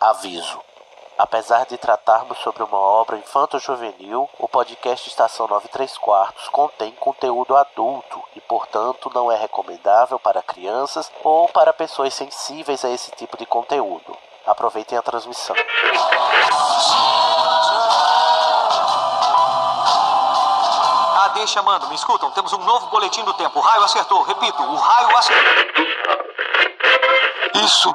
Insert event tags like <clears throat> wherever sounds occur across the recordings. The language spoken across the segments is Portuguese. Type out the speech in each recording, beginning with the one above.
Aviso. Apesar de tratarmos sobre uma obra infanto-juvenil, o podcast Estação 93 Quartos contém conteúdo adulto e, portanto, não é recomendável para crianças ou para pessoas sensíveis a esse tipo de conteúdo. Aproveitem a transmissão. Ah, deixa, mando. Me escutam. Temos um novo boletim do tempo. O raio acertou. Repito, o raio acertou. Isso,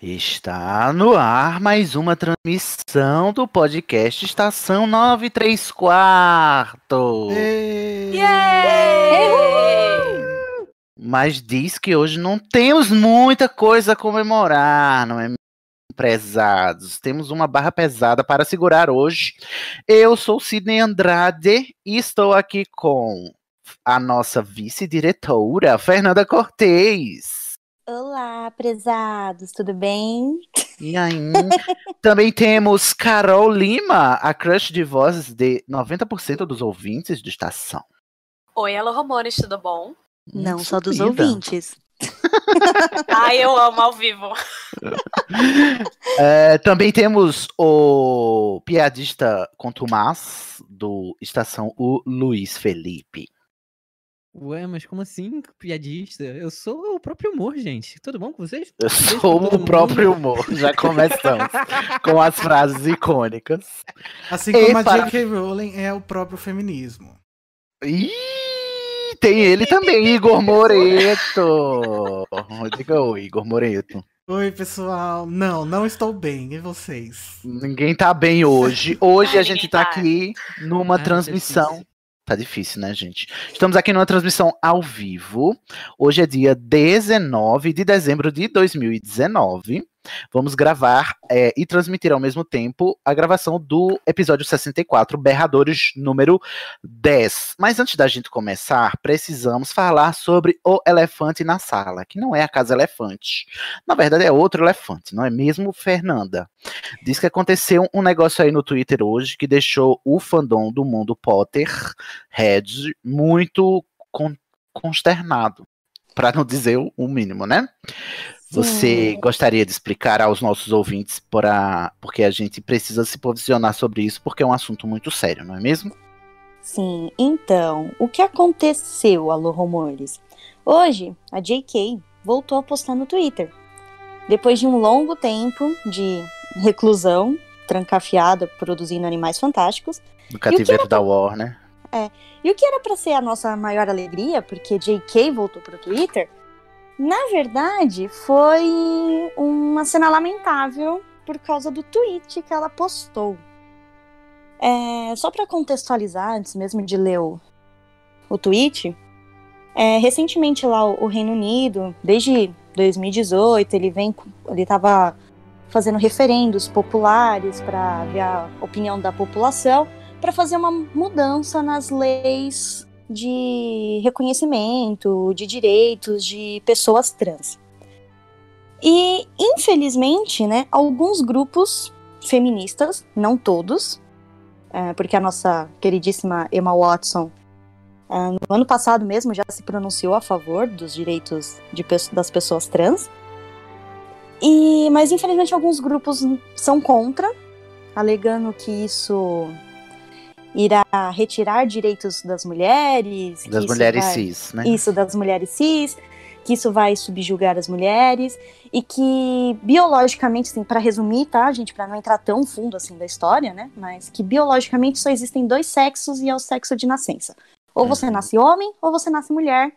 Está no ar mais uma transmissão do podcast Estação 93 Quartos. Mas diz que hoje não temos muita coisa a comemorar, não é? mesmo, Prezados, temos uma barra pesada para segurar hoje. Eu sou Sidney Andrade e estou aqui com a nossa vice-diretora, Fernanda Cortez. Olá, prezados, tudo bem? E aí, <laughs> também temos Carol Lima, a crush de vozes de 90% dos ouvintes de estação. Oi, alô Ramones, tudo bom? Não só dos Sumida. ouvintes. Ai, eu amo ao vivo. É, também temos o piadista contumaz do Estação U, Luiz Felipe. Ué, mas como assim, piadista? Eu sou o próprio humor, gente. Tudo bom com vocês? Eu Beijo pra sou todo o mundo. próprio humor, já começamos com as frases icônicas. Assim E como a para- J.K. Rowling é o próprio feminismo. Ih, tem ele também, Igor Moreto. Diga oi, Igor Moreto. Oi, pessoal. Não, não estou bem. E vocês? Ninguém tá bem hoje. Hoje Ah, a gente ninguém tá tá. aqui numa Ah, transmissão. difícil. Tá difícil, né, gente? Estamos aqui numa transmissão ao vivo. Hoje é dia 19 de dezembro de 2019. Vamos gravar é, e transmitir ao mesmo tempo a gravação do episódio 64, Berradores número 10. Mas antes da gente começar, precisamos falar sobre o elefante na sala, que não é a casa elefante. Na verdade, é outro elefante, não é mesmo, Fernanda? Diz que aconteceu um negócio aí no Twitter hoje que deixou o fandom do mundo Potter Red muito con- consternado. Pra não dizer o o mínimo, né? Você gostaria de explicar aos nossos ouvintes para porque a gente precisa se posicionar sobre isso porque é um assunto muito sério, não é mesmo? Sim, então, o que aconteceu, Alô Rumores? Hoje, a JK voltou a postar no Twitter. Depois de um longo tempo de reclusão, trancafiada, produzindo animais fantásticos, No que cativeiro da War, né? e o que era para ser a nossa maior alegria, porque JK voltou pro Twitter, na verdade, foi uma cena lamentável por causa do tweet que ela postou. É, só para contextualizar, antes mesmo de ler o, o tweet, é, recentemente lá o, o Reino Unido, desde 2018, ele vem, com- ele estava fazendo referendos populares para ver a opinião da população, para fazer uma mudança nas leis de reconhecimento, de direitos de pessoas trans. E, infelizmente, né, alguns grupos feministas, não todos, é, porque a nossa queridíssima Emma Watson, é, no ano passado mesmo, já se pronunciou a favor dos direitos de pe- das pessoas trans. E, mas, infelizmente, alguns grupos são contra, alegando que isso irá retirar direitos das mulheres. que Das isso mulheres vai- cis, né? isso das mulheres cis, que isso vai subjugar as mulheres e que biologicamente, assim, para resumir, tá, gente, para não entrar tão fundo assim da história, né? Mas que biologicamente só existem dois sexos e é o sexo de nascença. Ou você Uhum. nasce homem ou você nasce mulher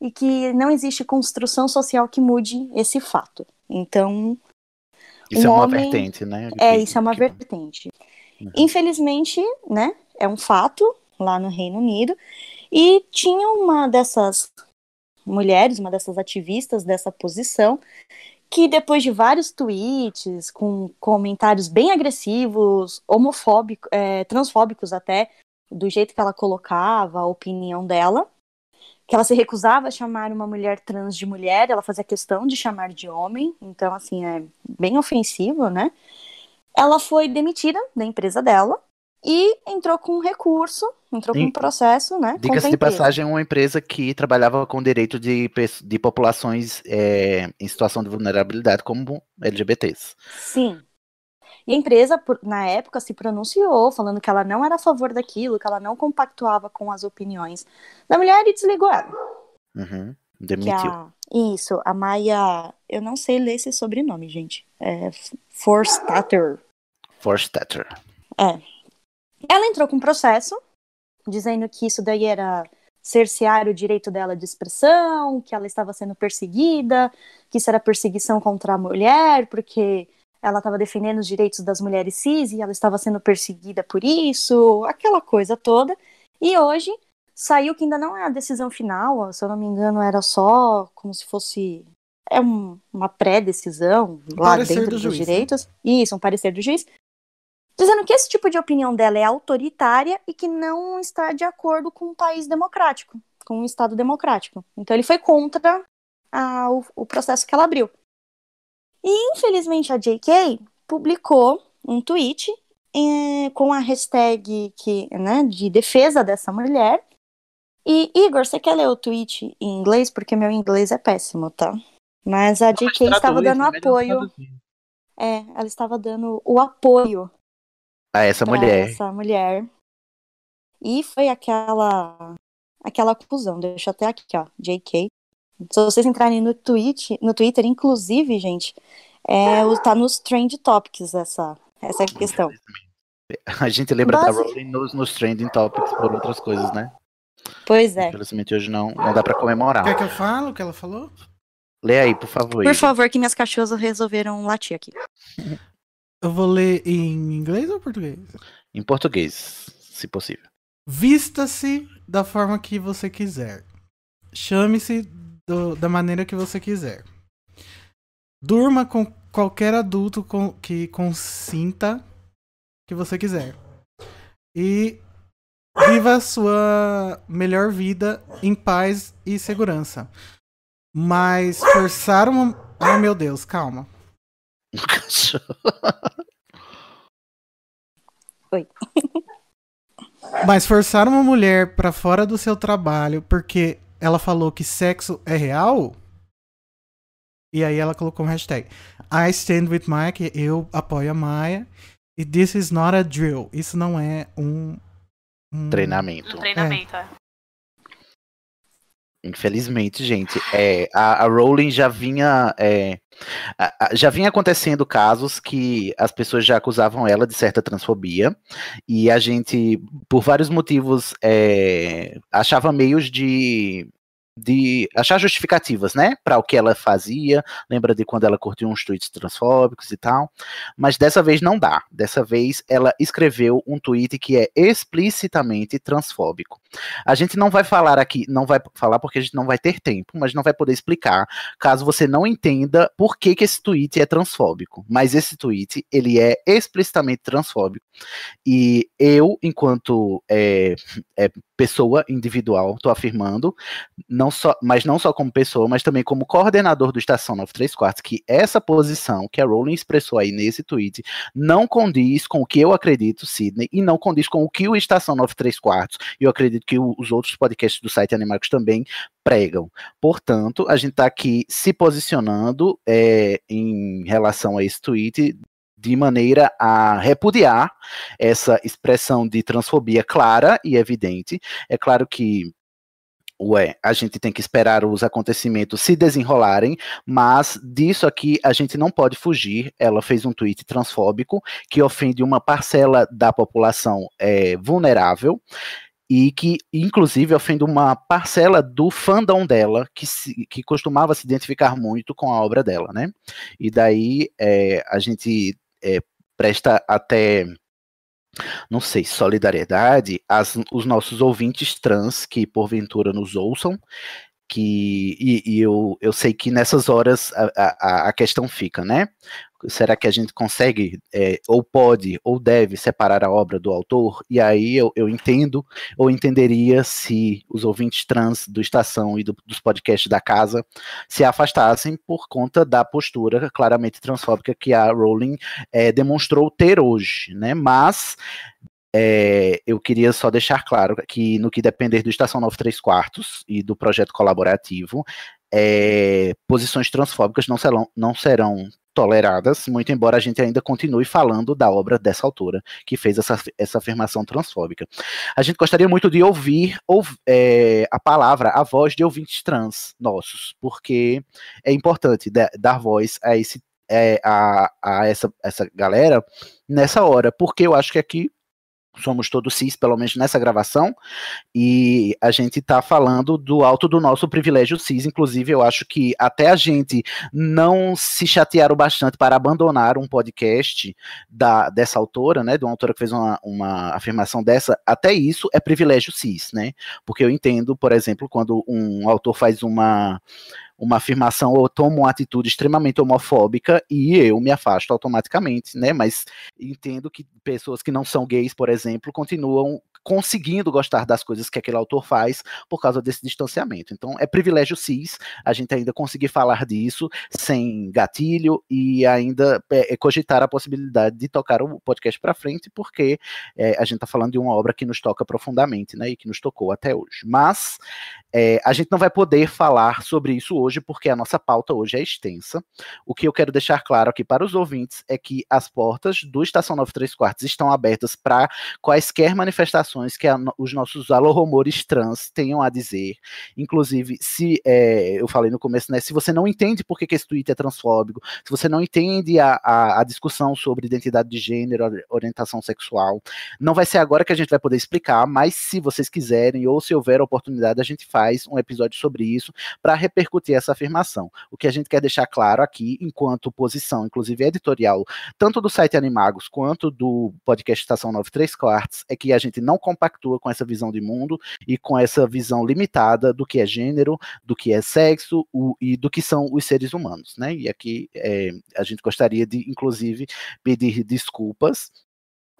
e que não existe construção social que mude esse fato. Então, Isso um é uma homem- vertente, né? é, Que- isso é uma que- vertente. Uhum. Infelizmente, né, é um fato lá no Reino Unido. E tinha uma dessas mulheres, uma dessas ativistas dessa posição, que depois de vários tweets com comentários bem agressivos, homofóbicos, é, transfóbicos até, do jeito que ela colocava a opinião dela, que ela se recusava a chamar uma mulher trans de mulher, ela fazia questão de chamar de homem, então assim é bem ofensivo, né? Ela foi demitida da empresa dela e entrou com um recurso, entrou com Sim. um processo, né? Diga-se contra a de empresa. passagem, uma empresa que trabalhava com direito de, pes- de populações é, em situação de vulnerabilidade, como LGBTs. Sim. E a empresa, por- na época, se pronunciou, falando que ela não era a favor daquilo, que ela não compactuava com as opiniões da mulher e desligou ela. Uhum. Que Demitiu. a... Isso, a Maia. Eu não sei ler esse sobrenome, gente. É F- Forstater. Forstater. Ela entrou com um processo, dizendo que isso daí era cercear o direito dela de expressão, que ela estava sendo perseguida, que isso era perseguição contra a mulher, porque ela estava defendendo os direitos das mulheres cis e ela estava sendo perseguida por isso, aquela coisa toda. E hoje saiu que ainda não é a decisão final, ó, se eu não me engano, era só como se fosse é um- uma pré-decisão lá Um parecer dentro do dos juiz, né? direitos. Isso, um parecer do juiz. Dizendo que esse tipo de opinião dela é autoritária e que não está de acordo com um país democrático, com um Estado democrático. Então ele foi contra a- o, o processo que ela abriu. E infelizmente a JK publicou um tweet eh, com a hashtag que, né, de defesa dessa mulher. E Igor, você quer ler o tweet em inglês? Porque meu inglês é péssimo, tá? Mas a JK estava dando apoio. É, ela estava dando o apoio A essa pra mulher. essa mulher. E foi aquela aquela confusão. Deixa eu até aqui, ó, JK. Se vocês entrarem no tweet, no Twitter, inclusive, gente, é, o- tá nos trend topics essa essa questão. A gente lembra da Basi- Rowling nos, nos trending topics por outras coisas, né? Pois é. Infelizmente hoje não, não dá pra Quer comemorar. que eu fale o que ela falou? Lê aí, por favor. Por Igor. favor, que minhas cachorras resolveram latir aqui. Eu vou ler em inglês ou português? Em português, se possível. <laughs> Vista-se da forma que você quiser. Chame-se do- da maneira que você quiser. Durma com qualquer adulto com- que consinta que você quiser. E viva a sua melhor vida em paz e segurança. Mas forçar uma. Ai meu Deus, calma. Uhum. Mas forçar uma mulher pra fora do seu trabalho porque ela falou que sexo é real? E aí ela colocou um hashtag. I stand with Maya, que eu apoio a Maia. E this is not a drill. Isso não é um. um- Treinamento. Um treinamento, é. Infelizmente, gente, é, a, a Rowling já vinha é, a- a- já vinha acontecendo casos que as pessoas já acusavam ela de certa transfobia e a gente, por vários motivos, é, achava meios de de achar justificativas, né, Pra o que ela fazia. Lembra de quando ela curtiu uns tweets transfóbicos e tal? Mas dessa vez não dá. Dessa vez ela escreveu um tweet que é explicitamente transfóbico. A gente não vai falar aqui, não vai falar porque a gente não vai ter tempo, mas não vai poder explicar, caso você não entenda por que, que esse tweet é transfóbico. Mas esse tweet, ele é explicitamente transfóbico. E eu, enquanto é, é, pessoa individual, tô afirmando, não só, mas não só como pessoa, mas também como coordenador do Estação 93 Quartos, que essa posição que a Rowling expressou aí nesse tweet não condiz com o que eu acredito, Sidney, e não condiz com o que o Estação 93 Quartos, e eu acredito que o- os outros podcasts do site Animacos também pregam. Portanto, a gente está aqui se posicionando é, em relação a esse tweet de maneira a repudiar essa expressão de transfobia clara e evidente. É claro que Ué, a gente tem que esperar os acontecimentos se desenrolarem, mas disso aqui a gente não pode fugir. Ela fez um tweet transfóbico que ofende uma parcela da população é, vulnerável e que, inclusive, ofende uma parcela do fandom dela que, se- que costumava se identificar muito com a obra dela, né? E daí é, a gente é, presta até não sei, solidariedade aos os nossos ouvintes trans que porventura nos ouçam que e, e eu, eu sei que nessas horas a, a, a, questão fica, né? Será que a gente consegue, é, ou pode, ou deve separar a obra do autor? E aí eu, eu entendo, ou entenderia se os ouvintes trans do Estação e do, dos podcasts da casa se afastassem por conta da postura claramente transfóbica que a Rowling é, demonstrou ter hoje, né? Mas é, eu queria só deixar claro que, no que depender do Estação 93 Quartos e do projeto colaborativo, é, posições transfóbicas não serão, não serão toleradas, muito embora a gente ainda continue falando da obra dessa autora que fez essa, essa afirmação transfóbica. A gente gostaria muito de ouvir, ouvir é, a palavra, a voz de ouvintes trans nossos, porque é importante de, dar voz a esse. é, a, a essa, essa galera nessa hora, porque eu acho que aqui somos todos cis, pelo menos nessa gravação, e a gente está falando do alto do nosso privilégio cis. Inclusive, eu acho que até a gente não se chatear o bastante para abandonar um podcast da, dessa autora, né, de uma autora que fez uma, uma afirmação dessa, até isso é privilégio cis, né? Porque eu entendo, por exemplo, quando um autor faz uma uma afirmação ou tomo uma atitude extremamente homofóbica e eu me afasto automaticamente, né? Mas entendo que pessoas que não são gays, por exemplo, continuam conseguindo gostar das coisas que aquele autor faz por causa desse distanciamento. Então, é privilégio cis a gente ainda conseguir falar disso sem gatilho e ainda é, cogitar a possibilidade de tocar o podcast para frente, porque é, a gente está falando de uma obra que nos toca profundamente, né? E que nos tocou até hoje. Mas é, a gente não vai poder falar sobre isso hoje, porque a nossa pauta hoje é extensa. O que eu quero deixar claro aqui para os ouvintes é que as portas do Estação 93 Quartos estão abertas para quaisquer manifestações que a, os nossos alorromores trans tenham a dizer. Inclusive, se é, eu falei no começo, né? Se você não entende por que, que esse tweet é transfóbico, se você não entende a, a, a, discussão sobre identidade de gênero, orientação sexual, não vai ser agora que a gente vai poder explicar, mas se vocês quiserem ou se houver oportunidade, a gente faz um episódio sobre isso para repercutir essa afirmação. O que a gente quer deixar claro aqui, enquanto posição, inclusive editorial, tanto do site Animagos quanto do podcast Estação 93 Quartos, é que a gente não compactua com essa visão de mundo e com essa visão limitada do que é gênero, do que é sexo o, e do que são os seres humanos, né? E aqui é, a gente gostaria de, inclusive, pedir desculpas.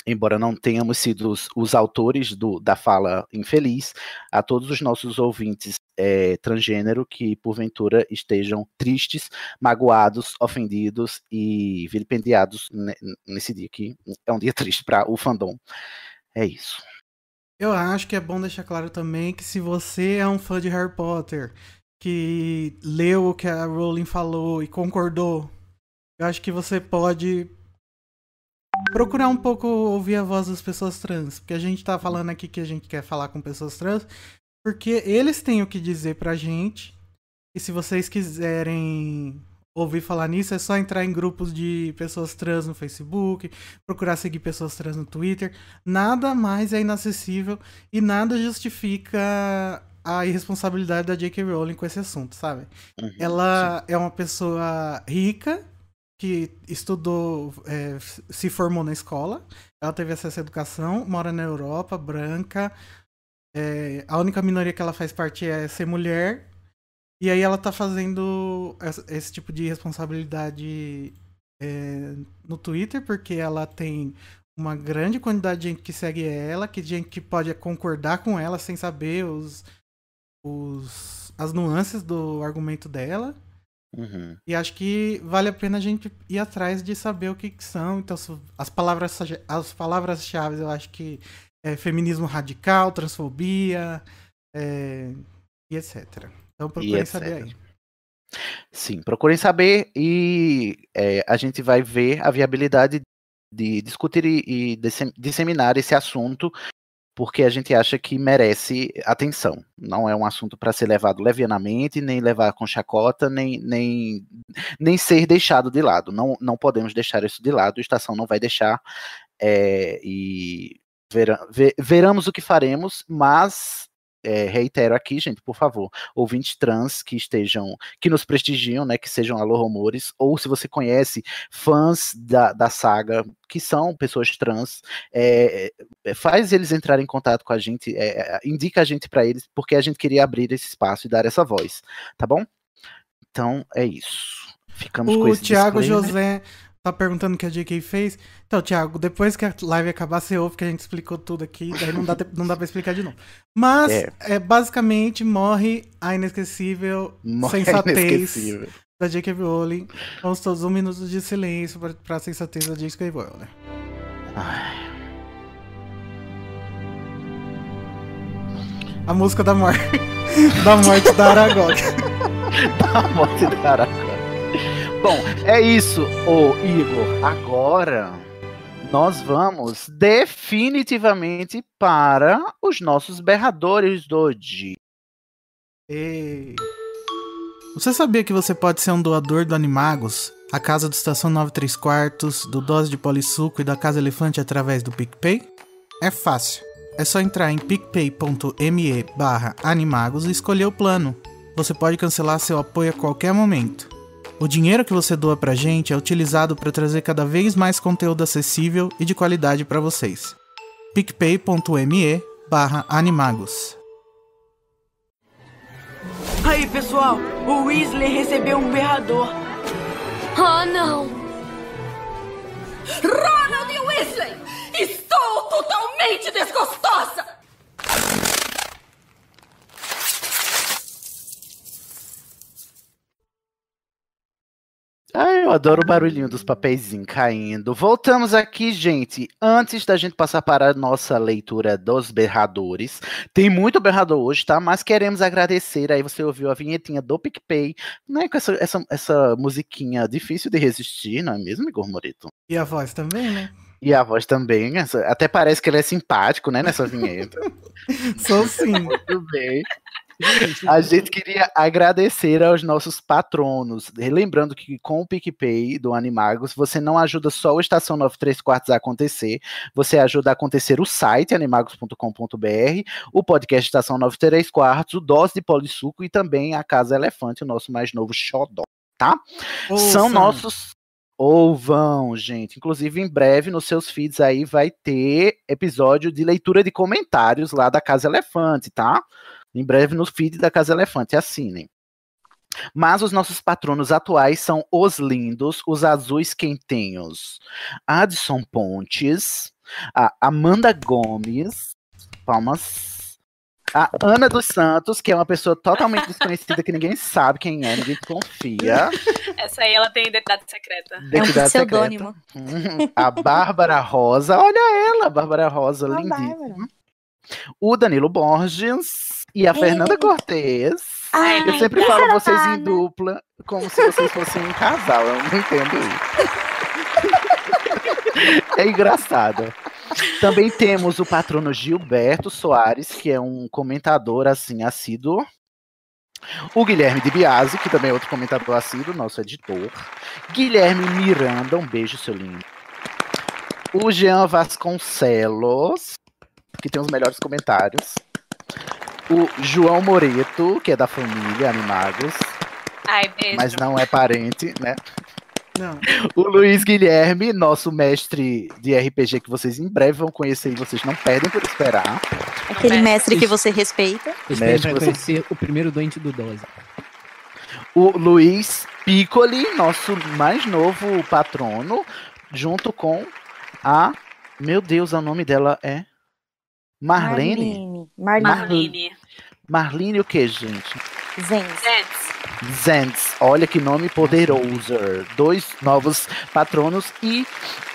Embora não tenhamos sido os, os autores do, da fala infeliz, a todos os nossos ouvintes é, transgênero que porventura estejam tristes, magoados, ofendidos e vilipendiados nesse dia que é um dia <laughs> triste para o fandom. É isso. Eu acho que é bom deixar claro também que se você é um fã de Harry Potter, que leu o que a Rowling falou e concordou, eu acho que você pode procurar um pouco ouvir a voz das pessoas trans, porque a gente tá falando aqui que a gente quer falar com pessoas trans, porque eles têm o que dizer pra gente. E se vocês quiserem ouvir falar nisso, é só entrar em grupos de pessoas trans no Facebook, procurar seguir pessoas trans no Twitter. Nada mais é inacessível e nada justifica a irresponsabilidade da J.K. Rowling com esse assunto, sabe? Uhum, Ela sim. é uma pessoa rica que estudou, é, se formou na escola. Ela teve acesso à educação, mora na Europa, branca. É, a única minoria que ela faz parte é ser mulher, e aí ela tá fazendo esse tipo de responsabilidade é, no Twitter, porque ela tem uma grande quantidade de gente que segue ela, que gente que pode concordar com ela sem saber os, os as nuances do argumento dela. Uhum. E acho que vale a pena a gente ir atrás de saber o que, que são. Então, as palavras as palavras-chave eu acho que é feminismo radical, transfobia é, e etc. Então procurem saber aí. Sim, procurem saber e é, a gente vai ver a viabilidade de discutir e, e disseminar esse assunto, porque a gente acha que merece atenção. Não é um assunto para ser levado levianamente, nem levar com chacota, nem, nem, nem ser deixado de lado. Não, não podemos deixar isso de lado, a estação não vai deixar. eh, É, e vera, ver, veramos o que faremos, mas é, reitero aqui, gente, por favor, ouvintes trans que estejam, que nos prestigiam, né, que sejam alô rumores, ou se você conhece fãs da, da saga que são pessoas trans, é, é, faz eles entrarem em contato com a gente, eh, indica a gente para eles, porque a gente queria abrir esse espaço e dar essa voz, tá bom? Então é isso. Ficamos com O esse Thiago disclaimer. José tá perguntando o que a JK fez. Então, Thiago, depois que a live acabar, você ouve que a gente explicou tudo aqui, daí não dá, te- não dá pra explicar de novo. Mas, É. é. basicamente, morre a inesquecível <laughs> Morre sensatez inesquecível. da J.K. Rowling. Vamos todos um minuto de silêncio pra, pra sensatez da J.K. Rowling. Ai, A música da morte. <laughs> da morte da Aragog. a morte da Aragorn. Bom, é isso, ô Igor. Agora nós vamos definitivamente para os nossos berradores do dia. Ei. Você sabia que você pode ser um doador do Animagos? A casa do Estação 93 Quartos, do Dose de Polissuco e da Casa Elefante através do PicPay? É fácil. É só entrar em picpay.me barra animagos e escolher o plano. Você pode cancelar seu apoio a qualquer momento. O dinheiro que você doa pra gente é utilizado para trazer cada vez mais conteúdo acessível e de qualidade para vocês. picpay.me barra animagos. Aí, pessoal, o Weasley recebeu um berrador. Oh, não! Ronald e Weasley! Estou totalmente desgostosa! Ai, eu adoro o barulhinho dos papeizinhos caindo. Voltamos aqui, gente. Antes da gente passar para a nossa leitura dos berradores, tem muito berrador hoje, tá? Mas queremos agradecer. Aí você ouviu a vinhetinha do PicPay, né? Com essa, essa, essa musiquinha difícil de resistir, não é mesmo, Igor Morito? E a voz também, né? E a voz também, essa- até parece que ele é simpático, né, nessa vinheta. Sou sim. Muito bem. A gente queria agradecer aos nossos patronos. Lembrando que com o PicPay do Animagos, você não ajuda só o Estação 93 Quartos a acontecer, você ajuda a acontecer o site animagos.com.br, o podcast Estação 93 Quartos, o Dose de Polissuco e também a Casa Elefante, o nosso mais novo xodó, tá? São Ouçam. nossos. Ouvam, gente. Inclusive, em breve, nos seus feeds aí vai ter episódio de leitura de comentários lá da Casa Elefante, tá? Em breve no feed da Casa Elefante, assinem. Mas os nossos patronos atuais são os lindos, os azuis quentenhos. Adson Pontes, a Amanda Gomes, palmas. A Ana dos Santos, que é uma pessoa totalmente desconhecida que ninguém sabe quem é, ninguém confia. Essa aí ela tem identidade secreta. Identidade É um pseudônimo. secreta. Uhum. A Bárbara Rosa, olha ela, Bárbara Rosa, lindinha. O Danilo Borges e a Ei. Fernanda Cortez. Ai, Eu sempre que falo vocês sarabana. em dupla, como se vocês fossem um casal. Eu não entendo isso. É engraçado. Também temos o patrono Gilberto Soares, que é um comentador assim assíduo. O Guilherme de Biasi, que também é outro comentador assíduo, nosso editor. Guilherme Miranda, um beijo, seu lindo. O Jean Vasconcelos, que tem os melhores comentários. O João Moreto, que é da família Animagos, Ai, beijo. mas não é parente, né? Não. O Luiz Guilherme, nosso mestre de RPG que vocês em breve vão conhecer e vocês não perdem por esperar. Aquele mestre que você respeita. Espera pra Médico, você- conhecer o primeiro doente do Dose. O Luiz Piccoli, nosso mais novo patrono, junto com a. Meu Deus, o nome dela é. Marlene? Marlene. Marlene. Marlene o que, gente? Zenz. Gente, Zends, olha que nome poderoso. Dois novos patronos e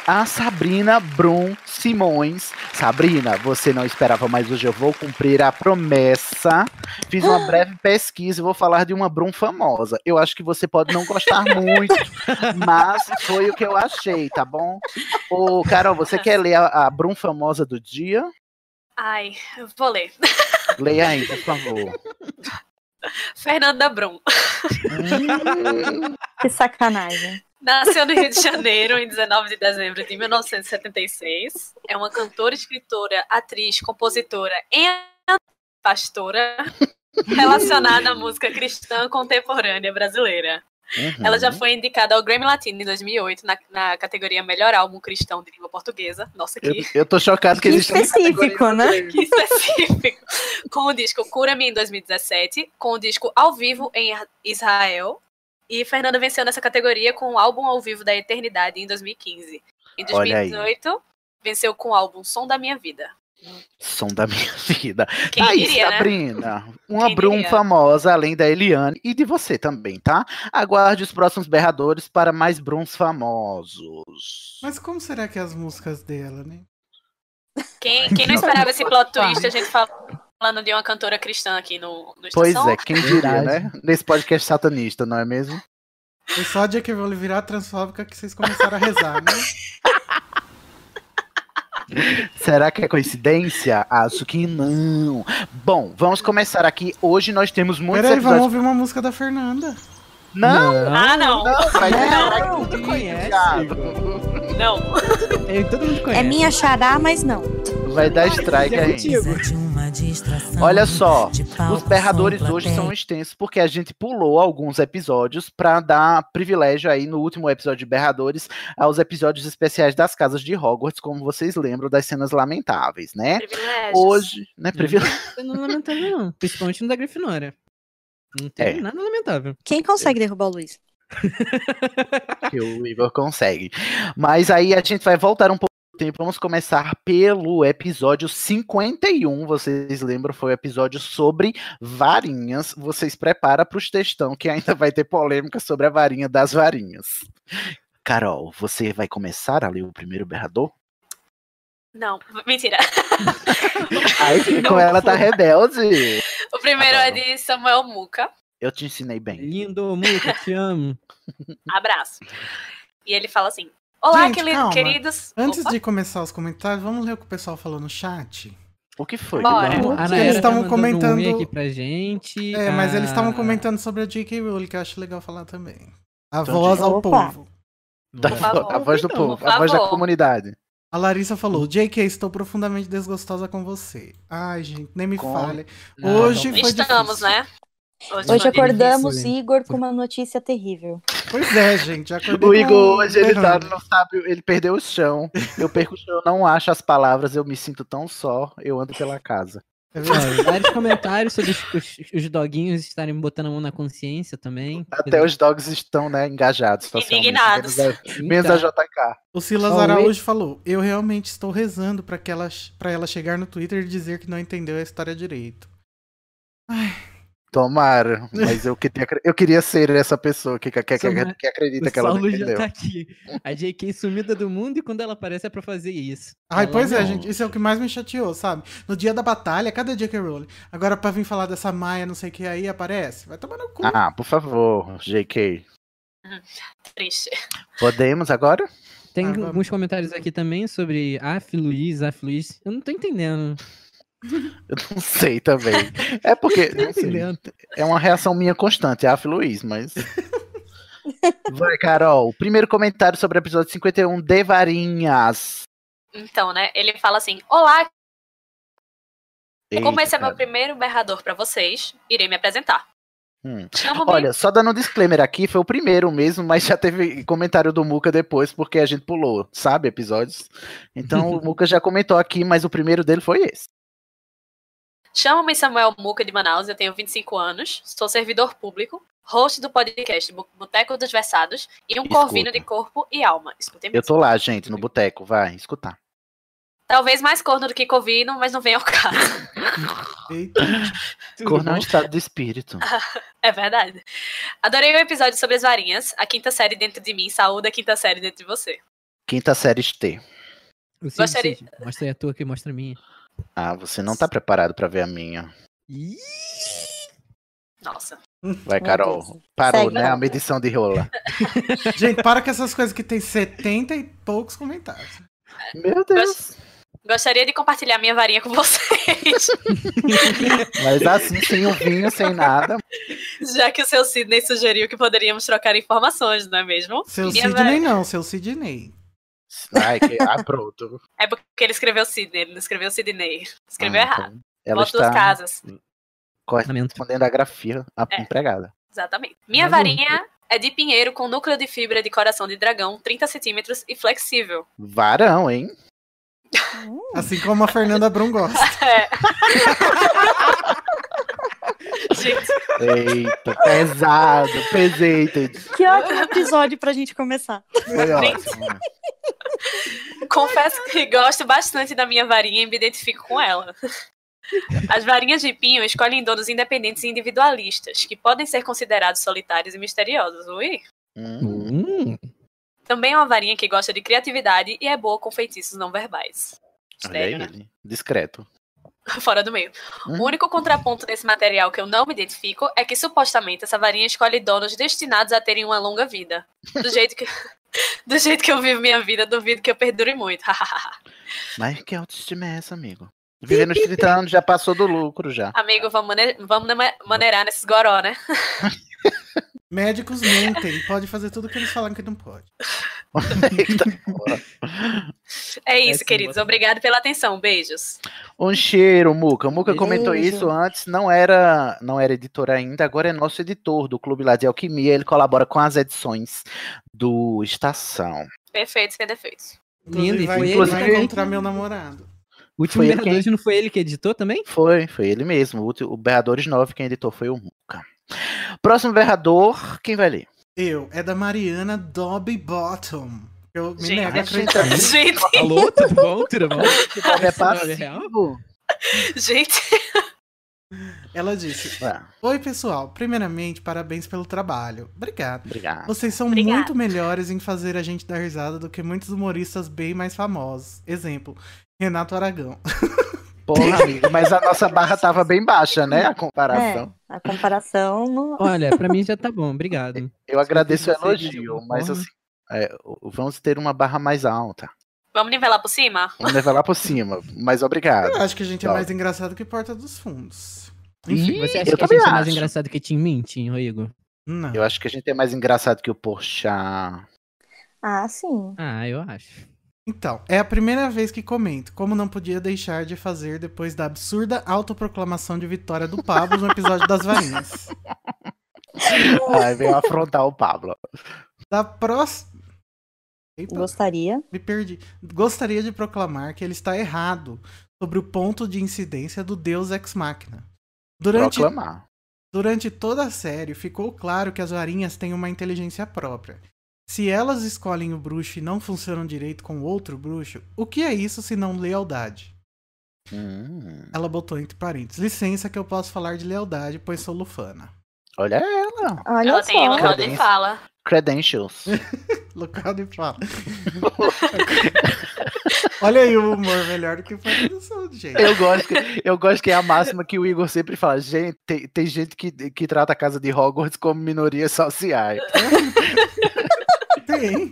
a Sabrina Brum Simões. Sabrina, você não esperava, mas hoje eu vou cumprir a promessa. Fiz <gasps> uma breve pesquisa e vou falar de uma Brum famosa. Eu acho que você pode não gostar muito, mas foi o que eu achei, tá bom? Ô, Carol, você quer ler a, a Brum famosa do dia? Ai, eu vou ler. <laughs> Leia aí, por favor. Fernanda Brum. Que sacanagem. Nasceu no Rio de Janeiro em 19 de dezembro de 1976. É uma cantora, escritora, atriz, compositora e pastora relacionada à música cristã contemporânea brasileira. Uhum. <laughs> Ela já foi indicada ao Grammy Latino em 2008 na, na categoria Melhor Álbum Cristão de Língua Portuguesa. Nossa, Eu, que, Uhum. eu tô chocado que, Que existe. específico, né? que específico. <laughs> com o disco Cura-me em 2017, com o disco Ao Vivo em Israel. E Fernanda venceu nessa categoria com o álbum Ao Vivo da Eternidade em 2015. Em Olha aí. 2018, venceu com o álbum Som da Minha Vida. Som da minha <laughs> vida. Quem Tá aí, diria, né? Sabrina, uma Quem Brum diria? famosa, além da Eliane e de você também, tá? Aguarde os próximos berradores para mais Bruns famosos. Mas como será que é as músicas dela, né? Quem, quem não Nossa. esperava esse plot twist, a gente falando de uma cantora cristã aqui no, no Pois Estação? é, quem diria, Verdade. né? Nesse podcast satanista, não é mesmo? Foi só dia que eu vou virar transfóbica que vocês começaram a rezar, né? Será que é coincidência? Acho que não. Bom, vamos começar aqui. Hoje nós temos muitos Peraí, vamos episódios. ouvir uma música da Fernanda. Não! Ah, não. vai Não, não, Todo mundo conhece. Não. É, Todo mundo conhece. É minha xará, mas não. Vai dar strike É aí. contigo. Olha só, os berradores hoje são extensos porque a gente pulou alguns episódios para dar privilégio aí no último episódio de berradores aos episódios especiais das casas de Hogwarts, como vocês lembram das cenas lamentáveis, né? Privilégios. Hoje, né, privilégio. Não é nada lamentável, não. Principalmente no da Grifinória. Não tem É. nada lamentável. Quem consegue derrubar o Luiz? que o Igor consegue. Mas aí a gente vai voltar um pouco do tempo. Vamos começar pelo episódio 51. Vocês lembram? Foi o episódio sobre varinhas. Vocês prepara para os textão que ainda vai ter polêmica sobre a varinha das varinhas. Carol, você vai começar a ler o primeiro berrador? Não, mentira. <laughs> Aí com ela tá rebelde. O primeiro é Adoro. de Samuel Muca. Eu te ensinei bem. Lindo, Muca, te amo. Abraço. E ele fala assim: Olá, Gente, queri- calma. queridos. Antes Opa. de começar os comentários, vamos ler o que o pessoal falou no chat. O que foi? Bora. Não, é A Eles Nayara tá estavam mandando um oi comentando- aqui pra gente. É, mas eles estavam Ah, comentando sobre a J.K. Rowling, que eu acho legal falar também. A Então, voz ao Opa. povo. da- favor. Tá a voz do Então, povo, por a voz da favor. comunidade. A Larissa falou, J.K., estou profundamente desgostosa com você. Ai, gente, nem me Com- fale. não, Hoje não. foi Estamos, difícil. né? Hoje foi- um eu- acordamos difícil, Igor com uma notícia terrível. Pois é, <laughs> gente, já acordei O com- Igor hoje ele tá, berrando. não sabe, ele perdeu o chão. Eu perco o chão, eu não acho as palavras, eu me sinto tão só, eu ando pela casa. É verdade. <laughs> Ó, vários comentários sobre os, os- os doguinhos estarem botando a mão na consciência também. Até os dogs estão, né, engajados. socialmente, Indignados. Menos Então, a, menos a JK. O Silas Ó, o Araújo falou, eu realmente estou rezando pra, que ela, pra ela chegar no Twitter e dizer que não entendeu a história direito. Tomara, mas eu, queria- eu queria ser essa pessoa que, que, que- Tomara. que acredita O que ela não Saulo já entendeu. tá aqui. A JK sumida do mundo e quando ela aparece é pra fazer isso. Ai, Ela pois é, não. gente, isso é o que mais me chateou, sabe? No dia da batalha, cadê J.K. Rowling? Agora pra vir falar dessa Maia, não sei o que aí, aparece? Vai tomar no cu. Ah, por favor, JK. Triste. Podemos agora? <laughs> Tem Ah, vamos. alguns comentários aqui também sobre Af Luiz, Af Luiz. Eu não tô <laughs> entendendo. Eu não sei também. É porque. Não tô não sei, entendendo. é uma reação minha constante, é a Luiz, mas. <laughs> Vai, Carol. Primeiro comentário sobre o episódio 51 de Varinhas. Então, né? Ele fala assim: Olá, como Eita, esse é meu cara. primeiro berrador pra vocês, irei me apresentar. Hum. Chamo-me. Olha, só dando um disclaimer aqui, foi o primeiro mesmo, mas já teve comentário do Muca depois, porque a gente pulou, sabe, episódios. Então o Muca já comentou aqui, mas o primeiro dele foi esse. Chamo-me Samuel Muca de Manaus, eu tenho 25 anos, sou servidor público, host do podcast Bu- Boteco dos Versados e um Escuta. corvino de corpo e alma. Escutem Eu mesmo. tô lá, gente, no boteco, vai, escutar. Talvez mais corno do que corvino, mas não vem ao caso. Eita. Tudo Cor não é um bom? estado de espírito. É verdade. Adorei o episódio sobre as varinhas. A quinta série dentro de mim saúda a quinta série dentro de você. Quinta série T. O Cid, Gostaria- Cid, Mostra aí a tua que mostra a minha. Ah, você não tá preparado pra ver a minha. Ih, Nossa. Vai, Meu Carol. Deus. Parou, Segue. né? A medição de rola. Gente, para com essas coisas que tem 70 e poucos comentários. Meu Deus. Gostaria de compartilhar minha varinha com <laughs> vocês, Mas assim, sem o vinho, sem nada. já que o seu Sidney sugeriu que poderíamos trocar informações, não é mesmo? Seu Minha va- Sidney não, seu Sidney. Ai, que... ah, pronto. É porque ele escreveu Sidney, ele não escreveu Sidney. Escreveu Ah, errado. então. Ela Voto das está casas. correspondendo à grafia a É. empregada. Exatamente. Minha Mas o- varinha é de pinheiro com núcleo de fibra de coração de dragão, 30 centímetros e flexível. <laughs> Varão, hein? Hum, Assim como a Fernanda Brum gosta. É. <laughs> Eita, pesado, pesado. Que ótimo episódio pra gente começar. Foi ótimo. Confesso que gosto bastante da minha varinha e me identifico com ela. As varinhas de pinho escolhem donos independentes e individualistas, que podem ser considerados solitários e misteriosos. Ui! Hum. Também é uma varinha que gosta de criatividade e é boa com feitiços não verbais. Olha aí Hum? Sério, né? <laughs> ele. Discreto. Fora do meio. O único contraponto desse material que eu não me identifico é que supostamente essa varinha escolhe donos destinados a terem uma longa vida. Do jeito que, <laughs> do jeito que eu vivo minha vida, duvido que eu perdure muito. <laughs> Mas que autoestima é essa, amigo? Vivendo <laughs> os 30 anos já passou do lucro já. <laughs> Amigo, vamos, mane- vamos nama- maneirar nesses goró, né? Médicos mentem, pode fazer tudo que eles falaram que não pode. É isso, sim, queridos. bota- Obrigado pela atenção. Beijos. Um cheiro, Muca. O Muca comentou Beijo. isso antes, não era, não era editor ainda, agora é nosso editor do Clube lá de Alquimia, ele colabora com as edições do Estação. Perfeito, sem defeitos. Inclusive, e vai, foi ele inclusive vai também. encontrar meu namorado. O último Foi ele Merda não foi ele que editou também? Foi, foi ele mesmo. O, ulti- o Berradores 9, quem editou foi o Muca. Próximo Berrador, quem vai ler? Eu, é da Mariana Dobby Bottom. Eu me Gente, nego a gente, acreditar. gente. Alô, tudo bom? Tudo bom? É Esse nome é real? passivo. Gente. Ela disse: Vá. Oi, pessoal. Primeiramente, parabéns pelo trabalho. Obrigado. Obrigado. Vocês são Obrigada. muito melhores em fazer a gente dar risada do que muitos humoristas bem mais famosos. Exemplo, Renato Aragão. Porra, amigo, mas a nossa barra tava bem baixa, né? A comparação. É, a comparação. No... Olha, pra mim já tá bom, obrigado. Eu agradeço o você diz de elogio, alguma mas forma. assim, é, o- vamos ter uma barra mais alta. Vamos nivelar por cima? Vamos levar lá por cima, mas obrigado. Eu acho que a gente é Tá. mais engraçado que Porta dos Fundos. Você Ih, eu acha que a também gente é mais acho. engraçado que Tim Mintin, ô Igor? Não. Eu acho que a gente é mais engraçado que o <laughs> Porchat. Ah, sim. Ah, eu acho. Então, é a primeira vez que comento, como não podia deixar de fazer depois da absurda autoproclamação de vitória do Pablo no episódio das varinhas. Aí veio afrontar o Pablo. Da próxima. Gostaria. Me perdi. Gostaria de proclamar que ele está errado sobre o ponto de incidência do Deus Ex Machina. Durante, Proclamar. durante toda a série, ficou claro que as varinhas têm uma inteligência própria. Se elas escolhem o bruxo e não funcionam direito com outro bruxo, o que é isso se não lealdade? Hum, Ela botou entre parênteses. Licença que eu posso falar de lealdade, pois sou lufana. olha é ela. Olha Ela só. tem local de Cadê? fala. <laughs> Credentials. Local de fala. <laughs> Olha aí o humor melhor do que foi produção, gente. Eu gosto, que, eu gosto que é a máxima que o Igor sempre fala. Gente, tem, tem gente que, que trata a casa de Hogwarts como minoria social. Tem.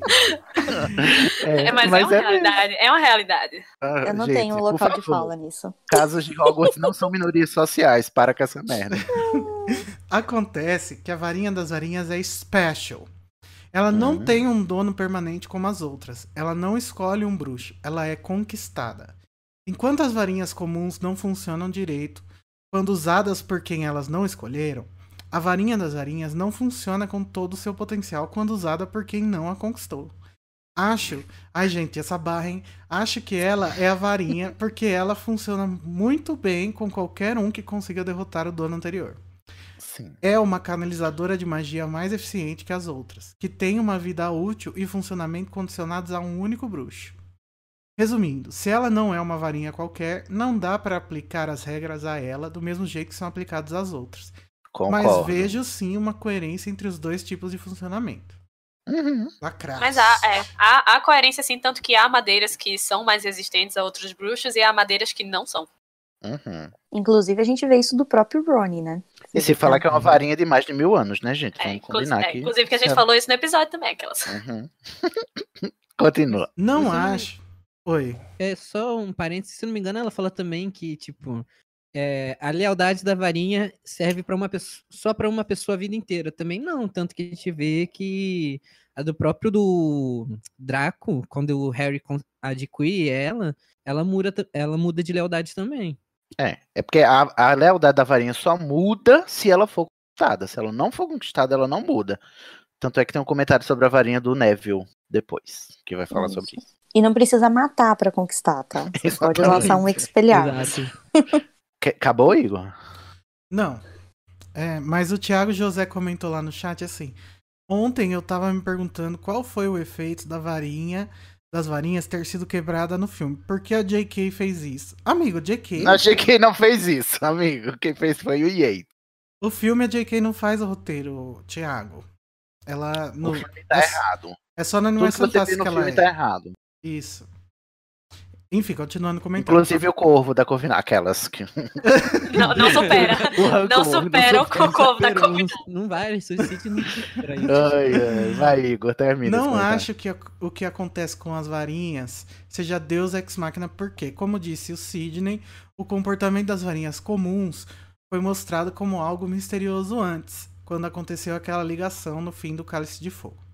É, mas, é uma realidade. É uma realidade. Eu Ah, não tenho um local de fala nisso. Casos de Hogwarts não são minorias sociais. Para com essa merda. Acontece que a varinha das varinhas é special. Ela não tem um dono permanente como as outras. Ela não escolhe um bruxo. Ela é conquistada. Enquanto as varinhas comuns não funcionam direito, quando usadas por quem elas não escolheram, a varinha das varinhas não funciona com todo o seu potencial quando usada por quem não a conquistou. Acho, ai gente, essa barra, hein? Acho que ela é a varinha porque ela funciona muito bem com qualquer um que consiga derrotar o dono anterior Sim. é uma canalizadora de magia mais eficiente que as outras, que tem uma vida útil e funcionamento condicionados a um único bruxo. Resumindo, se ela não é uma varinha qualquer, não dá para aplicar as regras a ela do mesmo jeito que são aplicadas às outras. Concordo. Mas vejo sim uma coerência entre os dois tipos de funcionamento. Uhum. Lacraço. Mas há, é, há, há coerência, assim, tanto que há madeiras que são mais resistentes a outros bruxos e há madeiras que não são. Uhum. Inclusive, a gente vê isso do próprio Ronnie, né? E se falar que é uma varinha de mais de mil anos, né, gente? É, Vamos inclu- combinar é, aqui. inclusive que a gente falou isso no episódio também, aquelas. <laughs> Uhum. <laughs> Continua. Não Mas eu não- acho. Oi. É só um parênteses, se não me engano, ela fala também que, tipo, é, a lealdade da varinha serve para uma pessoa, só para uma pessoa a vida inteira. Também não, tanto que a gente vê que a do próprio do Draco, quando o Harry con- adquire ela, ela muda, ela muda de lealdade também. É, é porque a, a lealdade da varinha só muda se ela for conquistada. Se ela não for conquistada, ela não muda. Tanto é que tem um comentário sobre a varinha do Neville depois, que vai falar Isso. sobre isso. E não precisa matar pra conquistar, tá? Você pode lançar um expelhar. Que- Acabou, Igor? Não. É, mas o Thiago José comentou lá no chat assim: Ontem eu tava me perguntando qual foi o efeito da varinha das varinhas ter sido quebrada no filme. Por que a JK fez isso? Amigo, JK. Não, Achei que não fez isso, amigo. Quem fez foi o Yates. O filme a JK não faz o roteiro, Thiago. Ela no, filme tá é- errado. É só no Tudo Animais que você vê Fantásticos no que ela filme é. tá errado. Isso. Enfim, continuando comentando. Inclusive o corvo da Corvinal, aquelas <laughs> que. Não, não supera. não supera o Cocô da Covid. é Não vai, suicídio não supera isso. Ai, ai. Vai, Igor, termina. esse Não comentário. acho que ac- o que acontece com as varinhas seja Deus ex machina, porque, como disse o Sidney, o comportamento das varinhas comuns foi mostrado como algo misterioso antes, quando aconteceu aquela ligação no fim do Cálice de Fogo. <laughs>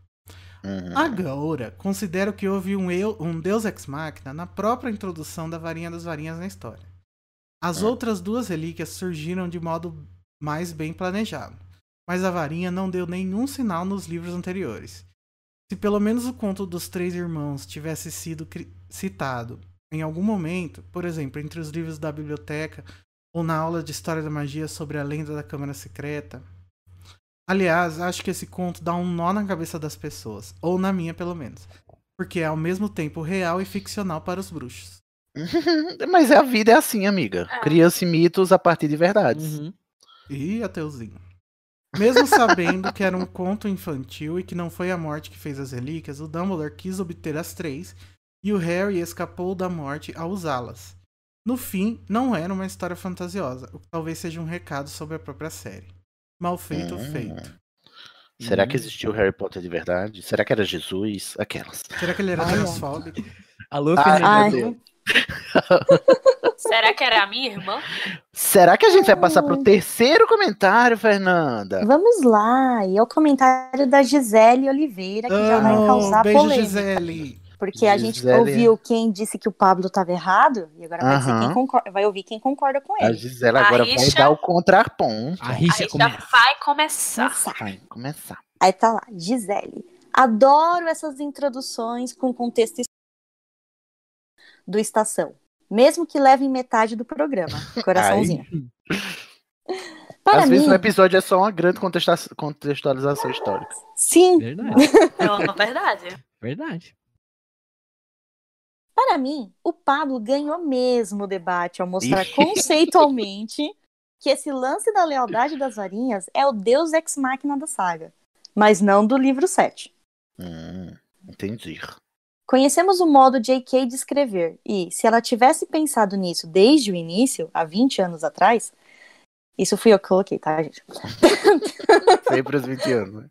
Uhum. Agora, considero que houve um, eu- um Deus ex machina na própria introdução da varinha das varinhas na história. As outras duas relíquias surgiram de modo mais bem planejado, mas a varinha não deu nenhum sinal nos livros anteriores. Se pelo menos o conto dos três irmãos tivesse sido cri- citado em algum momento, por exemplo, entre os livros da biblioteca ou na aula de História da Magia sobre a lenda da Câmara Secreta. Aliás, acho que esse conto dá um nó na cabeça das pessoas, ou na minha pelo menos, porque é ao mesmo tempo real e ficcional para os bruxos. Mas a vida é assim, amiga. Cria-se mitos a partir de verdades. Uhum. Ih, Ateuzinho. Mesmo sabendo que era um conto infantil e que não foi a morte que fez as relíquias, o Dumbledore quis obter as três e o Harry escapou da morte ao usá-las. No fim, não era uma história fantasiosa, o que talvez seja um recado sobre a própria série. Mal feito, Hum. feito. Será que existiu Harry Potter de verdade? Será que era Jesus? Aquelas. Será que ele era Ai, transfóbico? Alô, Ai, Fernanda. meu Deus. Será que era a minha irmã? Será que a gente vai passar pro terceiro comentário, Fernanda? Vamos lá, e é o comentário da Gisele Oliveira, é que já vai Amo, causar Ah, beijo, polêmica. Gisele. Porque a gente Gisele. ouviu quem disse que o Pablo estava errado, e agora vai, ser Aham. quem concor- vai ouvir quem concorda com A ele. Gisela agora vai Richa- dar o contraponto. A Aí já vai começar. Vai começar. Aí tá lá, Gisele. Adoro essas introduções com contexto his- do Estação. Mesmo que levem metade do programa. Coraçãozinho. Para Às mim, vezes um episódio é só uma grande contexta- contextualização histórica. Sim. Verdade. Não, É verdade. Verdade. para mim, o Pablo ganhou mesmo o debate ao mostrar conceitualmente <laughs> que esse lance da lealdade das varinhas é o deus ex machina da saga, mas não do livro 7. Hum, entendi. Conhecemos o modo J.K. de escrever, e se ela tivesse pensado nisso desde o início, há 20 anos atrás, isso fui eu que coloquei, tá, gente? Sempre aos 20 anos. né?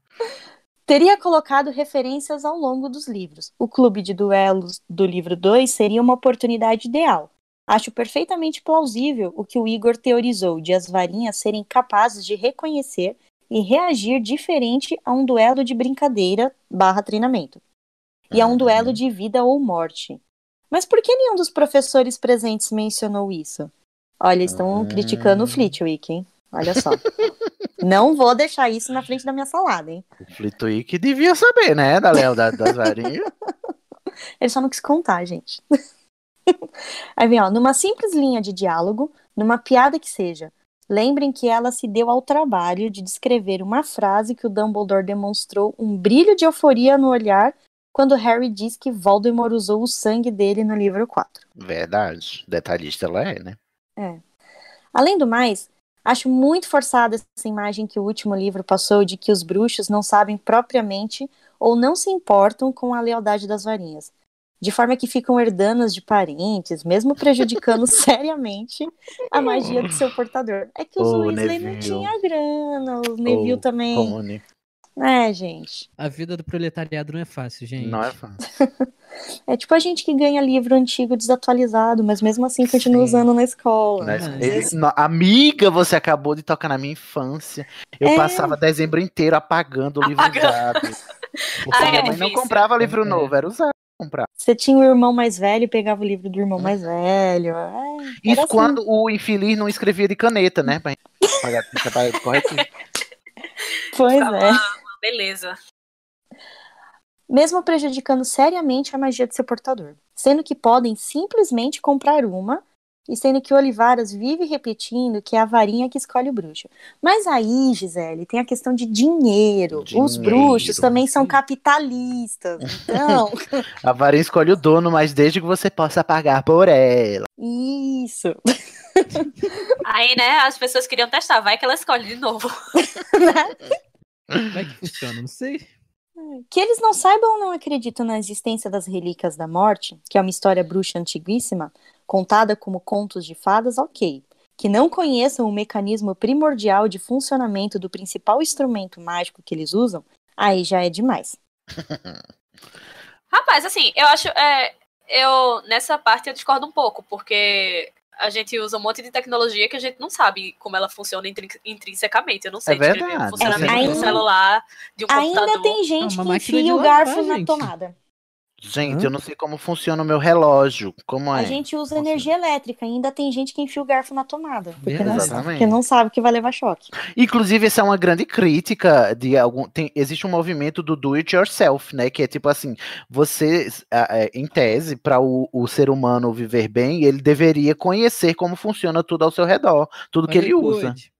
Teria colocado referências ao longo dos livros. O clube de duelos do livro 2 seria uma oportunidade ideal. Acho perfeitamente plausível o que o Igor teorizou de as varinhas serem capazes de reconhecer e reagir diferente a um duelo de brincadeira barra treinamento. E a um duelo de vida ou morte. Mas por que nenhum dos professores presentes mencionou isso? Olha, estão criticando o Flitwick, hein? Olha só. Não vou deixar isso na frente da minha salada, hein? O Flitwick devia saber, né? Da lealdade das varinhas. Ele só não quis contar, gente. <laughs> Aí vem, ó, numa simples linha de diálogo, numa piada que seja. Lembrem que ela se deu ao trabalho de descrever uma frase que o Dumbledore demonstrou um brilho de euforia no olhar quando Harry diz que Voldemort usou o sangue dele no livro 4. Verdade. Detalhista ela é, né? É. Além do mais, acho muito forçada essa imagem que o último livro passou de que os bruxos não sabem propriamente ou não se importam com a lealdade das varinhas, de forma que ficam herdanas de parentes, mesmo prejudicando seriamente a magia do seu portador. É que os Ô, Weasley não Neville. tinha grana, os Neville Ô, também. Rony. É, gente. A vida do proletariado não é fácil, gente. Não é fácil. É tipo a gente que ganha livro antigo desatualizado, mas mesmo assim continua usando na escola. Mas ele- Né? no- amiga, você acabou de tocar na minha infância. Eu É. passava dezembro inteiro apagando o livro Apagando. <laughs> usado. Porque Ah, é minha mãe não difícil. comprava livro novo, era usado. comprar. Você tinha o irmão mais velho e pegava o livro do irmão mais velho. É, Isso era assim. quando o infeliz não escrevia de caneta, né? Pra pagar trabalho corretinho. Pois Tá é. uma Beleza. mesmo prejudicando seriamente a magia de seu portador, sendo que podem simplesmente comprar uma, e sendo que Olivaras vive repetindo que é a varinha que escolhe o bruxo. Mas aí, Gisele, tem a questão de dinheiro. Os Dinheiro. bruxos também são capitalistas, então. A varinha escolhe o dono, mas desde que você possa pagar por ela. Isso. <laughs> Aí, né, as pessoas queriam testar. Vai que ela escolhe de novo. <laughs> né? Como é que funciona? Não sei. Que eles não saibam ou não acreditam na existência das Relíquias da Morte, que é uma história bruxa antiguíssima, contada como contos de fadas, ok. Que não conheçam o mecanismo primordial de funcionamento do principal instrumento mágico que eles usam, aí já é demais. Rapaz, assim, eu acho. é, eu, nessa parte eu discordo um pouco, porque a gente usa um monte de tecnologia que a gente não sabe como ela funciona intrin- intrinsecamente. Eu não sei É descrever verdade, o funcionamento é de um verdade. celular, de um Ainda computador. tem gente É uma que máquina de enfia o lavar, garfo na gente. tomada. Gente, eu não sei como funciona o meu relógio. Como é? A gente usa energia elétrica, ainda tem gente que enfia o garfo na tomada. Porque não, Exatamente. porque não sabe que vai levar choque. Inclusive, essa é uma grande crítica de algum. tem- existe um movimento do do it yourself, né? Que é tipo assim, você, ah, é, em tese, para o, o ser humano viver bem, ele deveria conhecer como funciona tudo ao seu redor, tudo que Olha aí, ele usa. Code.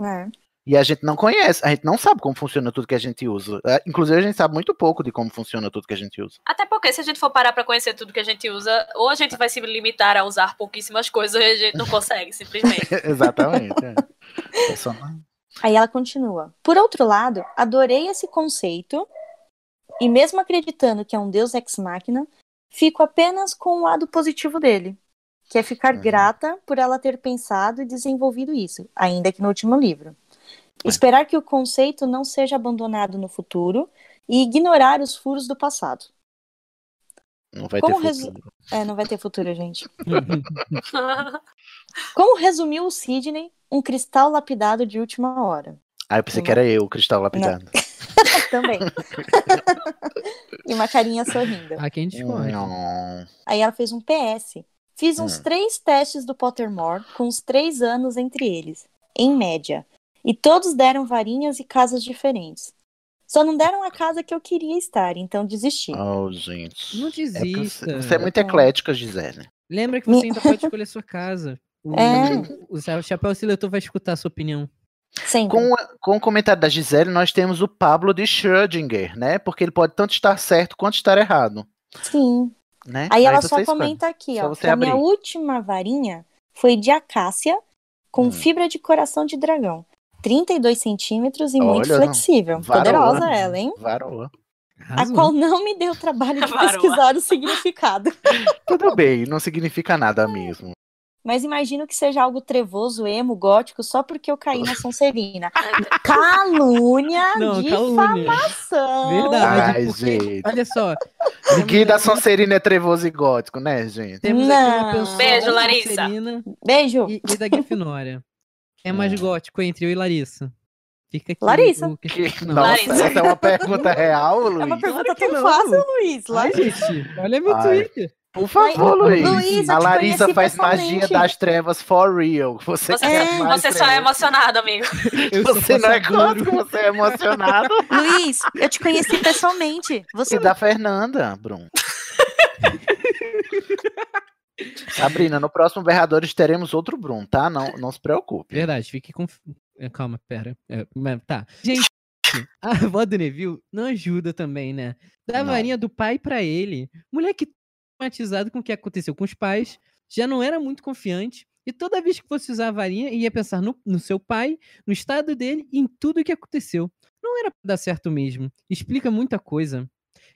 É. E a gente não conhece, a gente não sabe como funciona tudo que a gente usa. Ah, Inclusive, a gente sabe muito pouco de como funciona tudo que a gente usa. Até porque se a gente for parar pra conhecer tudo que a gente usa, ou a gente vai se limitar a usar pouquíssimas coisas e a gente não consegue, simplesmente. <laughs> Exatamente. é. É só- Aí ela continua. Por outro lado, adorei esse conceito e mesmo acreditando que é um deus ex machina, fico apenas com o lado positivo dele, que é ficar grata por ela ter pensado e desenvolvido isso, ainda que no último livro. Esperar que o conceito não seja abandonado no futuro e ignorar os furos do passado. Não vai Como ter resu- futuro. É, não vai ter futuro, gente. Uhum. Como resumiu o Sidney, um cristal lapidado de última hora. Ah, eu pensei que era eu, o cristal lapidado. Também. e uma carinha sorrindo. Ah, quem discorre. É Não. Aí ela fez um PS. Fiz uns Hum. três testes do Pottermore, com uns três anos entre eles, em média. E todos deram varinhas e casas diferentes. Só não deram a casa que eu queria estar, então desisti. Oh, gente. Não É porque você- desista. você é muito eclética, Gisele. Lembra que você ainda pode escolher a sua casa. O, É. o, o Chapéu Seletor vai escutar a sua opinião. Sempre. Ah. Com, a- com o comentário da Gisele, nós temos o Pablo de Schrödinger, né? Porque ele pode tanto estar certo quanto estar errado, Sim. né? Aí ela só você escolhe. comenta aqui, Só ó. você Que a minha abrir. última varinha foi de acácia Hum. com fibra de coração de dragão. 32 centímetros e muito Olha, não. flexível. Varoa. Poderosa ela, hein? Varoa. A Arrasou. qual não me deu trabalho de Varoa. pesquisar o significado. Tudo bem, não significa nada mesmo. Mas imagino que seja algo trevoso, emo, gótico, só porque eu caí na Sonserina. Calúnia, <laughs> Não, calúnia. difamação. Verdade. Ai, porque, gente. Olha só. Ninguém da Sonserina é trevoso e gótico, né, gente? Temos aqui uma Não. pessoa Beijo, da Larissa. Sonserina Beijo. E, e da Grifinória. É mais gótico entre eu e Larissa. Fica aqui. Larissa. o- Que- Não. Nossa, Larissa. essa é uma pergunta real, É uma Luiz. pergunta Claro que tão não. fácil, Luiz. Ai, Larissa. gente, <laughs> olha meu Ai. Twitter. Por favor, Ai, Luiz. Luiz, eu A te Larissa conheci faz magia pessoalmente. das trevas for real. Você, <laughs> Você, que é mais você só é trevoso. emocionado, amigo. Eu sou Você não é passadouro. gótico, você é emocionado. Luiz, eu te conheci pessoalmente. Você E da Fernanda, Bruno. Sabrina, no próximo Berradores teremos outro Bruno, tá? Não, não se preocupe. Verdade, fique com. é, Calma, pera. É, mas tá. Gente, <laughs> a avó do Neville não ajuda também, né? Da Não. varinha do pai pra ele. Moleque traumatizado com o que aconteceu com os pais, já não era muito confiante. E toda vez que fosse usar a varinha, ia pensar no, no seu pai, no estado dele e em tudo o que aconteceu. Não era pra dar certo mesmo. Explica muita coisa.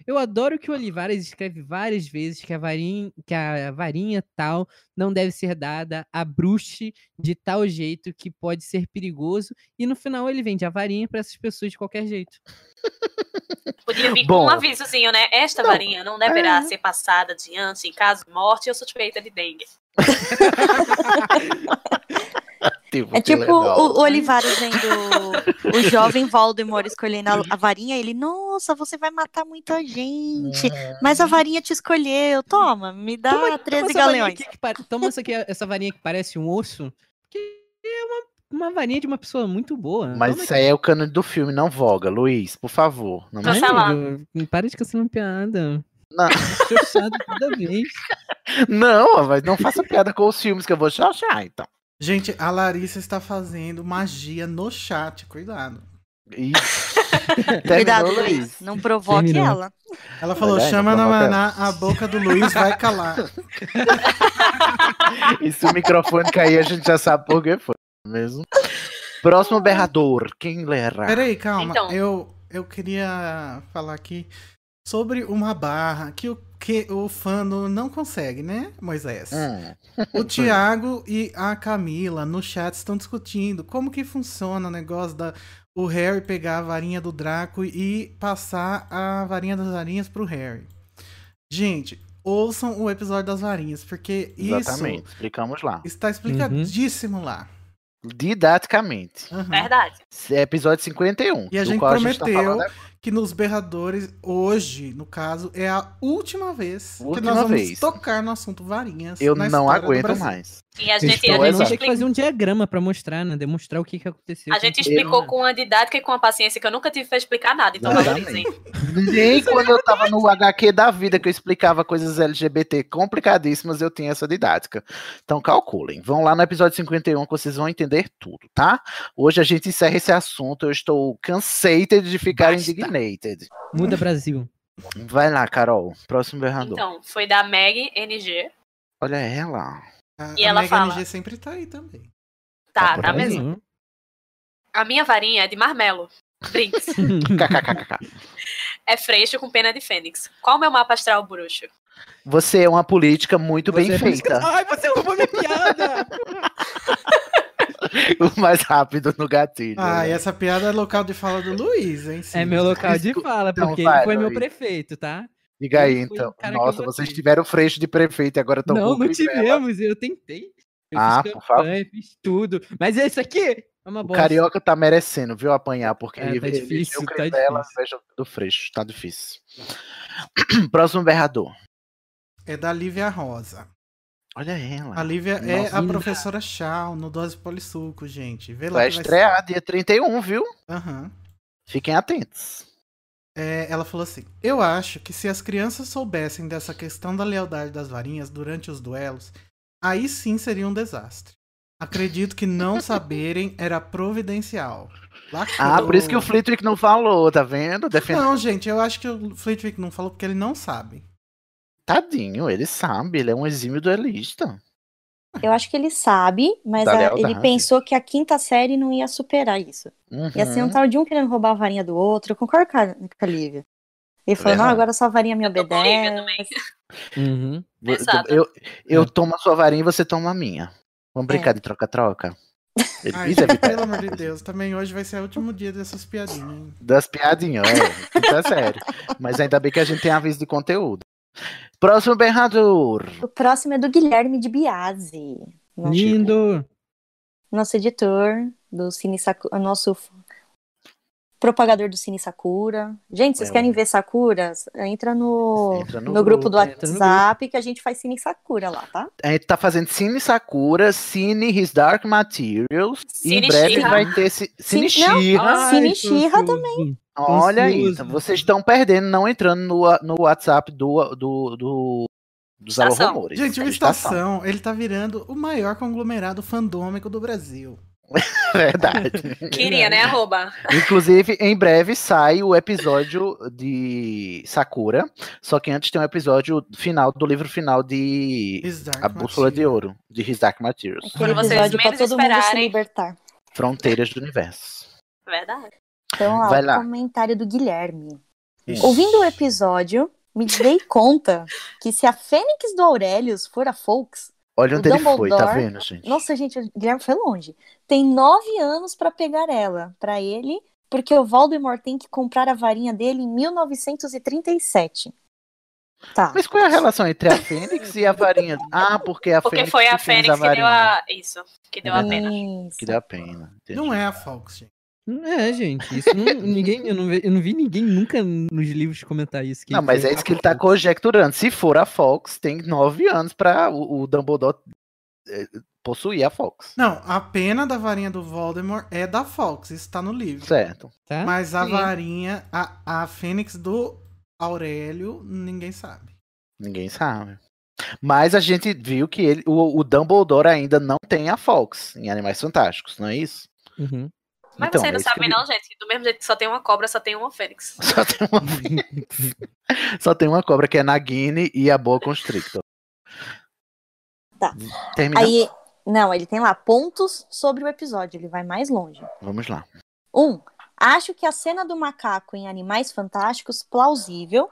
Eu adoro que o Olivares escreve várias vezes que a varinha, que a varinha tal não deve ser dada a bruxe de tal jeito que pode ser perigoso. E no final ele vende a varinha pra essas pessoas de qualquer jeito. Podia vir Bom. com um avisozinho, né? Esta Não. é. varinha não deverá ser passada adiante em caso de morte ou suspeita de dengue. motivo. É que tipo legal. o, o Olivares vendo o jovem Voldemort escolhendo a, a varinha, ele, nossa, você vai matar muita gente, Hum. mas a varinha te escolheu, toma, me dá Toma- toma 13 essa varinha galeões. aqui que pare- Toma essa, aqui, <laughs> essa varinha que parece um osso, que é uma, uma varinha de uma pessoa muito boa. Mas Toma isso aí é o cano do filme, não voga. Luiz, por favor. Tá Não me Ai, julgue. amigo, Para de cancelar minha piada. Não. Tô chateado <laughs> toda vez. <laughs> Não, mas não faça piada com os filmes que eu vou chachar, então. Gente, a Larissa está fazendo magia no chat, cuidado. <laughs> Cuidado, Luiz, não provoque Terminou. ela. Ela falou, chama na maná, a boca do Luiz vai calar. E se o microfone cair, a gente já sabe por que foi é mesmo. Próximo berrador, quem lerá? Peraí, calma. Então. Eu, eu queria falar aqui sobre uma barra que o, que o fã não não consegue, né, Moisés? Hum. É, O Thiago e a Camila no chat estão discutindo como que funciona o negócio da o Harry pegar a varinha do Draco e passar a varinha das varinhas pro Harry. Gente, ouçam o episódio das varinhas, porque Exatamente, explicamos lá. isso está explicadíssimo lá. Didaticamente. Verdade. É Episódio 51. E a do gente qual a gente tá prometeu falando que nos berradores, hoje, no caso, é a última vez que Última nós vamos vez. tocar no assunto varinhas. Eu na não história do aguento Brasil. mais. E a gente, então, a a gente gente tem que explica- fazer um diagrama pra mostrar, né? Demonstrar o que, que aconteceu. a gente um, explicou né? com a didática e com a paciência que eu nunca tive pra explicar nada, então valorizem. Nem quando eu tava no HQ da vida, que eu explicava coisas LGBT complicadíssimas, eu tinha essa didática. Então calculem. Vão lá no episódio 51 que vocês vão entender tudo, tá? Hoje a gente encerra esse assunto. Eu estou cansado de ficar indignated. Muda Brasil. Vai lá, Carol. Próximo berrador. Então, foi da Meg NG. Olha ela. E ela Mega fala. NG sempre tá aí também. Tá, por tá aí? mesmo. A minha varinha é de marmelo. <laughs> Brinks. <laughs> KKKKK. é freixo com pena de fênix. Qual o meu mapa astral, bruxo? Você é uma política muito é bem <laughs> <laughs> feita. Ai, você roubou minha piada! <laughs> o mais rápido no gatilho. Ah, né? e essa piada é local de fala do Luiz, hein? É meu local de fala, Então porque vai, ele foi meu Luiz. prefeito, tá? Diga aí, fui o então. cara que Nossa, eu vocês tiveram freixo de prefeito e agora estão não, com não Crivella. tivemos, eu tentei. Eu Ah, fiz por campanha, fiz tudo. Mas isso aqui é uma O bosta. Carioca tá merecendo, viu, apanhar, porque É, ele tá ele difícil, elegeu tá Crivella, veja, do freixo, tá difícil. <clears throat> Próximo berrador. É da Lívia Rosa. Olha ela. A Lívia é Nossa, a linda. professora Chau no Dose Polissuco, gente. Vê lá Vai que ser. estrear dia 31, viu? Aham. Fiquem atentos. É, ela falou assim: Eu acho que se as crianças soubessem dessa questão da lealdade das varinhas durante os duelos, aí sim seria um desastre. Acredito que <laughs> não saberem era providencial. Ah, por <laughs> isso que o Flitwick. Flitwick não falou, tá vendo? Defende... Não, gente, eu acho que o Flitwick não falou porque ele não sabe. Tadinho, ele sabe, ele é um exímio duelista. Eu acho que ele sabe, mas Da a- Tá lealdade. ele pensou que a quinta série não ia superar isso. Uhum. Ia assim ser um tal de um querendo roubar a varinha do outro. Eu concordo com a, com a Lívia. Ele falou, não, Verdade. agora só a varinha me com a Lívia obedece. Vo- Exato. Eu, eu É. tomo a sua varinha e você toma a minha. Vamos brincar de <laughs> troca-troca? Ele é Ai, <laughs> quis evitar pelo amor de Deus, também hoje vai ser o último dia dessas piadinhas. das piadinhas, é. Isso é sério. Mas ainda bem que a gente tem aviso de conteúdo. Próximo berrador. O próximo é do Guilherme de Biasi, Lindo! nosso editor do Cine Sakura, nosso f- propagador do Cine Sakura. Gente, vocês É, querem ver Sakura? Entra no, Entra no no, grupo do grupo, entra no WhatsApp que a gente faz Cine Sakura lá, tá? A gente tá fazendo Cine Sakura, Cine His Dark Materials. e Cine em breve She-Ra. vai ter ci- Cine Não, Shira. Cine Shira também. Olha aí, ansioso. então vocês estão perdendo, não entrando no, no WhatsApp do, do, do, dos Alô Rumores. Gente, o Da Estação, ele tá virando o maior conglomerado fandômico do Brasil. <laughs> Verdade. Queria, né? Arroba. Inclusive, em breve sai o episódio de Sakura. Só que antes tem um episódio final do livro final de His Dark A Bússola de Ouro, de His Dark Materials. Aquele Pra vocês episódio pra menos todo mundo se esperarem. assim, libertar. Fronteiras do Universo. Verdade. Então, ó, Vai o lá. comentário do Guilherme. Ixi. Ouvindo o episódio, me dei conta que se a Fênix do Aurelius for a Folks, Olha onde o ele foi, tá Dumbledore- vendo, gente? Nossa, gente, o Guilherme foi longe. Tem nove anos pra pegar ela, pra ele, porque o Voldemort tem que comprar a varinha dele em 1937. Tá. Mas qual é a relação entre a Fênix e a varinha? Ah, porque a Porque Fênix. foi a que fez Fênix que deu varinha. a. Isso, que deu a pena. Que deu a pena. entendi. Não é a Fox, gente. Não é, gente. Isso não- ninguém, eu, não vi, eu não vi ninguém nunca nos livros comentar isso. que Não, mas foi é a isso que ele tá conjecturando. Se for a Fox, tem nove anos pra o, o Dumbledore eh, possuir a Fox. Não, a pena da varinha do Voldemort é da Fox, isso tá no livro. Certo. Tá? Mas a Sim. varinha, a, a Fênix do Aurélio, ninguém sabe. Ninguém sabe. Mas a gente viu que ele, o, o Dumbledore ainda não tem a Fox em Animais Fantásticos, não é isso? Uhum. Mas Então, você não é isso que sabe, ele- não, gente. Do mesmo jeito que só tem uma cobra, só tem uma <laughs> Fênix. Só tem <laughs> uma Fênix. Só tem uma cobra que é Nagini e a Boa Constrictor. Tá. Terminamos? Aí, não, ele tem lá pontos sobre o episódio, ele vai mais longe. Vamos lá. Um, acho que a cena do macaco em Animais Fantásticos plausível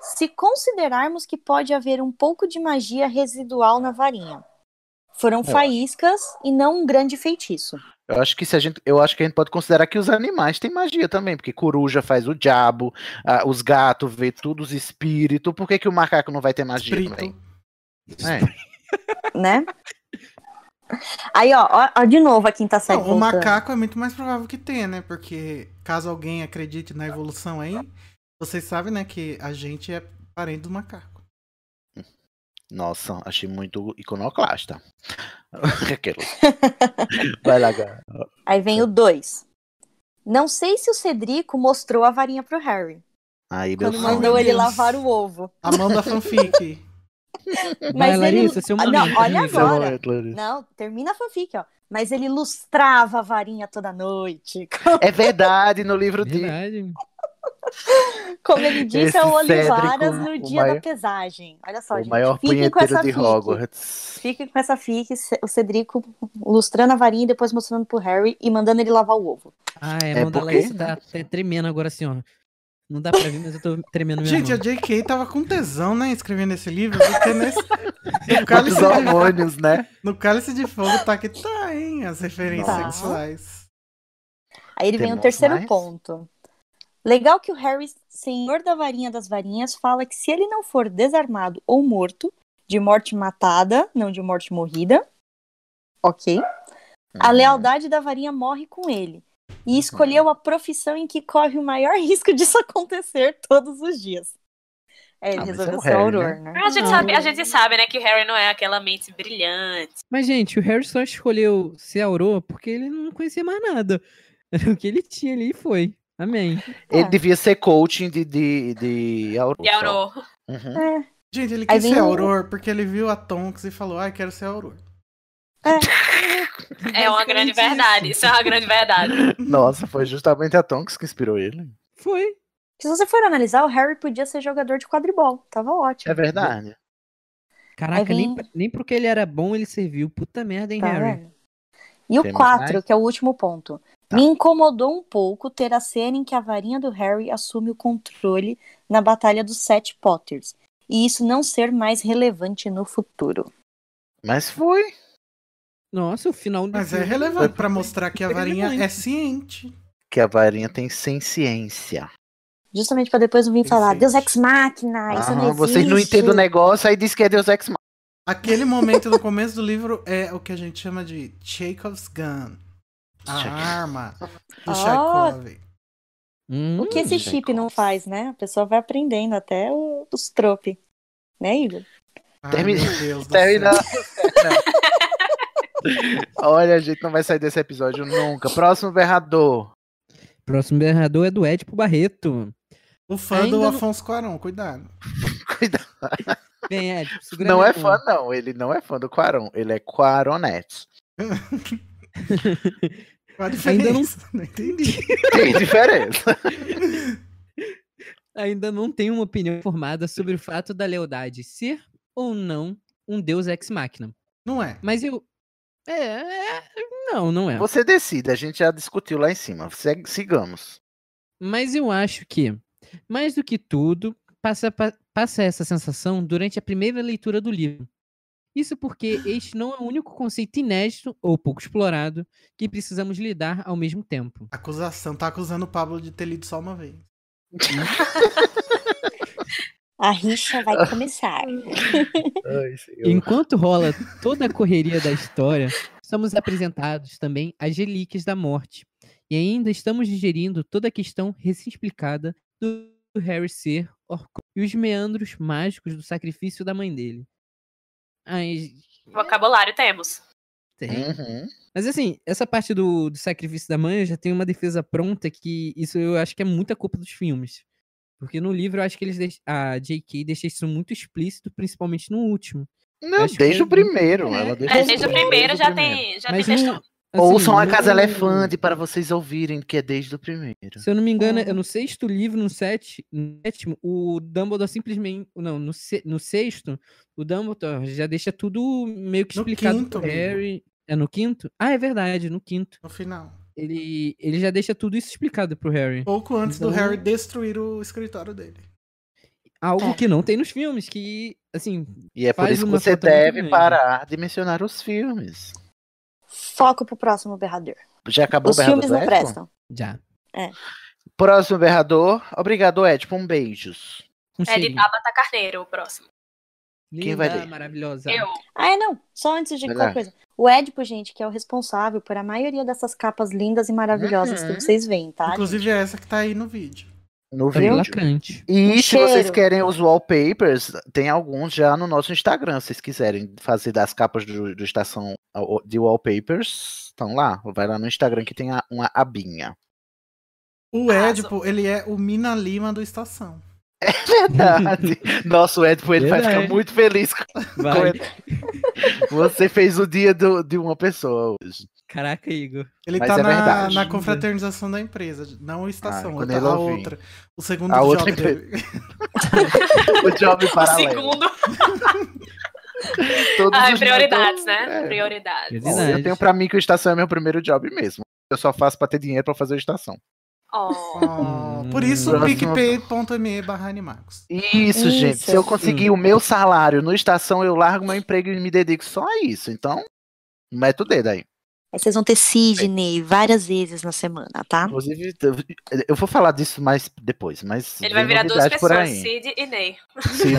se considerarmos que pode haver um pouco de magia residual na varinha. Foram Eu acho. faíscas e não um grande feitiço. Eu acho que se a gente, eu acho que a gente pode considerar que os animais têm magia também, porque coruja faz o diabo, ah, os gatos vê tudo, os espíritos. Por que, que o macaco não vai ter magia também? É. Né? <laughs> Aí, ó, ó, ó, de novo a quinta série. Não, o voltando. macaco é muito mais provável que tenha, né? Porque caso alguém acredite na evolução aí, vocês sabem, né, que a gente é parente do macaco. Nossa, achei muito iconoclasta. <laughs> Aquelas. vai lá, cara. Aí vem o 2. Não sei se o Cedrico mostrou a varinha pro Harry. Aí, meu Quando sonho. mandou ele Deus. lavar o ovo. A mão da fanfic. Mas Larissa, ele... seu Ah, momento, Não, olha Larissa. Seu agora. momento, Larissa. Não, termina a fanfic, ó. Mas ele lustrava a varinha toda noite. <laughs> É verdade, no livro de. Verdade. Como ele disse Esse ao Cédrico, Olivaras no o dia maior- da pesagem. Olha só, O gente. maior fiquem com punheteiro essa de fic. Hogwarts. Fiquem com essa fic, ce- o Cedrico lustrando a varinha e depois mostrando pro Harry e mandando ele lavar o ovo. Ah, é, É a mão da porque- Larissa tá até tremendo agora assim, ó. Não dá pra ver, mas eu tô tremendo mesmo. Gente, a JK tava com tesão, né, escrevendo esse livro, porque nesse... <laughs> no, cálice Quantos de... hormônios, né? no Cálice de Fogo tá que tá, hein, as referências Tá. sexuais. Aí ele vem o Temos terceiro mais? ponto. Legal que o Harry, senhor da varinha das varinhas, fala que se ele não for desarmado ou morto, de morte matada, não de morte morrida, ok, a Uhum. lealdade da varinha morre com ele. E escolheu a profissão em que corre o maior <laughs> risco disso acontecer todos os dias. É, ele Ah, mas é resolveu o ser o Harry, né? Auror, né? Ah, A gente, sabe, a gente sabe, né, que Harry não é aquela mente brilhante. Mas, gente, o Harry só escolheu ser a Aurora porque ele não conhecia mais nada. <laughs> O que ele tinha ali foi. Amém. Ele devia ser coaching de, de, de Aurora. E Auror. Uhum. É, Gente, ele Aí quis vem ser o- Auror, porque ele viu a Tonks e falou, ai, quero ser Auror. É uma grande verdade. Isso é uma grande verdade. Nossa, foi justamente a Tonks que inspirou ele. Foi. Se você for analisar, o Harry podia ser jogador de quadribol. Tava ótimo. É verdade. Caraca, nem, vem- pra- nem porque ele era bom ele serviu. Puta merda, hein, Tá Harry? vendo? E o Temos 4, mais? que é o último ponto. Tá. Me incomodou um pouco ter a cena em que a varinha do Harry assume o controle na Batalha dos Sete Potters. E isso não ser mais relevante no futuro. Mas foi. Nossa, o final do Mas é filme- relevante pra mostrar que a Foi varinha é relevante. ciente. Que a varinha tem sem ciência. Justamente pra depois não vir falar, Existe. Deus Ex Machina, Ah, isso Aham, não Ah, vocês não existe." entendem o negócio, aí diz que é Deus Ex Machina. Aquele momento no começo do livro é o que a gente chama de Chekhov's Gun. A Chekhov. arma do Ah. Chekhov. Hum, O que esse gente, chip não nossa. faz, né? A pessoa vai aprendendo até o- os trope. Né, Igor? Ai, Termina- meu Deus do Termina. céu. Olha, a gente não vai sair desse episódio nunca. Próximo berrador. Próximo berrador é do Edipo Barreto. O fã Ainda do não- Afonso Cuarón, cuidado. Cuidado. Vem, <laughs> Edipo, segura Não minha é mão. fã, não. Ele não é fã do Quaron. Ele é Quaronete. Qual a Ainda não- diferença? é Não entendi. Tem <laughs> diferença. Ainda não tem uma opinião formada sobre o fato da lealdade ser ou não um deus ex-máquina. Não é. Mas eu... É, é- Não, não é. Você decide. A gente já discutiu lá em cima. Segue- Sigamos. Mas eu acho que, mais do que tudo, passa, pa- passa essa sensação durante a primeira leitura do livro. Isso porque este não é o único conceito inédito ou pouco explorado que precisamos lidar ao mesmo tempo. Acusação. Tá acusando o Pablo de ter lido só uma vez. A rixa <laughs> vai começar. Enquanto rola toda a correria da história, somos apresentados também às Geliques da Morte. E ainda estamos digerindo toda a questão recém-explicada do Harry ser Orco e os meandros mágicos do sacrifício da mãe dele. As... Vocabulário temos. Tem. Uhum. Mas assim, essa parte do, do sacrifício da mãe eu já tenho uma defesa pronta que isso eu acho que é muita culpa dos filmes. Porque no livro eu acho que eles deix... a J.K. deixa isso muito explícito, principalmente no último. Não, desde o primeiro. É. Ela deixa é, desde o primeiro já tem, já Mas tem não- texto. Assim, Ouçam a no- Casa Elefante para vocês ouvirem, que é desde o primeiro. Se eu não me engano, Hum. é no sexto livro, no, sete, no sétimo, o Dumbledore simplesmente. Não, no, se- no sexto, o Dumbledore já deixa tudo meio que No explicado quinto, pro amigo. Harry. É no quinto? Ah, é verdade, no quinto. No final. Ele, ele já deixa tudo isso explicado pro Harry. Pouco antes do Então- Harry destruir o escritório dele. É. Algo que não tem nos filmes, que, assim. E é por faz isso que uma você falta muito deve grande. parar de mencionar os filmes. Foco pro próximo berrador. Já acabou Os o berrador filmes não do Edson? prestam. Já. É. Próximo berrador. Obrigado, Edson. Beijos. É de Tabata Carneiro o próximo. Quem vai Linda, ler? Maravilhosa. Tá. Eu. Ah, é, não. Só antes de Vai lá. qualquer coisa. O Edipo, gente, que é o responsável por a maioria dessas capas lindas e maravilhosas Uhum. que vocês veem, tá? Inclusive é essa que tá aí no vídeo. No Tá bem vídeo. lacrante. E Um se vocês cheiro. querem os wallpapers, tem alguns já no nosso Instagram. Se vocês quiserem fazer das capas do, do estação ao- de wallpapers, estão lá. Vai lá no Instagram que tem a- uma abinha. O Ah, Édipo, ele é o Mina Lima do Estação. Verdade. <laughs> Nosso Edpo, ele vai ficar Verdade. muito feliz com Vai. é? Você fez o dia do- de uma pessoa hoje. Caraca, Igor. Ele Mas tá é na, verdade. na confraternização da empresa, não a Estação, Ah, quando outra- ele a ouvir. outra. O segundo A job outra empresa. dele. O job O paralelo. segundo. Todos Ah, os prioridades, É. né? Prioridades. Bom, eu tenho pra mim que o estação é meu primeiro job mesmo. Eu só faço pra ter dinheiro pra fazer o estação. Oh. <laughs> Oh, por isso, Hum. picpay.me barra animagos. Isso, Isso. gente. Se eu conseguir o meu salário no estação, eu largo meu emprego e me dedico só a isso. Então, mete o dedo aí. Aí vocês vão ter Sidney várias vezes na semana, tá? Inclusive, eu- eu vou falar disso mais depois, mas. Ele vai vem virar duas novidade por pessoas, aí. Cid e Ney. Sim.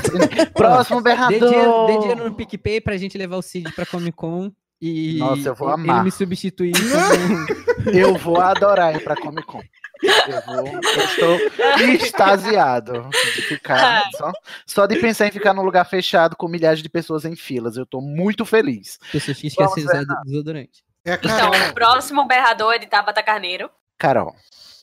Próximo Dê dinheiro, dê dinheiro berrador. no PicPay pra gente levar o Cid pra Comic Con e. Nossa, eu vou e- amar. Ele me substituir como <laughs> Eu vou adorar ir pra Comic Con. Eu, vou, eu estou extasiado de Ah. ficar. Só, só de pensar em ficar num lugar fechado com milhares de pessoas em filas. Eu tô muito feliz. pessoas que esquecem de usar desodorante. É a Carol. Então, o próximo berrador é de Tabata Carneiro. Carol.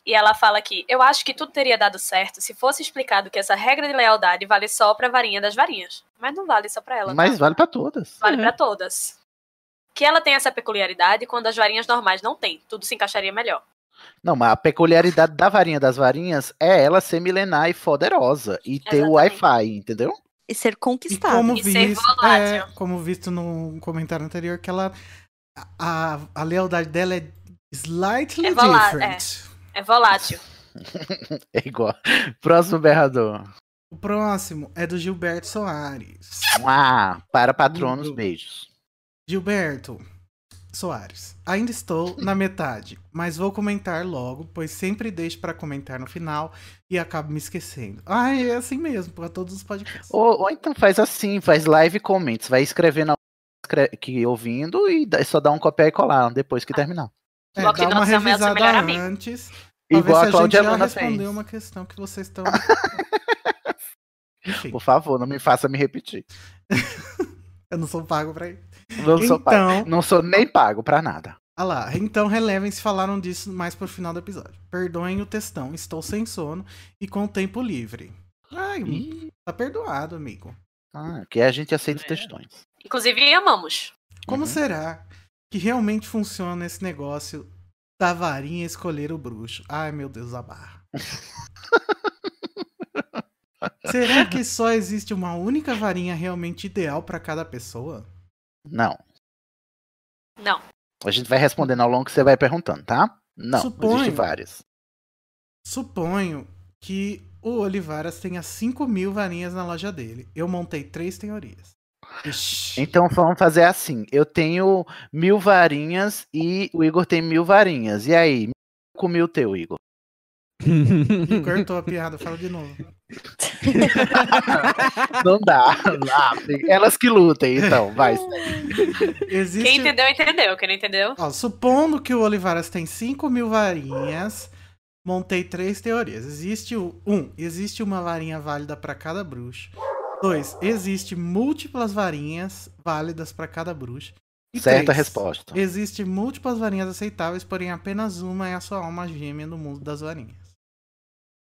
E ela fala aqui: Eu acho que tudo teria dado certo se fosse explicado que essa regra de lealdade vale só pra varinha das varinhas. Mas não vale só pra ela. tá? Mas vale pra todas. Vale pra todas. Que ela tem essa peculiaridade quando as varinhas normais não têm. Tudo se encaixaria melhor. Não, mas a peculiaridade da varinha das varinhas é ela ser milenar e poderosa e ter o Exatamente. Wi-Fi, entendeu? E ser E conquistado. como E ser visto, volátil. é, como visto num comentário anterior, que ela. A, a- a lealdade dela é slightly É volá- different. É volátil. É igual. Próximo berrador. O próximo é do Gilberto Soares. Ah, para patronos, Lindo. beijos. Gilberto Soares. Ainda estou na metade, mas vou comentar logo, pois sempre deixo pra comentar no final e acabo me esquecendo. Ah, é assim mesmo, pra todos os podcasts. Ou, ou então faz assim, faz live e comments, vai escrevendo escre- que ouvindo e dá- só dá um copiar e colar depois que terminar. É, Bloco dá de uma notas é o meu revisada melhor amigo. antes. pra ver Igual se a Cláudia gente já Luna respondeu fez. uma questão que vocês <laughs> estão. Enfim, Por favor, não me faça me repetir. eu não sou pago pra isso. Não sou pago. Então, Não sou nem pago pra nada. ah lá, então relevem se falaram disso mais pro final do episódio. Perdoem o textão, estou sem sono e com tempo livre. Ai, Ih, tá perdoado, amigo. Ah, que a gente aceita textões. Inclusive, amamos. Como Uhum. será que realmente funciona esse negócio da varinha escolher o bruxo? Ai, meu Deus, a <laughs> barra. será que só existe uma única varinha realmente ideal pra cada pessoa? Não. Não. A gente vai respondendo ao longo que você vai perguntando, tá? Não, Suponho. existe várias. Suponho que o Olivaras tenha 5 mil varinhas na loja dele. Eu montei três teorias. Ixi, Então vamos fazer assim. Eu tenho mil varinhas e o Igor tem mil varinhas. E aí? Comi o teu, Igor. cortou a piada, fala de novo. Não dá. lá, Elas que lutem, então, vai. né? Existe... Quem entendeu, entendeu. Quem não entendeu. Ó, supondo que o Olivares tem 5 mil varinhas, montei três teorias. Existe o. Um, existe uma varinha válida para cada bruxo. Dois, existe múltiplas varinhas válidas para cada bruxo. E Certa três, resposta. Existe múltiplas varinhas aceitáveis, porém apenas uma é a sua alma gêmea no mundo das varinhas.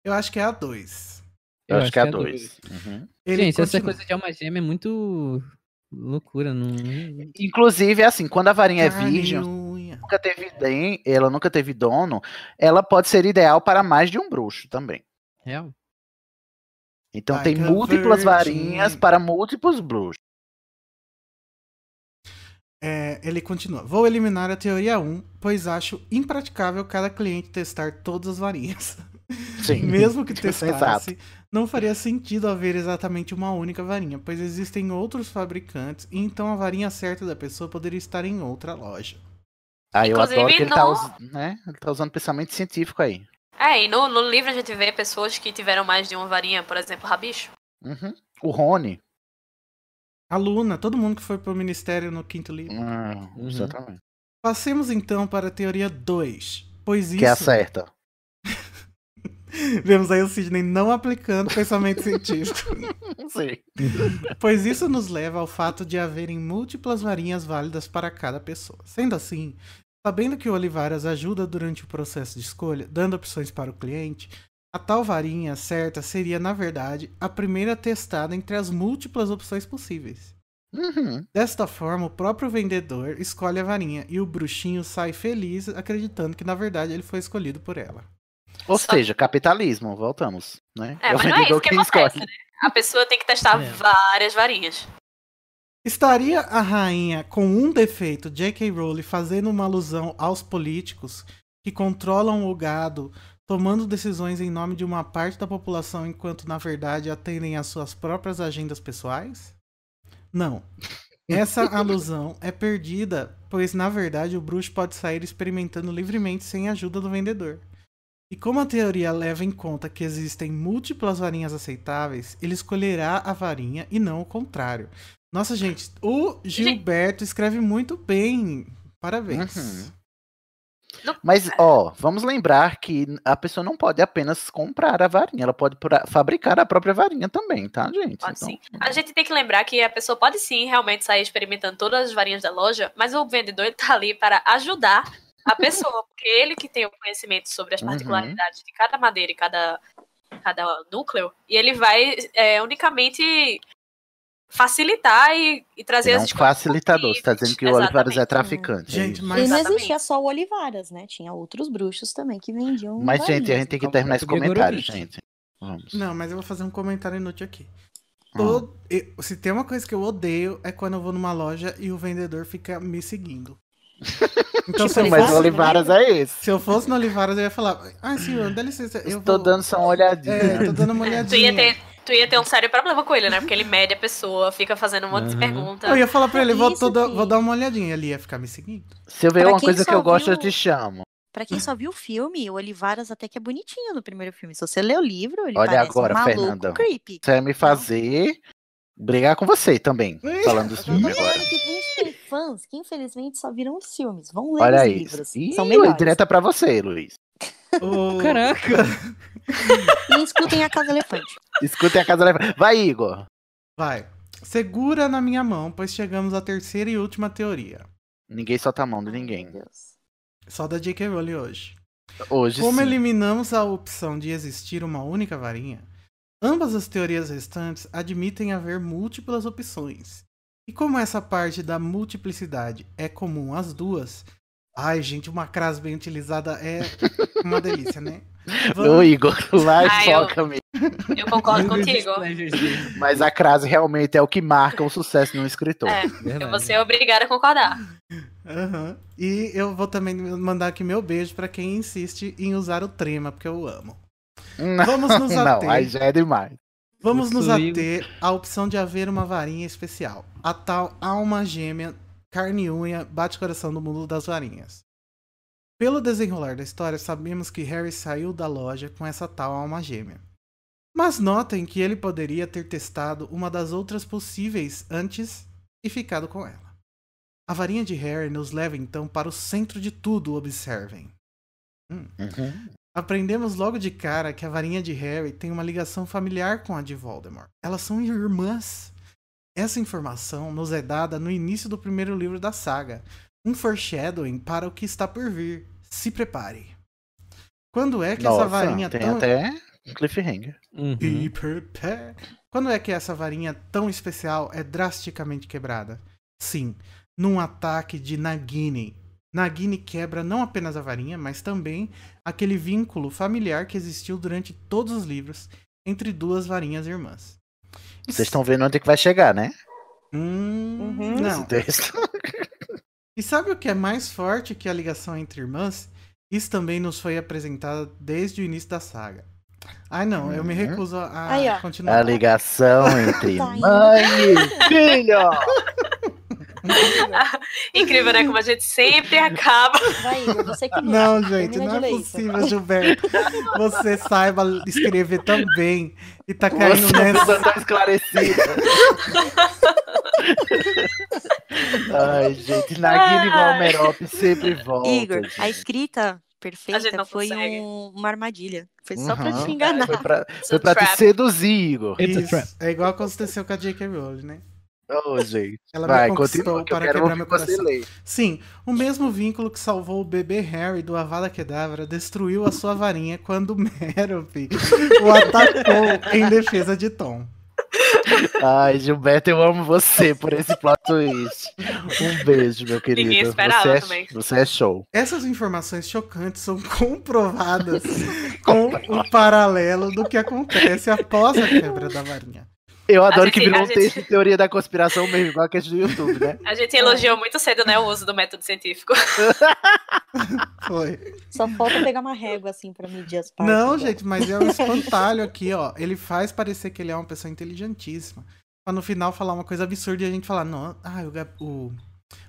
Eu acho que é a dois. Eu, acho que é a dois. Uhum. Ele Gente, essa continua- coisa de alma gêmea é muito loucura. Não... Inclusive, é assim, quando a varinha é virgem, Aleluia. nunca teve den- ela nunca teve dono, ela pode ser ideal para mais de um bruxo também. Real. Então Ai, tem que múltiplas virgem. varinhas para múltiplos bruxos. É, ele continua. Vou eliminar a teoria 1, pois acho impraticável cada cliente testar todas as varinhas. <laughs> Sim. Tipo, é Mesmo <laughs> que Exato. testasse, não faria sentido haver exatamente uma única varinha, pois existem outros fabricantes e então a varinha certa da pessoa poderia estar em outra loja. Aí eu adoro Inclusive, que ele tá, não- us- né? ele tá usando pensamento científico aí. É, e no, no livro a gente vê pessoas que tiveram mais de uma varinha, por exemplo, rabicho. Uhum. O Rony. Aluna, todo mundo que foi pro ministério no quinto livro. Ah, Uhum. Exatamente. Passemos então para a teoria 2, pois Que é a isso <laughs> certa. <laughs> vemos aí o Sidney não aplicando pensamento científico. <laughs> Não sei. Pois isso nos leva ao fato de haverem múltiplas varinhas válidas para cada pessoa. Sendo assim, sabendo que o Olivaras ajuda durante o processo de escolha, dando opções para o cliente, a tal varinha certa seria, na verdade, a primeira testada entre as múltiplas opções possíveis. Uhum. Desta forma, o próprio vendedor escolhe a varinha e o bruxinho sai feliz acreditando que, na verdade, ele foi escolhido por ela. Ou Só- seja, capitalismo, voltamos. Né? É, mas não é isso que acontece, né? A pessoa tem que testar É. várias varinhas. Estaria a rainha com um defeito, J.K. Rowling, fazendo uma alusão aos políticos que controlam o gado, tomando decisões em nome de uma parte da população enquanto na verdade atendem às suas próprias agendas pessoais? Não. <laughs> Essa alusão é perdida, pois na verdade o bruxo pode sair experimentando livremente sem a ajuda do vendedor. E como a teoria leva em conta que existem múltiplas varinhas aceitáveis, ele escolherá a varinha e não o contrário. Nossa, gente, o Gilberto escreve muito bem. Parabéns. Uhum. é. Mas, ó, vamos lembrar que a pessoa não pode apenas comprar a varinha, ela pode pra- fabricar a própria varinha também, tá, gente? Pode Então, sim. A gente tem que lembrar que a pessoa pode sim realmente sair experimentando todas as varinhas da loja, mas o vendedor tá ali para ajudar a pessoa, <laughs> porque ele que tem o conhecimento sobre as Uhum. particularidades de cada madeira e cada, cada núcleo, e ele vai é, unicamente facilitar e, e trazer ele é as um escolhas facilitador, você tá dizendo que o Olivares é um Exatamente. traficante. é Gente, isso. mas E não Exatamente. existia só o Olivaras, né? Tinha outros bruxos também que vendiam. é Mas, gente, a varinhas. gente tem que Então, Como terminar o esse comentário, Gregorovitch. gente. Vamos. Não, mas eu vou fazer um comentário inútil aqui. Ah. Todo- eu- Se tem uma coisa que eu odeio é quando eu vou numa loja e o vendedor fica me <laughs> seguindo. Então, se, eu Tipo, Mas o fosse, Olivaras é esse. se eu fosse no Olivaras, eu ia falar: Ah, senhor, dá licença. Eu Estou vou... dando só uma olhadinha. É, tô <laughs> dando uma Tu ia, olhadinha. ter, tu ia ter um sério problema com ele, né? Porque ele mede a pessoa, fica fazendo um monte de Uhum. perguntas. Eu ia falar pra ele: vou, Isso, toda- filho. vou dar uma olhadinha. Ele ia ficar me seguindo. <laughs> Se eu ver Pra uma quem coisa que só eu gosto, eu viu- te chamo. Pra quem só viu o filme, o Olivaras até que é bonitinho no primeiro filme. Se você lê o livro, ele Olha parece agora, um maluco Fernanda. creepy. Você vai me fazer brigar com você também, Ih, falando dos filmes Olha agora. aí, que a gente tem fãs que infelizmente só viram os filmes. Vão ler Olha os aí. livros. Ih, São melhores. direta pra você, Luiz. O- Caraca! E escutem a Casa Elefante. Escutem a casa leva. Vai, Igor. Vai. Segura na minha mão, pois chegamos à terceira e última teoria. Ninguém solta a mão de ninguém. Meu Deus. Só da J.K. Rowling hoje. Hoje Como sim. eliminamos a opção de existir uma única varinha, ambas as teorias restantes admitem haver múltiplas opções. E como essa parte da multiplicidade é comum às duas, ai gente, uma crase bem utilizada é <laughs> uma delícia, né? Ô, Igor, <laughs> lá Ah, e eu- foca-me. Eu concordo Meu Deus, contigo. pleasures dele. Mas a crase realmente é o que marca o sucesso de um escritor. É, eu Verdade. vou ser obrigada a concordar. Aham. E eu vou também mandar aqui meu beijo pra quem insiste em usar o trema, porque eu <laughs> amo. Não, Vamos nos ater. não, aí já é demais. Vamos nos Fluiu. ater à opção de haver uma varinha especial. A tal alma gêmea, carne e unha, bate-coração do mundo das varinhas. Pelo desenrolar da história, sabemos que Harry saiu da loja com essa tal alma gêmea. Mas notem que ele poderia ter testado uma das outras possíveis antes e ficado com ela. A varinha de Harry nos leva então para o centro de tudo, observem. Hum. Uhum. Aprendemos logo de cara que a varinha de Harry tem uma ligação familiar com a de Voldemort. Elas são irmãs. Essa informação nos é dada no início do primeiro livro da saga, um foreshadowing para o que está por vir. Se prepare. Quando é que Nossa, essa varinha tem tão... até um cliffhanger. Uhum. Be prepared. Quando é que essa varinha tão especial é drasticamente quebrada? Sim, num ataque de Nagini. Nagini quebra não apenas a varinha, mas também aquele vínculo familiar que existiu durante todos os livros entre duas varinhas irmãs. Vocês estão vendo onde que vai chegar, né? Hum, Uhum. não. Esse texto. E sabe o que é mais forte que a ligação entre irmãs? Isso também nos foi apresentado desde o início da saga. Ai não, eu me Uhum. recuso a Aí, ó. continuar. A ligação entre Tá indo. mãe e filho. <laughs> Incrível, né? Como a gente sempre acaba. Vai, Igor, você que lê. <laughs> Não, gente, Termina não de é ler isso. possível, Gilberto. Você saiba escrever também e tá caindo Você é uma pessoa nessa. tão esclarecida. <laughs> Ai, gente, Nagini Ai. Valmerop sempre volta. Igor, gente. a escrita gente perfeita não foi consegue. um- uma armadilha. Foi só pra Uhum. te <laughs> <laughs> enganar. Foi pra, It's foi a pra te trap. seduzir, Igor. It's a Isso, trap. É igual aconteceu com a J.K. Rowling, né? Ô, gente. Ela me Vai, conquistou continua, que eu para quero quebrar meu ouvir você coração. ler. Sim, o mesmo vínculo que salvou o bebê Harry do Avada Kedavra destruiu a sua varinha quando Merop o atacou em defesa de Tom. Ai, Gilberto, eu amo você por esse plot twist. Um beijo, meu querido. esperava você, é, também. você é show. Essas informações chocantes são comprovadas com o paralelo do que acontece após a quebra da varinha. Eu adoro gente- que virou a um gente- texto de teoria da conspiração mesmo, igual a questão do YouTube, né? A gente elogiou muito cedo, né, o uso do método científico. Foi. Só falta pegar uma régua assim pra medir as partes. né? Não, agora. gente, mas é um espantalho aqui, ó. Ele faz parecer que ele é uma pessoa inteligentíssima. Pra no final falar uma coisa absurda e a gente falar, não, ah, o, Gab- o,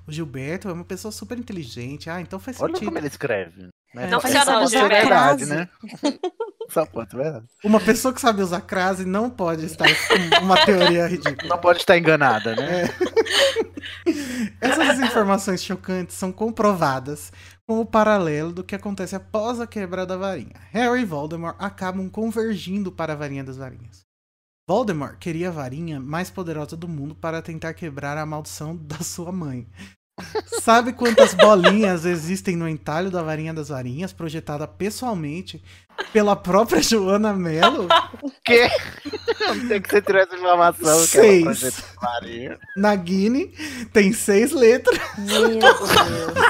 o Gilberto é uma pessoa super inteligente. Ah, então faz Olha sentido. como ele escreve. Né? Não Só funciona, pode ser Gilberto. verdade, né? <laughs> Só pode né? ser verdade. Uma pessoa que sabe usar crase não pode estar com uma teoria ridícula. Não pode estar enganada, né? É. Essas informações chocantes são comprovadas com o paralelo do que acontece após a quebra da varinha. Harry e Voldemort acabam convergindo para a varinha das varinhas. Voldemort queria a varinha mais poderosa do mundo para tentar quebrar a maldição da sua mãe. Sabe quantas bolinhas existem no entalho da varinha das varinhas, projetada pessoalmente pela própria Joana Mello? Porque tem que você tirar essa informação Seis. que é ela projetou Maria. Na Guine tem seis letras. Meu Deus. <laughs>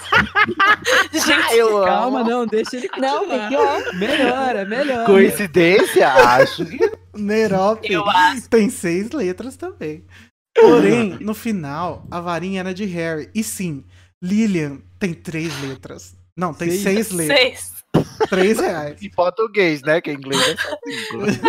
Ah, eu amo. Calma, não, deixa ele Não, continuar. melhor. Melhora, melhora. né? Coincidência? Acho que Nerop Eu acho. tem seis letras também. Porém, no final, a varinha era de Harry. E sim, Lilian tem três letras. Não, tem Seis. seis, letras. Vocês. Três reais. em português, né? Que em inglês é só cinco.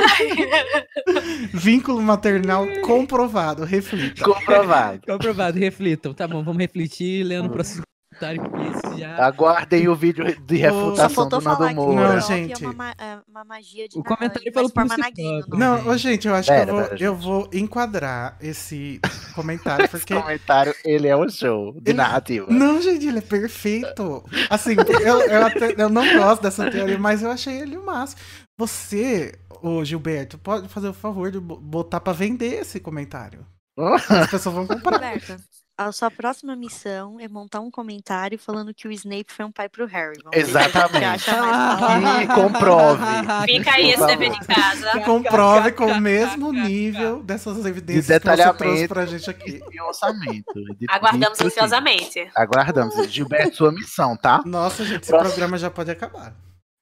Vínculo maternal comprovado. Reflita. Comprovado. Comprovado, reflitam. Tá bom, vamos refletir e ler no próximo comentário que esse já. Aguardem o vídeo de Só refutação faltou Tá do Nando falar que Moura. Não, Não, gente. É uma, ma- é uma magia de O Nagini, comentário mas pelo forma principal. Nagini, não. Não, ô, gente, eu acho Pera, que eu vou, pera, eu vou enquadrar esse <laughs> comentário, porque. Esse comentário, ele é um show de Ele- narrativa. Não, gente, ele é perfeito. Assim, eu, eu, até- eu não gosto dessa teoria, mas eu achei ele o máximo. Você, ô Gilberto, pode fazer o favor de bo- botar pra vender esse comentário. Ah. As pessoas vão comprar. Roberta, a sua próxima missão é montar um comentário falando que o Snape foi um pai pro Harry. Vamos ver se a gente Exatamente. acha mais palavras. Tá. E comprove. Fica aí esse Por favor. dever em casa. Que comprove com o mesmo nível dessas evidências De que você trouxe detalhamento. pra gente aqui. E orçamento. é De- Aguardamos de- ansiosamente. Aguardamos. Gilberto, sua missão, tá? Nossa, gente, esse Próximo. programa já pode acabar.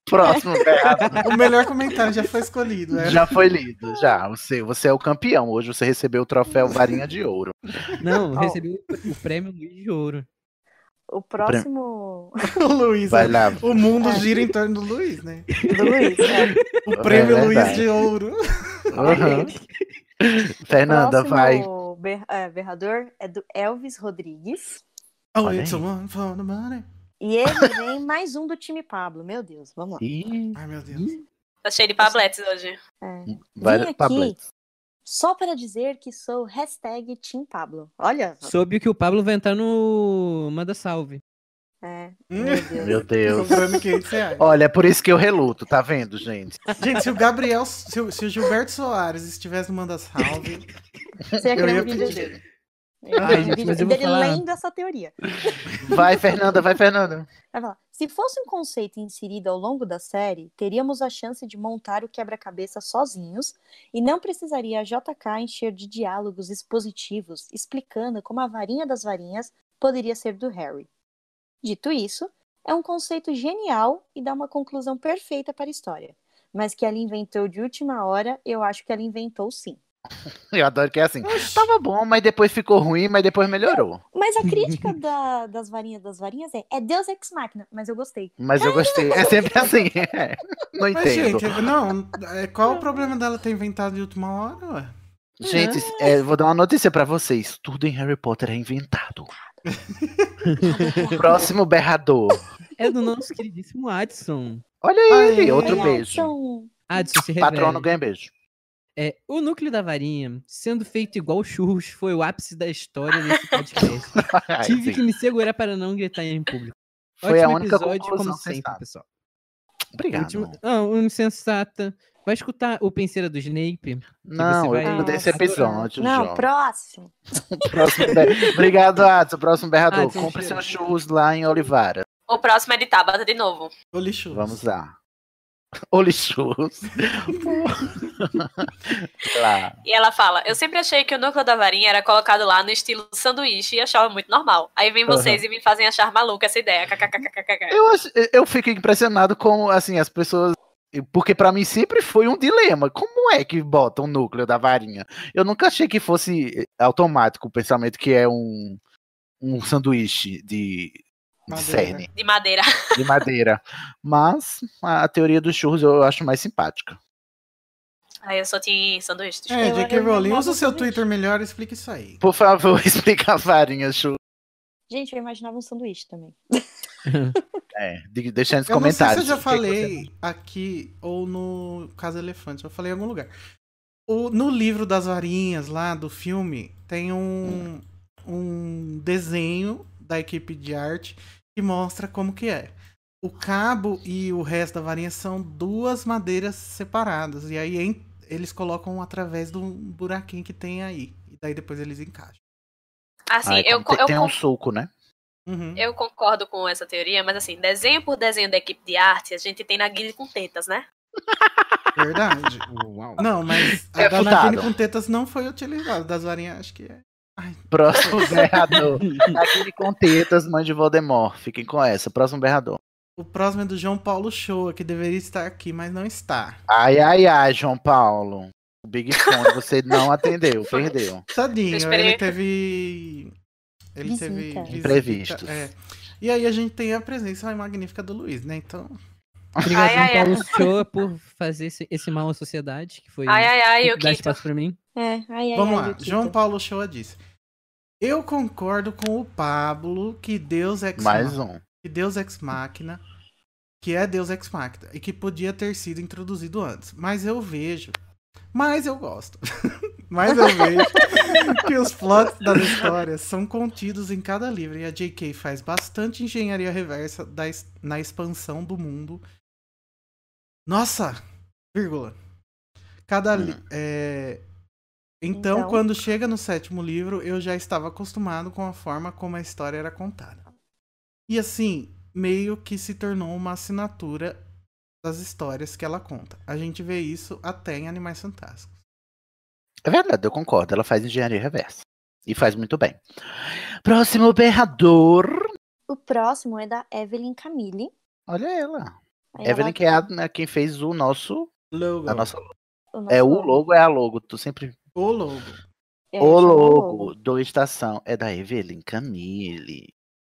<laughs> Próximo, É. Beato. O melhor comentário já foi escolhido. né? Já foi lido, já. Você, você é o campeão. Hoje você recebeu o troféu Varinha de Ouro. Não, recebi o prêmio Luiz de Ouro. O próximo. O Luiz, Vai né? lá. o mundo gira em torno do Luiz, né? Do <laughs> Luiz. né? O prêmio Luiz É verdade. de Ouro. Aham. Fernanda, próximo vai. ber- é, berrador é do Elvis Rodrigues. Oh, Olha it's aí. one for the money. <laughs> E ele vem mais um do time Pablo. Meu Deus, vamos lá. Ih, Ai, meu Deus. Tá cheio de pabletes hoje. É. Vai- Vim aqui Pablete. só para dizer que sou hashtag Team Pablo. Olha. Soube que o Pablo vai entrar no Manda Salve. É. Hum? Meu Deus. Comprando 500 <laughs> reais. Olha, é por isso que eu reluto, tá vendo, gente? Gente, se o Gabriel, se o, se o Gilberto Soares estivesse no Manda <laughs> Salve, Você ia eu criar ia um vídeo pedir. dele. Eu Ai, ia gente, criar um mas eu vídeo vou dele falar- lendo essa teoria. Vai, Fernanda, vai, Fernanda. Vai falar, Se fosse um conceito inserido ao longo da série, teríamos a chance de montar o quebra-cabeça sozinhos e não precisaria a JK encher de diálogos expositivos explicando como a varinha das varinhas poderia ser do Harry. Dito isso, é um conceito genial e dá uma conclusão perfeita para a história. Mas que ela inventou de última hora, eu acho que ela inventou sim. Eu adoro que é assim. Tava bom, mas depois ficou ruim, mas depois melhorou. Mas a crítica da- das varinhas das varinhas é, é Deus ex machina, mas eu gostei. Mas eu gostei. É sempre assim. <laughs> é. Não Mas, entendo. gente, não, é, qual o problema dela ter inventado de última hora, ué? Gente, né? é, vou dar uma notícia pra vocês. Tudo em Harry Potter <laughs> é inventado. Próximo berrador. É do nosso queridíssimo Adson. Olha ele, outro é beijo. Adson, se revela. Patrono ganha beijo. É, o núcleo da varinha, sendo feito igual churros, foi o ápice da história desse podcast. <laughs> Ai, Tive sim. que me segurar para não gritar em público. Foi Ótimo a única episódio, conclusão como sempre, sensata. pessoal. Obrigado. Último... Ah, um insensata. Vai escutar o Penseira do Snape. que Não, tipo assim, você eu vai mudei esse adorar. episódio, Não, João. próximo. Próximo ber- Obrigado, Adson. Próximo berrador. Adson, Compre cheiro. seus churros lá em Olivara. O próximo é de Tabata de novo. O lixo. Vamos lá. Oli churros. lá. E ela fala: Eu sempre achei que o núcleo da varinha era colocado lá no estilo sanduíche e achava muito normal. Aí vem vocês Aham. e me fazem achar maluca essa ideia. kkkkkk. Eu, acho- eu fico impressionado com assim, as pessoas. Porque pra mim sempre foi um dilema. Como é que bota o núcleo da varinha? Eu nunca achei que fosse automático o pensamento que é um, um sanduíche de, de Madeira. cerne, De madeira. de madeira. Mas a teoria dos churros eu acho mais simpática. Aí eu só tinha sanduíche. desculpa. É, Eu- J.K. eu não Rowling, usa o gosto seu do Twitter melhor e explica isso aí. Por favor, <laughs> explica a varinha, churros. Gente, eu imaginava um sanduíche também. É, de- deixa nos Eu não sei se eu comentários. já o que que você- falei aqui ou no Casa Elefante, eu falei em algum lugar. O- no livro das varinhas lá do filme, tem um, um desenho da equipe de arte que mostra como que é. O cabo e o resto da varinha são duas madeiras separadas. E aí en- eles colocam através de um buraquinho que tem aí. E daí depois eles encaixam. Assim, Ah, eu, então tem, eu, tem um eu, suco, né? Uhum. eu concordo com essa teoria, mas assim, desenho por desenho da equipe de arte, a gente tem Naguile com tetas, né? Verdade. Uau. <laughs> Não, mas a da Refutado. Nagini com tetas não foi utilizada. Das varinhas, acho que é. <laughs> Próximo berrador. Aquele com tetas, mãe de Voldemort. Fiquem com essa. Próximo berrador. O próximo é do João Paulo Shoa, que deveria estar aqui, mas não está. Ai, ai, ai, João Paulo. O Big Fone, você <laughs> não atendeu, perdeu. Tadinho, Eu esperei. ele teve. Ele Visita. teve. visita, Imprevistos. é. E aí a gente tem a presença magnífica do Luiz, né? Então. Obrigado, Ai, ai, Paulo Shoa, por fazer esse, esse mal à sociedade, que foi Ai, ai, ai, dar eu quito. espaço pra mim. É, ai, ai, Vamos ai, lá, Yukito. João Paulo Shoa disse. Eu concordo com o Pablo que Deus ex Mais um. que Deus Ex Machina, que é Deus Ex Machina, e que podia ter sido introduzido antes. Mas eu vejo, mas eu gosto, mas eu vejo que os plots das histórias são contidos em cada livro, e a J.K. faz bastante engenharia reversa da es- na expansão do mundo. Nossa! Vírgula. Cada li- é, então, Então. quando chega no sétimo livro, eu já estava acostumado com a forma como a história era contada. E assim, meio que se tornou uma assinatura das histórias que ela conta. A gente vê isso até em Animais Fantásticos. É verdade, eu concordo. Ela faz engenharia reversa. E faz muito bem. Próximo berrador. O próximo é da Evelyn Camille. Olha ela. Aí Evelyn, ela- que é a, né, quem fez o nosso. Logo. A nossa, nosso é o logo, é a logo. Tu sempre. O logo. É, O chama logo do Estação é da Evelyn Camille.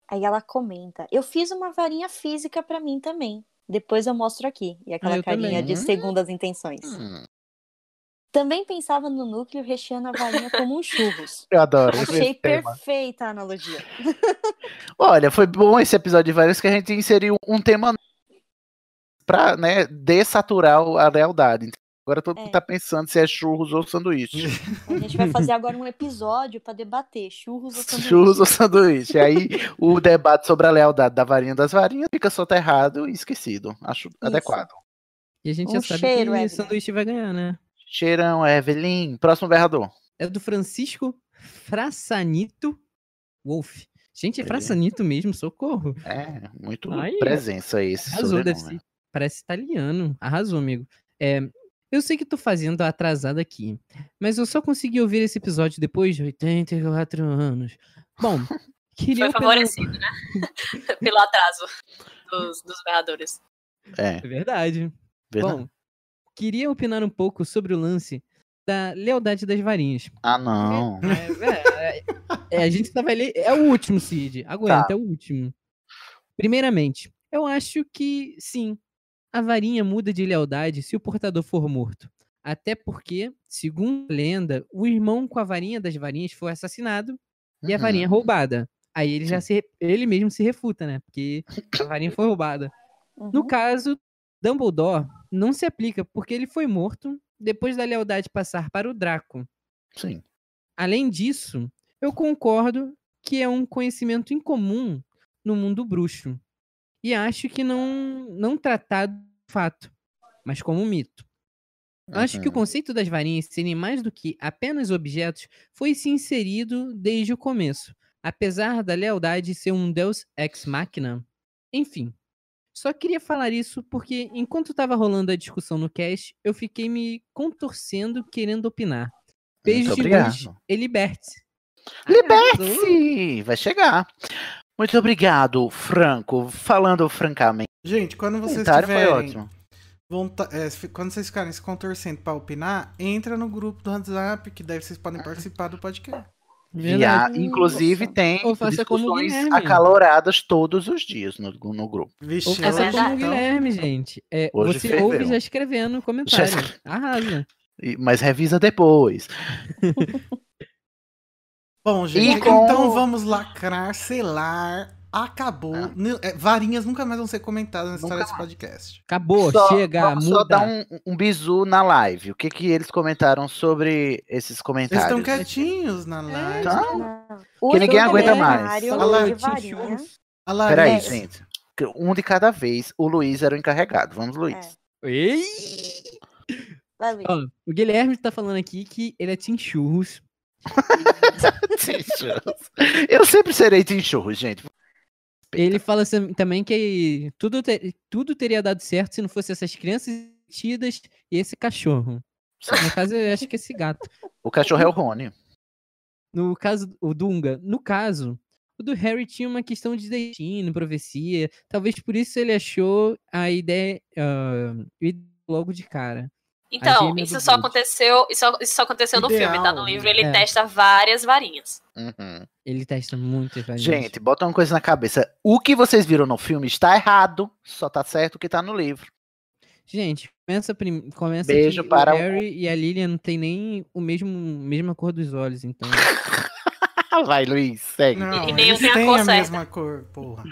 Aí ela comenta: Eu fiz uma varinha física pra mim também. Depois eu mostro aqui. E aquela Ah, eu carinha também. de segundas intenções. Hum, Também pensava no núcleo recheando a varinha como um churros. eu adoro. Achei esse tema. perfeita a analogia. Olha, foi bom esse episódio de vários que a gente inseriu um tema pra né, dessaturar o- a lealdade. Agora todo mundo tá pensando se é churros ou sanduíche. A gente vai fazer agora um episódio pra debater churros ou sanduíche. Churros ou sanduíche. Aí o debate sobre a lealdade da varinha das varinhas fica soterrado e esquecido. Acho adequado. E a gente Um já sabe cheiro, que Evelyn. o sanduíche vai ganhar, né? Cheirão, Evelyn. Próximo berrador. É do Francisco Frassanito Wolf. Gente, é Olha. Frassanito mesmo, socorro. É, muito Aí, ó. presença esse Arrasou, deve sobrenome. ser- Parece italiano. Arrasou, amigo. É, eu sei que tô fazendo a atrasada aqui, mas eu só consegui ouvir esse episódio depois de 84 anos. <laughs> Bom, queria. Foi pelo- favorecido, né? <laughs> Pelo atraso dos, dos berradores. É. verdade. Verdade. Bom, queria opinar um pouco sobre o lance da lealdade das varinhas. Ah, não. É, a gente tava ali. É o último, Cid. Aguenta, Tá. é o último. Primeiramente, eu acho que sim. A varinha muda de lealdade se o portador for morto. Até porque, segundo a lenda, o irmão com a varinha das varinhas foi assassinado e a varinha é roubada. Aí ele já se, re- ele mesmo se refuta, né? Porque a varinha foi roubada. Uhum. No caso, Dumbledore não se aplica porque ele foi morto depois da lealdade passar para o Draco. Sim. Além disso, eu concordo que é um conhecimento incomum no mundo bruxo. E acho que não, não tratado de fato, mas como um mito. Acho Uhum. que o conceito das varinhas serem mais do que apenas objetos foi se inserido desde o começo, apesar da lealdade ser um deus ex machina. Enfim, só queria falar isso porque enquanto estava rolando a discussão no cast, eu fiquei me contorcendo querendo opinar. Beijo de luz obrigado. e liberte-se. Ah, Liberte-se! Vai chegar. Muito obrigado, Franco. Falando francamente. Gente, quando vocês Comentário foi tiverem ótimo. vonta- é, se- quando vocês ficarem se contorcendo pra opinar, entra no grupo do WhatsApp, que daí vocês podem participar do podcast. Viar, inclusive tem Ou faça como o discussões Guilherme. acaloradas todos os dias no, no grupo. Ou faça como o então Guilherme, gente. É, Hoje você ferveu. ouve já escrevendo no comentário. escre- Arrasa. E- Mas revisa depois. Bom, gente, E com- então vamos lacrar, selar. Acabou. Ah. Ni- é, varinhas nunca mais vão ser comentadas na história desse podcast. Acabou, Só- chega, vamos muda. Só dar um, um bisu na live. O que, que eles comentaram sobre esses Eles comentários? Então, estão quietinhos na live. Tá. Que ninguém é aguenta mais. A La- né? a Larissa- Peraí, gente. Que Um de cada vez. O Luiz era o encarregado. Vamos, Luiz. <laughs> Ei! Vai, Luiz. Ó, o Guilherme tá falando aqui que ele é Tim Churros. Tim Churros. Eu sempre serei Tim Churros, gente. Ele fala assim- também que tudo, te- tudo teria dado certo se não fosse essas crianças tidas e esse cachorro. No caso, eu acho que esse gato. O cachorro é Uhum. o Rony. No caso, o Dunga. No caso, o do Harry tinha uma questão de destino, profecia. Talvez por isso ele achou a ideia ah, logo de cara. A Então, gêmea isso do só Dumbledore. aconteceu, isso, isso só aconteceu no Ideal, filme, tá? No livro ele é. testa várias varinhas. Ele testa muitas É variantes. Uhum. Gente, bota uma coisa na cabeça. O que vocês viram no filme está errado. Só tá certo o que tá no livro. <laughs> Gente, começa, prim... começa Beijo que para o o- Harry e a Lilian não tem nem o mesmo mesma cor dos olhos, então. Ah, Vai, Luiz, segue. Não, E eles têm nem tem a a, cor certa. mesma cor, porra.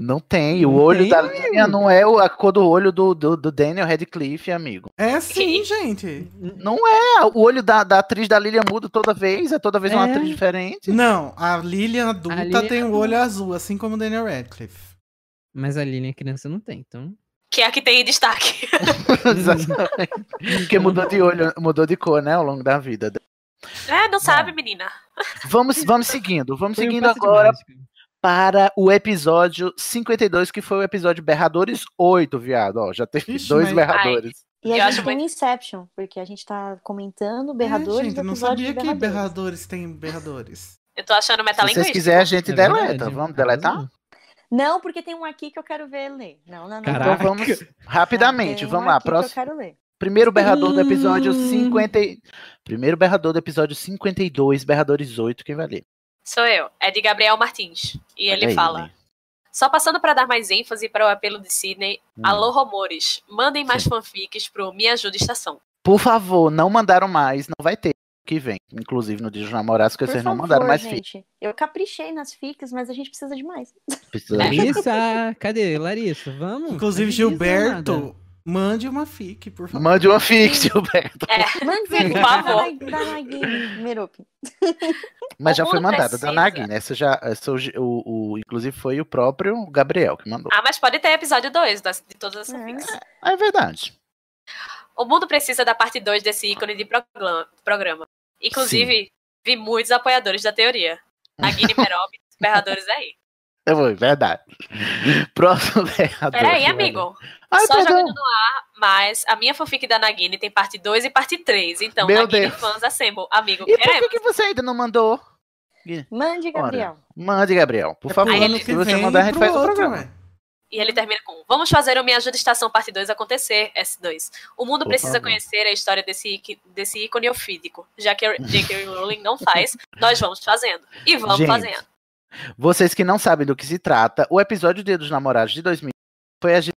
Não tem. O Não olho tem, da amigo. Lilian não é o- a cor do olho do, do, do Daniel Radcliffe, amigo. É sim, gente. Não é. O olho da, da atriz da Lilian muda toda vez. É toda vez uma É. atriz diferente. Não, a Lilian adulta A Lilian tem o adulta. olho azul, assim como o Daniel Radcliffe. Mas a Lilian criança não tem, então. Que é a que tem destaque. <laughs> <laughs> Exatamente. Então, Porque mudou de olho, mudou de cor, né, ao longo da vida. É, não sabe, menina. Vamos, vamos seguindo, vamos Foi um seguindo passe de agora para o episódio 52, que foi o episódio Berradores 8, viado. Ó, já teve mas- dois berradores. E a gente tem Inception, porque a gente tá comentando berradores. É, gente, eu não do episódio sabia de que berradores. berradores tem berradores. Eu tô achando Se vocês metalinguístico. tipo, quiserem, a gente É deleta. um verdade. então, Vamos deletar? Não, porque tem um aqui que eu quero ver ler. Não, não, não. Então <laughs> vamos rapidamente, Tem um vamos lá. aqui que Próximo. Eu quero Hum. ler. Primeiro berrador do episódio 50. e- Primeiro berrador do episódio 52, berradores 8, quem vai ler? Sou eu, é de Gabriel Martins. E ele Olha aí, fala. né? Só passando pra dar mais ênfase para o apelo de Sidney, Hum. alô rumores, mandem mais fanfics pro Me Ajuda Estação. Por favor, não mandaram mais, não vai ter que vem, inclusive no Dia dos Namorados, que Por vocês não favor, mandaram mais gente. ficha. Eu caprichei nas fics, mas a gente precisa de mais. Precisa Larissa, cadê? Larissa, vamos. Inclusive, Não avisa Gilberto, nada. mande uma fic, por É. favor. Mande uma fic, Hum. Gilberto. É, Mande Por favor. Da Nagini Merope. Mas já O foi mundo mandada da precisa. Nagui, né? Essa já, essa o, o- o- inclusive foi o próprio Gabriel que mandou. Ah, mas pode ter episódio 2 de todas essas fics. É verdade. O mundo precisa da parte 2 desse ícone de progla- programa. Inclusive, vi muitos apoiadores da teoria. <laughs> Nagini Perob, berradores aí. É foi, verdade. Próximo vereador. Peraí, Giovanni. amigo. Ai, Só perdão. jogando no ar, mas a minha fanfic da Nagini tem parte 2 e parte 3. Então, Meu Nagini Deus. fãs assemble. Amigo, E por que, queremos. que você ainda não mandou? Mande, Ora, Gabriel. mande, Gabriel, por favor. pro ano É Se que você vem mandar, a e gente assim, pro faz o outro, programa. ué. E ele termina com: Vamos fazer o Me Ajuda Estação Parte 2 acontecer, S2. O mundo Por precisa favor. conhecer a história desse, iqui- desse ícone ofídico. Já que a J.K. Rowling não faz, nós vamos fazendo. E vamos Gente. fazendo. Vocês que não sabem do que se trata, o episódio Dia dos Namorados de 2000 foi a gente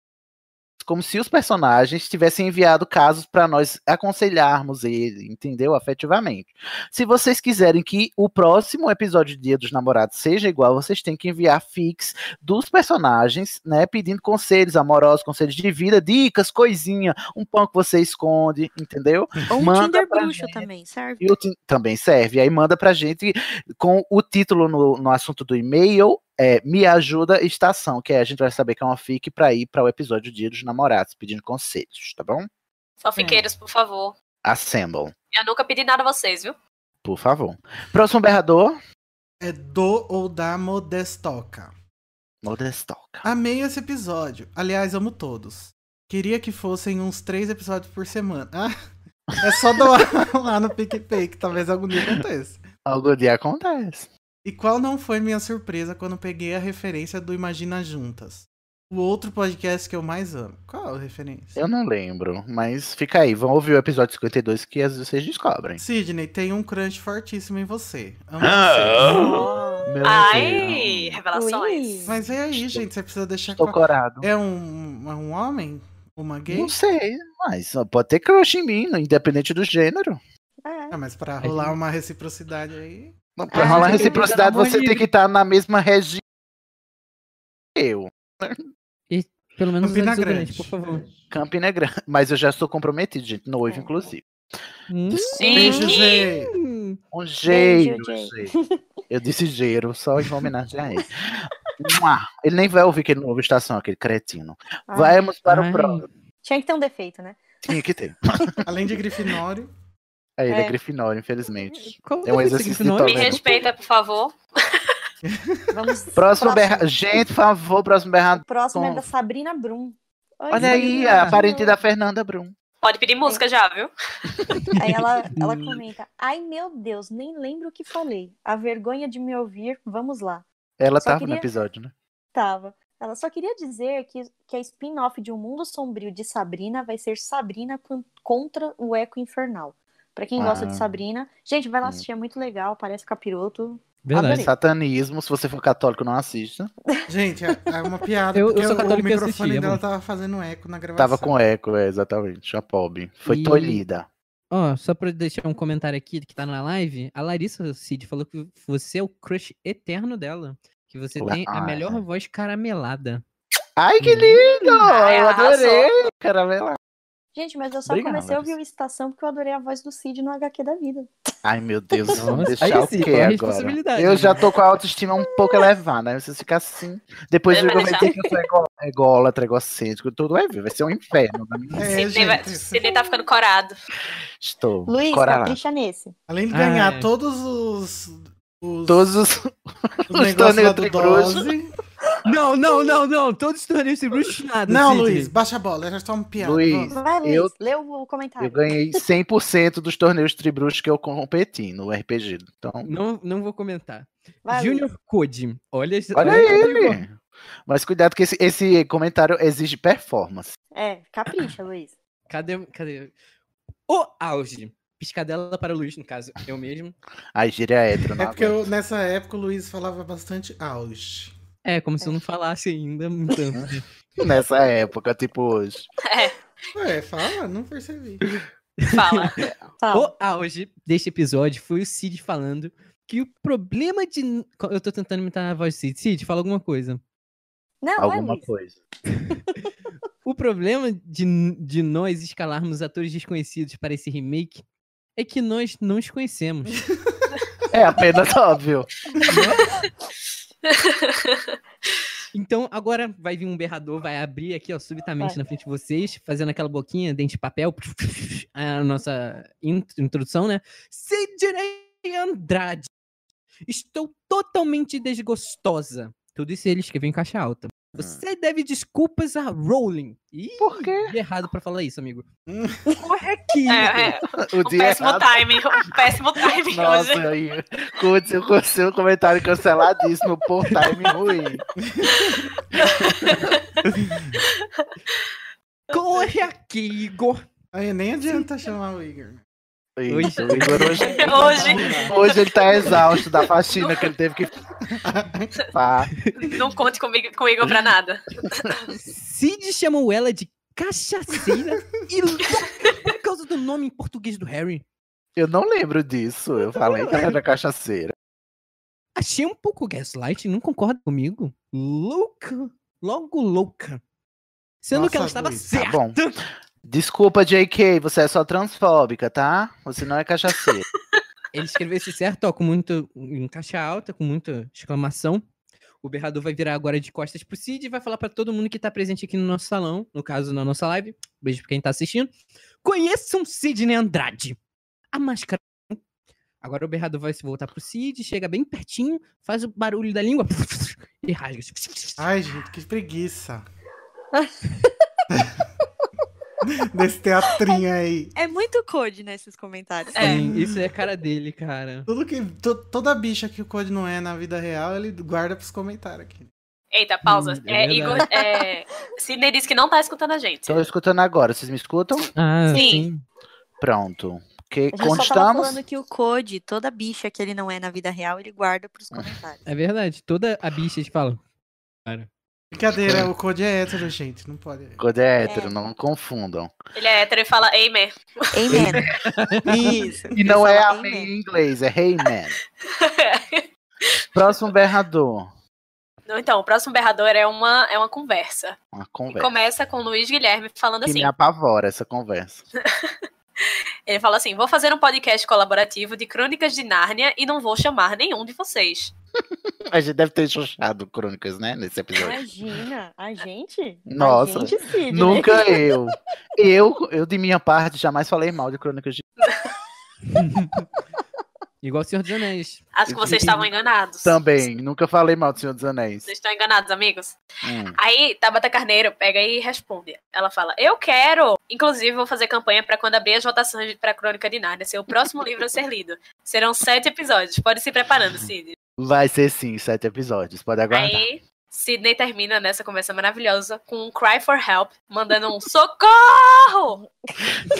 como se os personagens tivessem enviado casos para nós aconselharmos ele, entendeu? Afetivamente. Se vocês quiserem que o próximo episódio de Dia dos Namorados seja igual, vocês têm que enviar fix dos personagens, né, pedindo conselhos amorosos, conselhos de vida, dicas, coisinha, um pão que você esconde, entendeu? Ou <laughs> um Manda Tinder pra bruxo também, serve? E o ti- também serve. Aí manda pra gente com o título no, no assunto do e-mail. É, me ajuda estação, que aí a gente vai saber que é uma fic pra ir para o episódio Dia dos Namorados, pedindo conselhos, tá bom? Fanfiqueiros, por favor. Assemble, Eu nunca pedi nada a vocês, viu? por favor. Próximo berrador, É do ou da Modestoca. Modestoca. Amei esse episódio. Aliás, amo todos. Queria que fossem uns três episódios por semana. Ah, <laughs> é só doar <laughs> lá no PicPay, que talvez algum dia aconteça. Algo dia acontece. E qual não foi minha surpresa quando peguei a referência do Imagina Juntas? O outro podcast que eu mais amo. Qual a referência? Eu não lembro, mas fica aí. Vão ouvir o episódio 52 que às vezes vocês descobrem. Sidney, tem um crunch fortíssimo em você. Amo você. Ah. Meu Ai, Deus. revelações. Ui. Mas é aí, gente, você precisa deixar Estou claro. corado. É um, é um homem? Uma gay? Não sei, mas pode ter crush em mim, independente do gênero. É. Ah, mas pra rolar uma reciprocidade aí. Não, pra Ah, rolar entendi. reciprocidade, Pelo amor você de tem que estar na mesma região que eu. Pelo menos Campina Campina Grande, Grande. por favor. Campina é Grande. Mas eu já sou comprometido, gente. Noivo, É. inclusive. Hum. Beijo, Sim. Zé. Um Beijo, jeiro. <laughs> gente. Eu disse jeiro, só em homenagem a ele. Mua. ele nem vai ouvir que ele não ouve estação, aquele cretino. Ah, Ai, Vamos para o Ai. próximo. Tinha que ter um defeito, né? Tinha que ter. Além de Grifinório. Aí ele é, É. Grifinório, infelizmente. Qual É deve um ser exercício esse de nome? Me Tá vendo? respeita, por favor. Vamos Próximo berra... Gente, por favor, próximo berrado. O próximo é Com- da Sabrina Brum. Oi, Olha aí, Sabrina. a parente da Fernanda Brum. Pode pedir música já, viu? Aí ela, <laughs> ela comenta: Ai meu Deus, nem lembro o que falei. A vergonha de me ouvir, vamos lá. Ela Só tava no queria- episódio, né? Tava. Ela só queria dizer que, que a spin-off de Um Mundo Sombrio de Sabrina vai ser Sabrina con- contra o Eco Infernal. Pra quem gosta de Ah. Sabrina, gente, vai lá Hum. assistir, é muito legal, parece capiroto. Verdade. Adorei. Satanismo, se você for católico, não assista. Gente, é, é uma piada. Eu- eu porque sou o- católico o e microfone assisti, dela amor. tava fazendo eco na gravação. Tava com eco, é, exatamente. A Pob. Foi E- tolhida. Ó, só pra deixar um comentário aqui que tá na live, a Larissa Cid falou que você é o crush eterno dela. Que você Lá- tem a ah, melhor é. voz caramelada. Ai, que Hum. lindo! Ai, eu arrasou. adorei, caramela. Gente, mas eu só Obrigado, comecei a ouvir Larissa. o Estação porque eu adorei a voz do Cid no HQ da vida. Ai, meu Deus, vamos Nossa, deixar aí o sim, quê foi uma agora? responsabilidade, Eu já né? tô com a autoestima um pouco elevada, aí vocês ficam assim. Depois Vai eu vou deixar. dizer que eu sou ego- ególatra, egocêntrico, tudo vai vir, vai ser um inferno. Pra mim. É, Sidney, vai- gente, Sidney tá ficando corado. Estou. Luiz, Coralá. capricha nesse. Além de ganhar Ai. todos os. Os, Todos os. os os negócios lá do torneios bruxos. Dose. Não, não, não, não. Todos os torneios sem bruxo nada. Não, Sidney. Luiz, baixa a bola, já só uma piada. Luiz, Vai, Luiz, eu, lê o comentário. eu ganhei 100% dos torneios tribruxos que eu competi no RPG. Então, Não, não vou comentar. Vai, Luiz. Junior Code. Olha, esse- olha olha é esse negócio. ele! é. Mas cuidado que esse, esse comentário exige performance. É, capricha, Luiz. Cadê, cadê? O auge. Piscadela para o Luiz, no caso, eu mesmo. Ai, gíria hétero, não É porque aguento. eu- nessa época o Luiz falava bastante auge. É, como se eu não falasse ainda um tanto. Nessa época, tipo hoje. Ué, fala? Não percebi. <laughs> Fala. Fala. O auge deste episódio foi o Cid falando que o problema de. n- Eu tô tentando imitar a voz do Cid. Cid, fala alguma coisa. Não, alguma é coisa. O problema de, de nós escalarmos atores desconhecidos para esse remake é que nós não os conhecemos. É apenas óbvio. Então, agora vai vir um berrador, vai abrir aqui, ó, subitamente na frente de vocês, fazendo aquela boquinha, dente de papel, a nossa in- introdução, né? Sidney Andrade. Estou totalmente desgostosa. Tudo isso ele escreveu em caixa alta. Você deve desculpas a Rowling. Ih, Por quê? errado pra falar isso, amigo. Corretinho. É, é. O O, dia péssimo errado. timing. O péssimo timing hoje. Nossa, aí, Cuts, eu consegui um comentário canceladíssimo por time ruim. Corre aqui, Igor. Aí nem adianta chamar o Igor. né? Eita, o Igor hoje, Hoje. <laughs> hoje ele tá exausto da faxina que ele teve que. Pá. Não conte comigo, comigo pra nada. Cid chamou ela de cachaceira e louca por causa do nome em português do Harry. Eu não lembro disso. Eu falei que ela era cachaceira. Achei um pouco gaslight, não concorda comigo? Louca. Logo louca. Sendo que ela estava Tá certa. bom. Desculpa, JK, você é só transfóbica, tá? Você não é cachaceira. Ele escreveu esse certo, ó, com muito. em caixa alta, com muita exclamação. O berrador vai virar agora de costas pro Cid e vai falar pra todo mundo que tá presente aqui no nosso salão, no caso, na nossa live. Beijo pra quem tá assistindo. Conheçam Sidney Andrade. A máscara. Agora o berrador vai se voltar pro Cid, chega bem pertinho, faz o barulho da língua <laughs> e rasga. Ai, gente, que preguiça. <laughs> Desse teatrinho aí. É muito code nesses comentários. Sim, Isso é a cara dele, cara. Tudo que, to- toda bicha que o Code não é na vida real, ele guarda pros comentários aqui. Eita, pausa. Hum, é Então, é, Igor, é... Sidney disse que não tá escutando a gente. Tô escutando agora. Vocês me escutam? Ah, Sim. Pronto. Que A gente só tava constamos. falando que o Code, toda bicha que ele não é na vida real, ele guarda pros <laughs> comentários. É verdade. Toda a bicha te fala. Cara. Brincadeira, o Code é hétero, gente. Não pode. Code é hétero, não confundam. Ele é hétero e fala Amen. Isso. E não é amém em inglês, é hey man. Próximo berrador. Então, o próximo berrador é uma, é uma conversa. Uma E conversa. começa com o Luiz Guilherme falando É. Que assim. me apavora essa conversa. <laughs> Ele fala assim: vou fazer um podcast colaborativo de crônicas de Nárnia e não vou chamar nenhum de vocês. A gente deve ter chuchado crônicas, né? Nesse episódio. Imagina, a gente? Nossa, A gente, né? Sidney. nunca eu. eu. Eu, de minha parte, jamais falei mal de crônicas de. Igual o Senhor dos Anéis. Acho que vocês estavam enganados. Também, nunca falei mal do Senhor dos Anéis. Vocês estão enganados, amigos? Hum. Aí, Tabata Carneiro pega e responde. Ela fala: Eu quero! Inclusive, vou fazer campanha pra quando abrir as votações pra Crônica de Nárnia, ser o próximo livro a ser lido. Serão sete episódios. Pode se preparando, Sidney. Vai ser sim, sete episódios. Pode aguardar. Aí, Sidney termina nessa conversa maravilhosa com um cry for help, mandando um socorro!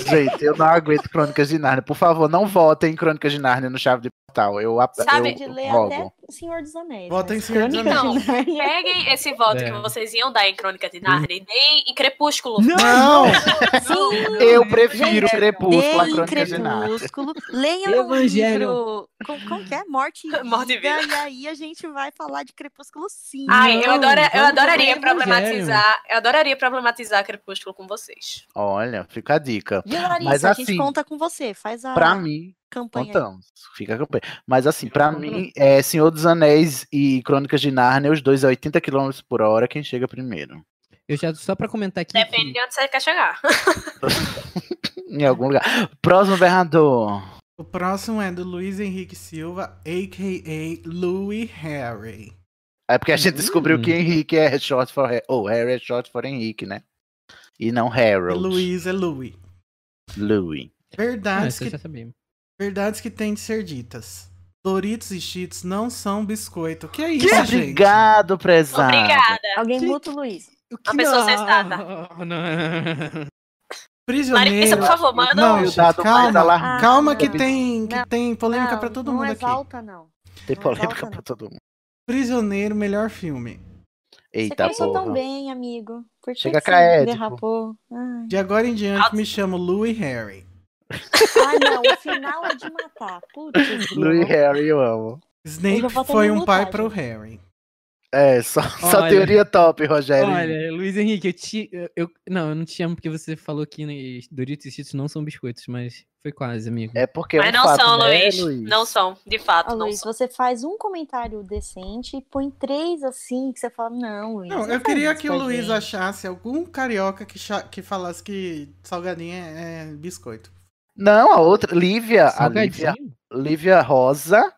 Gente, eu não aguento Crônicas de Nárnia. Por favor, não votem em Crônicas de Nárnia no Chave de Portal. Eu, ap- Sabe, eu de ler rogo. até Senhor dos Anéis. Bota né? em mas Senhor <laughs> dos Crônica Anéis. de Nárnia. Peguem esse voto É. que vocês iam dar em Crônica de Nárnia e deem em Crepúsculo. Não! Sim. Eu prefiro Gente, Crepúsculo a leem Crônica de Nárnia. Crepúsculo, Leiam o Evangelho. livro. Como, como que é? <laughs> Morte e vida. Morte e E aí a gente vai falar de Crepúsculo sim. Ai, eu, adora- eu Vamos adoraria ler Evangelho. problematizar. Eu adoraria problematizar Crepúsculo com vocês. Olha, fica a dica. E Larissa, Mas a assim, gente conta com você. Faz Ah, a pra mim, campanha. aí. contamos. Fica a campanha. Mas assim, pra mim, é Senhor dos Anéis e Crônicas de Nárnia, os dois a 80 km por hora, quem chega primeiro. Eu já, só pra comentar aqui. Depende de onde você quer chegar. Em algum lugar. Próximo berrador. O próximo é do Luiz Henrique Silva, a.k.a. Louis Harry. É porque a gente descobriu que Henrique é short for Harry. Ou Harry é short for Henrique, né? E não E Harold. Luiz é Louis. Louis. Verdades, Ah, isso eu que, já sabia. verdades que têm de ser ditas. Doritos e Cheetos não são biscoito. Que é isso, gente? Obrigado, prezado. <laughs> Alguém muta o Luiz. Uma pessoa sensata. <laughs> Prisioneiro. Larissa, por favor, manda não, um. gente, Cuidado, mas calma, alarma. calma Ah, que não. tem, que tem polêmica Não, pra todo não é mundo aqui. exalta, não. Tem Não polêmica exalta, pra todo mundo. Prisioneiro, melhor filme. Você Eita começou tão porra. bem, amigo. Por que Chega que você caético. derrapou? Ai. De agora em diante me chamo Louis Harry. Ah, não, o final é de matar. Putz, <laughs> Louis grilo. Harry, eu amo. Snape Eu já vou até foi me um mutar, pai pro gente. Harry. É, só, <laughs> só Olha. teoria top, Rogério. Olha, Luiz Henrique, eu te. eu- Eu, não, eu não te amo porque você falou que né, Doritos e Cheetos não são biscoitos, mas foi quase, amigo. É porque Mas não são, Luiz. Não são, de fato, Ó, não Ah, Luiz, são. você faz um comentário decente e põe três assim, que você fala, não, Luiz. Não, eu faz queria isso que com o a Luiz gente. achasse algum carioca que, cha- que falasse que salgadinho é, é biscoito. Não, a outra, Lívia, um a Salgadinho? Lívia, Lívia Rosa,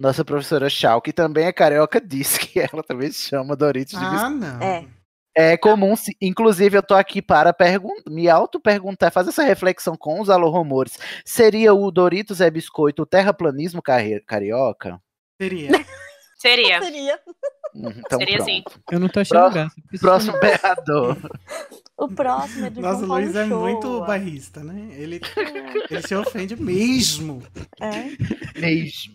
nossa professora Chau, que também é carioca, <laughs> disse que ela também chama Doritos de Ah, biscoito. não. É comum, se- inclusive eu tô aqui para pergun- me auto-perguntar, fazer essa reflexão com os alô-rumores. Seria o Doritos é biscoito o terraplanismo carre- carioca? <laughs> Seria. Seria. Seria. Uhum, Então, Seria pronto. sim. Eu não tô achando Pró- graça. por isso Próximo <laughs> que- berrador. O próximo é do Nossa, João o Luiz Paulo é Shoa. muito bairrista, né? Ele, ele se ofende mesmo. É. Mesmo.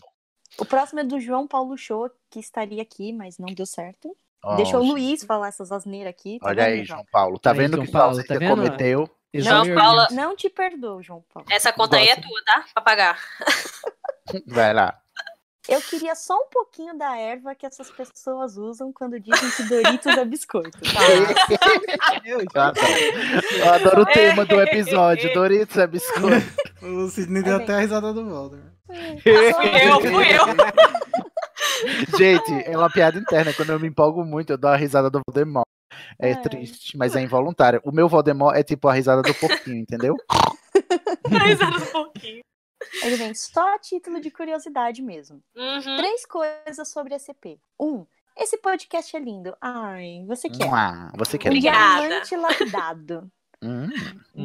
O próximo é do João Paulo Show, que estaria aqui, mas não deu certo. Ó, Deixou o gente. Luiz falar essas asneiras aqui. tá Olha vendo, aí, João Paulo. Tá Aí, vendo João que Paulo, você tá vendo? cometeu? Exame João Paulo- Oriente. Não te perdoo, João Paulo. Essa conta aí é Gosto. tua, tá? Pra pagar. Vai lá. Eu queria só um pouquinho da erva que essas pessoas usam quando dizem que Doritos é biscoito. <laughs> Tá? Eu adoro, Eu adoro o tema do episódio, Doritos é biscoito. O Sidney deu até a risada do Walter. Eu fui eu. Gente, é uma piada interna. Quando eu me empolgo muito, eu dou a risada do Voldemort. É triste, mas é involuntário. O meu Voldemort é tipo a risada do porquinho, entendeu? Risada um pouquinho. Ele vem só a título de curiosidade mesmo. Uhum. Três coisas sobre a CP. Um, esse podcast é lindo. Ai, você quer. Mua, Você quer? Um Obrigada. diamante lapidado. Hum.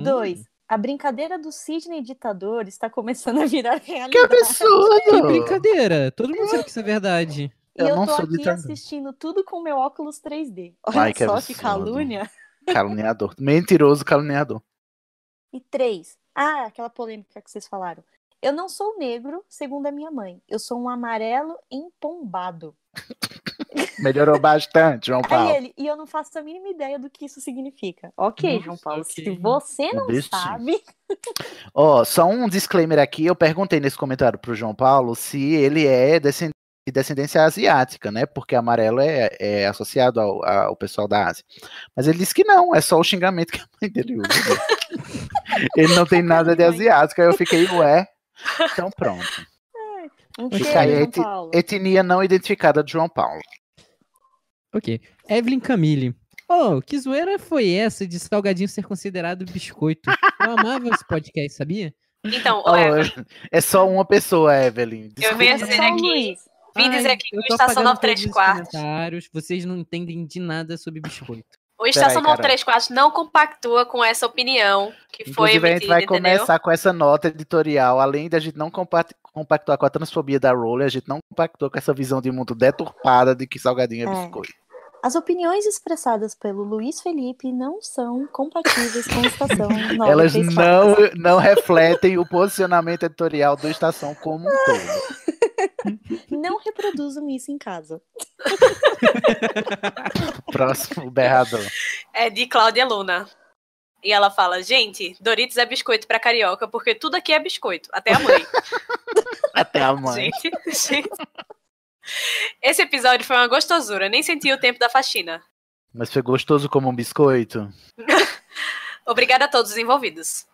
Dois, a brincadeira do Sidney ditador está começando a virar realidade. <laughs> Que Que absurdo! brincadeira. Todo mundo sabe que isso é verdade. E eu, Eu não tô sou aqui ditador. assistindo tudo com meu óculos 3D. Olha Ai, que só que absurdo. calúnia. Caluniador. Mentiroso caluniador. E três. Ah, aquela polêmica que vocês falaram. Eu não sou negro, segundo a minha mãe. Eu sou um amarelo empombado. Melhorou bastante, João Aí Paulo. ele, e eu não faço a mínima ideia do que isso significa. Ok, Nossa, João Paulo, ok. se você não Modéstia. sabe, <laughs> Ó, só um disclaimer aqui. Eu perguntei nesse comentário pro João Paulo se ele é descen- de descendência asiática, né? Porque amarelo é, é associado ao, ao pessoal da Ásia. Mas ele disse que não, é só o xingamento que a mãe dele usa. né? ele não tem nada de asiático. Aí eu fiquei, ué. Então pronto. um Fica cheiro, aí a João eti- Paulo. etnia não identificada de João Paulo. Ok. Evelyn Camille. Oh, que zoeira foi essa de salgadinho ser considerado biscoito? Eu amava esse podcast, sabia? Então, Ó, ô, Eva, é só uma pessoa, Evelyn. eu venho Olha é dizer só, aqui. Luiz. Vim dizer Ai, aqui que eu o tô Estação apagando 9 todos 3 os quartos. comentários, Vocês não entendem de nada sobre biscoito. O Estação Peraí, 9 Carol. 3 quartos não compactua com essa opinião que foi Inclusive, a gente emitida, vai entendeu? começar com essa nota editorial. Além da gente não compa- compactuar com a transfobia da Rowley, a gente não compactua com essa visão de mundo deturpada de que salgadinho é, É. biscoito. As opiniões expressadas pelo Luiz Felipe não são compatíveis com a <laughs> estação 9 Elas não, não refletem o posicionamento editorial do Estação como um todo. não reproduzam isso em casa. Próximo berrador. É de Cláudia Luna. E ela fala, gente, Doritos é biscoito pra carioca, porque tudo aqui é biscoito, até a mãe. Até a <laughs> mãe. gente, gente. Esse episódio foi uma gostosura, nem senti o tempo da faxina. Mas foi gostoso como um biscoito? Obrigada a todos os envolvidos.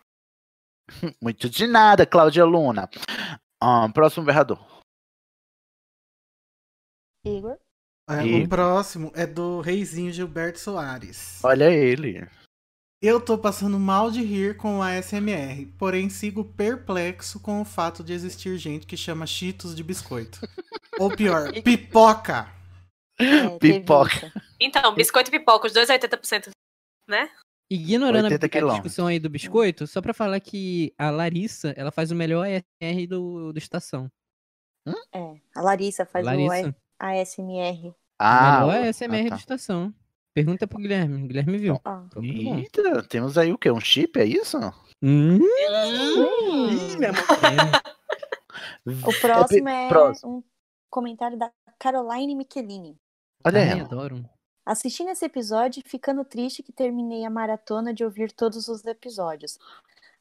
Muito de nada, Cláudia Luna. Ah, próximo berrador. Igor, <laughs> É, E- O próximo é do Reizinho Gilberto Soares. Olha ele. Eu tô passando mal de rir com a SMR, porém sigo perplexo com o fato de existir gente que chama Cheetos de biscoito. Ou <laughs> pior, pipoca. é, teve Pipoca. isso. Então, biscoito e pipoca, os dois 80%. Ignorando a, 80 a quilômetros. discussão aí do biscoito, só pra falar que a Larissa, ela faz o melhor ASMR do, do Estação. É, a Larissa faz o Larissa, A- ASMR. Ah, o ah, melhor ASMR do tá. Estação. Pergunta pro Guilherme, o Guilherme viu. Ah. Tá muito bom. Eita, temos aí o quê? Um chip, é isso? Hum, é. O próximo é próximo. um comentário da Caroline Michelini. Olha Ai, ela. adoro. um Assistindo esse episódio e ficando triste que terminei a maratona de ouvir todos os episódios.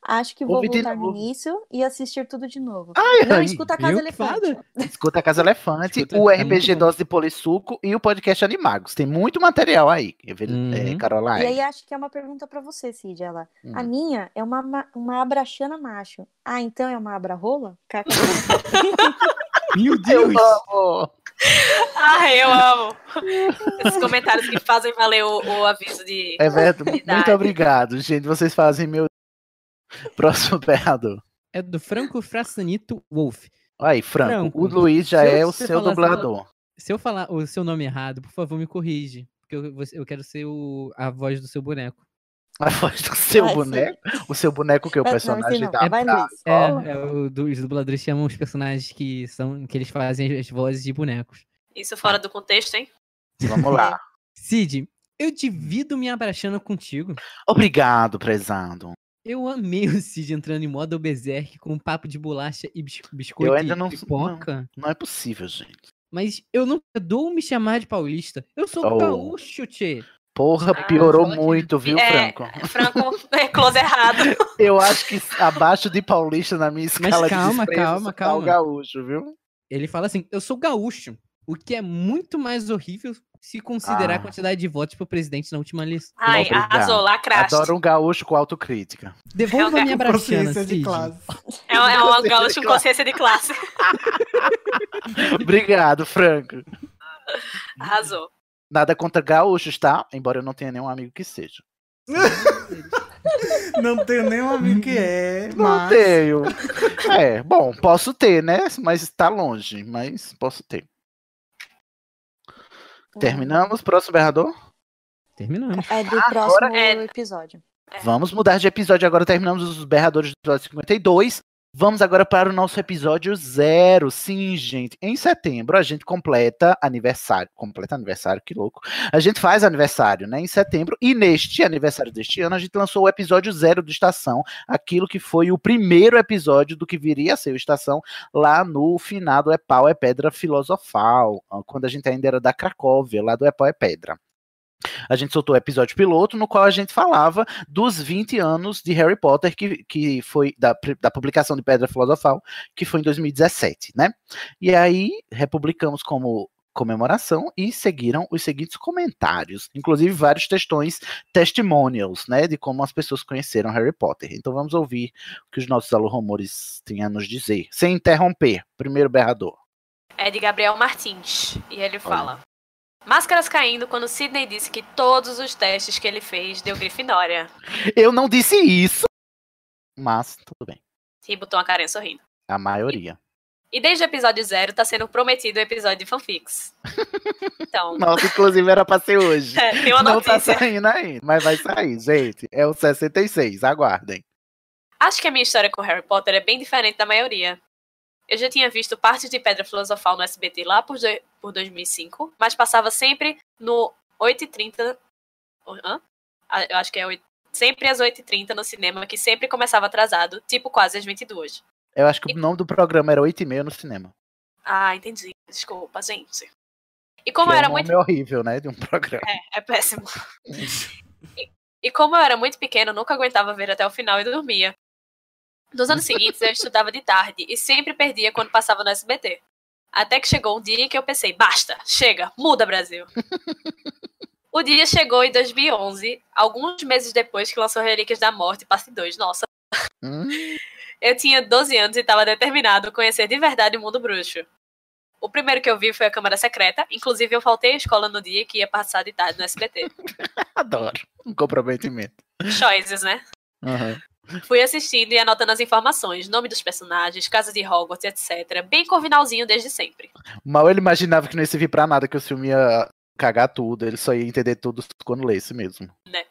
Acho que vou Ouve de voltar no novo. início e assistir tudo de novo. Ai, não ai, escuta a casa viu? elefante. Escuta a Casa Elefante, o RPG Dose de Polissuco e o podcast Animagos. Tem muito material aí, Eve- é, Caroline. E aí acho que é uma pergunta pra você, Cid, ela. Hum. A minha é uma, ma- uma abraxana macho. Ah, então é uma abra-rola? Caca. Meu é Deus! Eu Ah, eu amo. Esses comentários que fazem valer o, o aviso de. É verdade. Muito idade. obrigado, gente. Vocês fazem meu. <laughs> Próximo berrador. É do Franco Frassanito Wolf. Aí, Franco, o Luiz já se eu- é o se eu seu falar- dublador. Se eu falar o seu nome errado, por favor, me corrige. Porque eu, você- eu quero ser o- a voz do seu boneco. A voz do seu Vai, boneco. O seu boneco que é o personagem da. da- É, é, o do- os dubladores chamam os personagens que são que eles fazem as vozes de bonecos. Isso fora do contexto, hein? Vamos lá. Cid, eu divido minha abraxana contigo. Obrigado, prezado. Eu amei o Cid entrando em modo berserk com um papo de bolacha e bis- biscoito Eu ainda e não, pipoca. não. Não é possível, gente. Mas eu não perdoo me chamar de paulista. Eu sou Oh. gaúcho, tchê. Porra, piorou muito, viu, É, Franco? Franco, <laughs> é close errado. Eu acho que abaixo de paulista na minha Mas escala de calma, desprezo, calma, só tá calma. o gaúcho, viu? Ele fala assim: eu sou gaúcho. O que é muito mais horrível se considerar Ah. a quantidade de votos pro presidente na última eleição. Ai, Obrigado. arrasou, lacraste. Adoro um gaúcho com autocrítica. <laughs> Devolva minha braxana, Consciência de é Cid. classe. É, um- é um gaúcho com consciência de classe. <laughs> Obrigado, Franco. Arrasou. Nada contra gaúchos, tá? Embora eu não tenha nenhum amigo que seja. Não tenho nenhum amigo que é, Não mas... <laughs> tenho. É, bom, posso ter, né? Mas está longe, mas posso ter. Tá. É. Terminamos, próximo berrador? Terminamos. É do próximo episódio. Vamos mudar de episódio agora, terminamos os berradores do episódio 52. Vamos agora para o nosso episódio zero. Sim, gente. Em setembro a gente completa aniversário. Completa aniversário, que louco. A gente faz aniversário, né? Em setembro. E neste aniversário deste ano, a gente lançou o episódio zero do Estação. Aquilo que foi o primeiro episódio do que viria a ser o Estação lá no finado É Pau, É Pedra Filosofal. ah, Quando a gente ainda era da Cracóvia, lá do É Pau, É Pedra. A gente soltou o episódio piloto, no qual a gente falava dos 20 anos de Harry Potter, que, que foi da, pri- da publicação de Pedra Filosofal, que foi em 2017, né? E aí, republicamos como comemoração e seguiram os seguintes comentários, inclusive vários textões testimonials, né, de como as pessoas conheceram Harry Potter. Então vamos ouvir o que os nossos alorromores têm a nos dizer, sem interromper. Primeiro berrador. É de Gabriel Martins. E ele fala: Máscaras caindo quando Sidney disse que todos os testes que ele fez deu Grifinória. Eu não disse isso, mas tudo bem. E botou uma carinha sorrindo. A maioria. E desde o episódio zero tá sendo prometido o episódio <laughs> de fanfics. Então, Nossa, inclusive era pra ser hoje. <laughs> É, tem uma não notícia. tá saindo ainda, mas vai sair, gente. É o 66, aguardem. acho que a minha história com Harry Potter é bem diferente da maioria. Eu já tinha visto partes de Pedra Filosofal no SBT lá por, doi- por 2005, mas passava sempre no 8h30. Oh, hã? Ah, Eu acho que é oito- sempre às 8h30 no cinema, que sempre começava atrasado, tipo quase às 22 Eu acho que o nome do programa era 8 e meia no cinema. Ah, entendi. Desculpa, gente. E como que eu é era um muito. nome horrível, né, de um programa. É, é péssimo. E, e como eu era muito pequena, eu nunca aguentava ver até o final e dormia. Nos anos seguintes, eu estudava de tarde e sempre perdia quando passava no SBT. Até que chegou um dia em que eu pensei: basta, chega, muda Brasil. o dia chegou em 2011, alguns meses depois que lançou Relíquias da Morte, parte 2. Nossa. É. Hum, Eu tinha 12 anos e estava determinado a conhecer de verdade o mundo bruxo. O primeiro que eu vi foi a Câmara Secreta, inclusive eu faltei à escola no dia que ia passar de tarde no SBT. Adoro. Um comprometimento. Choices, né? Aham. Fui assistindo e anotando as informações, nome dos personagens, casa de Hogwarts, etc. Bem corvinalzinho desde sempre. Mal ele imaginava que não ia servir pra nada, que o filme ia cagar tudo. Ele só ia entender tudo quando lesse mesmo. <laughs> né?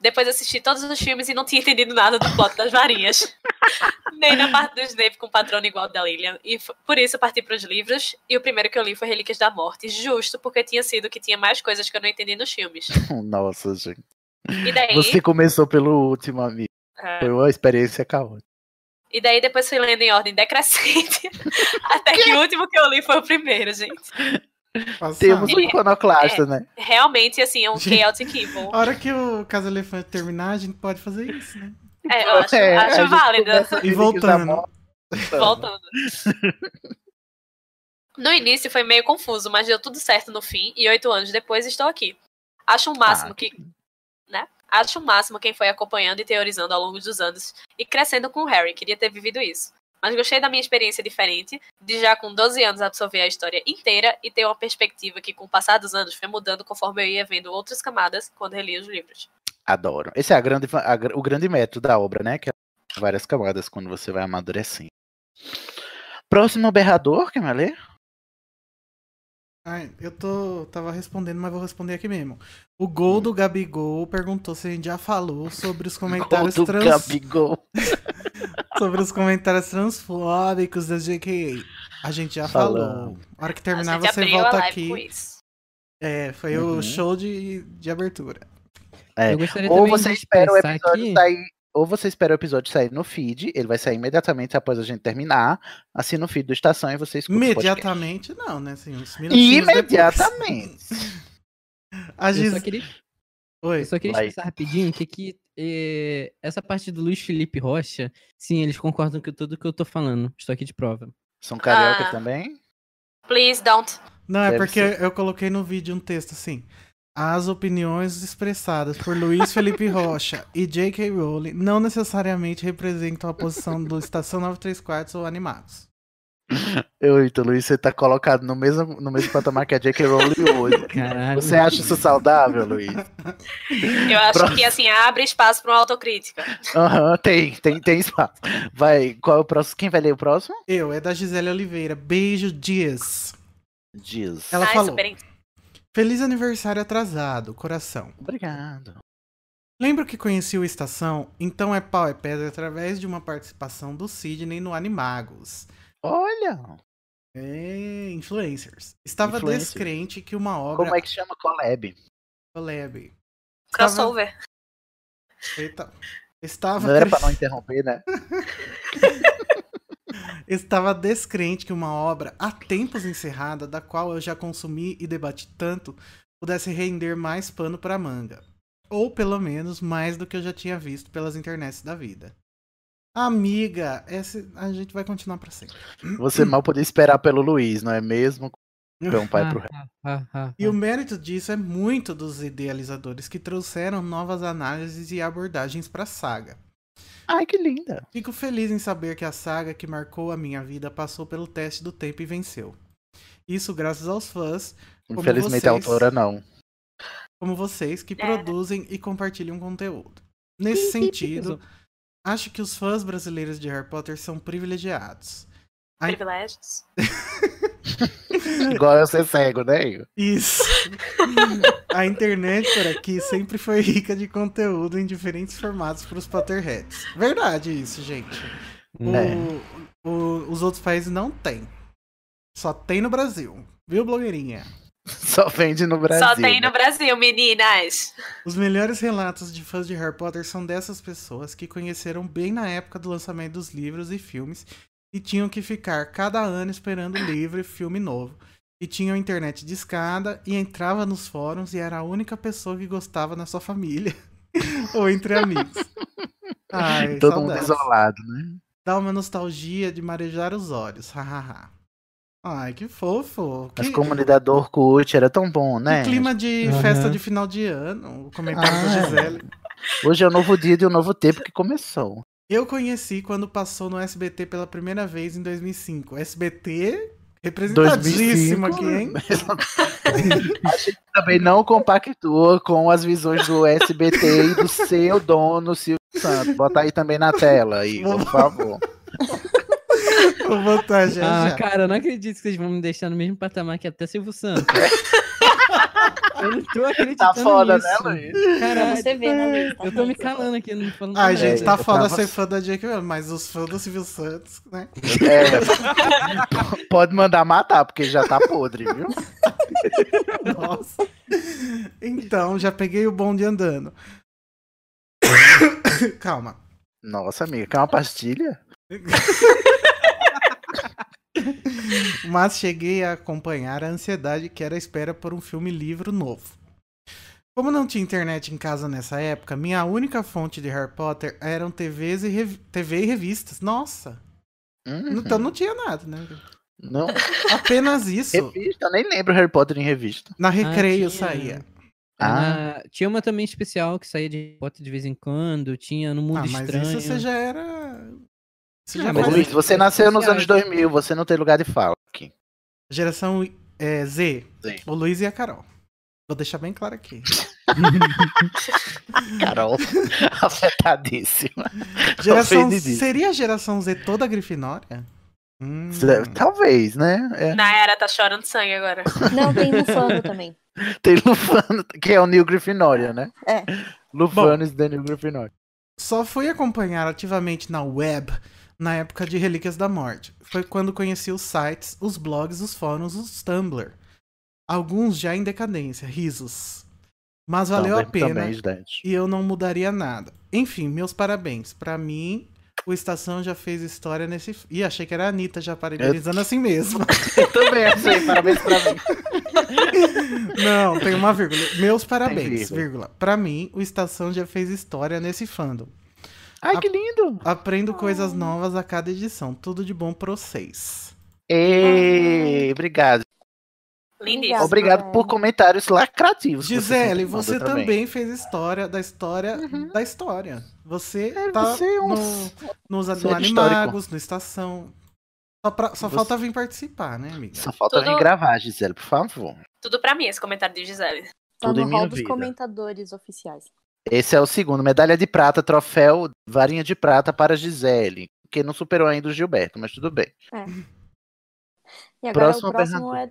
Depois assisti todos os filmes e não tinha entendido nada do plot das varinhas. <laughs> Nem na parte do Snape com o patrono igual da Lilian. E f- por isso eu parti para os livros. E o primeiro que eu li foi Relíquias da Morte. Justo porque tinha sido que tinha mais coisas que eu não entendi nos filmes. Nossa, gente. E daí. Você começou pelo último, amigo. É. Foi uma experiência caótica. E daí depois fui lendo em ordem decrescente. <laughs> até que o último que eu li foi o primeiro, gente. Temos um Ele- iconoclasta, é, né? Realmente, assim, é um Gente, chaotic evil. A hora que o Casa Elefante terminar, a gente pode fazer isso, né? É, eu <laughs> acho, É, a acho gente válido. começa a E voltando. Voltando. <laughs> No início foi meio confuso, mas deu tudo certo no fim e oito anos depois estou aqui. Acho o máximo Ah, que. Né? Acho o máximo quem foi acompanhando e teorizando ao longo dos anos e crescendo com o Harry. Queria ter vivido isso. Mas gostei da minha experiência diferente, de já com 12 anos absorver a história inteira e ter uma perspectiva que, com o passar dos anos, foi mudando conforme eu ia vendo outras camadas quando relia os livros. Adoro. Esse é a grande, fa- a gr- o grande método da obra, né? Que é várias camadas quando você vai amadurecendo. Próximo berrador, quem vai ler? Ai, eu tô, tava respondendo, mas vou responder aqui mesmo. O Gol do Gabigol perguntou se a gente já falou sobre <laughs> os comentários do trans... Gabigol. sobre os comentários transfóbicos da JK. A gente já falou. Falamos. A hora que A terminar, gente você abriu a volta live com aqui. isso. É, foi Uhum. o show de, de abertura. É, Eu gostaria Ou também você de espera o expressar episódio aqui- sair. Ou você espera o episódio sair no feed, ele vai sair imediatamente após a gente terminar. Assina o feed do Estação e você escuta. o podcast. Imediatamente, não, né? Assim, uns minutinhos depois. Imediatamente. A Eu Gis... só queria, Oi. eu só queria Vai. expressar rapidinho que aqui, eh, essa parte do Luiz Felipe Rocha, sim, eles concordam com tudo que eu tô falando. Estou aqui de prova. São carioca Ah. também? Please don't. Não, é Deve porque ser. eu coloquei no vídeo um texto assim. As opiniões expressadas por Luiz Felipe Rocha e J.K. Rowling não necessariamente representam a posição do Estação 934 ou Animados. Eu, então, Luiz, você tá colocado no mesmo, no mesmo patamar que a J.K. Rowling hoje. <laughs> Caralho. Você acha isso saudável, Luiz? Eu acho Próximo. que assim, abre espaço para uma autocrítica. Aham, tem, tem, tem espaço. Vai, qual é o próximo? Quem vai ler o próximo? Eu, é da Gisele Oliveira. Beijo, Dias. Diz. Ela Ai, falou. super in- Feliz aniversário atrasado, coração. Obrigado. Lembro que conheci o Estação, então é pau é pedra através de uma participação do Sidney no Animagos. Olha, É, influencers. Estava Influencers. descrente que uma obra como é que chama collab? collab. Estava, Crossover. eita, estava, Não era pra cres- não interromper, né? <laughs> estava descrente que uma obra há tempos encerrada, da qual eu já consumi e debati tanto, pudesse render mais pano para manga. Ou pelo menos mais do que eu já tinha visto pelas internets da vida. Amiga, essa a gente vai continuar para sempre. Você mal podia esperar pelo Luiz, não é mesmo? Então, pai Ah, pro rei. ah, ah, ah, <laughs> E ah. o mérito disso é muito dos idealizadores que trouxeram novas análises e abordagens para a saga. <laughs> Ai, que linda. Fico feliz em saber que a saga que marcou a minha vida passou pelo teste do tempo e venceu. Isso graças aos fãs, Como Infelizmente a vocês. autora não. como vocês, que É. produzem e compartilham conteúdo. Nesse sentido, acho que os fãs brasileiros de Harry Potter são privilegiados. Ai. Privilégios. Igual eu ser cego, né? Igor? Isso. A internet por aqui sempre foi rica de conteúdo em diferentes formatos para os Potterheads. Verdade isso, gente. Hum. O- É. o- os outros países não tem. Só tem no Brasil. Viu, blogueirinha? Só vende no Brasil. Só tem né? no Brasil, meninas. Os melhores relatos de fãs de Harry Potter são dessas pessoas que conheceram bem na época do lançamento dos livros e filmes e tinham que ficar cada ano esperando um livro e filme novo. E tinham internet de escada e entrava nos fóruns e era a única pessoa que gostava na sua família <laughs> ou entre <laughs> amigos. Ai, Todo mundo saudades. isolado, né? Dá uma nostalgia de marejar os olhos. Hahaha. Ai, que fofo. As Que- comunidades do Orkut era tão bom, né? Que clima de Aham. festa de final de ano, o comentário da Ah. Gisele. Hoje é o novo dia de um novo tempo que começou. Eu conheci quando passou no SBT pela primeira vez em 2005. SBT representadíssimo 2005. aqui, hein? A gente <laughs> também não compactua com as visões do SBT e do seu dono, Silvio Santos. Bota aí também na tela, aí, por favor. Vou botar já, Ah, já. cara, eu não acredito que vocês vão me deixar no mesmo patamar que até <laughs> Silvio Santos. eu não tô acreditando Tá É foda, nisso. né, Luiz? Caralho, Você vê, né, Luiz? Tá eu tô me vendo? calando aqui, não falando Ai, nada. gente, tá eu foda tava- ser fã da Jake, mas os fãs do Silvio Santos, né? É, <laughs> p- pode mandar matar, porque já tá podre, viu? Nossa. Então, já peguei o bonde andando. <coughs> Calma. Nossa, amiga, quer uma pastilha? mas cheguei a acompanhar a ansiedade que era a espera por um filme livro novo. Como não tinha internet em casa nessa época, minha única fonte de Harry Potter eram TVs e rev... TV e revistas. Nossa! Uhum. Então não tinha nada, né? Não. Apenas isso. Revista, eu nem lembro Harry Potter em revista. Na recreio Ah, tinha. saía. Ah. Ah, tinha uma também especial que saía de Harry Potter de vez em quando, tinha no Mundo Ah, mas Estranho. isso você já era. Você Ah, já mas faz- Luiz, você nasceu nos anos sociais. 2000, você não tem lugar de fala aqui. Geração é, Z. Sim. O Luiz e a Carol. Vou deixar bem claro <laughs> aqui. Carol, <laughs> afetadíssima. Geração, Ofendidíssima. seria a geração Z toda grifinória? Hum. Talvez, né? É. Na era tá chorando sangue agora. Não, tem Lufano também. Tem Lufano, <laughs> que é o Neil Grifinória, né? É. Lufanos e Daniel Grifinória. Só fui acompanhar ativamente na web na época de Relíquias da Morte. Foi quando conheci os sites, os blogs, os fóruns, os Tumblr. Alguns já em decadência, risos. Mas valeu a Tumblr pena também, gente. e eu não mudaria nada. Enfim, meus parabéns. Pra mim, o Estação já fez história nesse. f- Ih, achei que era a Anitta já parabenizando assim mesmo. <laughs> Eu também achei, parabéns pra mim. Não, tem uma vírgula. Meus parabéns, vírgula. vírgula. Pra mim, o Estação já fez história nesse fandom. Ai, que lindo! Aprendo coisas novas a cada edição. Tudo de bom pra vocês. Ei, obrigado. Lindíssimo. Obrigado por comentários lacrativos. que vocês Gisele, me mandam você também. fez história da história Uhum. da história. Você tá Você é um... no, nos Você é de Animagos, no Estação. Só, pra- só Você- falta vir participar, né, amiga? Só falta Tudo- vir gravar, Gisele, por favor. Tudo pra mim esse comentário de Gisele. Tá Tudo em no minha hall dos vida. comentadores oficiais. Esse é o segundo. Medalha de prata, troféu, varinha de prata para Gisele. Que não superou ainda o Gilberto, mas tudo bem. É. E agora Próximo o próximo é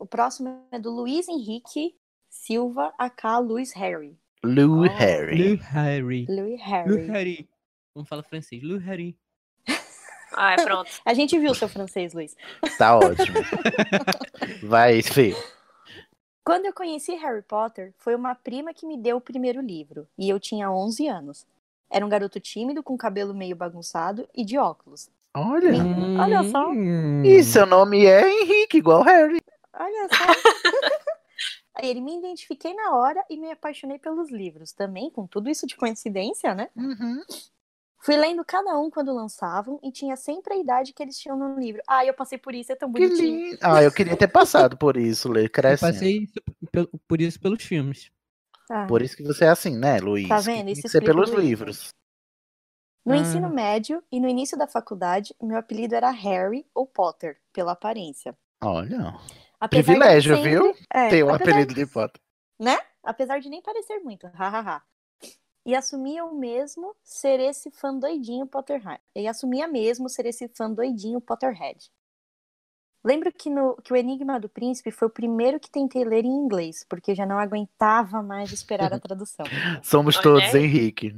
o próximo é do Luiz Henrique Silva, AK Luiz Harry. Lou Ah, Oh, Harry. Lou Harry. Louis Lou Harry. Harry. Vamos falar francês. Lou Harry. Ah, é <laughs> pronto. A gente viu o seu francês, Luiz. Tá ótimo. Vai, Fê. Quando eu conheci Harry Potter, foi uma prima que me deu o primeiro livro, e eu tinha 11 anos. Era um garoto tímido, com cabelo meio bagunçado e de óculos. Olha. Olha só, Hum. E seu nome é Henrique, igual Harry. olha só. <laughs> Aí ele me identifiquei na hora e me apaixonei pelos livros, também com tudo isso de coincidência, né? Uhum, Fui lendo cada um quando lançavam e tinha sempre a idade que eles tinham no livro. Ah, eu passei por isso, é tão Que bonitinho. lindo. Ah, eu queria ter passado por isso, Lê. Eu Cresce. passei isso pelo- por isso pelos filmes. Ah. Por isso que você é assim, né, Luiz? Tá Que vendo? Tem Isso que ser explica pelos muito. livros. No Ah. ensino médio e no início da faculdade, meu apelido era Harry ou Potter, pela aparência. Olha. Apesar de Privilégio, sempre- viu? É, Tem um apesar- apelido de Potter. Apesar de nem parecer muito, hahaha. E assumia eu mesmo ser esse fã doidinho Potterhead. E assumia mesmo ser esse fã doidinho Potterhead. Lembro que, no, que o Enigma do Príncipe foi o primeiro que tentei ler em inglês, porque já não aguentava mais esperar a tradução. Somos Ok. todos Henrique.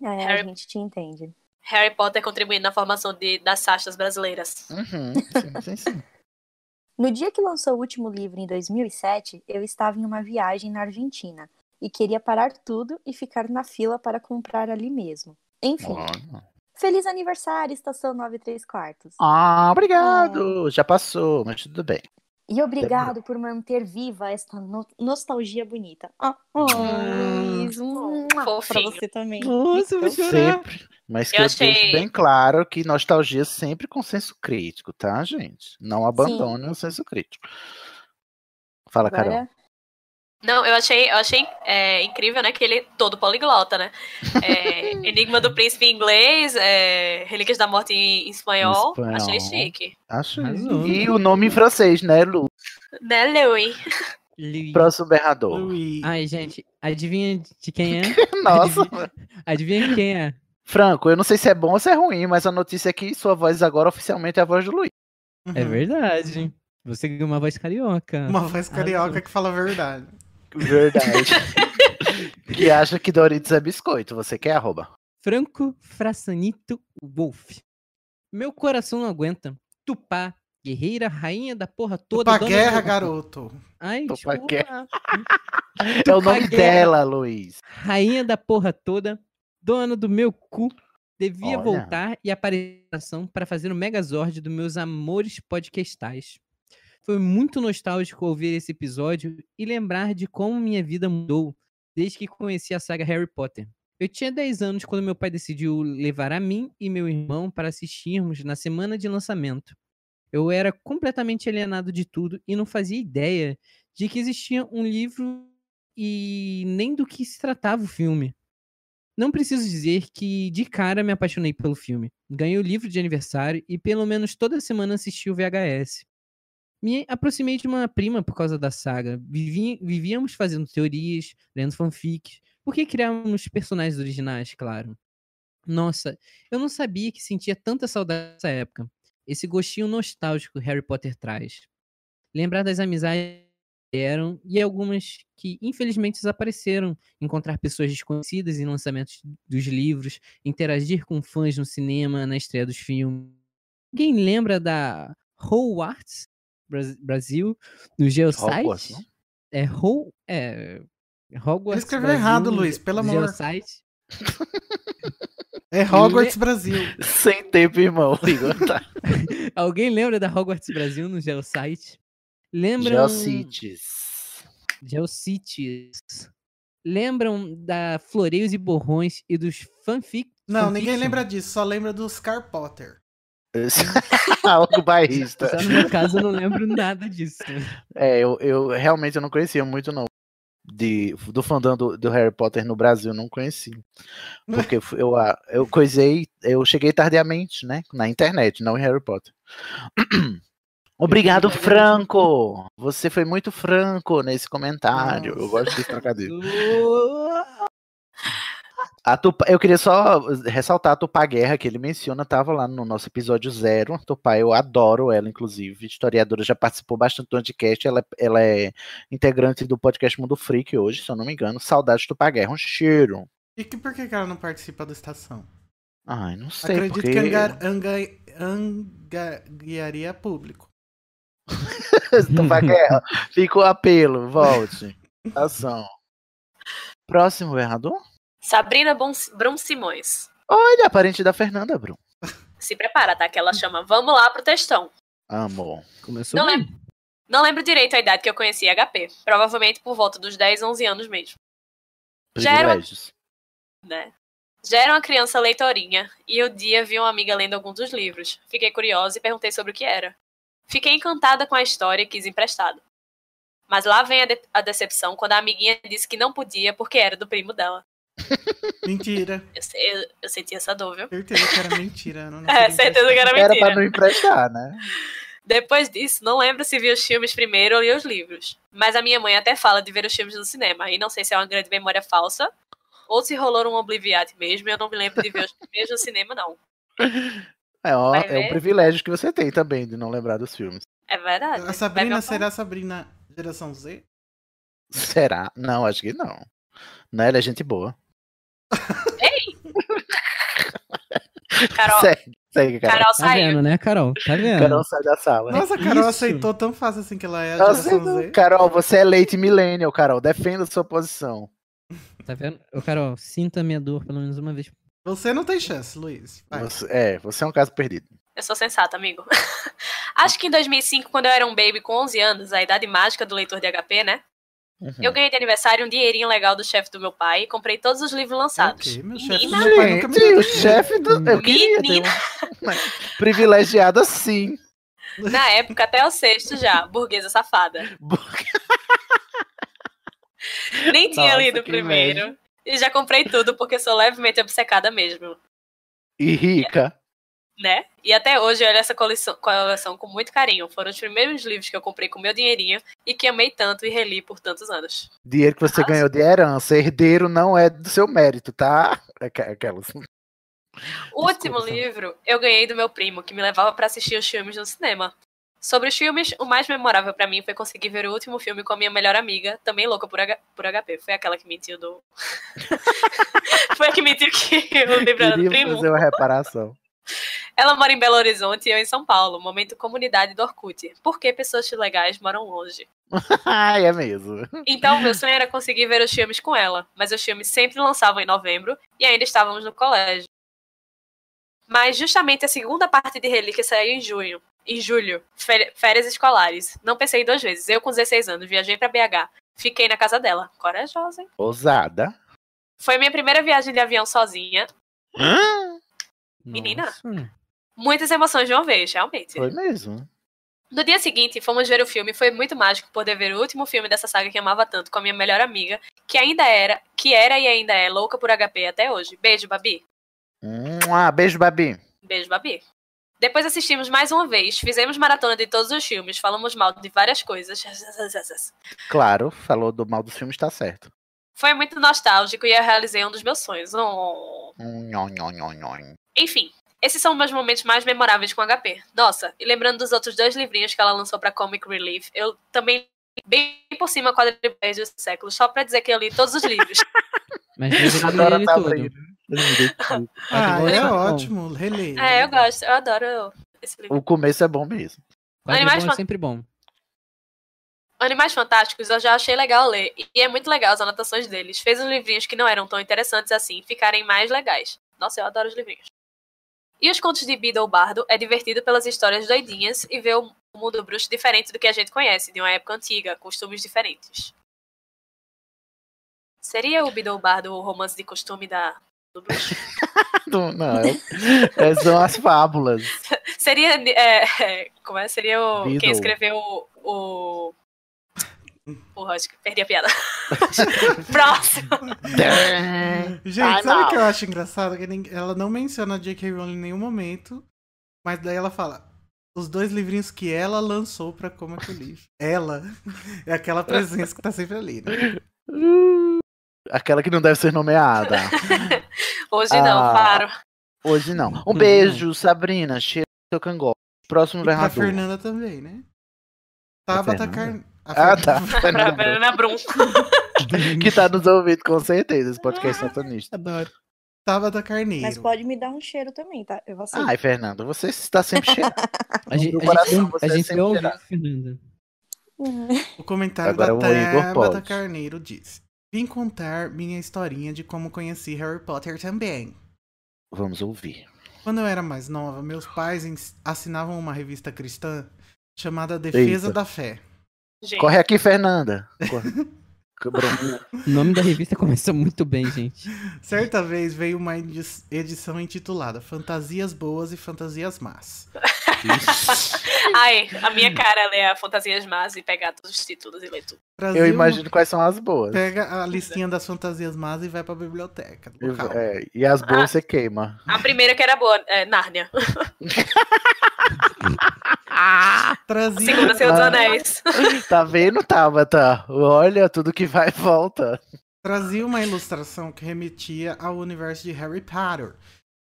É, a Harry- gente te entende. Harry Potter contribuindo na formação de, das sastas brasileiras. Uhum, sim, sim, sim. No dia que lançou o último livro, em 2007, eu estava em uma viagem na Argentina e queria parar tudo e ficar na fila para comprar ali mesmo. Enfim, Olha. feliz aniversário, Estação 93 Quartos. Ah, obrigado. Já passou, mas tudo bem. E obrigado por manter viva esta no- nostalgia bonita. Ah, oh, Ah. Luiz, um pra Fofinho. você também. Então, Nossa, eu vou chorar. Sempre. Mas Eu que eu, achei- deixo bem claro que nostalgia é sempre com senso crítico, tá, gente? Não abandone o senso crítico. Fala, é Carol. Agora, Não, eu achei, eu achei é, incrível, né? Que ele é todo poliglota, né? É, Enigma do Príncipe em inglês, é, Relíquias da Morte em espanhol. Espanhol. Achei chique. Acho. Arrasou. E o nome em francês, né, Lu? Né, Louis? Luiz. Próximo berrador. Luiz. Ai, gente, adivinha de <laughs> quem é? <laughs> Nossa. Adivinha quem é? Franco, eu não sei se é bom ou se é ruim, mas a notícia é que sua voz agora oficialmente é a voz do Luiz. É Uhum. verdade. Você ganhou uma voz carioca. Uma voz carioca Arrasou. que fala a verdade. Verdade. <laughs> que acha que Doritos é biscoito. Você quer, arroba? Franco Frassanito Wolf. Meu coração não aguenta. Tupá, guerreira, rainha da porra toda. Pra dona guerra, do- garoto. Ai, Tupá desculpa. guerra. É o nome Guerra. dela, Luiz. Rainha da porra toda, dona do meu cu. Devia Olha. voltar e aparecer na ação para fazer o Megazord dos meus amores podcastais. Foi muito nostálgico ouvir esse episódio e lembrar de como minha vida mudou desde que conheci a saga Harry Potter. Eu tinha 10 anos quando meu pai decidiu levar a mim e meu irmão para assistirmos na semana de lançamento. Eu era completamente alienado de tudo e não fazia ideia de que existia um livro e nem do que se tratava o filme. Não preciso dizer que de cara me apaixonei pelo filme. Ganhei o livro de aniversário e pelo menos toda semana assisti o VHS. Me aproximei de uma prima por causa da saga. Vivi- vivíamos fazendo teorias, lendo fanfics. Por que criávamos personagens originais, claro? Nossa, eu não sabia que sentia tanta saudade dessa época. Esse gostinho nostálgico que Harry Potter traz. Lembrar das amizades eram e algumas que infelizmente desapareceram. Encontrar pessoas desconhecidas em lançamentos dos livros, interagir com fãs no cinema, na estreia dos filmes. Ninguém lembra da Whole Arts Bras- Brasil no Geosite? Hogwarts, não? é Whole é Hogwarts. Ele escreveu Brasil errado, no Luiz, pelo amor. Geosite. É Hogwarts Brasil. Sem tempo, irmão. Igor, tá. Alguém lembra da Hogwarts Brasil no Geosite? Lembram Geocities. Geocities. Lembram da Floreios e Borrões e dos fanfic? Não, ninguém fanfiction? lembra disso, só lembra do Scar Potter. <laughs> Algo bairrista. Já No meu caso, eu não lembro nada disso. É, eu, eu realmente eu não conhecia muito, não. De, do fandom do, do Harry Potter no Brasil, eu não conheci. Porque eu fui- eu, ah, eu coisei, eu cheguei tardiamente, né? Na internet, não em Harry <clears throat> Potter. Obrigado, Franco! Você foi muito franco nesse comentário. Eu gosto desse trocadilho. A Tupá- eu queria só ressaltar a Tupá Guerra, que ele menciona, estava lá no nosso episódio zero. A Tupá, eu adoro ela, inclusive. Historiadora, já participou bastante do podcast. Ela, ela é integrante do podcast Mundo Freak hoje, se eu não me engano. Saudade de Tupá Guerra, um cheiro. E que, por que que ela não participa da estação? Ai, não sei. Acredito porque... que é um angar, angai- angariaria público. Hum, Tupá Guerra, fica o apelo, volte. Ação. Próximo errador? Sabrina Bons- Brum Simões. Olha, parente da Fernanda, Bruno. Se prepara, tá? Que ela chama Vamos lá pro textão. Amor. Começou Não bem. Não lembro direito a idade que eu conheci HP. Provavelmente por volta dos 10, 11 anos mesmo, Já era uma- Privilégios. né? Já era uma criança leitorinha e o dia vi uma amiga lendo algum dos livros. Fiquei curiosa e perguntei sobre o que era. Fiquei encantada com a história e quis emprestado. Mas lá vem a, de- a decepção quando a amiguinha disse que não podia porque era do primo dela. Mentira. Eu, se- eu- eu senti essa dor, viu? Certeza que era mentira. eu Não, não <laughs> É, queria certeza que era Era mentira. pra não emprestar, né? Depois disso, não lembro se vi os filmes primeiro ou li os livros. Mas a minha mãe até fala de ver os filmes no cinema. E não sei se é uma grande memória falsa ou se rolou um obliviate mesmo. e Eu não me lembro de ver os filmes no cinema, não. É, ó, Vai é um ver. privilégio que você tem também de não lembrar dos filmes. É verdade. A Sabrina será Sabrina geração Z? Será? Não, acho que não. Não, ela é gente boa. <laughs> Carol, segue, segue, Carol. Tá Carol saiu. vendo, né, Carol? Tá vendo? Carol sai da sala. Nossa, a Carol Isso. aceitou tão fácil assim que ela é a Ela geração aceitou. Z. Carol, você é leite millennial, Carol. Defenda sua posição. Tá vendo? Ô, Carol, sinta a minha dor pelo menos uma vez. Você não tem chance, Luiz. Vai. Você- é, você é um caso perdido. Eu sou sensata, amigo. <laughs> Acho que em 2005, quando eu era um baby com 11 anos, a idade mágica do leitor de HP, né? Uhum. Eu ganhei de aniversário um dinheirinho legal do chefe do meu pai e comprei todos os livros lançados. Ok, meu chefe do Menina, meu pai nunca me Gente, deu o dinheiro. chefe do. Eu queria ter menina, uma... Privilegiada sim. na época até o sexto já, burguesa <laughs> safada. Nem tinha Nossa, lido o que primeiro. inveja. E já comprei tudo porque sou levemente obcecada mesmo, E rica. né? E até hoje eu olho essa coleção, coleção com muito carinho. Foram os primeiros livros que eu comprei com meu dinheirinho e que amei tanto e reli por tantos anos. Dinheiro que você ganhou de herança. Herdeiro não é do seu mérito, tá? Aqu- Aquelas. O último livro eu ganhei do meu primo, que me levava pra assistir os filmes no cinema. Sobre os filmes, o mais memorável pra mim foi conseguir ver o último filme com a minha melhor amiga, também louca por, H- por HP. Foi aquela que mentiu do. <laughs> foi a que mentiu que o livro era do Queria primo. fazer uma reparação. <laughs> Ela mora em Belo Horizonte e eu em São Paulo, momento comunidade do Orkut. Por que pessoas legais moram longe? Ai, é mesmo. Então, meu sonho era conseguir ver os filmes com ela, mas os filmes sempre lançavam em novembro e ainda estávamos no colégio. Mas justamente a segunda parte de Relíquia saiu em junho. Em julho, fé- férias escolares. Não pensei duas vezes. Eu, com 16 anos, viajei para BH, Fiquei na casa dela. Corajosa, hein? Ousada. Foi minha primeira viagem de avião sozinha. Hã? Menina. Muitas emoções de uma vez, realmente. É. Foi mesmo. No dia seguinte, fomos ver o filme e foi muito mágico poder ver o último filme dessa saga que amava tanto com a minha melhor amiga, que ainda era, que era e ainda é louca por HP até hoje. Beijo, Babi. Ah, beijo, Babi. Beijo, Babi. Depois assistimos mais uma vez, fizemos maratona de todos os filmes, falamos mal de várias coisas. <laughs> Claro, falou do mal dos filmes, tá certo. Foi muito nostálgico e eu realizei um dos meus sonhos. Oh. Nhon, nhon, nhon, nhon. Enfim, esses são meus momentos mais memoráveis com HP. Nossa, e lembrando dos outros dois livrinhos que ela lançou pra Comic Relief, eu também li bem por cima quadribés do século, só pra dizer que eu li todos os livros. Mas eu adoro Adoro ele tá tudo. abrindo. <laughs> Lembrei tudo. <laughs> Ah, é Bom. ótimo. Releia. é, eu gosto, eu adoro esse livro. O começo é bom mesmo. <laughs> Animais Quadribol é fan- sempre bom. Animais Fantásticos eu já achei legal ler, e é muito legal as anotações deles. Fez os livrinhos que não eram tão interessantes assim ficarem mais legais. Nossa, eu adoro os livrinhos. E os contos de Bida ou Bardo é divertido pelas histórias doidinhas e vê o mundo bruxo diferente do que a gente conhece, de uma época antiga, costumes diferentes. Seria o Bida ou Bardo o romance de costume da... do bruxo? Não, não, é- é- são as fábulas. Seria... é, é, como é? Seria o, quem Beedle. escreveu o... o... Porra, acho que perdi a piada. <laughs> Próximo! Gente, Ai, sabe o não. que eu acho engraçado? Que ninguém- ela não menciona a J.K. Rowling em nenhum momento, mas daí ela fala os dois livrinhos que ela lançou pra <laughs> Como que eu li. Ela é aquela presença que tá sempre ali, <laughs> né? Aquela que não deve ser nomeada. Hoje não, Ah. paro. Hoje não. Um beijo, Sabrina. Cheiro do seu cangol. Próximo Uhum. E pra narrador. Fernanda também, né? Tabata Fernanda? Carne. Ah, <laughs> tá. Fernanda Brum. Fernanda Brum. que tá nos ouvindo, com certeza, esse podcast Ah. satanista. Adoro. Tabata Mas Carneiro. pode me dar um cheiro também, tá? Eu aceito. Ai, Fernanda, você está <laughs> sempre cheirando. A gente, No a gente coração não- você a gente sempre não ouviu, terá. Fernanda. Uhum. O comentário Agora o da Igor Tabata pode. Carneiro disse: Vim contar minha historinha de como conheci Harry Potter também. Vamos ouvir. Quando eu era mais nova, meus pais ens- assinavam uma revista cristã chamada Defesa Eita. da Fé. Gente. Corre aqui, Fernanda. <laughs> Corre. Brum. O nome da revista <laughs> começa muito bem, gente. Certa vez veio uma edi- edição intitulada Fantasias Boas e Fantasias Más. Ai, a minha cara ela é a Fantasias Más e pegar todos os títulos e ler tudo. Trazia Eu uma- imagino quais são as boas. Pega a listinha das fantasias más e vai pra biblioteca. do E- local. é, e as boas Ah. você queima. <laughs> A primeira que era boa, é Nárnia. A Trazia segunda, Senhor dos Ah. Anéis. Tá vendo, Tabata? Olha tudo que vai e volta. Trazia uma ilustração que remetia ao universo de Harry Potter,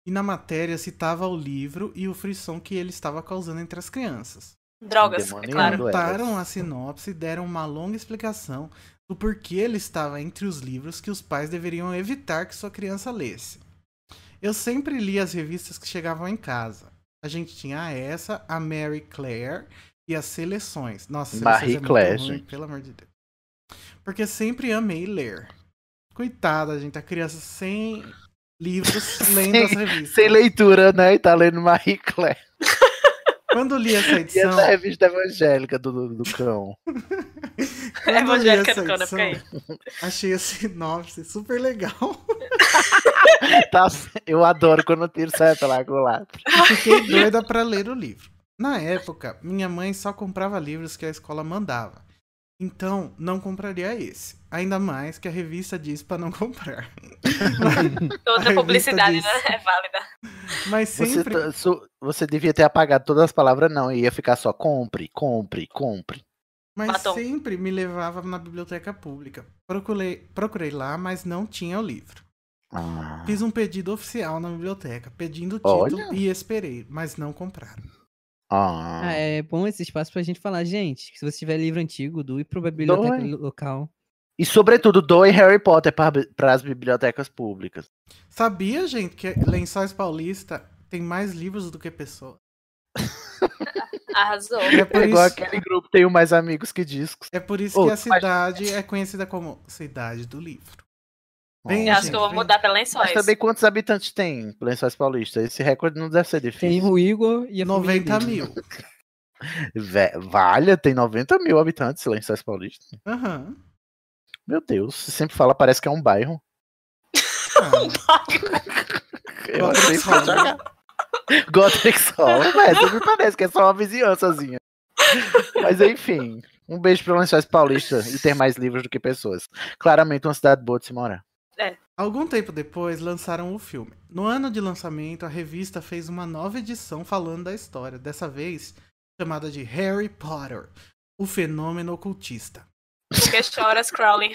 e na matéria citava o livro e o frisson que ele estava causando entre as crianças. Drogas, é Demoniado. claro. Contaram a sinopse e deram uma longa explicação do porquê ele estava entre os livros que os pais deveriam evitar que sua criança lesse. Eu sempre li as revistas que chegavam em casa. A gente tinha essa, a Mary Claire e as seleções. Nossa, Marie seleções é muito Claire, ruim, gente. pelo amor de Deus. Porque sempre amei ler. Coitada, gente, a criança sem <laughs> livros lendo as revistas. Sem leitura, né? E tá lendo Marie Claire. Quando li essa E edição, essa revista evangélica do, do, do cão. Quando eu li Evangélica essa É do Conan, edição, <laughs> Achei a sinopse super legal. Tá- eu adoro quando o tiro sai pela culatra. Fiquei doida pra ler o livro. Na época, minha mãe só comprava livros que a escola mandava. Então, não compraria esse. Ainda mais que a revista diz pra não <laughs> comprar. A Toda revista publicidade, diz. né? É válida. Mas Você, sempre. tá- su- você devia ter apagado todas as palavras, não. E ia ficar só compre, compre, compre. Mas Batom. sempre me levava na biblioteca pública. Procurei, procurei lá, mas não tinha o livro. Ah, Fiz um pedido oficial na biblioteca, pedindo o título Olha. e esperei, mas não compraram. ah. Ah, é bom esse espaço pra gente falar, gente. Se você tiver livro antigo, doe pra biblioteca Doe. lo- local. E sobretudo, doe Harry Potter para as bibliotecas públicas. Sabia, gente, que Lençóis Paulista tem mais livros do que pessoas? Arrasou. É por É igual isso, aquele grupo Tenho Mais Amigos que Discos. é por isso Ô, que a tu faz- cidade é conhecida como Cidade do Livro. Bom, Vem, Eu acho gente, que eu vou vem. mudar pra Mas lençóis. também quantos habitantes tem Lençóis Paulista? Esse recorde não deve ser Tem um. difícil. o Igor e a família 90 dele. mil. Vé- Valha, tem 90 mil habitantes Lençóis Paulista. Aham. Meu Deus, você sempre fala, parece que é um bairro. Um Ah, bairro. Eu achei só jogar. <laughs> Gothic Sol, velho, sempre parece que é só uma vizinhançazinha. Mas enfim, um beijo para Lençóis Paulista e ter mais livros do que pessoas. Claramente uma cidade boa de se morar. É. Algum tempo depois lançaram o filme. No ano de lançamento, a revista fez uma nova edição falando da história, dessa vez chamada de Harry Potter, o fenômeno ocultista. Porque choras, Crowley.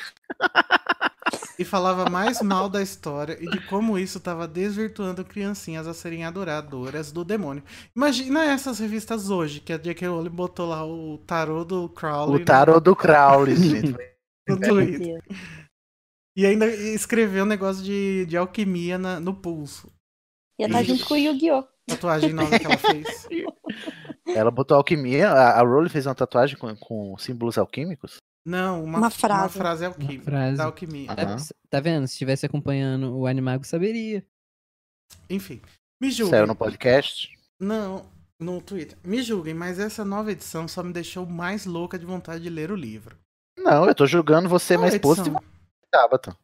E falava mais mal da história e de como isso estava desvirtuando criancinhas a serem adoradoras do demônio. Imagina essas revistas hoje, que a J.K. Rowling botou lá o tarô do Crowley. né, O tarô do Crowley, gente. No Twitter. E ainda escreveu um negócio de, de alquimia na- no pulso. Ia estar junto com o Yu-Gi-Oh! Tatuagem nova que ela fez. Ela botou alquimia, a, a Rowling fez uma tatuagem com, com símbolos alquímicos. Não, uma, Uma uma frase. frase. alquímica. frase. Da alquimia. Aham. Tá, tá vendo? Se estivesse acompanhando o Animago, saberia. Enfim. Me julguem. Saiu no podcast. Não, no Twitter. Me julguem, mas essa nova edição só me deixou mais louca de vontade de ler o livro. Não, eu tô julgando você, Qual minha esposa, de edição? sábado.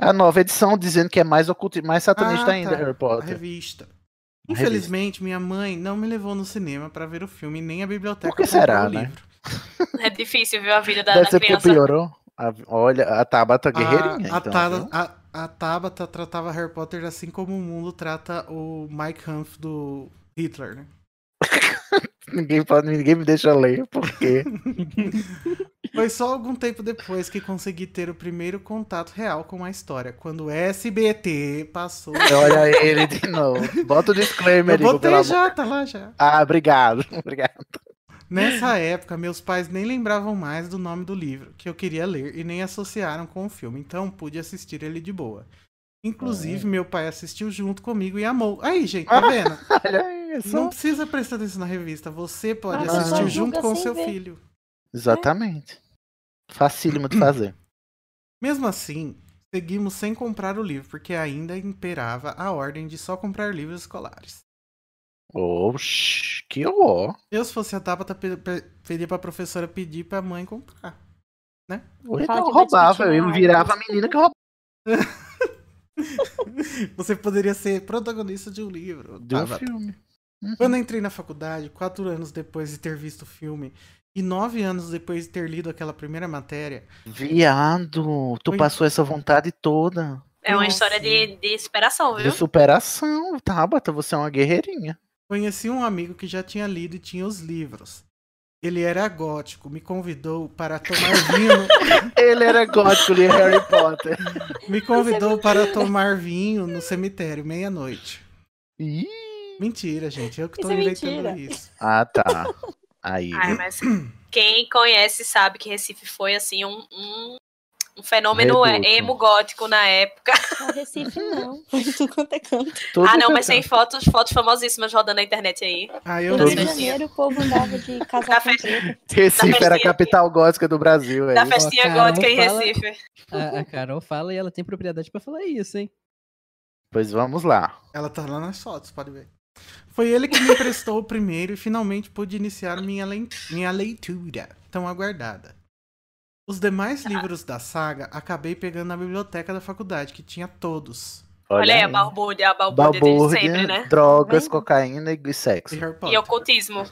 A nova edição dizendo que é mais oculto, mais satanista Ah, ainda, tá. Harry A Potter. revista. Infelizmente, minha mãe não me levou no cinema pra ver o filme, nem a biblioteca. Por que pra comprar será, o né? livro. É difícil, viu, a vida da, Deve da ser porque criança. piorou. A- olha, a Tabata guerreirinha. Ah, A, a, então, Taba- viu? a, a Tabata tratava Harry Potter assim como o mundo trata o Mike Humph do Hitler, né? ninguém, pode, ninguém me deixa ler, <laughs> porque. Foi só algum tempo depois que consegui ter o primeiro contato real com a história, quando o SBT passou. olha ele de novo. Bota o disclaimer, Eu Igor, botei pelo já, amor- tá lá já. Ah, obrigado. <laughs> obrigado. Nessa época, meus pais nem lembravam mais do nome do livro que eu queria ler e nem associaram com o filme, então pude assistir ele de boa. Inclusive, meu pai assistiu junto comigo e amou. Aí, gente, tá Ah! vendo? <laughs> Olha aí, é só- Não precisa prestar atenção na revista, você pode Ah, assistir só junto julga com sem seu ver. filho. Exatamente. Facílimo de fazer. Mesmo assim, seguimos sem comprar o livro, porque ainda imperava a ordem de só comprar livros escolares. Oxi, que horror. Eu, se fosse a Tabata, pe- pe- pedia pra professora pedir pra mãe comprar. Né? Eu não Fala que vai né? roubava, discutir eu na virava a menina que roubava. Você poderia ser protagonista de um livro. De um Tabata. filme. Quando eu entrei na faculdade, quatro anos depois de ter visto o filme, e nove anos depois de ter lido aquela primeira matéria, Viado, tu Foi- passou essa vontade toda. É uma Nossa. história de, de superação, De viu? superação, Tabata, você é uma guerreirinha. Conheci um amigo que já tinha lido e tinha os livros. Ele era gótico, me convidou para <laughs> tomar vinho. Ele era gótico de Harry Potter. me é convidou para tomar vinho no cemitério, meia-noite. <laughs> Ih, Mentira, gente. Eu que Isso tô é inventando mentira. isso. Ah, tá. Aí. Ai, Ah, mas quem conhece sabe que Recife foi assim um, um, um fenômeno Reduto. emo gótico na época. Não, <laughs> Recife não. Foi tudo quanto é canto. todo ah, não, mas tem cantando. fotos, fotos famosíssimas rodando na internet aí. Ah, No eu Todo Rio de mundo. vi. Janeiro, o povo andava de Da, casaco fe- preto. <laughs> Recife era a festinha. capital gótica do Brasil, é da isso? festinha Ó, Carol, gótica em fala- Recife. <laughs> A, a Carol fala e ela tem propriedade pra falar isso, hein? Pois vamos lá. Ela tá lá nas fotos, pode ver. Foi ele que me <laughs> emprestou o primeiro e finalmente pude iniciar minha, lei- minha leitura, tão aguardada. Os demais livros da saga acabei pegando na biblioteca da faculdade, que tinha todos. Olha aí, a aí. balbúrdia, a balbúrdia, balbúrdia, desde sempre, né? drogas, Vem. cocaína e sexo. <laughs> E Harry E Potter. ocultismo.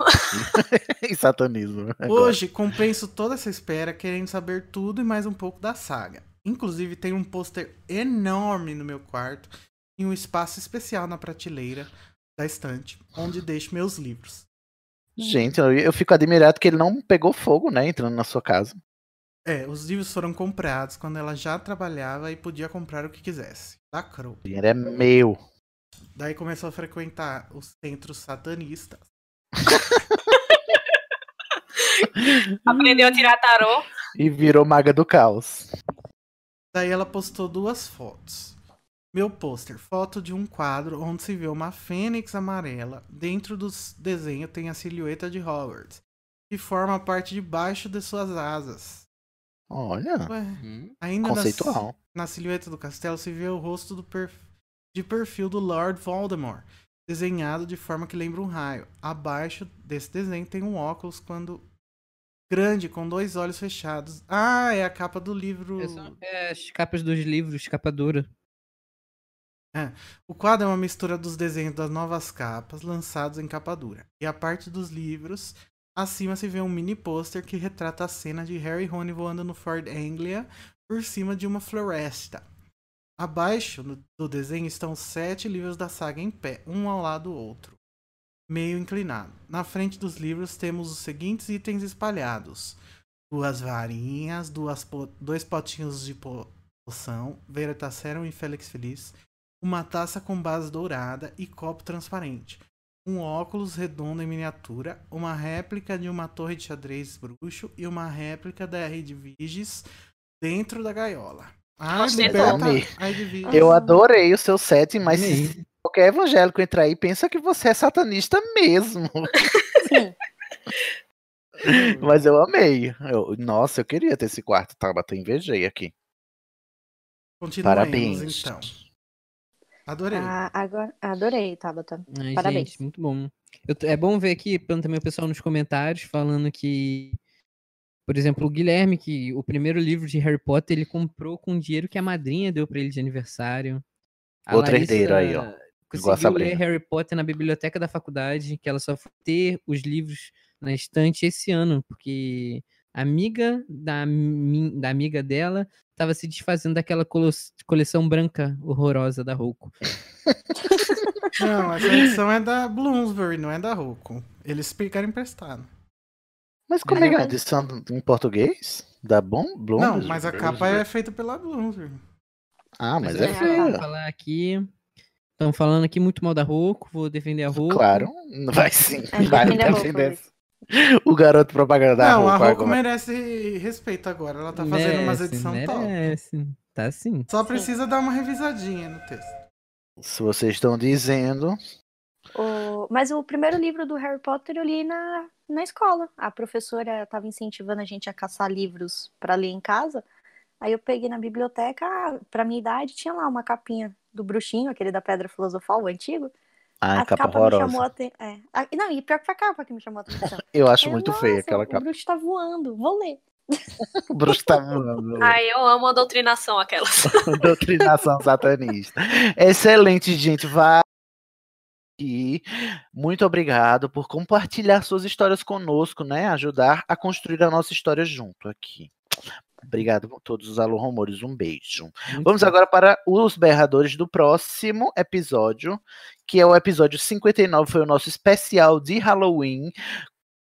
<laughs> e satanismo. É agora. Hoje compenso toda essa espera querendo saber tudo e mais um pouco da saga. Inclusive tem um pôster enorme no meu quarto e um espaço especial na prateleira da estante, onde deixo meus livros. Gente, eu, eu fico admirado que ele não pegou fogo, né? Entrando na sua casa. É, os livros foram comprados quando ela já trabalhava e podia comprar o que quisesse. Lacrou. O dinheiro é meu. Daí começou a frequentar os centros satanistas. Aprendeu a tirar tarô. E virou maga do caos. Daí ela postou duas fotos. Meu pôster, foto de um quadro onde se vê uma fênix amarela. Dentro do s- desenho tem a silhueta de Howard, que forma a parte de baixo de suas asas. Olha, Ué, ainda na s- conceitual. na silhueta do castelo se vê o rosto do perf- de perfil do Lord Voldemort, desenhado de forma que lembra um raio. Abaixo desse desenho tem um óculos quando grande, com dois olhos fechados. Ah, é a capa do livro. É, as capas dos livros, capa dura. É. O quadro é uma mistura dos desenhos das novas capas lançados em capa dura. E a parte dos livros, acima se vê um mini pôster que retrata a cena de Harry e Rony voando no Ford Anglia por cima de uma floresta. Abaixo do desenho estão sete livros da saga em pé, um ao lado do outro, meio inclinado. Na frente dos livros temos os seguintes itens espalhados: duas varinhas, duas po dois potinhos de po poção, Veritaserum e Félix Feliz, uma taça com base dourada e copo transparente, um óculos redondo em miniatura, uma réplica de uma torre de xadrez bruxo e uma réplica da Rede Vigis dentro da gaiola. Ah, eu adorei o seu set, mas Sim. qualquer evangélico entrar aí pensa que você é satanista <laughs> mesmo. Sim. mas eu amei. Eu, nossa, eu queria ter esse quarto, Tabata. Tá? Invejei aqui. Parabéns. Então. Adorei. Ah, agora, adorei, Tabata. Ai, Parabéns. Gente, muito bom. Eu, é bom ver aqui também o pessoal nos comentários falando que por exemplo, o Guilherme, que o primeiro livro de Harry Potter ele comprou com o dinheiro que a madrinha deu para ele de aniversário. A Outro Larissa herdeiro aí, ó. Conseguiu Igual ler Harry Potter na biblioteca da faculdade, que ela só foi ter os livros na estante esse ano, porque a amiga da, da amiga dela estava se desfazendo daquela cole coleção branca horrorosa da Roku. não, a coleção é da Bloomsbury, não é da Roku. Eles pegaram emprestado. Mas como é que é a edição em português? Da Bom Bloom? Não, mas a capa é feita pela Bloomsbury. Ah, mas, mas é, é feia. falar aqui. Estão falando aqui muito mal da Roku, vou defender a Roku. Claro, vai sim. É, Vai defender. O garoto propaganda da Não, Roku a Roku merece respeito agora. Ela tá fazendo umas edições top. Merece, tá sim. Só precisa dar uma revisadinha no texto. Se vocês estão dizendo, o... Mas o primeiro livro do Harry Potter eu li na, na escola. A professora estava incentivando a gente a caçar livros para ler em casa. Aí eu peguei na biblioteca, para minha idade, tinha lá uma capinha do bruxinho, aquele da Pedra Filosofal, o antigo. Ah, a capa, capa horrorosa. Me chamou a te... é. a... Não, e pior que foi a capa que me chamou a atenção. eu <laughs> acho eu, muito feia aquela o capa. O bruxo tá voando, vou ler. o bruxo tá voando. Ai, eu amo a doutrinação aquela. <laughs> doutrinação satanista. Excelente, gente. Vai aqui. Muito obrigado por compartilhar suas histórias conosco, né? Ajudar a construir a nossa história junto aqui. Obrigado a todos os Alô Rumores. Um beijo. Muito Vamos bom. agora para os berradores do próximo episódio, que é o episódio 59, foi o nosso especial de Halloween.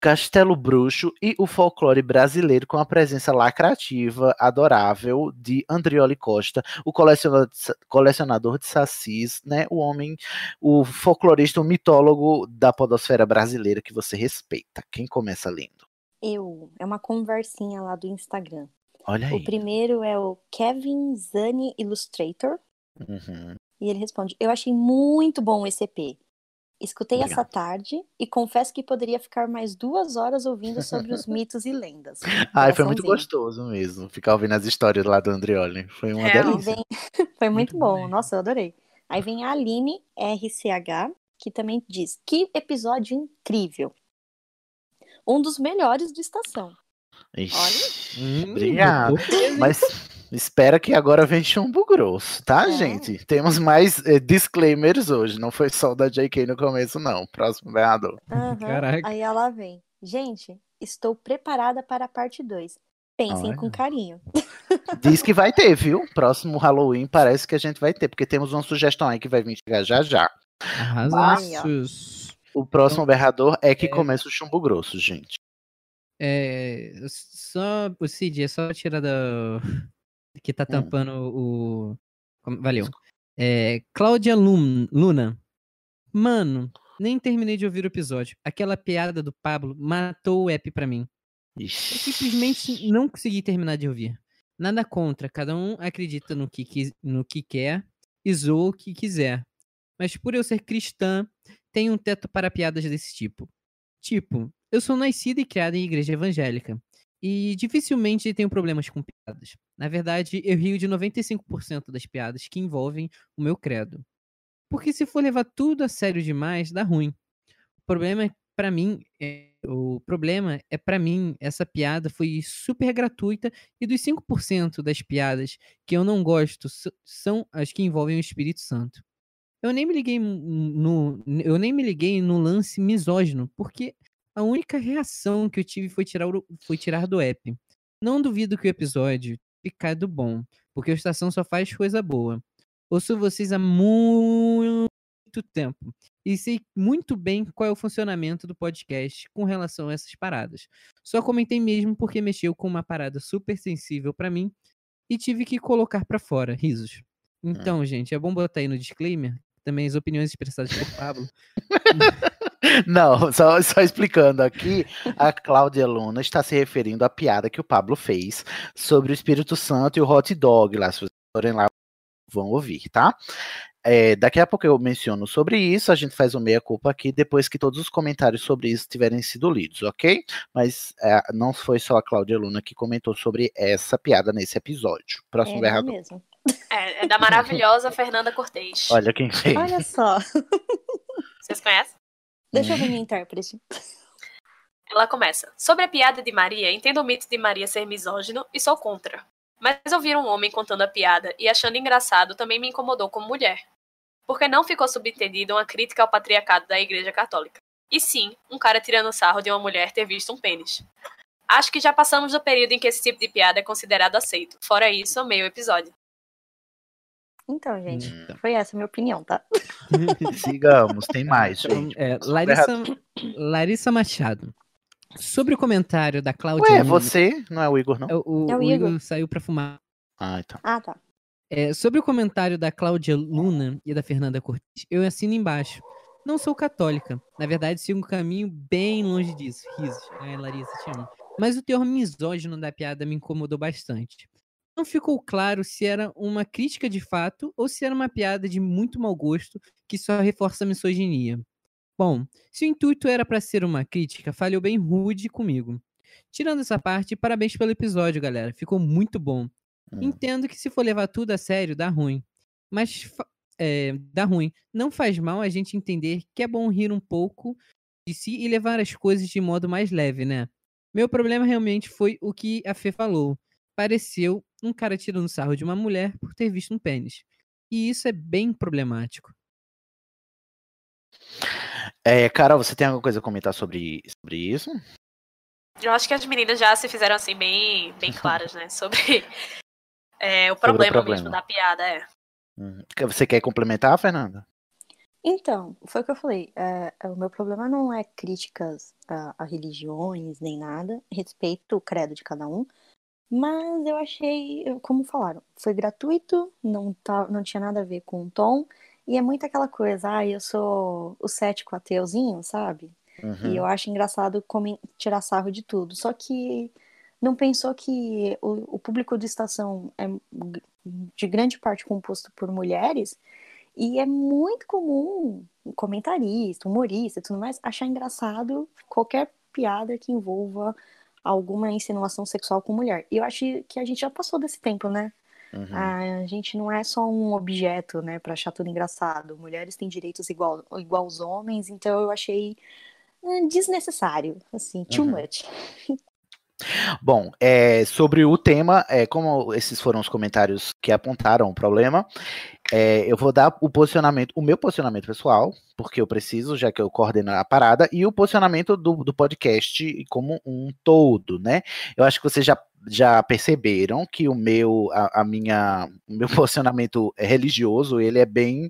Castelo Bruxo e o folclore brasileiro com a presença lacrativa, adorável, de Andrioli Costa, o colecionador de, colecionador de sacis, né? O homem, o folclorista, o mitólogo da podosfera brasileira que você respeita. Quem começa lendo? Eu. É uma conversinha lá do Instagram. Olha aí. O primeiro é o Kevin Zani Illustrator. Uhum. E ele responde: Eu achei muito bom esse EP. Escutei Obrigado. essa tarde e confesso que poderia ficar mais duas horas ouvindo sobre os mitos e lendas. Ai, foi muito gostoso mesmo ficar ouvindo as histórias lá do Andrioli. Foi uma é, delícia. Vem... <laughs> foi muito, muito bom. bom, nossa, eu adorei. Aí vem a Aline RCH, que também diz: Que episódio incrível! Um dos melhores do Estação. Ixi, Olha. Hum, Obrigado. Mas Espera que agora vem chumbo grosso, tá, é. gente? Temos mais eh, disclaimers hoje. Não foi só o da JK no começo, não. Próximo ganhador. Uhum. Caraca. Aí ela vem. Gente, estou preparada para a parte 2. Pensem Olha. com carinho. Diz que vai ter, viu? Próximo Halloween parece que a gente vai ter, porque temos uma sugestão aí que vai vir chegar já já. Arrasos. O próximo então, berrador é que é... começa o chumbo grosso, gente. É, só, o Cid, é só tirar da, que tá tampando hum. o. Valeu. É, Cláudia Lum, Luna. Mano, nem terminei de ouvir o episódio. Aquela piada do Pablo matou o app pra mim. Ixi. Eu simplesmente não consegui terminar de ouvir. Nada contra, cada um acredita no que, que, no que quer e zoa o que quiser. Mas por eu ser cristã, tenho um teto para piadas desse tipo. Tipo, eu sou nascida e criada em igreja evangélica e dificilmente tenho problemas com piadas. Na verdade, eu rio de 95% das piadas que envolvem o meu credo. Porque se for levar tudo a sério demais, dá ruim. O problema para mim é O problema é, para mim, essa piada foi super gratuita e dos 5% das piadas que eu não gosto s- são as que envolvem o Espírito Santo. Eu nem me liguei no, eu nem me liguei no lance misógino, porque a única reação que eu tive foi tirar, o- foi tirar do app. Não duvido que o episódio ficado bom, porque a estação só faz coisa boa. Ouço vocês há muito tempo e sei muito bem qual é o funcionamento do podcast com relação a essas paradas. Só comentei mesmo porque mexeu com uma parada super sensível pra mim e tive que colocar pra fora, risos. Hum. Então, gente, é bom botar aí no disclaimer também as opiniões expressadas por Pablo. Não, <laughs> só, só explicando aqui, a Cláudia Luna está se referindo à piada que o Pablo fez sobre o Espírito Santo e o hot dog lá. Se vocês forem lá, vão ouvir, tá? É, daqui a pouco eu menciono sobre isso, a gente faz o meia-culpa aqui depois que todos os comentários sobre isso tiverem sido lidos, ok? Mas é, não foi só a Cláudia Luna que comentou sobre essa piada nesse episódio. Próximo É, não verrador. mesmo. É, é da maravilhosa Fernanda Cortez. Olha quem fez. Olha só. Vocês conhecem? Deixa eu ver minha intérprete. Ela começa. Sobre a piada de Maria, entendo o mito de Maria ser misógino e sou contra. Mas ouvir um homem contando a piada e achando engraçado também me incomodou como mulher. Porque não ficou subentendida uma crítica ao patriarcado da Igreja Católica. E sim, um cara tirando sarro de uma mulher ter visto um pênis. Acho que já passamos do período em que esse tipo de piada é considerado aceito. Fora isso, amei o episódio. Então, gente, foi essa a minha opinião, tá? Sigamos, tem <laughs> mais, <laughs> gente. tá É, Próximo Larissa, verrador. Larissa Machado. Sobre o comentário da Cláudia. Ué, Luna- você? Não é o Igor, não? É, o, É o o Igor. Igor. saiu pra fumar. Ah, então. Ah, tá. É, sobre o comentário da Cláudia Luna e da Fernanda Cortes, eu assino embaixo. Não sou católica. Na verdade, sigo um caminho bem longe disso. Risos. Ai, Larissa, te amo. Mas o teor misógino da piada me incomodou bastante. Não ficou claro se era uma crítica de fato ou se era uma piada de muito mau gosto que só reforça a misoginia. Bom, se o intuito era para ser uma crítica, falhou bem rude comigo. Tirando essa parte, parabéns pelo episódio, galera. Ficou muito bom. Entendo que se for levar tudo a sério, dá ruim. Mas fa- é, dá ruim. Não faz mal a gente entender que é bom rir um pouco de si e levar as coisas de modo mais leve, né? Meu problema realmente foi o que a Fê falou. Pareceu um cara tirando sarro de uma mulher por ter visto um pênis. E isso é bem problemático. É, Carol, você tem alguma coisa a comentar sobre, sobre isso? Eu acho que as meninas já se fizeram assim bem, bem claras, né? Sobre <laughs> é, Sobre o, o problema problema. mesmo da piada, é. Uhum. Você quer complementar, Fernanda? Então, foi o que eu falei. é, é, o meu problema não é críticas a, a religiões nem nada. Respeito o credo de cada um. Mas eu achei, eu- como falaram, foi gratuito, não, tá, não tinha nada a ver com o tom. E é muito aquela coisa, ah, eu sou o cético ateuzinho, sabe? Uhum. E eu acho engraçado comen- tirar sarro de tudo. Só que não pensou que o, o público de estação é g- de grande parte composto por mulheres e é muito comum um comentarista, humorista e tudo mais achar engraçado qualquer piada que envolva alguma insinuação sexual com mulher. E eu acho que a gente já passou desse tempo, né? Uhum, Hum. A gente não é só um objeto, né, pra achar tudo engraçado. Mulheres têm direitos igual, igual aos homens, então eu achei eh, desnecessário, assim, too much. Bom, é, sobre o tema, é, como esses foram os comentários que apontaram o problema, é, eu vou dar o posicionamento, o meu posicionamento pessoal, porque eu preciso, já que eu coordeno a parada, e o posicionamento do, do podcast como um todo, né? Eu acho que vocês já, já perceberam que o meu, a, a minha, <laughs> o meu posicionamento religioso, ele é bem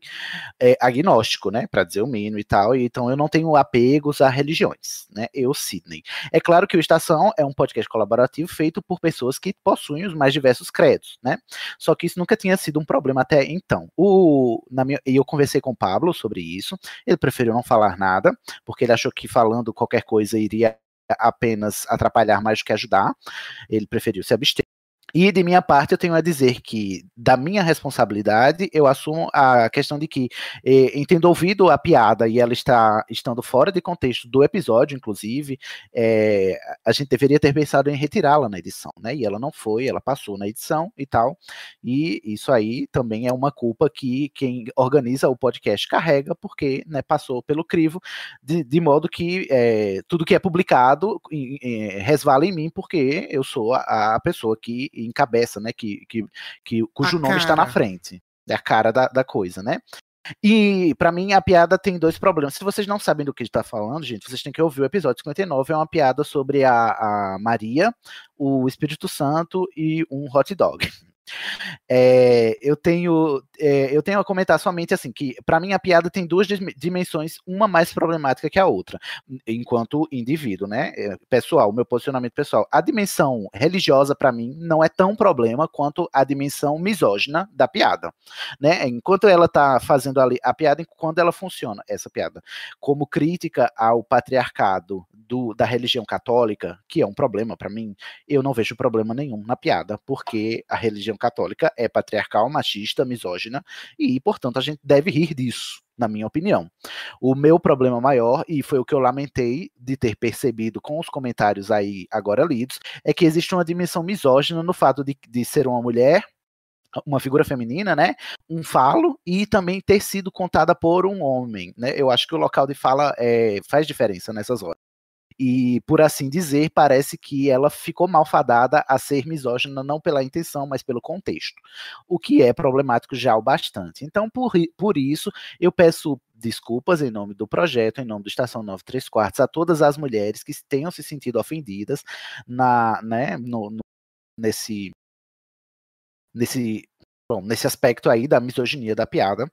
é, agnóstico, né, Pra dizer o mínimo e tal, e então eu não tenho apegos a religiões, né, eu, Sidney. É claro que o Estação é um podcast colaborativo feito por pessoas que possuem os mais diversos credos, né, só que isso nunca tinha sido um problema até então. O, na minha, e eu conversei com o Pablo sobre isso, ele preferiu não falar nada, porque ele achou que falando qualquer coisa iria apenas atrapalhar mais do que ajudar, ele preferiu se abster. E de minha parte, eu tenho a dizer que, da minha responsabilidade, eu assumo a questão de que, eh, em tendo ouvido a piada e ela está estando fora de contexto do episódio, inclusive, eh, a gente deveria ter pensado em retirá-la na edição, né? E ela não foi, ela passou na edição e tal. E isso aí também é uma culpa que quem organiza o podcast carrega, porque né, passou pelo crivo, de, de modo que eh, tudo que é publicado em- em- é, resvala em mim, porque eu sou a, a pessoa que encabeça, né? Que, que, que, cujo A nome está na cara. frente. É a cara da, da coisa, né? E pra mim a piada tem dois problemas. Se vocês não sabem do que a gente tá falando, gente, vocês têm que ouvir o episódio 59, é uma piada sobre a, a Maria, o Espírito Santo e um hot dog. É, eu tenho é, eu tenho a comentar somente assim que pra mim a piada tem duas dis- dimensões, uma mais problemática que a outra, enquanto indivíduo, né? É, Pessoal, meu posicionamento pessoal. A dimensão religiosa pra mim não é tão problema quanto a dimensão misógina da piada, né? Enquanto ela tá fazendo ali a piada, quando ela funciona essa piada como crítica ao patriarcado do- da religião católica, que é um problema pra mim, eu não vejo problema nenhum na piada, porque a religião católica é patriarcal, machista, misógina, e, portanto, a gente deve rir disso, na minha opinião. O meu problema maior, e foi o que eu lamentei de ter percebido com os comentários aí agora lidos, é que existe uma dimensão misógina no fato de- de ser uma mulher uma figura feminina, né? Um falo e também ter sido contada por um homem, né? Eu acho que o local de fala é, faz diferença nessas horas. E, por assim dizer, parece que ela ficou malfadada a ser misógina não pela intenção, mas pelo contexto, o que é problemático já o bastante. Então, por, i- por isso, eu peço desculpas em nome do projeto, em nome do Estação 93 Quartos, a todas as mulheres que tenham se sentido ofendidas na, né, no- no- nesse nesse bom, nesse aspecto aí da misoginia da piada.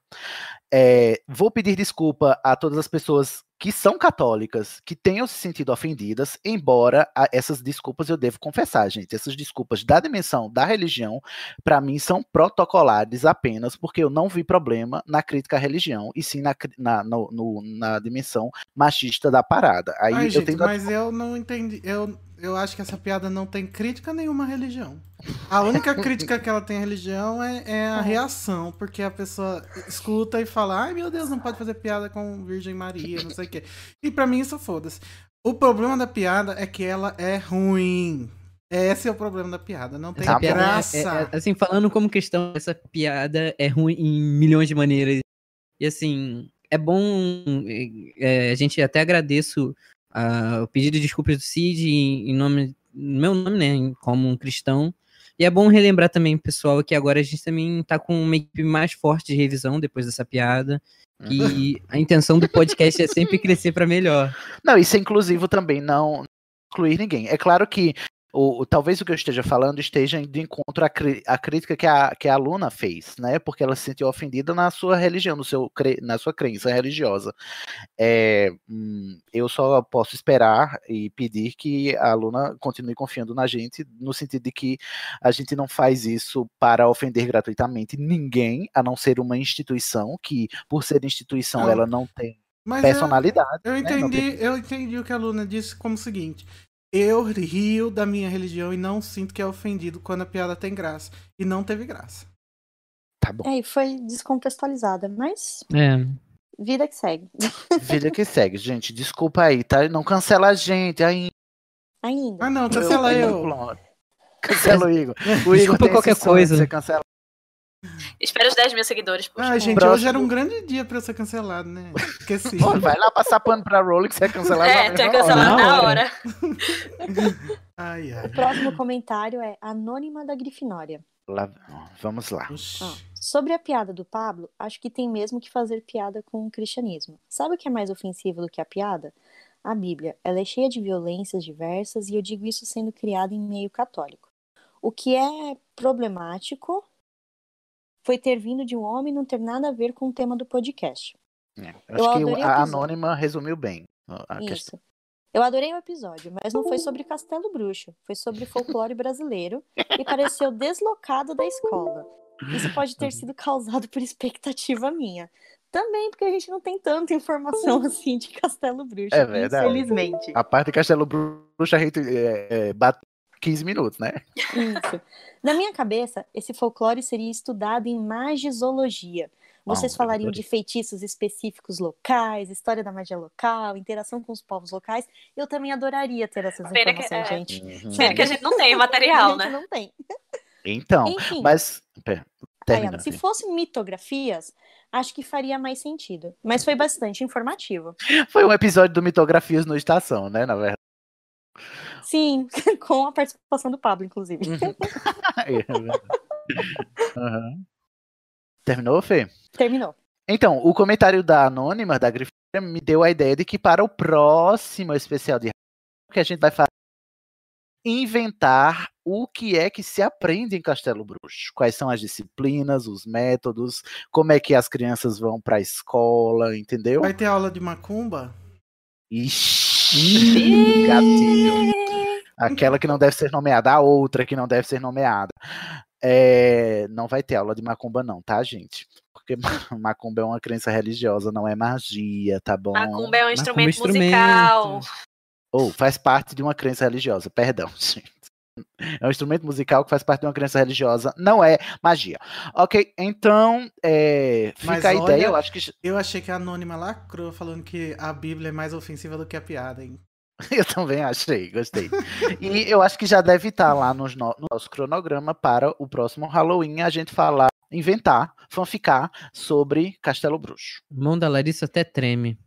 É, vou pedir desculpa a todas as pessoas que são católicas, que tenham se sentido ofendidas, embora a- essas desculpas eu devo confessar, gente, essas desculpas da dimensão da religião, para mim são protocolares apenas, porque eu não vi problema na crítica à religião, e sim na, cri- na, no- no- na dimensão machista da parada. Aí Ai, eu gente, tá tendo a- mas eu não entendi. Eu, eu acho que essa piada não tem crítica a nenhuma à religião. A única crítica que ela tem à religião é, é a reação, porque a pessoa escuta e fala: ai meu Deus, não pode fazer piada com Virgem Maria, não sei o quê. E pra mim isso foda-se. O problema da piada é que ela é ruim. Esse é o problema da piada. Não tem Essa piada é- graça. é- é- assim, falando como questão, essa piada é ruim em milhões de maneiras. E assim, é bom. é, é, a gente até agradeço ah, o pedido de desculpas do Cid em, em nome. no Meu nome, né? em- Como um cristão. E é bom relembrar também, pessoal, que agora a gente também tá com uma equipe mais forte de revisão depois dessa piada. <laughs> E a intenção do podcast é sempre crescer pra melhor. Não, isso é inclusivo também, não excluir ninguém. É claro que o, o- talvez o que eu esteja falando esteja de encontro à, cri- à crítica que a, que a aluna fez, né? Porque ela se sentiu ofendida na sua religião, no seu, cre- na sua crença religiosa. É, hum, eu só posso esperar e pedir que a aluna continue confiando na gente, no sentido de que a gente não faz isso para ofender gratuitamente ninguém, a não ser uma instituição que, por ser instituição, Não. ela não tem Mas eu- personalidade. Eu né? Não entendi, eu entendi o que a Luna disse como o seguinte. Eu rio da minha religião e não sinto que é ofendido quando a piada tem graça. E não teve graça. Tá bom. É, e foi descontextualizada, mas É. vida que segue. Vida que segue, gente. Desculpa aí, tá? Não cancela a gente ainda. Ainda. Ah, não, cancela eu. Cancela o Igor. Desculpa O Igor tem esse qualquer sonho coisa. de ser cancelado. Espera os 10 mil seguidores. por Ah, favor. gente, hoje era um grande dia pra eu ser cancelado, <laughs> né? Esqueci. Pô, vai lá passar pano pra Rolling que você é cancelado. É, na tu é mesma hora. cancelado na hora. hora. Ai, ai. O próximo comentário é Anônima da Grifinória. Lá- vamos lá. Ó, Ah. sobre a piada do Pablo, acho que tem mesmo que fazer piada com o cristianismo. Sabe o que é mais ofensivo do que a piada? A Bíblia. Ela é cheia de violências diversas e eu digo isso sendo criada em meio católico. O que é problemático foi ter vindo de um homem e não ter nada a ver com o tema do podcast. É, Acho Eu que adorei o- a o episódio. Anônima resumiu bem a a Isso. questão. Eu adorei o episódio, mas não foi sobre Castelo Bruxo, foi sobre folclore brasileiro e pareceu deslocado da escola. Isso pode ter sido causado por expectativa minha. Também porque a gente não tem tanta informação assim de Castelo Bruxo, É verdade. <laughs> infelizmente. A parte de Castelo Bruxo a gente é, é, bate 15 minutos, né? Isso. Na minha cabeça, esse folclore seria estudado em magizologia. Vocês Bom, falariam eu de adorei. feitiços específicos locais, história da magia local, interação com os povos locais. Eu também adoraria ter essas Pena que- informações, é. gente. Uhum. Pena que a gente não tem material, A gente né? não tem. Então, Enfim. mas. Pera, termina, Ayana, se Nathalie. fosse mitografias, acho que faria mais sentido. Mas foi bastante informativo. Foi um episódio do Mitografias no Estação, né? Na verdade. Sim, <laughs> com a participação do Pablo, inclusive. É verdade. <laughs> Aham. Terminou, Fê? Terminou. Então, o comentário da Anônima, da Grifeira, me deu a ideia de que para o próximo especial de Halloween, que a gente vai fazer inventar o que é que se aprende em Castelo Bruxo. Quais são as disciplinas, os métodos, como é que as crianças vão para a escola, entendeu? Vai ter aula de macumba? Ixi, gatilho. Aquela que não deve ser nomeada, a outra que não deve ser nomeada. É, não vai ter aula de macumba, não, tá, gente? Porque <laughs> macumba é uma crença religiosa, não é magia, tá bom? Macumba é um instrumento instrumento. musical. Ou faz parte de uma crença religiosa, perdão, <laughs> gente. É um instrumento musical que faz parte de uma crença religiosa, não é magia. Ok, então é, fica Mas a ideia, olha, eu acho que. Eu achei que a Anônima lacrou falando que a Bíblia é mais ofensiva do que a piada, hein? <laughs> Eu também achei, gostei. E eu acho que já deve estar lá nos no, no nosso cronograma para o próximo Halloween a gente falar, inventar, fanficar sobre Castelo Bruxo. <laughs> Mão da Larissa até treme.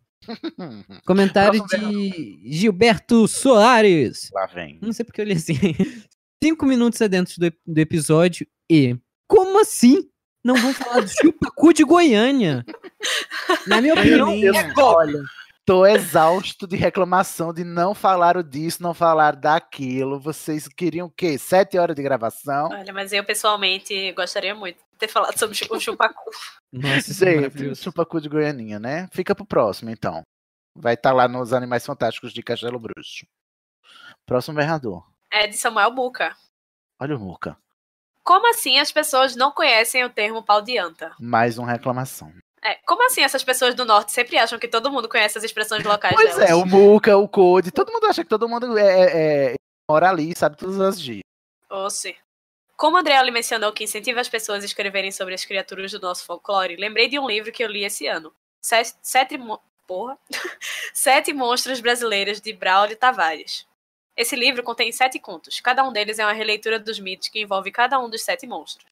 Comentário de Gilberto Soares. Lá vem. Não sei porque eu li assim. <laughs> Cinco minutos adentro do, ep- do episódio e. Como assim? Não vão falar do chupacu de Goiânia. Na minha opinião, Eu- é golpe. olha, tô exausto de reclamação de não falar o disso, não falar daquilo. Vocês queriam o quê? Sete horas de gravação? Olha, mas eu pessoalmente gostaria muito de ter falado sobre o chupacu. <laughs> Nossa, isso é Gente, maravilhoso. chupacu de Goianinha, né? Fica pro próximo, então. Vai estar lá nos Animais Fantásticos de Castelo Bruxo. Próximo berrador. É de Samuel Buca. Olha o Muca. Como assim as pessoas não conhecem o termo pau de anta? Mais uma reclamação. É, como assim essas pessoas do norte sempre acham que todo mundo conhece as expressões locais Pois delas? é, o Muca, o Code, todo mundo acha que todo mundo é, é- é- mora ali e sabe todas as gírias. Oxe. Como Andreoli mencionou que incentiva as pessoas a escreverem sobre as criaturas do nosso folclore, lembrei de um livro que eu li esse ano. Sete, sete, mo- porra. <laughs> sete Monstros Brasileiros, de Braulio Tavares. Esse livro contém sete contos. Cada um deles é uma releitura dos mitos que envolve cada um dos sete monstros.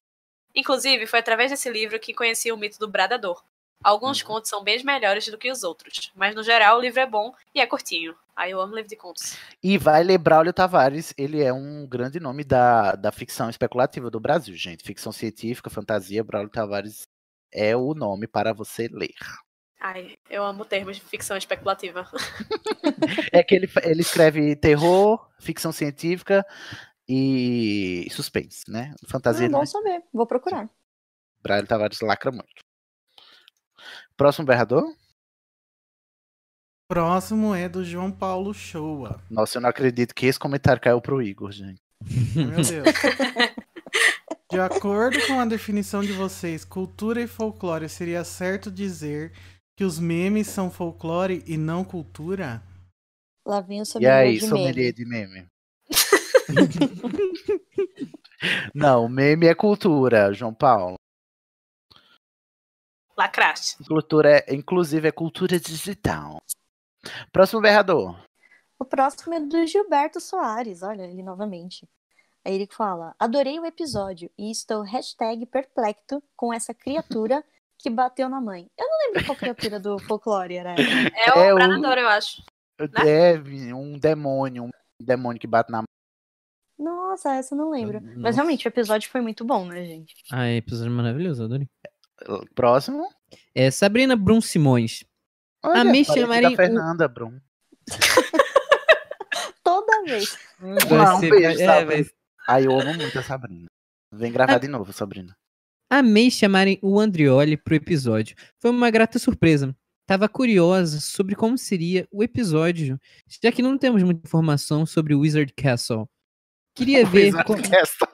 Inclusive, foi através desse livro que conheci o mito do Bradador. Alguns contos são bem melhores do que os outros, mas no geral o livro é bom e é curtinho. Aí eu amo livro de contos. E vai lembrar Braulio Tavares, ele é um grande nome da, da ficção especulativa do Brasil, gente. Ficção científica, fantasia, Braulio Tavares é o nome para você ler. Ai, eu amo termos de ficção especulativa. É que ele, fa- ele escreve terror, ficção científica e suspense, né? Fantasia Ah, ele não bom saber. Vou procurar. Braulio Tavares lacra muito. Próximo berrador? Próximo é do João Paulo Shoa. Nossa, eu não acredito que esse comentário caiu pro Igor, gente. Meu Deus. <laughs> De acordo com a definição de vocês, cultura e folclore, seria certo dizer que os memes são folclore e não cultura? Lá vem o E sommelier aí, de meme. sommelier de meme? Não, meme é cultura, João Paulo. Lacraste. Cultura é, inclusive, é cultura digital. Próximo berrador. O próximo é do Gilberto Soares, olha ele novamente. Aí ele fala: Adorei o episódio e estou hashtag perplexo com <laughs> essa criatura que bateu na mãe. Eu não lembro qual criatura do folclore era essa. É o É o- Bradador, eu acho. Né? Deve um demônio, um demônio que bate na Nossa, essa eu não lembro. Mas Nossa. realmente o episódio foi muito bom, né, gente? Ah, é episódio maravilhoso, adorei. Próximo. É Sabrina Brum Simões. Olha, Ah, Amei parece chamarem. Da Fernanda, Brum. Toda vez. Ah, um ser- beijo, é, Sabrina. vai- Ai, eu amo muito a Sabrina. Vem Ah, gravar de novo, Sabrina. Amei chamarem o Andrioli pro episódio. Foi uma grata surpresa. Tava curiosa sobre como seria o episódio, já que não temos muita informação sobre Wizard Castle. <laughs> Queria ver, Wizard co- <laughs> Castle.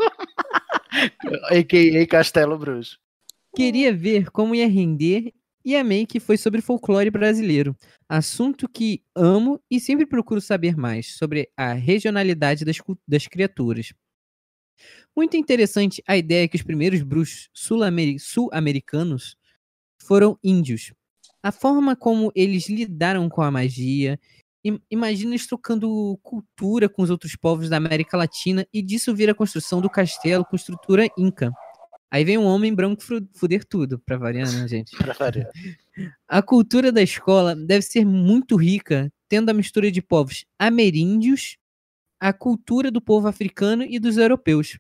A.K.A. Castelo Bruxo. queria ver como ia render e amei que foi sobre folclore brasileiro, assunto que amo e sempre procuro saber mais sobre a regionalidade das, das criaturas. Muito interessante a ideia que os primeiros bruxos sul-americanos foram índios. A forma como eles lidaram com a magia, imagina eles trocando cultura com os outros povos da América Latina e disso vir a construção do castelo com estrutura inca. Aí vem um homem branco fuder tudo, pra variar, né, gente? <laughs> pra variar. <laughs> A cultura da escola deve ser muito rica, tendo a mistura de povos ameríndios, a cultura do povo africano e dos europeus.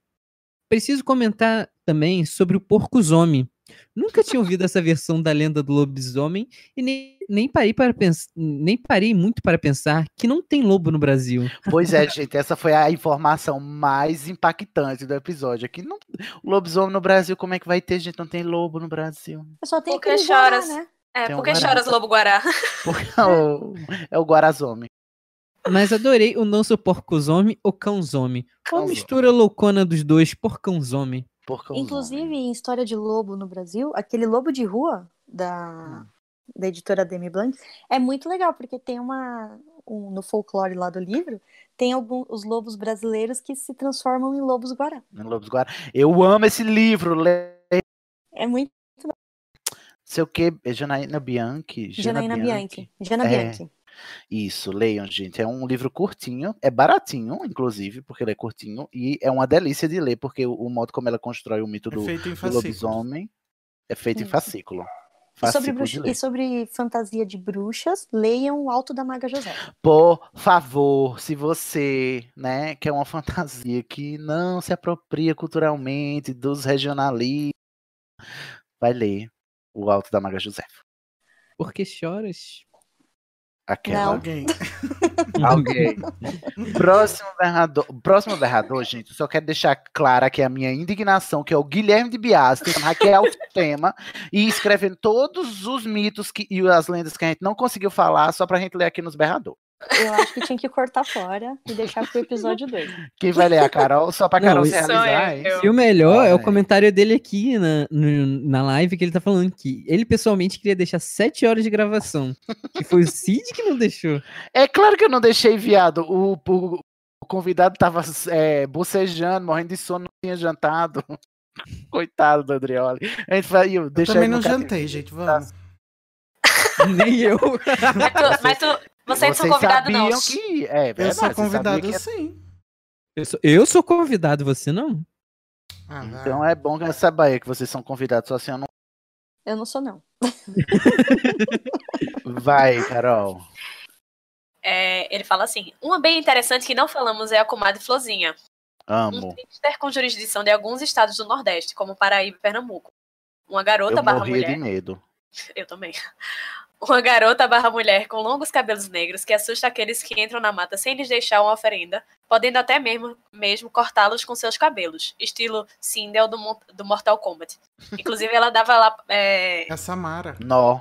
Preciso comentar também sobre o porco-zome. Nunca tinha ouvido essa versão da lenda do lobisomem e nem, nem, parei para pens- nem parei muito para pensar que não tem lobo no Brasil. Pois é, gente, essa foi a informação mais impactante do episódio. Aqui não, o lobisomem no Brasil, como é que vai ter, gente? Não tem lobo no Brasil. Eu só tem porque choras. Guará, né? É, Tem um porque guará. choras, lobo guará. Porque é o, é o Guarazome. Mas adorei o não sou porcozome ou cãozome. Uma Cãozome. mistura loucona dos dois, porcãozome. Porcãozome. Inclusive, em história de lobo no Brasil, aquele lobo de rua Ah. da, da editora Demi Blanc é muito legal, porque tem uma. um- no folclore lá do livro, tem alguns os lobos brasileiros que se transformam em lobos guará. Lobos Guará. Eu amo esse livro. Le... É muito. Sei o que, Janaína Bianchi. Janaína Bianchi. Jana É. Bianchi. Isso, leiam, gente. É um livro curtinho, é baratinho, inclusive, porque ele é curtinho, e é uma delícia de ler, porque o, o modo como ela constrói o mito do, É feito em do lobisomem é feito em Isso. fascículo. E sobre, Fascículo de bruxa- ler. e sobre fantasia de bruxas, leiam O Alto da Maga José. Por favor, se você, né, quer uma fantasia que não se apropria culturalmente dos regionalistas, vai ler O Alto da Maga José. Por que <laughs> choras? Aquela. É Alguém. Alguém. Próximo berrador, próximo berrador, gente, eu só quero deixar clara que a minha indignação, que é o Guilherme de Bias, tentando hackear o tema e escrevendo todos os mitos que, e as lendas que a gente não conseguiu falar, só pra gente ler aqui nos berrador. Eu acho que tinha que cortar fora e deixar pro episódio 2. Quem vai ler é a Carol? Só pra Não, Carol se isso- realizar, hein? E o melhor é o Ai. comentário dele aqui na, no- na live que ele tá falando que ele pessoalmente queria deixar 7 horas de gravação. Que foi o Cid que não deixou. É claro que eu não deixei viado. O, o- o convidado tava é, bocejando, morrendo de sono, não tinha jantado. <laughs> Coitado do Adrioli. A gente vai, eu, deixa também ele não no canto. jantei, gente. tá?" Vamos. Nem <laughs> eu. <laughs> Mas tu, mas tu, vocês não são Vocês convidados, não. sabiam que- é, eu verdade, sou vocês sabiam convidado que é- sim. Eu sou, eu sou convidado, você não? Ah, vai. Então é bom que eu saiba aí que vocês são convidados, só se eu não. <laughs> Eu não sou, não. Vai, Carol. É, ele fala assim: uma bem interessante que não falamos é a comadre Flozinha. Um Amo. trickster com jurisdição de alguns estados do Nordeste, como Paraíba e Pernambuco. Uma garota Eu barra morria mulher. de medo. <laughs> Eu também. Uma garota barra mulher com longos cabelos negros que assusta aqueles que entram na mata sem lhes deixar uma oferenda, podendo até mesmo, mesmo cortá-los com seus cabelos, estilo Sindel do, Mon- do Mortal Kombat. Inclusive, ela dava lá. é, É a Samara. Nó.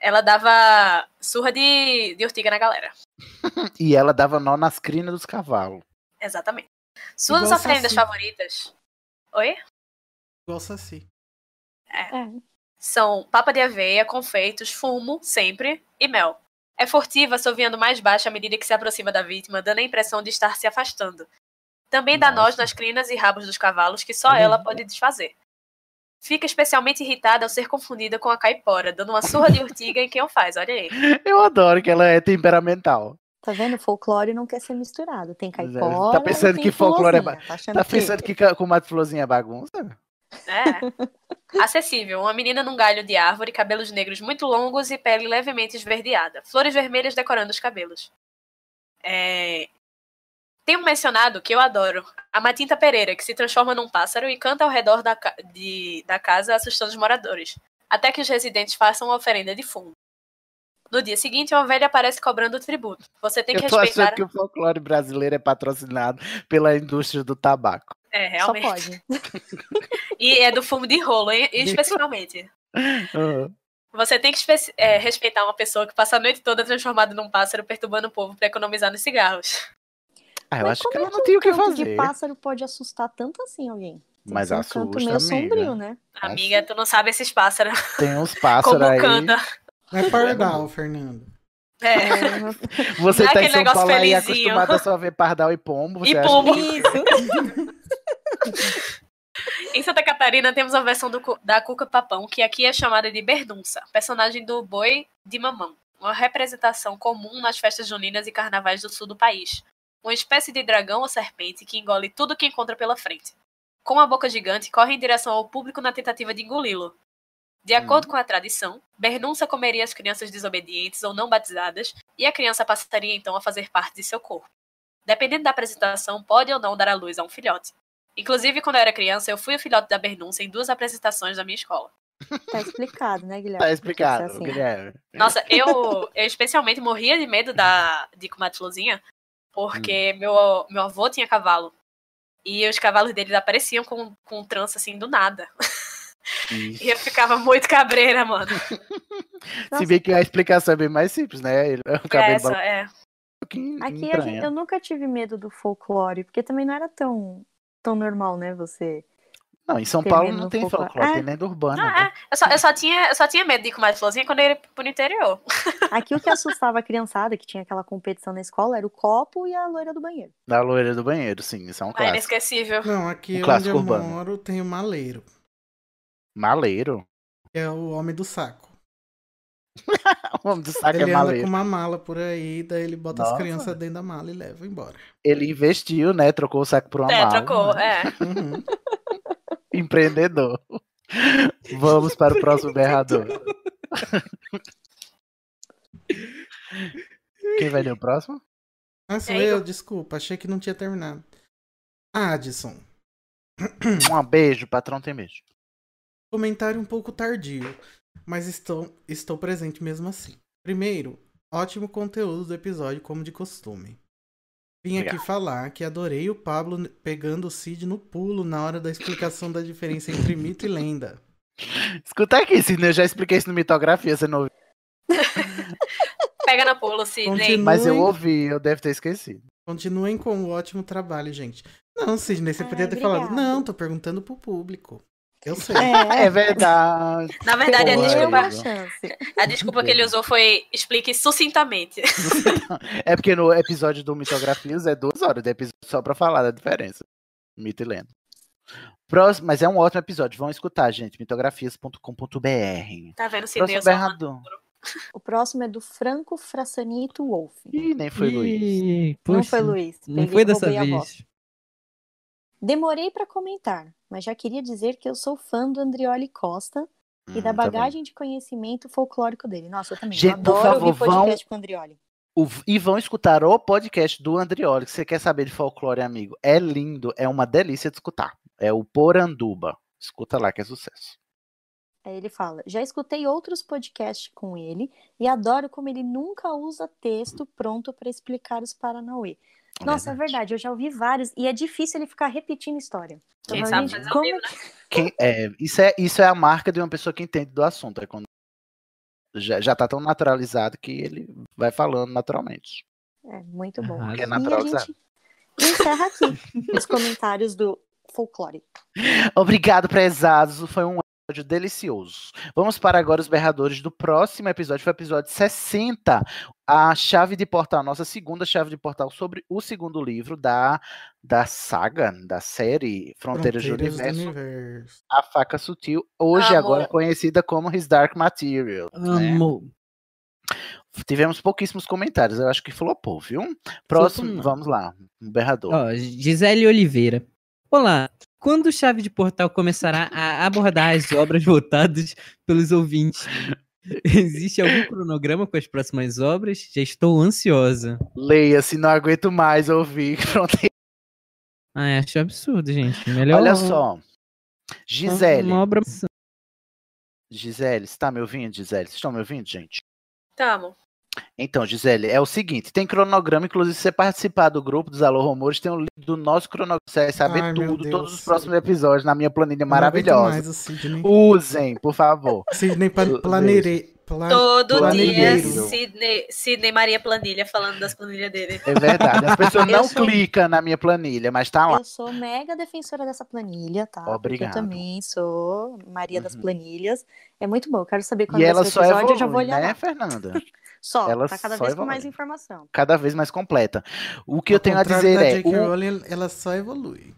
ela dava surra de, de urtiga na galera. E ela dava nó nas crinas dos cavalos. Exatamente. Suas Igual o oferendas Saci. favoritas. Oi? Igual Saci. São papa de aveia, confeitos, fumo, sempre, e mel. É furtiva, assoviando mais baixo à medida que se aproxima da vítima, dando a impressão de estar se afastando. Também dá nós nas crinas e rabos dos cavalos que só Olha ela aí. pode desfazer. Fica especialmente irritada ao ser confundida com a caipora, dando uma surra de urtiga em quem o faz, olha aí. Eu adoro que ela é temperamental. Tá vendo? Folclore não quer ser misturado. Tem caipora. Tá pensando e tem que folclore é. ba- fulozinha. Tá, achando Tá que- pensando que ca- com mato florzinha é bagunça? É. Acessível. Uma menina num galho de árvore, cabelos negros muito longos e pele levemente esverdeada. Flores vermelhas decorando os cabelos. É... Tem um mencionado que eu adoro. A Matinta Pereira, que se transforma num pássaro e canta ao redor da, ca- de- da casa assustando os moradores. Até que os residentes façam uma oferenda de fundo. No dia seguinte, uma velha aparece cobrando o tributo. Você tem que eu tô respeitar... achando que o folclore brasileiro é patrocinado pela indústria do tabaco. É, Só realmente. pode. E é do fumo de <laughs> rolo, hein? especialmente. Uhum. Você tem que espe- é, respeitar uma pessoa que passa a noite toda transformada num pássaro, perturbando o povo pra economizar nos cigarros. Ah, eu Mas acho que como ela é não tem o que um canto fazer. de pássaro pode assustar tanto assim alguém? Mas um assusta, canto meio amiga. sombrio, né? Amiga, tu não sabe esses pássaros. Tem uns pássaros <laughs> Como aí. canta. É pardal, Fernando. É. Você Não é tá em aquele São negócio Paulo aí felizinho. acostumada só a ver pardal e pombo. Você E acha pombo. que- Em Santa Catarina temos a versão do cu- da Cuca Papão, que aqui é chamada de Berdunça, personagem do boi de mamão, uma representação comum nas festas juninas e carnavais do sul do país. Uma espécie de dragão ou serpente que engole tudo que encontra pela frente. Com a boca gigante, corre em direção ao público na tentativa de engoli-lo. De acordo com a tradição, Berdunça comeria as crianças desobedientes ou não batizadas, e a criança passaria então a fazer parte de seu corpo. Dependendo da apresentação, pode ou não dar à luz a um filhote. Inclusive, quando eu era criança, eu fui o filhote da Bernunça em duas apresentações da minha escola. Tá explicado, né, Guilherme? Tá Por que que é explicado, assim? Guilherme. Nossa, eu, eu especialmente morria de medo da, de comadre Florzinha, porque meu, meu avô tinha cavalo. E os cavalos dele apareciam com, com trança assim do nada. E eu ficava muito cabreira, mano. Se bem que a explicação é bem mais simples, né? Ele- O cabelo um essa, balan- é. Aqui a gente- entranha. eu nunca tive medo do folclore, porque também não era tão, tão normal, né, você... Não, em São ter Paulo medo não do tem folclore. folclore, Ah, tem lenda urbana. né? Ah, é. Eu só, eu, só tinha, eu só tinha medo de comadre Florzinha quando eu ia pro interior. Aqui o que assustava a criançada, que tinha aquela competição na escola, era o copo e a loira do banheiro. Da loira do banheiro, sim, isso é um Ah, clássico. inesquecível. Não, aqui Um onde clássico eu urbano. moro tem o maleiro, Maleiro? <laughs> que é o homem do saco. O homem do saco ele é anda maleiro. com uma mala por aí, daí ele bota as Nossa. crianças dentro da mala e leva embora. Ele investiu, né? Trocou o saco por uma É, mala. trocou, é. Uhum. Empreendedor. Vamos para o próximo berrador. Quem vai ler o próximo? Ah, sou É, E aí, eu, Igor? desculpa, achei que não tinha terminado. Adson, Um beijo, patrão tem beijo. comentário um pouco tardio, mas estou, estou presente mesmo assim. Primeiro, ótimo conteúdo do episódio, como de costume. Vim aqui Obrigado. falar que adorei o Pablo pegando o Cid no pulo na hora da explicação da diferença entre mito e lenda. Escuta aqui, Sidney, eu já expliquei isso no Mitografia, você não ouviu. Pega na pula, assim, Sidney. Mas eu ouvi, eu devo ter esquecido. Continuem com o ótimo trabalho, gente. Não, Sidney, você podia ter falado. Não, tô perguntando pro público. Eu sei. <laughs> É, verdade. é Na é verdade, a Porra, desculpa, a desculpa que ele usou foi explique sucintamente. <laughs> É porque no episódio do Mitografias é duas horas de episódio só pra falar da diferença. Mito e lenda. Próximo, mas é um ótimo episódio. Vão escutar, gente. mitografias.com.br. Tá vendo, Sidney, Sidney? eu sou Berrador. O próximo é do Franco Frassanito Wolf. Ih, nem foi Luiz. Não puxa, foi Luiz. não Peguei foi e dessa roubei a vez. voz. Demorei para comentar, mas já queria dizer que eu sou fã do Andrioli Costa e tá da bem. bagagem de conhecimento folclórico dele. Nossa, eu também. eu Gente, por adoro favor, ouvir podcast vão- com o Andrioli. O- e vão escutar o podcast do Andrioli, que você quer saber de folclore, amigo. É lindo, é uma delícia de escutar. É o Poranduba. Escuta lá que é sucesso. Aí ele fala: já escutei outros podcasts com ele e adoro como ele nunca usa texto pronto para explicar os Paranauê. Nossa, é verdade, eu já ouvi vários e é difícil ele ficar repetindo história. Eu Quem falo, sabe "Gente, faz ao como... Quem- é, isso, é, isso é a marca de uma pessoa que entende do assunto. É quando já, já tá tão naturalizado que ele vai falando naturalmente. É, muito bom. Porque E é a naturalizado. gente encerra aqui os comentários do folclore. Obrigado, prezados. Foi um episódio delicioso. Vamos para agora os berradores do próximo episódio. Foi o episódio 60. A chave de portal, nossa segunda chave de portal sobre o segundo livro da, da saga, da série Fronteiras, do Universo. Universo. A faca sutil, hoje Amor. agora conhecida como His Dark Material. Amor. Tivemos pouquíssimos comentários, eu acho que flopou, viu? Próximo, não. vamos lá, um berrador. Ah. Ó, Gisele Oliveira. Olá. Quando o Chave de Portal começará a abordar as obras votadas pelos ouvintes? Existe algum cronograma com as próximas obras? Já estou ansiosa. Leia, se não aguento mais ouvir <laughs> Fronteiras. Ah, acho absurdo, gente. Melhor. Olha só, Gisele. Uma obra... Gisele, está me ouvindo, Gisele? Vocês estão me ouvindo, gente? Tamo. Então, Gisele, é o seguinte: tem cronograma, inclusive, se você participar do grupo dos Alô Rumores, tem um link do nosso cronograma. Você vai saber Ai, meu tudo, todos Deus. os próximos episódios na minha planilha Eu não aguento assim. maravilhosa. mais o Sidney. Usem, por favor. Sidney Beijo. planere... Plan... Todo dia, planilheiro. Sidney, Sidney Maria Planilha falando das planilhas dele. É verdade. As pessoas <laughs> Eu não sou- clicam na minha planilha, mas tá lá. Eu sou mega defensora dessa planilha, tá? Porque Obrigado. Uhum. Eu também sou Maria das planilhas. É muito bom. Eu quero saber quando E vai ela ser o só episódio, evolui, eu já vou olhar né, lá. Fernanda? Só, Ela tá cada só vez com evolui. mais informação. Cada vez mais completa. O que eu tenho a Ao contrário dizer da é. J.K. o- Rowling, ela só evolui.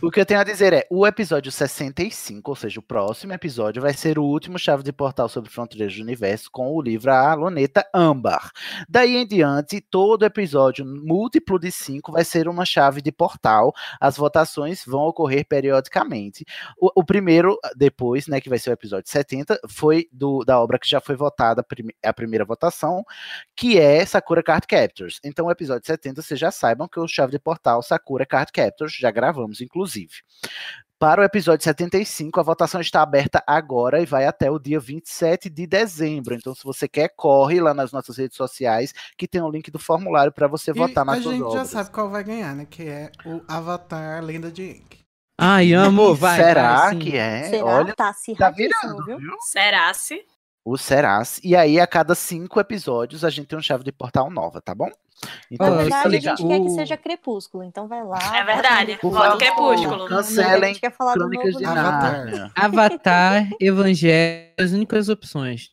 O que eu tenho a dizer é, o episódio 65, ou seja, o próximo episódio, vai ser o último chave de portal sobre Fronteiras do Universo com o livro A Luneta Âmbar. Daí em diante, todo episódio múltiplo de 5 vai ser uma chave de portal. As votações vão ocorrer periodicamente. O, o primeiro, depois, né, que vai ser o episódio 70, foi do- da obra que já foi votada a prime- a primeira votação, que é Sakura Card Captors. Então, o episódio 70, vocês já saibam que é o chave de portal Sakura Card Captors, já gravamos, inclusive. Para o episódio 75, a votação está aberta agora e vai até o dia 27 de dezembro. Então, se você quer, corre lá nas nossas redes sociais, que tem o link do formulário para você votar a nas suas gente já obras. sabe qual vai ganhar, né? Que é o Avatar Lenda de Aang. Ai, amo, vai. Será vai, sim. que é? Será? Olha, tá se tá viu? Será se? o Serás. E aí, a cada cinco episódios, a gente tem um chave de portal nova, tá bom? Na fica verdade, a ligado. gente quer que seja crepúsculo, então vai lá. uh. É verdade. Por Voto favor, Crepúsculo. Cancelem A gente quer falar do novo Crônicas de livro. Nárnia. Avatar, Evangelho, as únicas opções.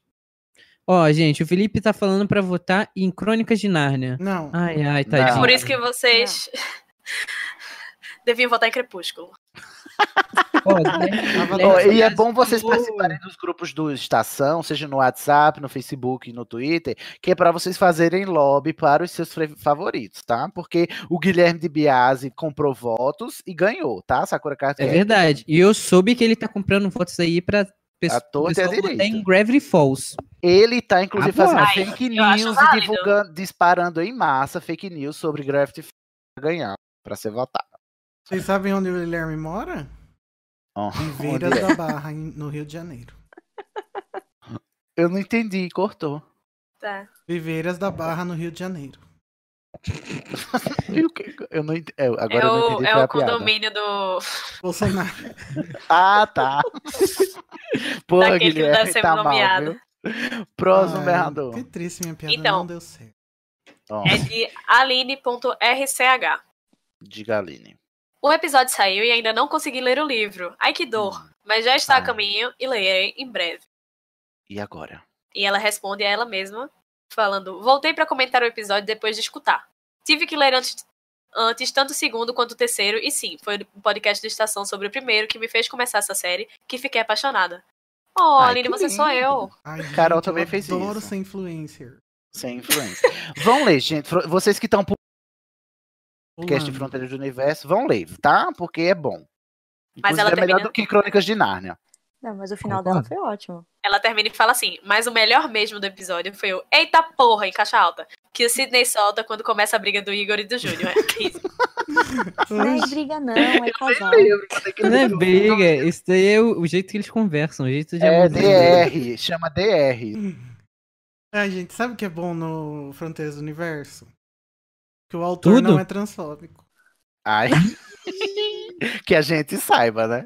Ó, gente, o Felipe tá falando pra votar em Crônicas de Nárnia. Não. Ai, ai, Não. tadinho. É por isso que vocês <laughs> deviam votar em Crepúsculo. Ó, Guilherme- Ó, Guilherme e é Ferraz bom vocês falou- participarem dos grupos do Estação, seja no WhatsApp, no Facebook, no Twitter, que é para vocês fazerem lobby para os seus fre- favoritos, tá? Porque o Guilherme de Biase comprou votos e ganhou, tá? Sakura Card É Captors. verdade. E eu soube que ele tá comprando votos aí pra A pessoa, torta e a direita. em Gravity <laughs> Falls. Ele tá, inclusive, Agora. fazendo Ai, fake eu acho news e válido. divulgando, disparando em massa fake news sobre Graft pra ganhar, para ser votado. Vocês sabem onde o Guilherme mora? Ó, Em onde Veiras é? da Barra, em- no Rio de Janeiro. Eu não entendi, cortou. Tá. Viveiras da Barra, no Rio de Janeiro. Eu, eu não entendi. eu- agora é eu não o, entendi. é foi a piada. o condomínio do. Bolsonaro. Ah, <laughs> tá. Pô, Daquele que não deve Guilherme ser tá mal, nomeado. viu? Próximo Ai, berrador. Que triste, minha piada Então. não deu certo. Ó, É de aline.rch. Diga Aline. O episódio saiu e ainda não consegui ler o livro. Ai que dor. Mas já está Ah. a caminho e lerei em breve. E agora? E ela responde a ela mesma, falando: Voltei para comentar o episódio depois de escutar. Tive que ler antes, antes tanto o segundo quanto o terceiro, e sim, foi o podcast do Estação sobre o primeiro que me fez começar essa série, que fiquei apaixonada. Oh, Ai, Aline, que você sou eu. lindo. Ai, gente, Carol também eu fez adoro isso. ser influencer. Sem influência. vão ler, gente. Fro- Vocês que estão pro podcast Pulando. Fronteiras do Universo, vão ler, tá? Porque é bom. Mas Inclusive, ela é melhor termina- do que Crônicas de Nárnia. Não, mas o final Concordo. dela foi ótimo. Ela termina e fala assim: Mas o melhor mesmo do episódio foi o Eita porra em caixa alta, que o Sidney solta quando começa a briga do Igor e <laughs> do Júnior. Não é briga, não, é casal. Não é briga, isso daí é o, o jeito que eles conversam, o jeito de É amor deles. DR, chama DR. Ai, gente, sabe o que é bom no Fronteiras do Universo? Que o autor Tudo? não é <laughs> transfóbico. <laughs> Ai. que a gente saiba, né?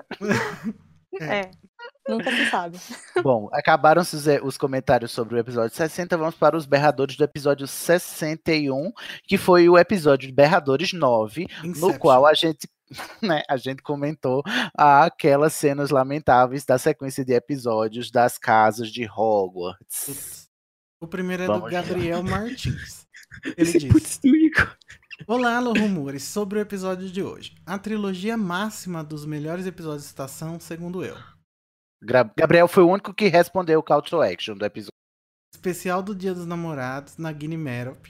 É. Nunca se sabe. Bom, acabaram-se os, eh, os comentários sobre o episódio 60, vamos para os berradores do episódio 61, que foi o episódio de Berradores 9, no Inception. qual a gente, <laughs> né, a gente comentou aquelas cenas lamentáveis da sequência de episódios das casas de Hogwarts. Putz. O primeiro é do Vamos lá. Gabriel Martins. Ele <laughs> diz. Putz, do Igor. Olá, alô rumores, sobre o episódio de hoje. A trilogia máxima dos melhores episódios de estação, segundo eu. Gra- Gabriel foi o único que respondeu o call to action do episódio. Especial do Dia dos Namorados, na Guinea Merop.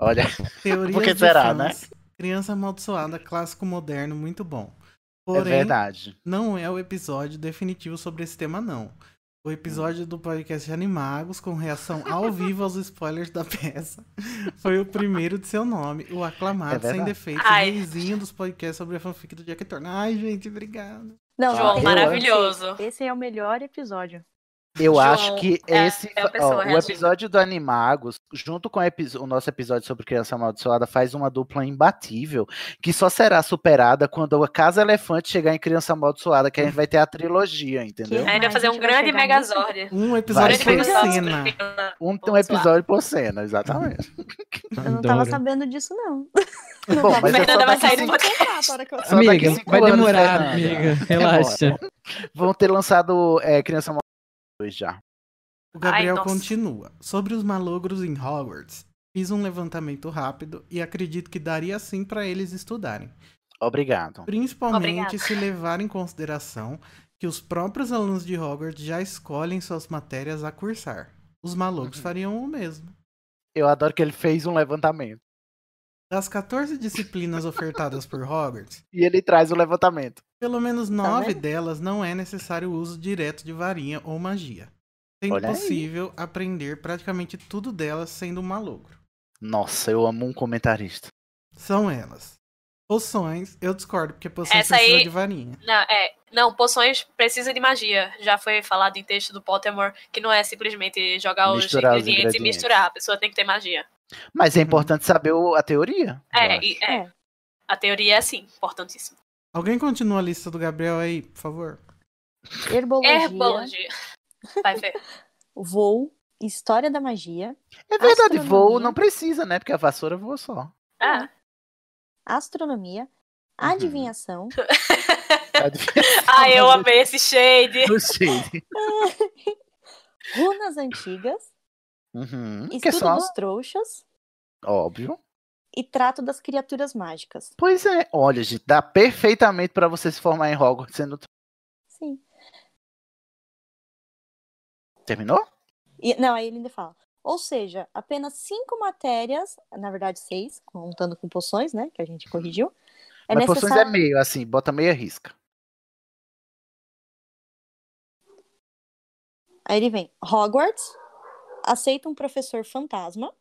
Olha, é Teoria Porque de será, né?" fãs, Criança amaldiçoada, clássico moderno, muito bom. é Porém, verdade. não é o episódio definitivo sobre esse tema, não. O episódio do podcast Animagos, com reação ao vivo aos spoilers da peça, foi o primeiro de seu nome, o É aclamado, verdade. sem defeito, Ai. reizinho dos podcasts sobre a fanfic do Jack Thorne. Ai, gente, obrigado. Não, João, tem- maravilhoso. Esse é o melhor episódio. Eu acho que é, esse é a pessoa ó, o reagindo. episódio do Animagos, junto com o epi- o nosso episódio sobre criança amaldiçoada, faz uma dupla imbatível que só será superada quando a Casa Elefante chegar em Criança Amaldiçoada, que a gente vai ter a trilogia, entendeu? Aí ele vai fazer um grande Megazord. Um episódio por cena. Um, um episódio por cena, <laughs> exatamente. Eu não tava sabendo disso, não. Não Bom, tava mas é sabendo. só Vai daqui sair cinco- do contrato a hora que eu- Só daqui Amiga, cinco vai anos, demorar, Fernanda. tá? amiga, relaxa. Vão ter lançado é, Criança Amaldiçoada 2 já. O Gabriel Ai, nossa. continua. Sobre os malogros em Hogwarts, fiz um levantamento rápido e acredito que daria sim pra eles estudarem. Obrigado. Principalmente Obrigada. se levar em consideração que os próprios alunos de Hogwarts já escolhem suas matérias a cursar. Os Uhum. malucos fariam o mesmo. Eu adoro que ele fez um levantamento. Das 14 disciplinas ofertadas por Hogwarts, E ele traz o levantamento. pelo menos 9 Tá vendo? delas não é necessário o uso direto de varinha ou magia. Sendo Olha aí. possível aprender praticamente tudo delas sendo um malogro. Nossa, eu amo um comentarista. São elas. Poções, eu discordo, porque poções Essa precisa aí- de varinha. Não, é, não, poções precisa de magia. Já foi falado em texto do Pottermore que não é simplesmente jogar os Misturar os ingredientes, e ingredientes. misturar. A pessoa tem que ter magia. Mas é importante saber o- a teoria. Uhum. É, e- é. A teoria é assim, importantíssimo. Alguém continua a lista do Gabriel aí, por favor. Herbologia. <laughs> Herbologia. Vai ver. Voo. História da magia. É verdade, voo não precisa, né? Porque a vassoura voa só. Ah. Astronomia. Adivinhação. Ah, eu amei esse shade. Runas antigas. Uhum, que é Estudo só dos trouxas. óbvio. E trato das criaturas mágicas. Pois é. Olha, gente, dá perfeitamente pra você se formar em Hogwarts sendo. Sim. Terminou? E- não, aí ele ainda fala. Ou seja, apenas cinco matérias, na verdade seis, contando com poções, né? Que a gente corrigiu. É Mas necessário... poções é meio, assim, bota meia risca. Aí ele vem, Hogwarts aceita um professor fantasma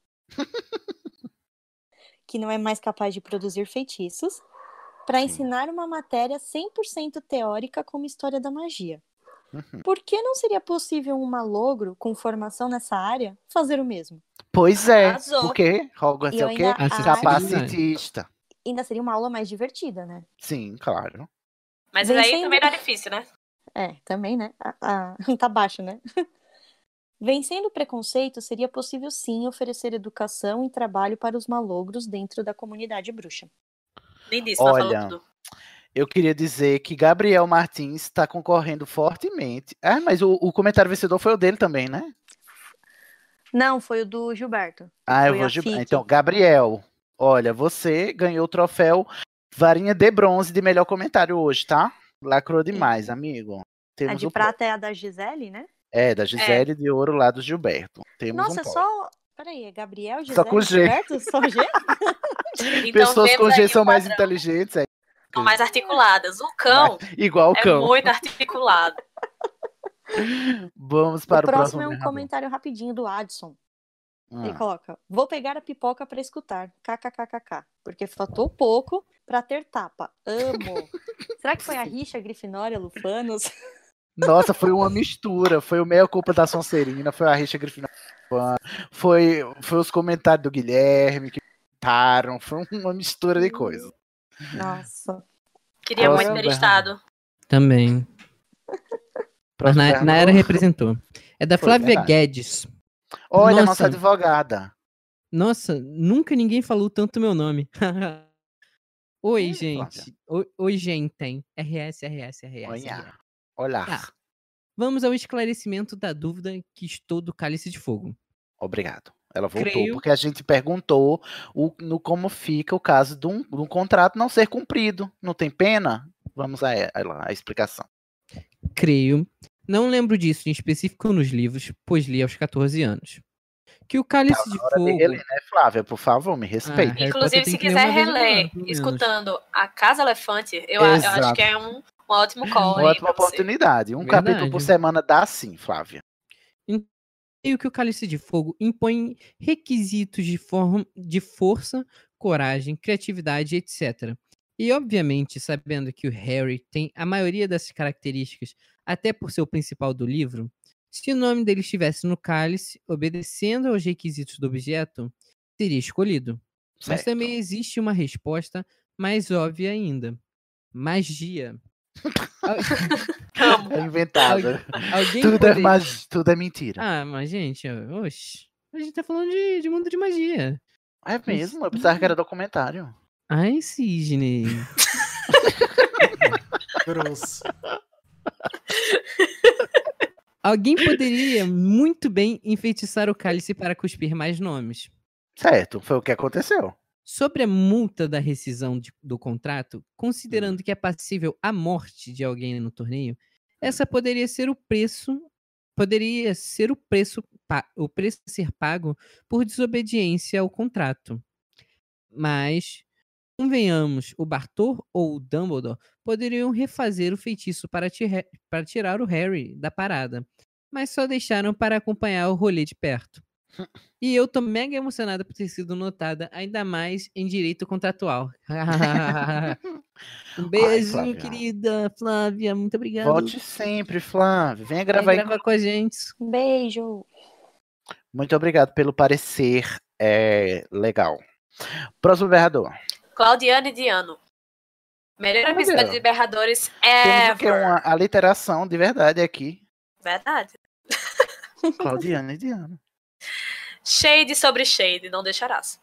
que não é mais capaz de produzir feitiços para ensinar uma matéria 100% teórica como história da magia. Por que não seria possível um malogro com formação nessa área fazer o mesmo? Pois é. Arrasou. Porque Hogwarts E é eu o quê? ainda acho- Capacitista. Ainda seria uma aula mais divertida, né? Sim, claro. Mas Vem aí sem- também tá difícil, né? É, também, né? Ah, ah, <laughs> tá baixo, né? Vencendo o preconceito, seria possível sim oferecer educação e trabalho para os malogros dentro da comunidade bruxa. Lindíssima, falou Olha, tá tudo. eu queria dizer que Gabriel Martins está concorrendo fortemente. Ah, mas o, o comentário vencedor foi o dele também, né? Não, foi o do Gilberto. Ah, eu Foi vou a de... FIC. Então, Gabriel, olha, você ganhou o troféu Varinha de Bronze de melhor comentário hoje, tá? Lacrou demais, amigo. a Temos de um po- prata é a da Gisele, né? É, da Gisele de ouro lá do Gilberto. Temos Nossa, um pódio. é só. Peraí, é Gabriel, Gisele, com G. Gilberto? Só <laughs> G? Pessoas Então, vemos com G aí são o mais padrão. inteligentes. É. São mais articuladas. O cão Igual o é cão. muito articulado. Vamos O para o próximo próximo. é um narrador. comentário rapidinho do Adson. Ele Hum. coloca: Vou pegar a pipoca para escutar. KKKKK. Porque faltou pouco para ter tapa. <laughs> Amo. Será que foi a rixa, Grifinória, Lufanos? Nossa, foi uma mistura. Foi o meia culpa da Sonserina, foi a Richa Grifinória, foi, foi os comentários do Guilherme que comentaram, foi uma mistura de coisas. Nossa. Queria Nossa, muito Bernardo. ter estado. Também. Mas na, na era representou. É da Foi, Flávia verdade. Guedes. Olha, a nossa advogada. Nossa, nunca ninguém falou tanto meu nome. <laughs> Oi, gente. Flávia. Oi, oi, gente. RS, RS, RS. Olha. RS. Olá. Tá. Vamos ao esclarecimento da dúvida que estou do Cálice de Fogo. Obrigado. Ela voltou, Creio- porque a gente perguntou o, no como fica o caso de um, de um contrato não ser cumprido. Não tem pena? Vamos a, a, a explicação. Creio, não lembro disso em específico nos livros, pois li aos 14 anos. Que o Cálice de Hora de Fogo. Ah, é reler, né, Flávia? Por favor, me respeite. Harry Potter Inclusive, tem se que ler quiser uma vez ao reler, ano, pelo menos. escutando a Casa Elefante, eu, a- eu acho Exato. que é um, um ótimo call. Uma aí ótima pra você. oportunidade. Um Verdade. capítulo por semana dá sim, Flávia. Creio que o Cálice de Fogo impõe requisitos de, forma, de força, coragem, criatividade, etc. E, obviamente, sabendo que o Harry tem a maioria dessas características, até por ser o principal do livro, Se o nome dele estivesse no cálice, obedecendo aos requisitos do objeto, seria escolhido. Mas Certo. também existe uma resposta mais óbvia ainda: magia. <laughs> <laughs> É inventada. Alguém Tudo, é poderia- mag- tudo é mentira. Ah, mas gente, oxe, a gente tá falando de, de mundo de magia. Ah, É mesmo? Eu pensava que era documentário. Ai, Sidney. Grosso. Alguém poderia muito bem enfeitiçar o cálice para cuspir mais nomes. Certo, foi o que aconteceu. Sobre a multa da rescisão de- do contrato, considerando que é passível a morte de alguém no torneio, essa poderia ser o preço poderia ser o preço pa- o preço a ser pago por desobediência ao contrato. Mas convenhamos, o Bartor ou o Dumbledore poderiam refazer o feitiço para, tire- para tirar o Harry da parada, mas só deixaram para acompanhar o rolê de perto. E eu tô mega emocionada por ter sido notada, ainda mais em direito contratual. <laughs> um beijo, Flávia. querida Flávia. Muito obrigada. Volte sempre, Flávio. Venha gravar, em- gravar com a gente. Um beijo. Muito obrigado pelo parecer. É legal. Próximo berrador. Claudiane Diano. Melhor Olha. episódio de é Berradores Temos aqui ever. uma aliteração de verdade aqui. Verdade. Claudiana e Diana. Shade sobre shade, não <laughs> deixarás.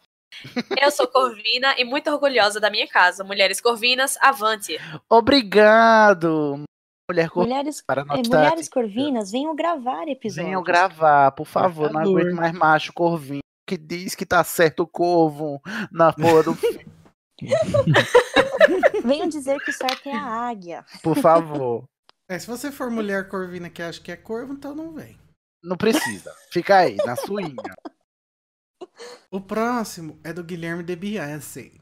Eu sou Corvina e muito orgulhosa da minha casa. Mulheres Corvinas, avante. Obrigado, mulher cor... Mulheres, para eh, notar. mulheres Corvinas, venham gravar episódios. Venham gravar, por favor. Não favor. aguento mais macho corvinho que diz que tá certo o corvo na porra do filme. Venham dizer que o certo é a águia. Por favor. É, se você for mulher corvina que acha que é corvo, então não vem. Não precisa. Fica aí, na suinha. O próximo é do Guilherme de Biase.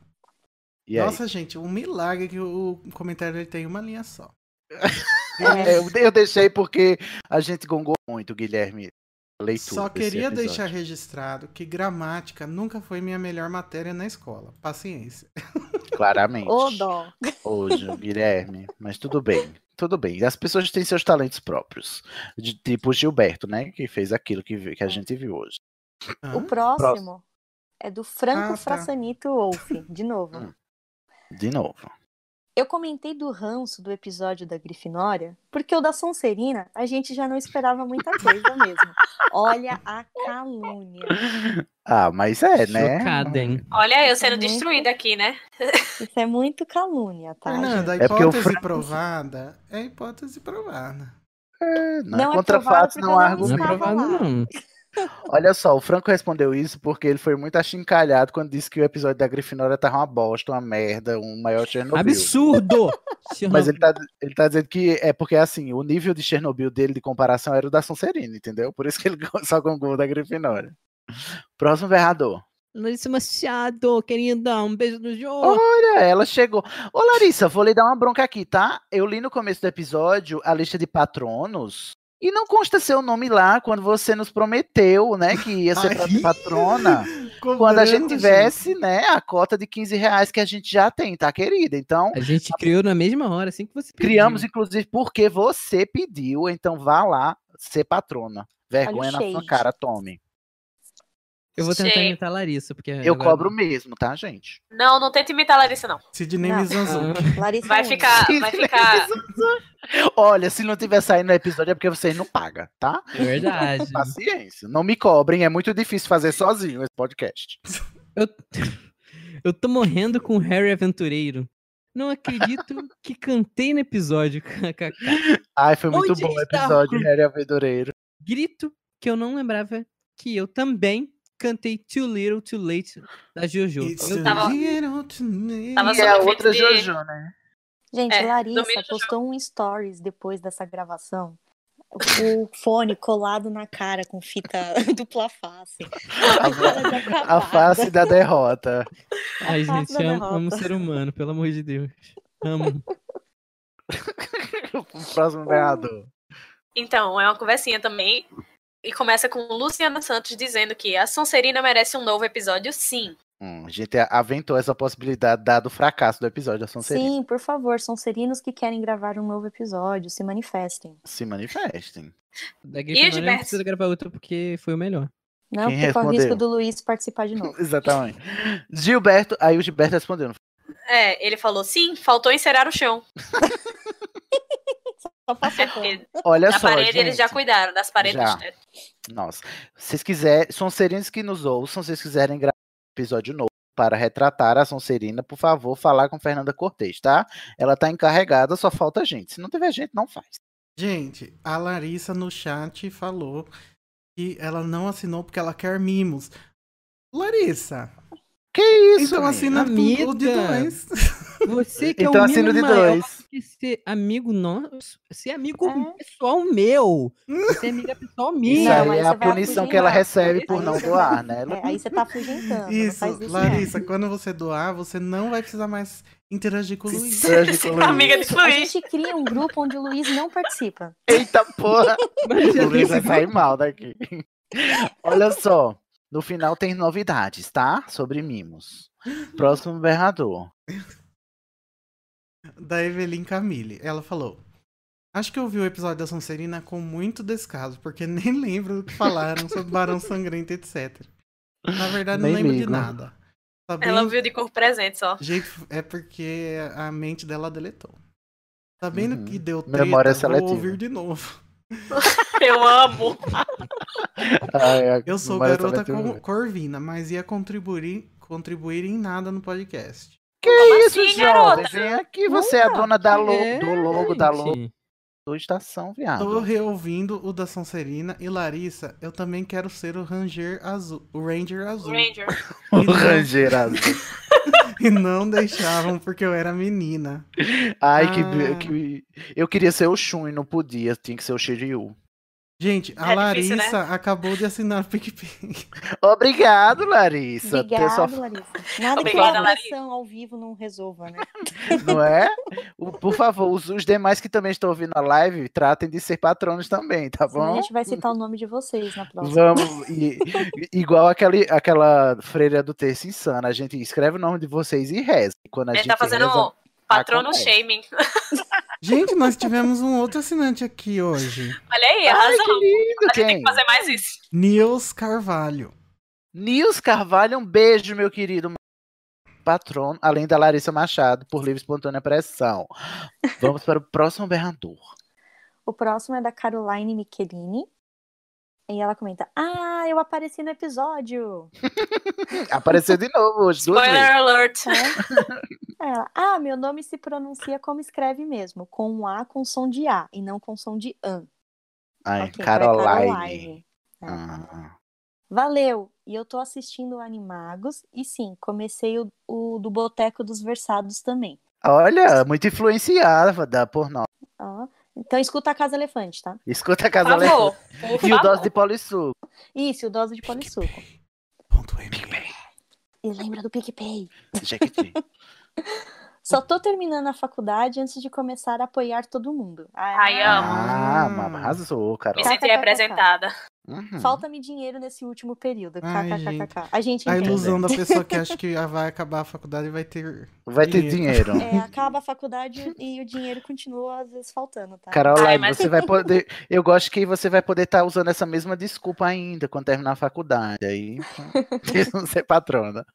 E aí? Nossa, gente, um milagre que o comentário dele tem uma linha só. É, <laughs> eu, eu deixei porque a gente gongou muito, Guilherme. a Leitura Só desse queria episódio. deixar registrado que gramática nunca foi minha melhor matéria na escola. Paciência. Claramente. Ô, dó. Hoje, o Guilherme. Mas tudo bem. Tudo bem. As pessoas têm seus talentos próprios. De, tipo o Gilberto, né? Que fez aquilo que, vi- que a gente viu hoje. O próximo Próximo. é do Franco Ah, tá. Frassanito Wolff, de novo. Hum. De novo. Eu comentei do ranço do episódio da Grifinória, porque o da Sonserina a gente já não esperava muita coisa mesmo. Olha a calúnia. Ah, mas é, né? Chocada, hein? Olha eu sendo destruída aqui, né? Isso é muito calúnia, tá? Fernanda, a É porque o hipótese Franco- provada é a hipótese provada. É, não, Não é é contra provável fatos, porque não eu há não argumento. estava Não é provável, não. Olha só, o Franco respondeu isso porque ele foi muito achincalhado quando disse que o episódio da Grifinória tava uma bosta, uma merda, um maior Chernobyl. Absurdo! <laughs> Mas ele tá, ele tá dizendo que é porque, assim, o nível de Chernobyl dele de comparação era o da Sonserina, entendeu? Por isso que ele <laughs> só gongou da Grifinória. Próximo verrador. Larissa Machado, querida, um beijo no jogo. Olha, É, ela chegou. Ô, Larissa, vou lhe dar uma bronca aqui, tá? Eu li no começo do episódio a lista de patronos e não consta seu nome lá quando você nos prometeu, né, que ia ser Ai, patrona. Quando a cobrando, gente tivesse, né, a cota de 15 reais que a gente já tem, tá, querida? Então, A gente criou na mesma hora, assim que você pediu. criamos, inclusive, porque você pediu, então vá lá ser patrona. Olha Vergonha na o sua shade. cara, tome. Eu vou tentar Gente. imitar a Larissa, porque. Eu cobro mesmo, tá, gente? Não, não tenta imitar a Larissa, não. Sidney Não. Ah, Ah, Mizanzuki. Larissa Vai ficar, vai <laughs> ficar. Olha, se não tiver saindo no episódio é porque vocês não pagam, tá? É <laughs> verdade. Paciência. Não me cobrem, é muito difícil fazer sozinho esse podcast. Eu tô morrendo com o Harry Aventureiro. Não acredito que cantei no episódio. <laughs> kkk. Ai, foi muito Onde bom o está o episódio, Cru- Harry Aventureiro. Grito que eu não lembrava que eu também cantei Too Little, Too Late da Jojo. It's Eu a tava- little to me. Tava E a sob outra efeito de- Jojo, né? Gente, É, Larissa domínio do postou um stories depois dessa gravação. O fone colado na cara com fita <laughs> dupla face. Tá A, a face <laughs> da derrota. <laughs> Ai, gente, Passo da amo, amo derrota. ser humano, pelo amor de Deus. Amo. O Hum. próximo ganhador. Então, é uma conversinha também. E começa com Luciana Santos dizendo que a Sonserina merece um novo episódio, sim. Hum, a gente aventou essa possibilidade, dado o fracasso do episódio da Sonserina. Sim, por favor, Sonserinos que querem gravar um novo episódio, se manifestem. Se manifestem. Da Grifinória não Gilberto? precisa gravar outro porque foi o melhor. Não, Quem porque corre respondeu? o risco do Luiz participar de novo. Exatamente. Gilberto, aí o Gilberto respondeu. <laughs> não foi? É, ele falou, sim, faltou encerar o chão. Só passou pano. Olha Na É só, parede eles gente. já cuidaram, das paredes. <laughs> Já. né? Nossa. Se vocês quiserem, Sonserinos que nos ouçam, se vocês quiserem gravar um episódio novo para retratar a Sonserina, por favor, falar com Fernanda Cortez, tá? Ela tá encarregada, só falta gente. Se não tiver gente, não faz. Gente, a Larissa no chat falou que ela não assinou porque ela quer mimos. Larissa! Que isso? Então assina amiga? tudo de dois. Você que Então é um assino mimo de maior dois. que ser amigo nosso, ser amigo pessoal <laughs> meu. Ser amiga pessoal minha. <laughs> Isso aí é a você vai punição que ela afugentar. recebe por não Aí você- doar, né? É, aí você tá afugentando. não Isso, faz isso, né? não. Larissa, quando você doar, você não vai precisar mais interagir com o Luiz. é Interagir com o Luiz. Amiga de A gente cria um grupo onde o Luiz não participa. Eita porra! Mas já o Luiz vai tem- sair mal daqui. <laughs> Olha só, no final tem novidades, tá? Sobre mimos. Próximo berrador. da Evelyn Camille. Ela falou: Acho que eu vi o episódio da Sonserina com muito descaso, porque <laughs> nem lembro do que falaram sobre Barão Sangrento, etc. Na verdade, não Nem lembro de ligo. nada. Tá bem- Ela viu de corpo presente só. Gente, é porque a mente dela deletou. Sabendo Uhum. que deu treta, Memória vou seletiva. ouvir de novo. Eu amo. Ai, a Eu sou memória garota seletiva. co- corvina, mas ia contribuir, contribuir em nada no podcast. Que isso, assim, jovem? garota? Vem aqui, você é a dona da lo- do logo tá da logo Gente, do Estação, Tô <laughs> viado. reouvindo o da Sonserina e Larissa, eu também quero ser o Ranger Azul, o Ranger Azul. Ranger. O E não- Ranger azul. <laughs> E não deixavam porque eu era menina. Ai, que, be- Ah. que- Eu queria ser o Shun e não podia, tinha que ser o Shiryu. Gente, a É Larissa difícil, né? acabou de assinar o PicPay. Obrigado, Larissa. ter Obrigado, sua- Larissa. Nada que Obrigada, uma ação ao vivo não resolva, né? Não é? O- Por favor, os, os demais que também estão ouvindo a live, tratem de ser patronos também, tá Senão a bom? gente vai citar o nome de vocês na próxima. Vamos, e- e- igual aquele, aquela freira do texto insana, a gente escreve o nome de vocês e reza. E Quando a Ele gente tá fazendo reza, patrono acontece. shaming. <laughs> Gente, nós tivemos um outro assinante aqui hoje. Olha Ai, aí, arrasou. querido, A gente tem quem? que fazer mais isso. Nils Carvalho. Nils Carvalho, um beijo, meu querido patrono, além da Larissa Machado, por livre e espontânea pressão. Vamos para o próximo berrador. O próximo é da Caroline Michelini. E ela comenta: Ah, eu apareci no episódio. Apareceu de novo hoje, duas vezes. Spoiler alert. Aí Ela, ah, meu nome se pronuncia como escreve mesmo, com um A com som de A e não com som de an. Ai, Ok, então é Caroline. É. Ah, Valeu! E eu tô assistindo o Animagos e sim, comecei o, o do Boteco dos Versados também. olha, muito influenciada por nós. Ó, Então escuta a Casa Elefante, tá? Escuta a Por casa favor. Leste. Por E o é dose favor. de polissuco. Isso, o Dose de Polissuco. Ponto ME. E lembra do PicPay. Jequiti. Só tô terminando a faculdade antes de começar a apoiar todo mundo. Ai, amo. Ah, mas arrasou, Carol. Me senti representada. Uhum. Falta-me dinheiro nesse último período. Ai, KKKKK. A gente A entende. ilusão da pessoa que acha que vai acabar a faculdade vai ter. Vai ter dinheiro. É, acaba a faculdade e o dinheiro continua às vezes faltando, tá? Caroline, Ai, mas- você vai poder. Eu gosto que você vai poder estar usando essa mesma desculpa ainda quando terminar a faculdade. Aí <laughs> não ser patrona.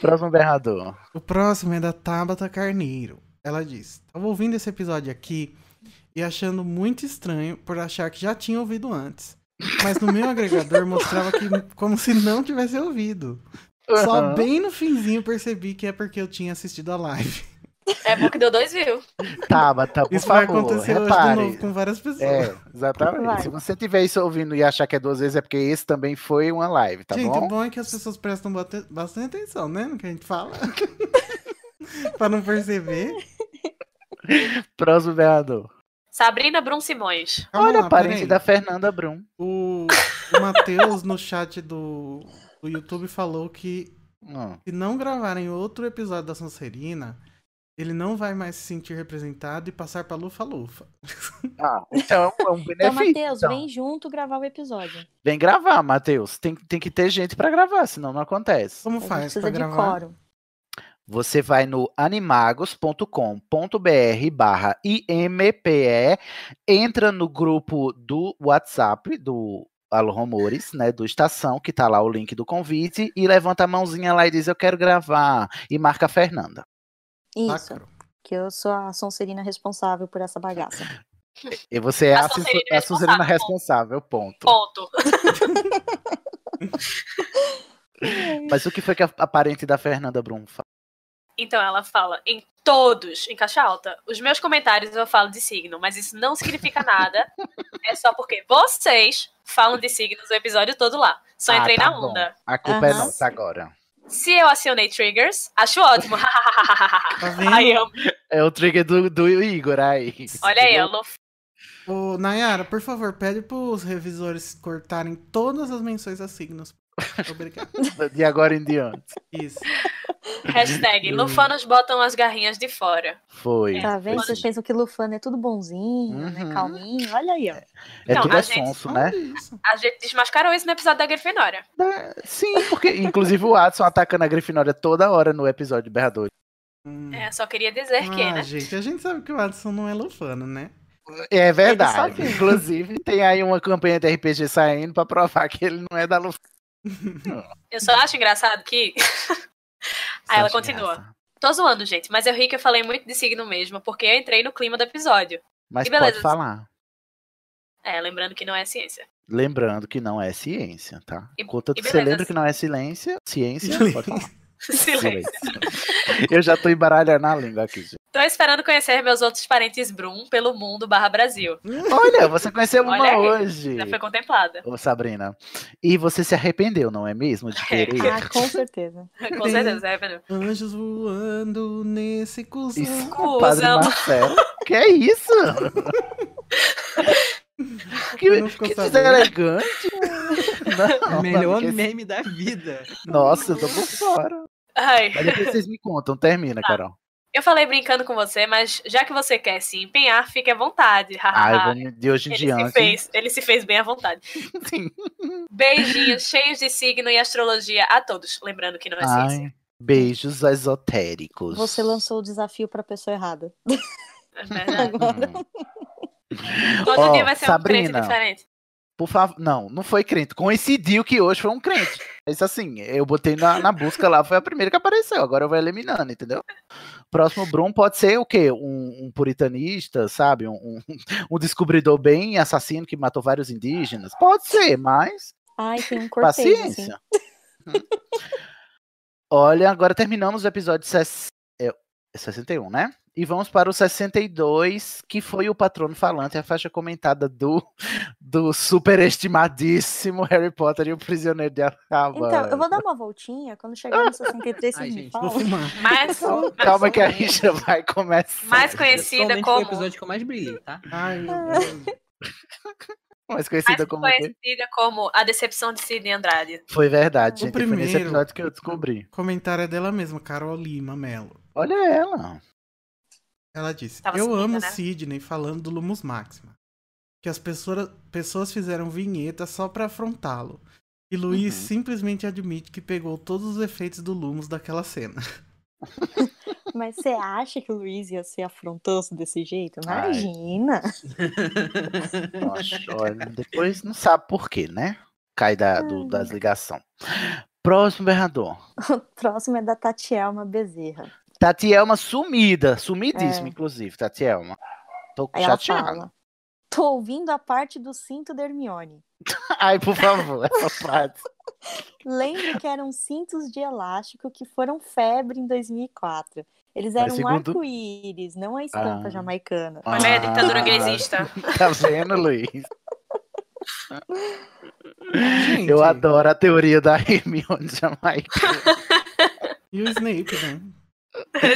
Próximo berrador. O próximo é da Tabata Carneiro. Ela diz: Tava ouvindo esse episódio aqui e achando muito estranho por achar que já tinha ouvido antes. Mas no meu agregador mostrava que como se não tivesse ouvido. Só Uhum. bem no finzinho percebi que é porque eu tinha assistido a live. É bom que deu dois views. Tabata, tá, por Isso vai favor, acontecer repare. hoje de novo com várias pessoas. É, exatamente. Vai. Se você tiver isso ouvindo e achar que é duas vezes, é porque esse também foi uma live, tá gente, bom? o bom é que as pessoas prestam bate- bastante atenção, né? No que a gente fala. <laughs> pra não perceber. tá- Próximo berrador. Sabrina Brum Simões. Calma Olha lá, a parente peraí. da Fernanda Brum. O, o Matheus, no chat do, do YouTube, falou que Hum. se não gravarem outro episódio da Sonserina, ele não vai mais se sentir representado e passar pra lufa-lufa. Ah, então é um Então, benefício. Matheus, então. vem junto gravar o episódio. Vem gravar, Matheus. Tem, tem que ter gente pra gravar, senão não acontece. Como faz precisa pra de gravar? quórum. Você vai no animagos.com.br barra IMPE, entra no grupo do WhatsApp do Alô Rumores, né, do Estação, que tá lá o link do convite, e levanta a mãozinha lá e diz, eu quero gravar, e marca a Fernanda. Isso. Que eu sou a Sonserina responsável por essa bagaça. E você é A a, Tá Sus- Sonserina a Suzerina responsável, ponto. Ponto. Mas o que foi que a, a parente da Fernanda Brum fala? Então ela fala em todos, em caixa alta. Os meus comentários eu falo de signo, mas isso não <laughs> significa nada. é só porque vocês falam de signos o episódio todo lá. Só Ah, entrei tá na bom. onda. A culpa é Aham. nossa agora. Se eu acionei triggers, acho ótimo. vendo? <laughs> Ai, amo. É o trigger do, do Igor <laughs> aí. Olha aí, Alô. Ô, Nayara, por favor, pede pros revisores cortarem todas as menções a <laughs> signos. Obrigado. De agora em diante. Isso. Hashtag Lufanos botam as garrinhas de fora. Foi. Tá vendo? Foi Vocês sim. pensam que Lufano é tudo bonzinho, né? Calminho. Olha aí, ó. É Então, tudo a é gente- sonso, né? A gente desmascarou isso no episódio da Grifinória. Sim, porque inclusive o Watson atacando a Grifinória toda hora no episódio de Berrador. É, só queria dizer que, Hum. ah, né? gente, a gente sabe que o Adson não é lufano, né? É Ele verdade. só viu. Inclusive, tem aí uma campanha de RPG saindo pra provar que ele não é da Lufa. Eu só acho engraçado que. <laughs> Aí Ah, ela acha continua. Tô zoando, gente, mas eu ri que eu falei muito de signo mesmo, porque eu entrei no clima do episódio. Mas E beleza. pode falar. É, lembrando que não é ciência. Lembrando que não é ciência, tá? E- Contanto e que você beleza. lembra que não é silência, <laughs> ciência, pode falar. Silêncio. Eu já tô embaralhando a língua aqui, gente. Tô esperando conhecer meus outros parentes Brum pelo mundo barra Brasil. Olha, você conheceu uma Olha aí, hoje. Já foi contemplada. <laughs> Ô, Sabrina. E você se arrependeu, não é mesmo? De querer. Ah, com certeza. Com certeza, é, velho. Anjos voando nesse cuzão. Desculpa, Padre Marcelo. que é <laughs> isso? que não ficou que sabendo. <laughs> deselegante. Não, É Melhor amiga, meme da vida. Nossa, eu tô por fora. Ai. Mas depois vocês me contam, termina, Tá. Carol. Eu falei brincando com você, mas já que você quer se empenhar, fique à vontade. Ai, vamos de hoje em ele diante. <laughs> Se fez, ele se fez bem à vontade. Beijinhos <laughs> cheios de signo e astrologia a todos. Lembrando que não é ciência. Ai, beijos esotéricos. Você lançou o desafio pra pessoa errada. É <laughs> verdade. Agora. Hum. Todo Ó, dia vai ser um Sabrina. crente diferente. Por favor. Não, não foi crente. Coincidiu que hoje foi um crente. Mas assim, eu botei na, na busca lá, foi a primeira que apareceu. Agora eu vou eliminando, entendeu? Próximo Brum pode ser o quê? Um, um puritanista, sabe? Um, um, <laughs> um descobridor bem assassino que matou vários indígenas. Pode ser, mas. Ai, tem um cortejo, assim. Paciência. <laughs> Olha, agora terminamos o episódio ses- é, é 61, né? E vamos para o 62, que foi o patrono falante, a faixa comentada do, do superestimadíssimo Harry Potter e o Prisioneiro de Azkaban. Então, eu vou dar uma voltinha. Quando chegar no 63, vocês me falam. <laughs> Mas, Então, um Calma que a rixa vai começar. mais Pessoalmente, conhecida foi como. o um episódio que eu mais brilhei, tá? Ai, Mais conhecida como... o quê? Conhecida como A Decepção de Sidney Andrade. Foi verdade, O gente. Foi nesse primeiro. episódio que eu descobri. Comentário é dela mesma, Carol Lima Mello. Olha ela. Ela disse: Tava Eu sumida, amo né?" Sidney falando do Lumos Maxima. Que as pessoas, pessoas fizeram vinheta só pra afrontá-lo. E Luiz Uhum. simplesmente admite que pegou todos os efeitos do Lumos daquela cena. Mas você acha que o Luiz ia ser afrontoso desse jeito? Ai. Imagina! Nossa, olha, depois não sabe por quê, né? Cai da, do- das ligações. Próximo berrador. O próximo é da Tatielma Bezerra. Tatielma sumida, sumidíssima, É. inclusive, Tatielma. Tô Aí ela chateada. fala. Tô ouvindo a parte do cinto da Hermione. <laughs> Ai, por favor, essa parte. Lembro que eram cintos de elástico que foram febre em 2004. Eles Mas eram um segundo- arco-íris, não a estampa Ah. jamaicana. Olha é aí a ditadura Ah. gaysista. <laughs> Tá vendo, Luiz? <laughs> Eu adoro a teoria da Hermione Jamaica. E o Snape, né?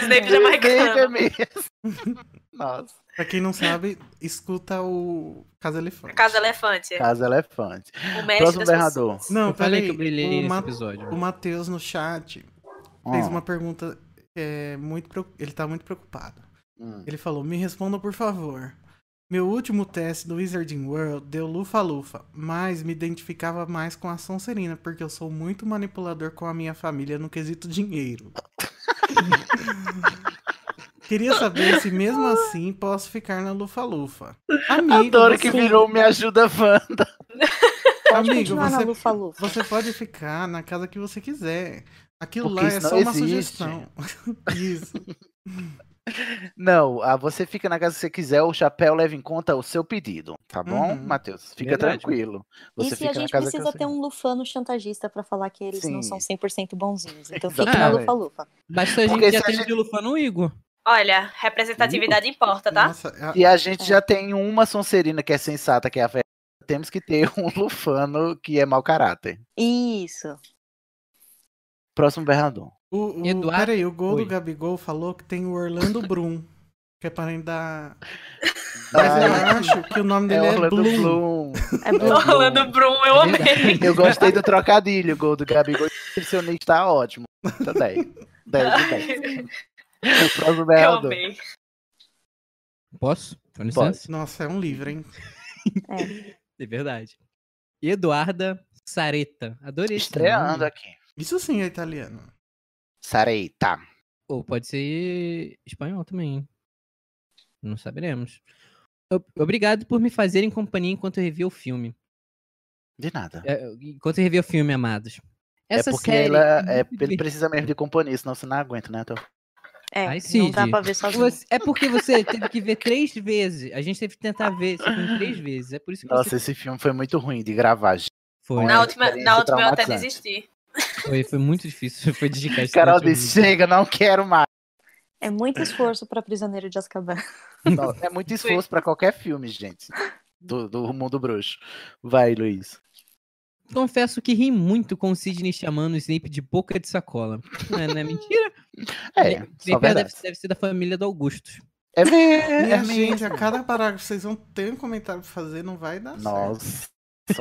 Snape Jamaica jamaicano. é mesmo. <laughs> Nossa. Pra quem não sabe, escuta o Casa Elefante. Casa Elefante. Casa Elefante. O mestre Tá. Próximo das berrador. pessoas. Não, Eu falei peraí, que eu brilhei o nesse Ma- episódio. O Matheus no chat fez Ah. uma pergunta é muito, preocup- ele tá muito preocupado. hum. Ele falou: Me responda, por favor. Meu último teste do Wizarding World deu lufa-lufa, mas me identificava mais com a Sonserina, porque eu sou muito manipulador com a minha família no quesito dinheiro. <laughs> Queria saber se mesmo assim posso ficar na lufa-lufa. Amigo, Adoro que você- virou Me Ajuda Wanda. Amigo, continuar na você, você pode ficar na casa que você quiser. Aquilo Porque lá é isso só não uma existe. sugestão. <laughs> Isso. Não, ah, você fica na casa que você quiser, o chapéu leva em conta o seu pedido, tá bom, Uhum. Matheus? Fica Verdade. tranquilo. E Você se a fica na gente casa que precisa você ter um lufano chantagista pra falar que eles não Sim. são 100% bonzinhos. Então fique na Exatamente. lufa-lufa. Basta a gente Porque já se a tem de lufa no Igor. Olha, representatividade importa, tá? E a É. gente já tem uma Sonserina que é sensata, que é a Vera. Temos que ter <laughs> um Lufano que é mau caráter. Isso. Próximo Bernadão. O, o, Eduardo- Peraí, o gol Oi. do Gabigol falou que tem o Orlando <laughs> Brum, que é parente da. <laughs> Ah, Mas eu é. <laughs> acho que o nome dele é, Orlando Bloom. Bloom. É Orlando Brum, eu amei. Eu gostei do trocadilho, gol do Gabigol. O nutricionista tá ótimo. Tá 10. 10 de <laughs> 10. Próximo Eu Bernardo. amei. Posso? Com licença? Nossa, é um livro, hein? É verdade. Eduarda Sareta. Adorei esse Estreando nome. aqui. tá. Isso sim é italiano. Sareita. Ou pode ser espanhol também. hein? Não saberemos. Ob- Obrigado por me fazerem companhia enquanto eu revia o filme. De nada. É, Enquanto eu revia o filme, amados. Essa é porque série ela, é- muito ele precisa mesmo de companhia, senão você não aguenta, né, Tô? É, Ai, não dá Cid, pra ver sozinho. você- é porque você teve que ver três vezes. A gente teve que tentar ver esse filme três vezes. É por isso que Nossa, você... esse filme foi muito ruim de gravar. gente. Foi. Uma Na última, na experiência última eu até traumatizante. desisti. foi. Foi muito difícil. <laughs> Foi desgastante. Carol disse: chega, não quero mais. É muito esforço pra prisioneiro de Azkaban. Não, é muito esforço pra qualquer filme, gente. Do, do mundo bruxo. Vai, Luiz. <laughs> Confesso que ri muito com o Sidney chamando o Snape de boca de sacola. Não é, não é mentira? É, Snape só deve, verdade. deve ser da família do Augusto. É mesmo. Minha É gente, mesmo. a cada parágrafo vocês vão ter um comentário pra fazer, não vai dar certo. Nossa,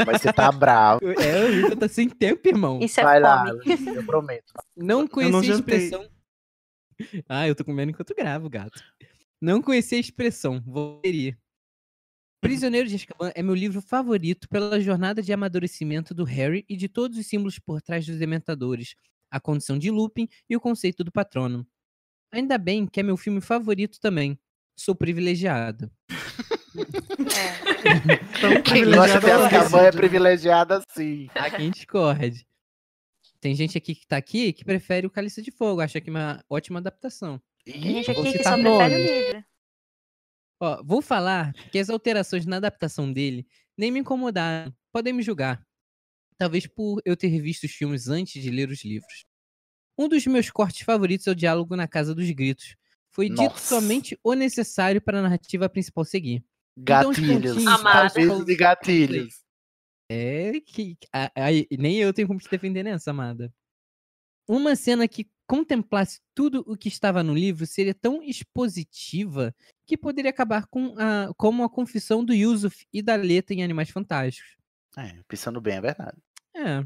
mas você tá <laughs> bravo. É, o Igor tá sem tempo, irmão. Isso é Vai lá, fome. Luiz, eu prometo. Não conhecia não a jantei. expressão. Ah, eu tô comendo enquanto gravo, gato. Não conhecia a expressão, voltaria. Prisioneiro de Azkaban é meu livro favorito pela jornada de amadurecimento do Harry e de todos os símbolos por trás dos dementadores, a condição de Lupin e o conceito do patrono. Ainda bem que é meu filme favorito também. Sou privilegiado. É. Tão Quem gosta de privilegiado Azkaban é é esse, gente. privilegiada, sim. Há quem discorde. Tem gente aqui que tá aqui que prefere o Cálice de Fogo, acha que é uma ótima adaptação. Tem gente Vou aqui que tá citar só prefere nomes. o livro. Ó, vou falar que as alterações na adaptação dele nem me incomodaram. Podem me julgar. Talvez por eu ter visto os filmes antes de ler os livros. Um dos meus cortes favoritos é o diálogo na Casa dos Gritos. Foi dito Nossa. somente o necessário para a narrativa principal seguir. Então, os Gatilhos. pontinhos, Amada. Aviso de gatilhos. É que. a- aí, nem eu tenho como te defender nessa, amada. Uma cena que contemplasse tudo o que estava no livro seria tão expositiva que poderia acabar com a, como a confissão do Yusuf e da Leta em Animais Fantásticos. É, pensando bem, é verdade. É,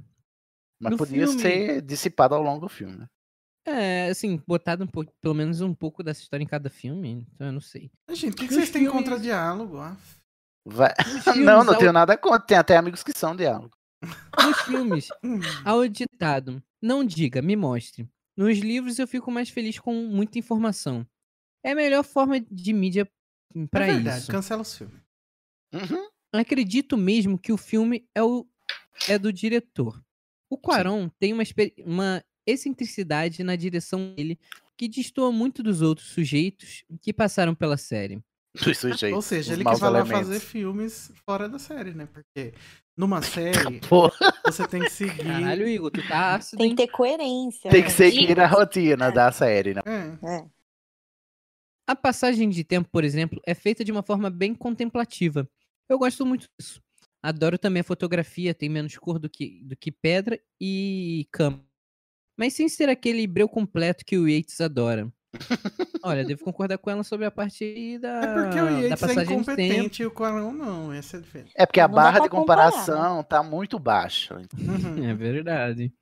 Mas No podia filme- ser dissipado ao longo do filme. né? é assim, botado um pouco, pelo menos um pouco dessa história em cada filme, então eu não sei. Gente, o que, que Nos vocês têm filmes- contra diálogo? Ah, Vai- filmes, <laughs> Não, não ao- tenho nada contra. Tem até amigos que são diálogo. Nos filmes, hum, ao ditado, não diga, me mostre. Nos livros eu fico mais feliz com muita informação. É a melhor forma de mídia é para verdade, isso. cancela os filmes. Uhum. acredito mesmo que o filme é, o, é do diretor. O Quaron tem uma, exper- uma excentricidade na direção dele que destoa muito dos outros sujeitos que passaram pela série. Dos sujeitos. Ou seja, os ele maus quis falar elementos. fazer filmes fora da série, né? Porque <laughs> numa série, Porra, você tem que seguir. Caralho, <laughs> Igor, tu tá ácido, Tem hein? que ter coerência. tem que né? seguir a rotina da série, né? É. É. A passagem de tempo, por exemplo, é feita de uma forma bem contemplativa. Eu gosto muito disso. Adoro também a fotografia, tem menos cor do que, do que pedra e cama. Mas sem ser aquele hebreu completo que o Yates <laughs> adora. Olha, devo concordar com ela sobre a parte aí da, É porque o da Yates é Ah, passagem de tempo. incompetente e o Quarão não, essa é a diferença. É porque a Não dá barra pra de comparar, né? comparação tá muito baixa. Uhum. É verdade.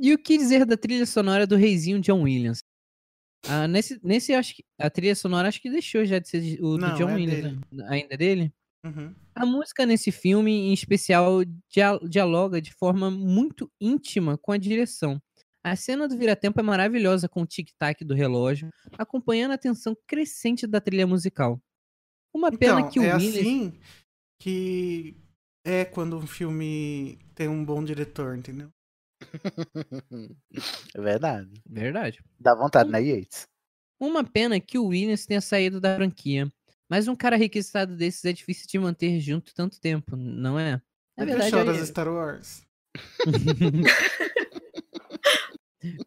E o que dizer da trilha sonora do reizinho John Williams? Ah, nesse, nesse, eu acho que a trilha sonora acho que deixou já de ser o do Não, John é Williams. dele. né? Ainda é dele? Uhum. A música nesse filme, em especial, dia- dialoga de forma muito íntima com a direção. A cena do Viratempo é maravilhosa com o tic-tac do relógio, acompanhando a tensão crescente da trilha musical. Uma pena Então, que o é Williams... assim que é quando um filme tem um bom diretor, entendeu? É verdade. Verdade. Dá vontade, né, Yates? Uma pena que o Williams tenha saído da franquia. Mas um cara requisitado desses é difícil de manter junto tanto tempo, não é? Na Ele verdade, chora é- as Star Wars.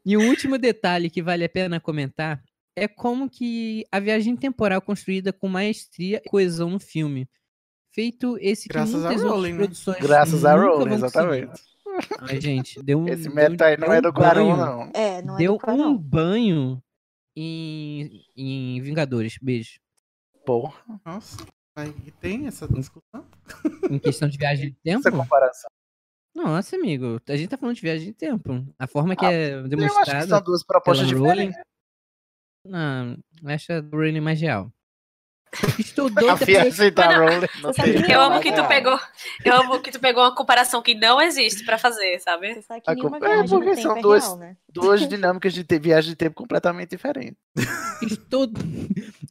E o último detalhe que vale a pena comentar é como que a viagem temporal construída com maestria e coesão no filme. Feito esse que Graças a muitas outras Rowling, né? produções Graças a nunca Rowling, vão conseguir. exatamente. Ai, gente, deu um. Esse deu- meta aí não deu é um do Quaron, banho. não. É, não é deu do Quaron. um banho em, em Vingadores. Beijo. Porra. Nossa, aí tem essa discussão? Em questão de viagem de tempo? Essa comparação. Nossa, amigo, a gente tá falando de viagem de tempo. A forma que Ah, é Eu acho demonstrada. que são duas propostas pela Rowling- diferentes. Ah, acho a Rowling mais real. Estou <laughs> A doida pra fiança da Rowling. não Você tem sabe nada Eu amo que é errado. tu pegou. Eu amo que tu pegou uma comparação que não existe pra fazer, sabe? Só que A nenhuma comp- É, viagem porque no tempo são é duas, real, né? duas dinâmicas de te- viagem de tempo completamente diferentes. Estou,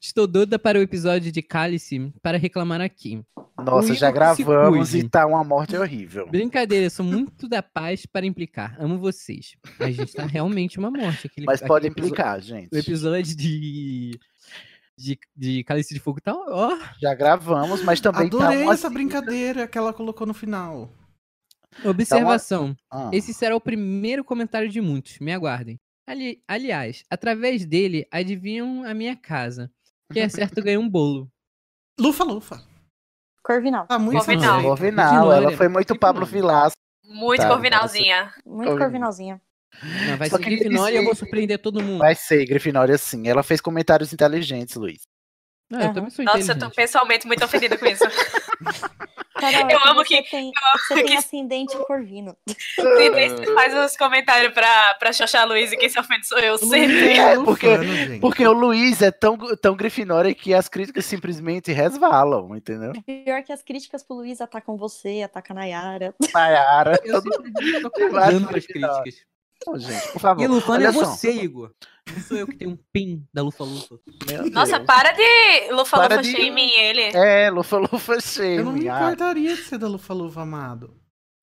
estou doida para o episódio de Cálice para reclamar aqui. Nossa, já Igor que se gravamos e cuide. tá uma morte horrível. Brincadeira, eu sou muito da paz para implicar. Amo vocês. A gente tá realmente uma morte. Aquele, Mas pode aquele episo- implicar, gente. O episódio de, de, de Cálice de Fogo tá. Ó, Já gravamos, mas também tá Adorei uma... essa brincadeira que ela colocou no final. observação. Ah, Esse será o primeiro comentário de muitos, me aguardem. Ali- aliás, através dele, adivinham a minha casa. Quem é certo ganha um bolo. Lufa, lufa. Corvinal. Tá muito Corvinal. satisfeito. Corvinal, Ignore, ela foi muito ignore. Pablo Vilaça. Muito Tá, corvinalzinha. Muito <laughs> Corvinal. Corvinalzinha. Não, é vai Só ser queria Grifinória e eu vou dizer- surpreender todo mundo. Vai ser, Grifinória, sim. Ela fez comentários inteligentes, Luiz. Não, eu Aham. também sou Nossa, eu inteligente. tô pessoalmente muito ofendida com isso. Carol, é Eu que amo você que- Tem, amo você tem que- ascendente corvino. <laughs> Tem vezes que faz uns comentários pra, pra Xoxa Luiz e quem se ofende sou eu sempre. É, Lufando, porque- gente. Porque o Luiz é tão, tão Grifinória que as críticas simplesmente resvalam, entendeu? Pior que as críticas pro Luiz atacam você, atacam a Nayara. Maiara, <laughs> Eu todo sempre digo, tô Vai, cagando pras Grifinória. críticas. mundo, gente, por favor. E Lufano Olha é só. você, Igor. Não sou eu que tenho um pin da Lufa <laughs> Lufa. Meu Nossa, Deus. para de Lufa Para Lufa de- shaming ele. É, Lufa Lufa cheio. Eu não me minha- importaria de ser da Lufa Lufa, amado.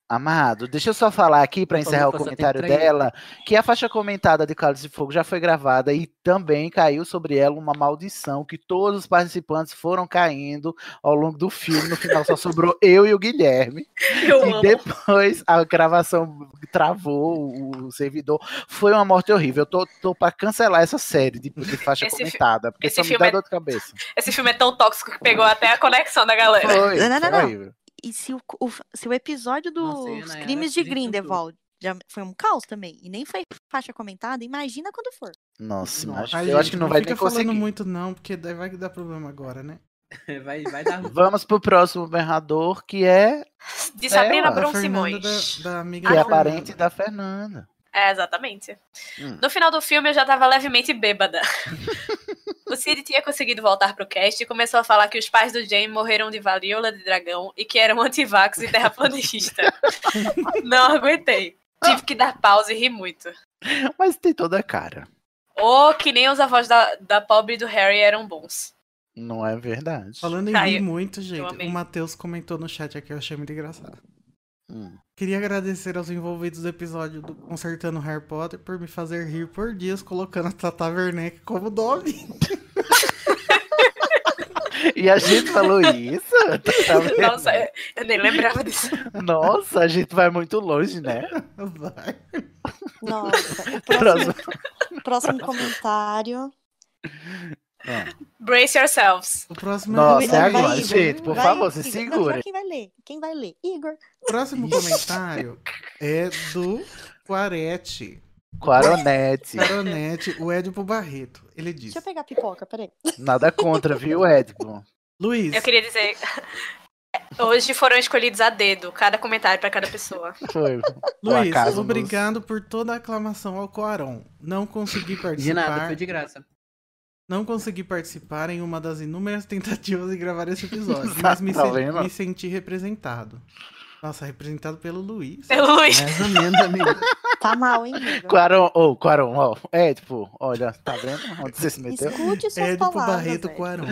Amado, deixa eu só falar aqui pra Lufa encerrar Lufa o só tem comentário traíra. dela, que a faixa comentada de Carlos de Fogo já foi gravada e também caiu sobre ela uma maldição que todos os participantes foram caindo ao longo do filme. No final só sobrou <laughs> eu e o Guilherme. Eu E amo. depois a gravação travou o servidor. Foi uma morte horrível. Eu tô, tô pra cancelar essa série de, de faixa Esse fi- comentada, porque esse só me filme dá é- dor de cabeça. Esse filme é tão tóxico que pegou até a conexão da galera. Foi, Não, não, foi não, não. horrível. E se o, o- se o episódio Nossa, e a dos Nayara crimes de se desencantou. Grindelwald já foi um caos também, e nem foi faixa comentada, imagina quando for. Nossa, Não, mas ai, eu acho gente, que não vai fica nem falando conseguir. muito não, porque daí vai dar problema agora, né? É, Vai, vai dar Vamos pro próximo berrador, que é De Sabrina Ela, Da Brum Fernanda, Simões. da, da amiga que é da a parente Fernanda. da Fernanda. É, exatamente. Hum. No final do filme, eu já tava levemente bêbada. o Cid tinha conseguido voltar pro cast e começou a falar que os pais do Jamie morreram de varíola de dragão e que eram antivax e terraplanista. Não aguentei. Tive que dar pausa e rir muito. Mas tem toda a cara, Ou que nem os avós da, da pobre e do Harry eram bons. não é verdade? Falando em Tá, rir eu- muito, gente, amei. o Matheus comentou no chat aqui, eu achei muito engraçado. Hum. Queria agradecer aos envolvidos do episódio do Consertando Harry Potter por me fazer rir por dias colocando a Tata Werneck como Dobby. E a gente falou isso? tá vendo? Nossa, é. eu- eu nem lembrava disso. Nossa, a gente vai muito longe, né? <laughs> Vai. Nossa, <laughs> o Próximo. próximo, próximo comentário. Brace yourselves. O próximo, Nossa, é Vai, agora, Igor. gente, por Vai, favor, se Igor. Não, segurem. só Quem vai ler? Quem vai ler? Igor. O próximo comentário é do Quarete. Quaronete. Caronete, o Edipo Barreto. Ele diz: Deixa eu pegar a pipoca, peraí. Nada contra, viu, Edipo? Luiz, Eu queria dizer. Hoje foram escolhidos a dedo, cada comentário pra cada pessoa. Foi. o Luiz, acaso nos- obrigado por toda a aclamação ao Quaron. Não consegui De participar. nada, foi de graça. Não consegui participar em uma das inúmeras <laughs> tentativas de gravar esse <laughs> episódio, mas me, Tá sen- vendo? me senti representado. Nossa, representado pelo Luiz. Pelo Luiz. Né? Mais ou menos, amigo. Tá mal, hein? amigo? Quaron, ô, Quaron, ó. É, tipo, olha, tá vendo onde você se meteu? Escute suas É do palavras. Barreto velho. Quaron.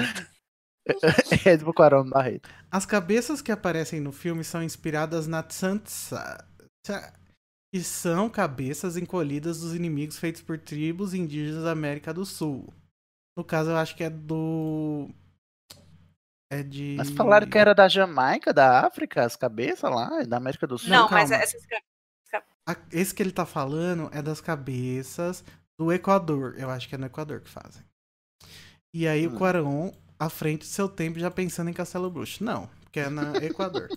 É, tipo, Quaron Barreto. As cabeças que aparecem no filme são inspiradas na Tsantsa, tsa- que são cabeças encolhidas dos inimigos feitos por tribos indígenas da América do Sul. No caso, eu acho que é do. É de. Mas falaram que era da Jamaica, da África, as cabeças lá, da América do Sul. Não, mas calma. essas. A- Esse que ele tá falando é das cabeças do Equador. Eu acho que é no Equador que fazem. E aí Hum. o Cuarón, à frente do seu tempo, já pensando em Castelo Bruxo. Não, porque é no <laughs> Equador.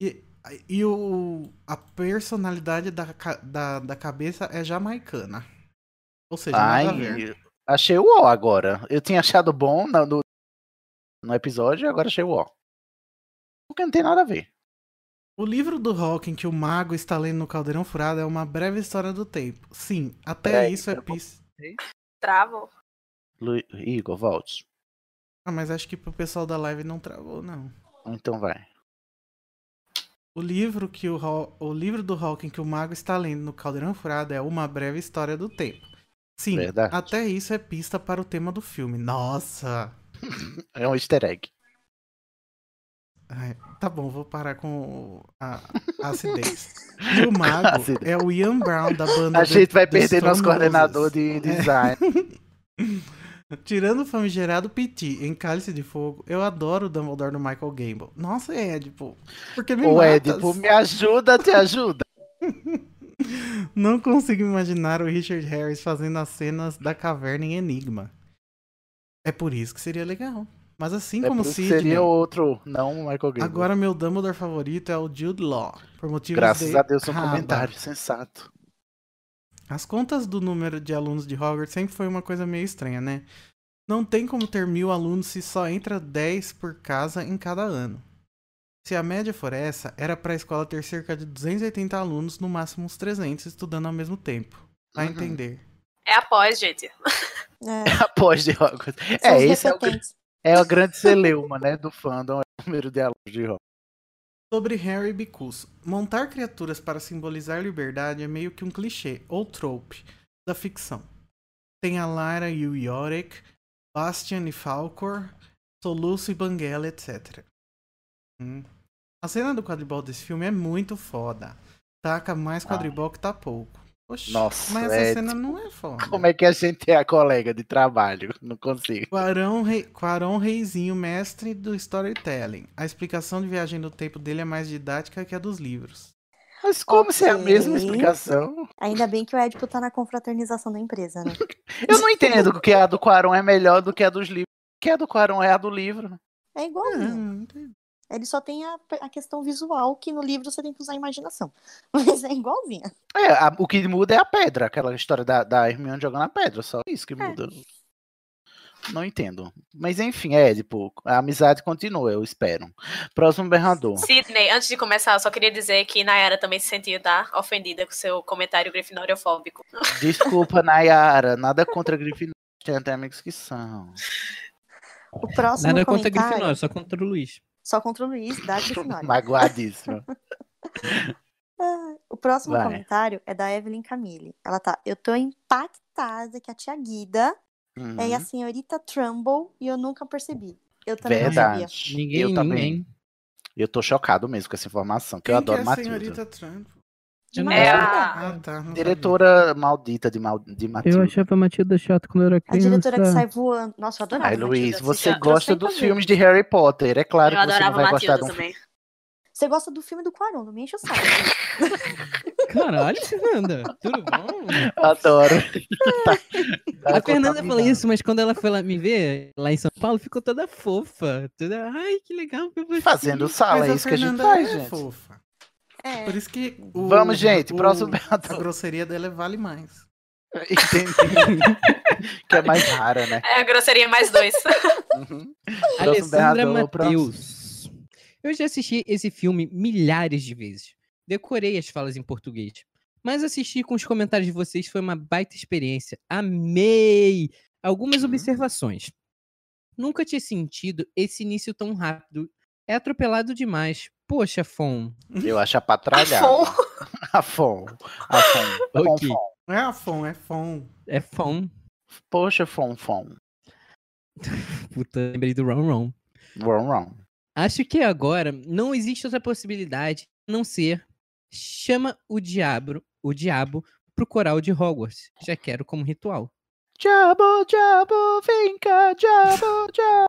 E, e o, a personalidade da, ca- da, da cabeça é jamaicana. Ou seja, nada a ver. Ai, achei o ó agora. Eu tinha achado bom na- no, no episódio e agora achei o ó. Porque não tem nada a ver. O livro do Hawking que o mago está lendo no Caldeirão Furado é uma breve história do tempo. Sim, até Peraí, isso é eu vou- pis... Travo. Lu- Igor, volte. Ah, mas acho que pro pessoal da live não travou, não. Então vai. O livro, que o, Haw- o livro do Hawking que o mago está lendo no Caldeirão Furado é Uma Breve História do Tempo. Sim, Verdade. até isso é pista para o tema do filme. Nossa! É um easter egg. Ai, tá bom, vou parar com a, a <laughs> acidez. E o mago Acidez. é o Ian Brown da banda A The- gente vai The perder Stone nosso coordenador Roses. <laughs> de É. design. Tirando o famigerado Piti em Cálice de Fogo, eu adoro o Dumbledore do Michael Gamble. Nossa, é, tipo... Porque me Ou é matas. tipo, me ajuda, te ajuda. Não consigo imaginar o Richard Harris fazendo as cenas da caverna em Enigma. É por isso que seria legal. Mas assim É como por isso que Sidney, seria outro, não o Michael Gambon. agora meu Dumbledore favorito é o Jude Law. Por motivos Graças de a Deus, um raba. comentário sensato. <laughs> As contas do número de alunos de Hogwarts sempre foi uma coisa meio estranha, né? Não tem como ter mil alunos se só entra 10 por casa em cada ano. Se a média for essa, era pra escola ter cerca de 280 alunos, no máximo uns 300, estudando ao mesmo tempo. Vai Uhum. entender. É após, gente. É, Após de Hogwarts. são É, os esse é o, gr- repetentes. é a grande celeuma, né, do fandom, é o número de alunos de Hogwarts. Sobre Harry Bicuço, montar criaturas para simbolizar liberdade é meio que um clichê, ou trope, da ficção. Tem a Lara e o Yorick, Bastian e Falcor, Soluço e Banguela, etc. Hum. A cena do quadribol desse filme é muito foda. Taca mais quadribol que tá pouco. Oxi, Ah. Nossa, mas é, essa cena tipo, não é foda. Como é que a gente é a colega de trabalho? Não consigo. Quarão, Rei, Quarão Reizinho, mestre do storytelling. A explicação de viagem no tempo dele é mais didática que a dos livros. Mas como se é a mesma Ok. explicação? Ainda bem que o Édipo tá na confraternização da empresa, né? <laughs> Eu não entendo que a do Quaron é melhor do que a dos livros. Que a do Quaron é a do livro. É igual. Hum. Ah, não entendi. Ele só tem a, a questão visual, que no livro você tem que usar a imaginação. <laughs> Mas é igualzinha. É, a- o que muda é a pedra, aquela história da, da Hermione jogando a pedra, só isso que muda. É. Não entendo. Mas enfim, é, tipo, a amizade continua, eu espero. Próximo <laughs> berrador. Sidney, antes de começar, eu só queria dizer que Nayara também se sentiu, tá? Ofendida com seu comentário grifinoriofóbico. Desculpa, Nayara, nada contra Grifinória. Tem até amigos que são. O próximo Nada contra comentário, Grifinória, só contra o Luiz. só contra o <laughs> Luiz da Grifinória. Magoadíssima. O próximo Vai. comentário é da Evelyn Camille. Ela tá, eu tô impactada que a tia Guida Uhum. é a senhorita Trumble e eu nunca percebi. Eu também não sabia. Hum, Verdade. Ninguém, eu também. ninguém. Eu tô chocado mesmo com essa informação, que eu Quem adoro que é a Matilda. senhorita Trump? Eu não- É Matilda. a... Ah, tá. não Diretora maldita de, mal, de Matilda. Eu achava a Matilda chata quando eu era A criança. diretora que sai voando. Nossa, eu Ah, adorava. Ai, Matilda, Luiz, você você já- eu gosta sempre dos vi. filmes de Harry Potter. É claro Eu que você não adorava vai gostar Matilda de um também. Você gosta do filme do Quaron, não me enche o <laughs> saco. Caralho, Fernanda, tudo bom? <laughs> Adoro. Tá- tá A Fernanda falou contaminado. isso, mas quando ela foi lá me ver, lá em São Paulo, ficou toda fofa. Toda, ai, que legal. que você." sabia. Fazendo sala, Mas é isso que a gente Fernanda faz, é gente. fofa. É. Por isso que. o- Vamos, gente, o- próximo A berrador. grosseria dela vale mais. <laughs> Entendi. que é mais rara, né? É a grosseria <laughs> mais dois. Uhum. Próximo Alessandra berrador, próximo. Matheus. Eu já assisti esse filme milhares de vezes. Decorei as falas em português. Mas assistir com os comentários de vocês foi uma baita experiência. Amei! Algumas Uhum. observações. Nunca tinha sentido esse início tão rápido. É atropelado demais. Poxa, Fon. Eu acho apatralhado. A <laughs> Fon. A Fon. A Ok. Não é a Fon, é Fon. É Fon. Poxa, Fon, Fon. Puta, lembrei do Ron Ron. Wrong, wrong. Acho que agora não existe outra possibilidade a não ser chama o diabo, o diabo pro coral de Hogwarts. Já quero como ritual. Diabo, diabo, vem cá, diabo, diabo.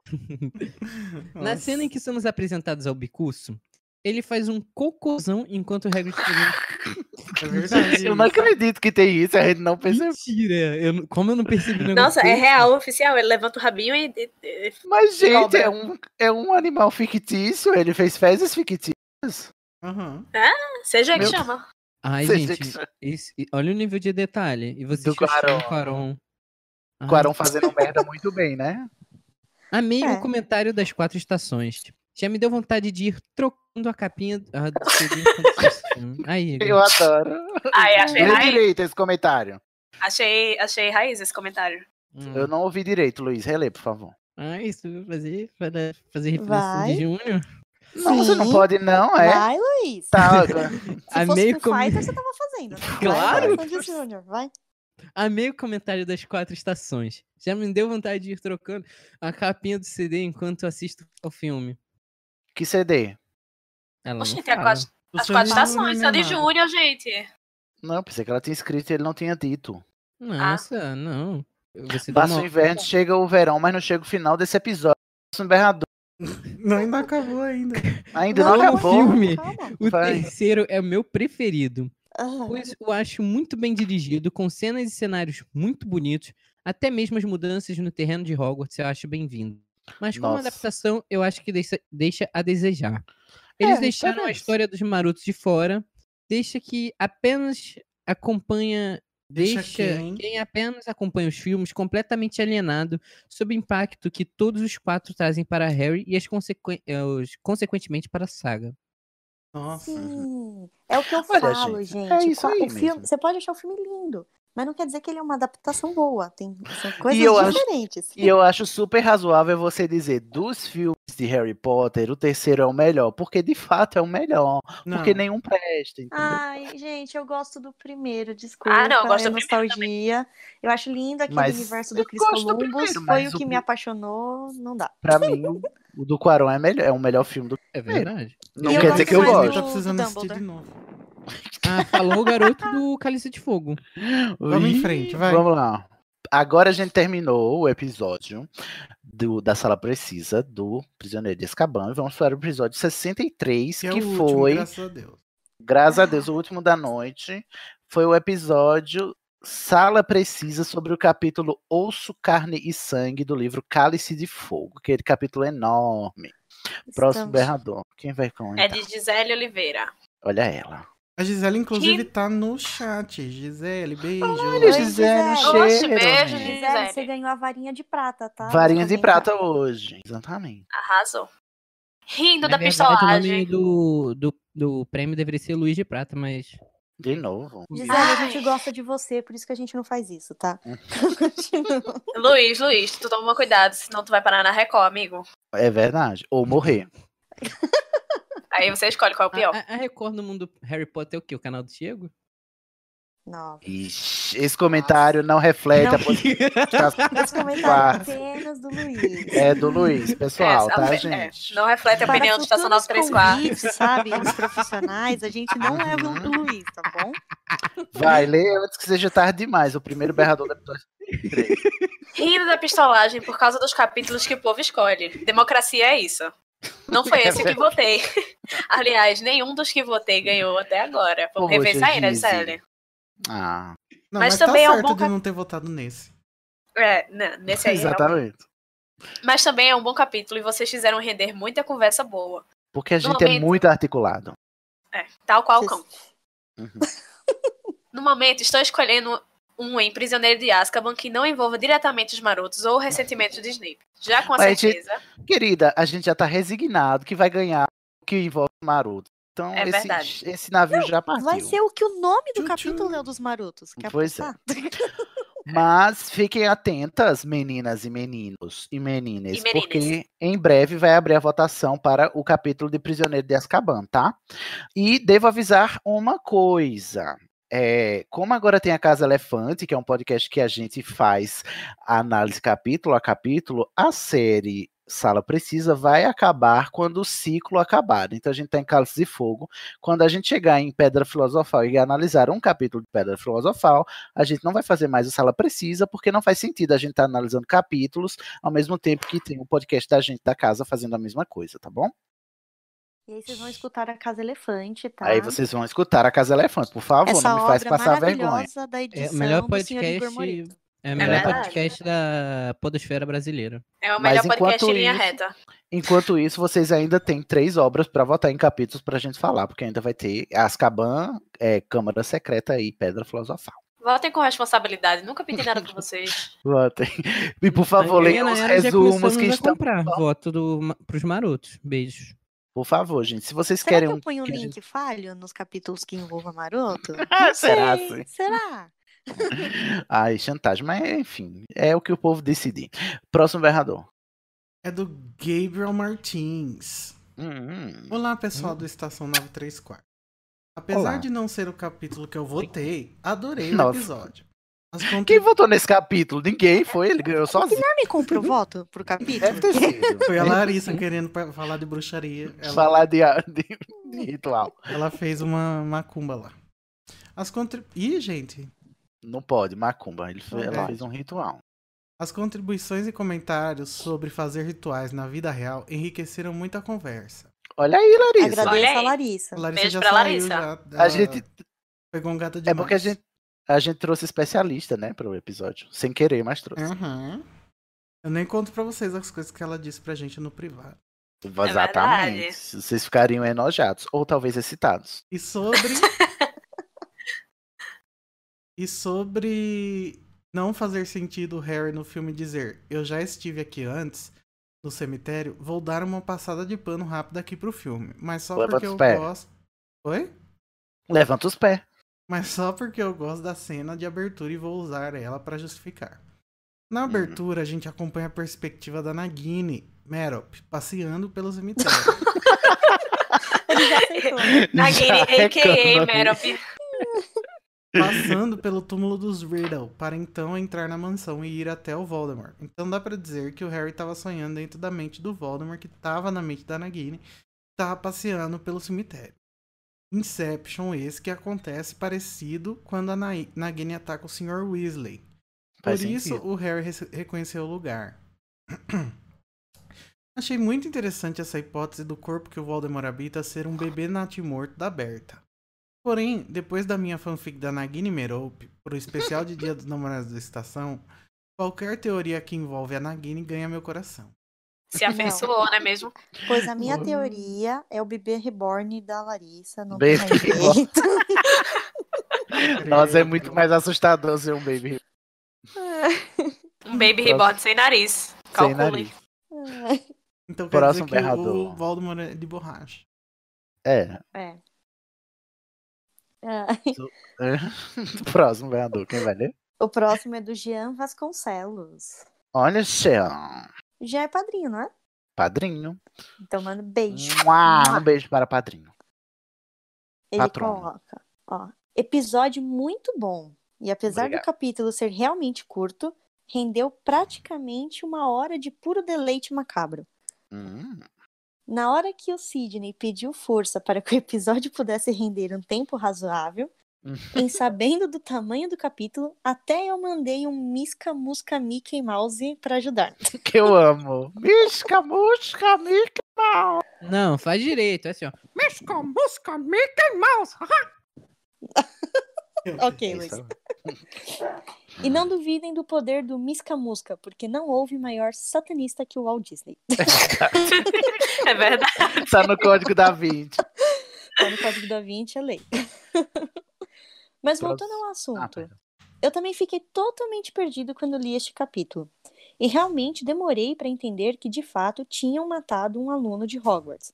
é Na cena em que somos apresentados ao Bicurso, ele faz um cocôzão enquanto o Hagrid <laughs> É verdade. Eu não acredito que tem isso, a gente não percebeu. Mentira, eu não- como eu não percebi o Nossa, negócio é desse? real, oficial. Ele levanta o rabinho e. e- e- Mas, gente, cobra. é um, é um animal fictício, ele fez fezes fictícias. Ah, seja que Meu- chama. Ai, Você gente, ah. fixa. esse- olha o nível de detalhe. E você Do Quaron. Quaron. Ah. Quarão fazendo merda muito bem, né? Amei É. o comentário das quatro estações. Já me deu vontade de ir trocando a capinha <laughs> ah, do CD enquanto assistindo. Aí, Eu gente. adoro. Ai, achei Lê raiz. direito esse comentário. Achei, achei raiz esse comentário. Eu não ouvi direito, Luiz. Relê, por favor. Ah, Hum, isso vai fazer, vai dar- fazer reflexão Vai. de junho? Não, você não Sim. pode, não, é? Vai, Luiz. Tá, agora. Se fosse Amei Free o com- Fighter, você tava fazendo. né? Vai, Claro. Vai, Sandy Júnior, vai. Amei o comentário das quatro estações. Já me deu vontade de ir trocando a capinha do CD enquanto assisto ao filme. Que CD? Hum, Ela Oxi, não tem a fala. quatro- as quatro estações, só de Júnior, gente. Não, pensei que ela tinha escrito e ele não tinha dito. Ah. Nossa, Então não. Você dá Passa uma- o inverno, chega o verão, mas não chega o final desse episódio. Passa o Berrador. Não, é ainda acabou ainda. Ainda não, Não, é um acabou. filme. O Vai. terceiro é o meu preferido. Pois eu acho muito bem dirigido, com cenas e cenários muito bonitos. Até mesmo as mudanças no terreno de Hogwarts eu acho bem-vindo. Mas como Nossa. adaptação, eu acho que deixa, deixa a desejar. Eles É, deixaram a talvez. história dos marotos de fora, deixa que apenas acompanha. Deixa Deixa, quem? quem... apenas acompanha os filmes completamente alienado sob o impacto que todos os quatro trazem para Harry e as consequen- eh, os- consequentemente para a saga. Nossa. Sim. É o que eu Olha, falo, gente, gente. é isso Qua- aí o filme, mesmo. você pode achar o filme lindo, mas não quer dizer que ele é uma adaptação boa. Tem são coisas eu acho- diferentes. E eu acho super razoável você dizer dos filmes de Harry Potter, o terceiro é o melhor, porque de fato é o melhor, Não. porque nenhum presta. Então, entendeu? Ai, gente, eu gosto do primeiro, desculpa. Ah, não, eu gosto é do primeiro nostalgia. Eu acho lindo aquele Mas universo do eu Chris gosto do Columbus. primeiro, foi mas o que o- me apaixonou, não dá. Pra mim, o- o do Quaron é, melhor, é o melhor filme do É verdade. Não E eu quer dizer gosto que eu mais gosto. Tá do precisando assistir de Dumbledore. novo. Ah, falou o garoto do Cálice de Fogo. então. Vamos Ih, em frente, vai. Vamos lá. Agora a gente terminou o episódio do- da Sala Precisa do Prisioneiro de Azkaban. e Vamos para o episódio 63, que, é o último, foi, graças a Deus. graças a Deus, o último da noite. Foi o episódio Sala Precisa sobre o capítulo Osso, Carne e Sangue do livro Cálice de Fogo. Aquele capítulo enorme. Próximo Estamos- berrador. Quem vai comentar? É de Gisele Oliveira. Olha ela. A Gisele, inclusive, tá no chat. Gisele, beijo. Olha, Oi, Gisele. Gisele, um Oxe, cheiro, beijo, amiga. Gisele. Gisele, você ganhou a varinha de prata, tá? Varinha de Comenta. prata hoje. Exatamente. Arrasou. Rindo é Na da é verdade, um o nome pistolagem. do, do, do prêmio deveria ser Luiz de Prata, mas. De novo. Gisele, a gente gosta de você, por isso que a gente não faz isso, tá? Hum. Continua. Luiz, Luiz, tu toma cuidado, senão tu vai parar na Record, amigo. É verdade. Ou morrer. Aí você escolhe qual é o A, pior. Ah, a- a Record no mundo Harry Potter é o quê? O canal do <laughs> Diego? <laughs> Não. Ixi, esse comentário não reflete a <laughs> posição Esse comentário é apenas do Luiz. é do Luiz, pessoal, Essa- tá, é, gente? não reflete a Para opinião do Estação futuros 934. convites, sabe? Os profissionais, a gente não Uhum. leva o Luiz, tá bom? Vai, lê antes que seja tarde demais. O primeiro berrador da episódio. Rindo da pistolagem por causa dos capítulos que o povo escolhe. Democracia é isso. Não foi esse <laughs> É que votei. Aliás, nenhum dos que votei ganhou até agora. Vamos Poxa, rever isso aí, né, Gisele? Gisele? Ah, Não, Mas mas, tá também é um certo bom de cap- não ter votado nesse. É, né, nesse aí. é o- exatamente. Mas também é um bom capítulo e vocês fizeram render muita conversa boa. Porque a No gente é momento- muito articulado. É, tal qual o Vocês- cão. Uhum. <laughs> No momento, estou escolhendo um em Prisioneiro de Azkaban que não envolva diretamente os marotos ou o ressentimento de Snape. Já com a Mas, gente, certeza. Querida, a gente já tá resignado que vai ganhar o que envolve o Maroto. Então, É verdade. esse, esse navio já partiu. Vai ser o que o nome do Tchum, capítulo é o dos marotos. Quer Pois é. apostar? <laughs> Mas fiquem atentas, meninas e meninos e meninas, porque em breve vai abrir a votação para o capítulo de Prisioneiro de Azkaban, tá? E devo avisar uma coisa. É, como agora tem a Casa Elefante, que é um podcast que a gente faz a análise capítulo a capítulo, a série Sala Precisa vai acabar quando o ciclo acabar. Então a gente está em Cálice de Fogo. Quando a gente chegar em Pedra Filosofal e analisar um capítulo de Pedra Filosofal, a gente não vai fazer mais o Sala Precisa, porque não faz sentido a gente estar tá analisando capítulos ao mesmo tempo que tem o podcast da gente da casa fazendo a mesma coisa, tá bom? E aí vocês vão escutar a Casa Elefante, tá? Aí vocês vão escutar a Casa Elefante, por favor, Essa não me faz obra é passar vergonha. maravilhosa da É o edição melhor do senhor Igor podcast. Morito. É o melhor verdade. podcast da Podosfera Brasileira. É o Mas melhor podcast enquanto em linha isso- reta. Enquanto isso, vocês ainda têm três obras para votar em capítulos pra gente falar, porque ainda vai ter Azkaban, é, Câmara Secreta e Pedra Filosofal. Votem com responsabilidade. Nunca pedi nada pra vocês. <laughs> Votem. E por favor, leiam os resumos que estão. comprar voto do, ma- pros marotos. Beijos. Por favor, gente, se vocês Será querem que um- eu ponho um que a link falho nos capítulos que envolvam Maroto? Ah, Não <laughs> será, sei, sim. Será? Ai, chantagem, mas enfim, é o que o povo decidir. Próximo berrador. É do Gabriel Martins. Olá, pessoal do Estação 934. Apesar Hum. Olá. de não ser o capítulo que eu votei, adorei o Nossa. episódio. Quem votou nesse capítulo? Ninguém foi, ele ganhou O sozinho. <laughs> Guilherme comprou voto pro capítulo? <laughs> Foi a Larissa né? querendo pa- falar de bruxaria. Ela- Falar de, de- de ritual. Ela fez uma macumba lá. As contrib... Ih, gente. Não pode, Macumba. Ele fe- Não ela pode. fez um ritual. As contribuições e comentários sobre fazer rituais na vida real enriqueceram muito a conversa. Olha aí, Larissa. Agradeço a Larissa. A Larissa já saiu, já- A ela gente, Pegou um gato de é porque a gente, a gente trouxe especialista, né, pro episódio. Sem querer, mas trouxe. Hum, Eu nem conto pra vocês as coisas que ela disse pra gente no privado. Exatamente. verdade. Vocês ficariam enojados, ou talvez excitados. E sobre. e sobre não fazer sentido o Harry no filme dizer eu já estive aqui antes, no cemitério, vou dar uma passada de pano rápida aqui pro filme. Mas só Levanta porque os eu pés. gosto. Oi? Levanta os pés. Mas só porque eu gosto da cena de abertura e vou usar ela pra justificar. Na abertura, a gente acompanha a perspectiva da Nagini, Merop, passeando pelo cemitério. né? Nagini, é a.k.a. reclamou. Merop. passando pelo túmulo dos Riddle, para então entrar na mansão e ir até o Voldemort. Então dá pra dizer que o Harry tava sonhando dentro da mente do Voldemort, que tava na mente da Nagini, que tava passeando pelo cemitério. Inception esse que acontece parecido quando a Nai- Nagini ataca o Sr. Weasley. Faz Por isso sentido. o Harry rece- reconheceu o lugar. <clears throat> Achei muito interessante essa hipótese do corpo que o Voldemort habita ser um bebê natimorto da Berta. Porém, depois da minha fanfic da Nagini Merope, pro especial de Dia dos Namorados da Estação, qualquer teoria que envolve a Nagini ganha meu coração. Se afeiçoou, não é mesmo? Pois a minha teoria é o bebê reborn da Larissa. Não Bebê tem mais reborn. <laughs> jeito. <laughs> Nossa, é muito mais assustador ser um baby Um baby reborn sem nariz. sem Calcule. nariz. Então quer Próximo dizer que berrador. o Voldemort é de borracha. É. <laughs> É. Ah, é. Próximo ganhador, quem vai ler? <laughs> O próximo é do Jean Vasconcelos. Olha só. Já é padrinho, não é? Padrinho. Então manda um beijo. Mua, Mua. um beijo para padrinho. Ele Patrona. coloca, ó, episódio muito bom. E apesar Obrigado. do capítulo ser realmente curto, rendeu praticamente uma hora de puro deleite macabro. Hum. Na hora que o Sidney pediu força para que o episódio pudesse render um tempo <laughs> razoável, em sabendo do tamanho do capítulo, até eu mandei um Misca Musca Mickey Mouse <laughs> para ajudar. Que eu amo. Misca, musca, Mickey Mouse. Não, faz direito, é assim, ó. Misca Musca Mickey Mouse! <laughs> ok, Luiz. E não duvidem do poder do Misca Musca, porque não houve maior satanista que o Walt Disney. É verdade. Tá no código da 20. Tá no Código da Vinci, é lei. <laughs> Mas Próximo. voltando ao assunto, eu também fiquei totalmente perdido quando li este capítulo. E realmente demorei para entender que de fato tinham matado um aluno de Hogwarts.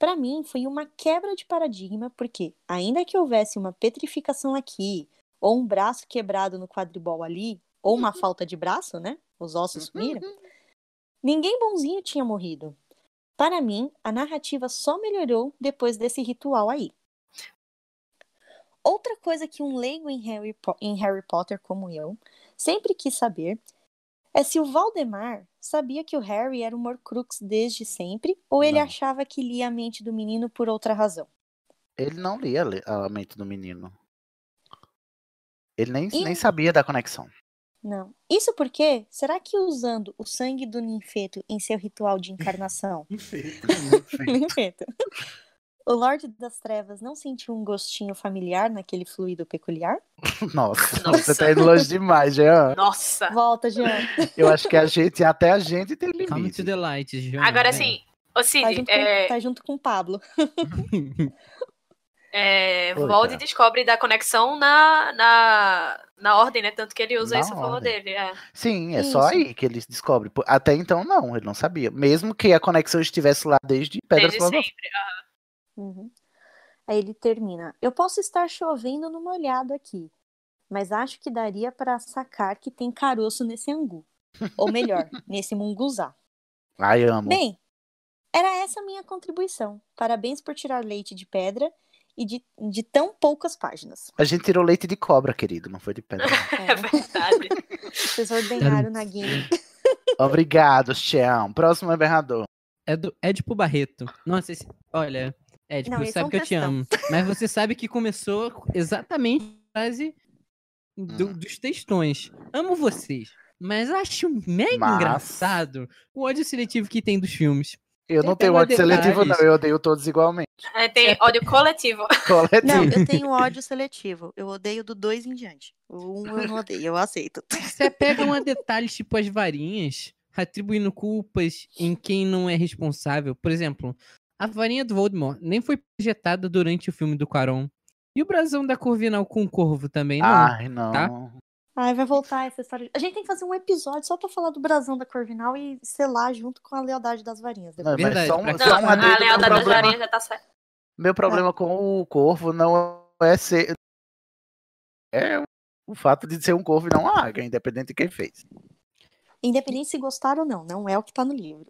Para mim, foi uma quebra de paradigma, porque, ainda que houvesse uma petrificação aqui, ou um braço quebrado no quadribol ali, ou uma falta de braço, né? Os ossos sumiram. Ninguém bonzinho tinha morrido. Para mim, a narrativa só melhorou depois desse ritual aí. Outra coisa que um leigo em Harry, po em Harry Potter como eu sempre quis saber é se o Valdemar sabia que o Harry era um Horcrux desde sempre ou ele Não. achava que lia a mente do menino por outra razão. Ele não lia a le- a mente do menino. Ele nem, E- nem sabia da conexão. <laughs> Não. Isso porque, será que usando o sangue do ninfeto em seu ritual de encarnação, <laughs> ninfeto, o Lorde das Trevas não sentiu um gostinho familiar naquele fluido peculiar? Nossa, Nossa. você tá indo longe demais, Jean. Nossa! Volta, Jean. Tá Eu acho que a gente, até a gente tem limite. Come to the light, Jean. Agora É. sim, Tá ô um Cid, junto, é, com, tá junto com o Pablo. é, Oi, Vold cara. descobre da conexão na, na, na ordem, né? Tanto que ele usa Na isso a favor ordem. dele. é. Sim, é só Isso. aí que ele descobre. Pô, Até então, não, ele não sabia. Mesmo que a conexão estivesse lá desde Pedras Desde Filosofais. sempre. aham. Uhum. Aí ele termina. Eu posso estar chovendo no molhado aqui, mas acho que daria pra sacar que tem caroço nesse angu. Ou <laughs> melhor, nesse munguzá. Ai, amo. Bem, era essa a minha contribuição. Parabéns por tirar leite de pedra e de, de tão poucas páginas. A gente tirou leite de cobra, querido, não foi de pedra. <laughs> É verdade. Vocês ordenharam na game. Obrigado, Chão. Próximo aberrador. É do Edipo Barreto. Nossa, esse- olha, Edipo, Não, você esse é sabe um que eu te textão. amo. Mas você sabe que começou exatamente a frase do- dos textões. Amo vocês, mas acho mega Mas- engraçado o ódio seletivo que tem dos filmes. Eu não Tem tenho ódio detalhes. seletivo, não. Eu odeio todos igualmente. <laughs> É, tem ódio coletivo. Coletivo. Não, eu tenho <laughs> ódio seletivo. Eu odeio do dois em diante. O um eu não odeio, eu aceito. Você pega um detalhe tipo as varinhas, atribuindo culpas em quem não é responsável. Por exemplo, a varinha do Voldemort nem foi projetada durante o filme do Quaron. E o brasão da Corvinal com o Corvo também, não. Ai, não. Tá? Ai, vai voltar essa história. A gente tem que fazer um episódio só pra falar do brasão da Corvinal e selar junto com a lealdade das varinhas. Não, mas Verdade, só um, pra só um Não, adendo a que é um lealdade tá das problema- varinhas já tá certa. Meu problema com o corvo não é ser. É o fato de ser um corvo e não uma águia, independente de quem fez. É. Independente se gostar ou não, não é o que tá no livro.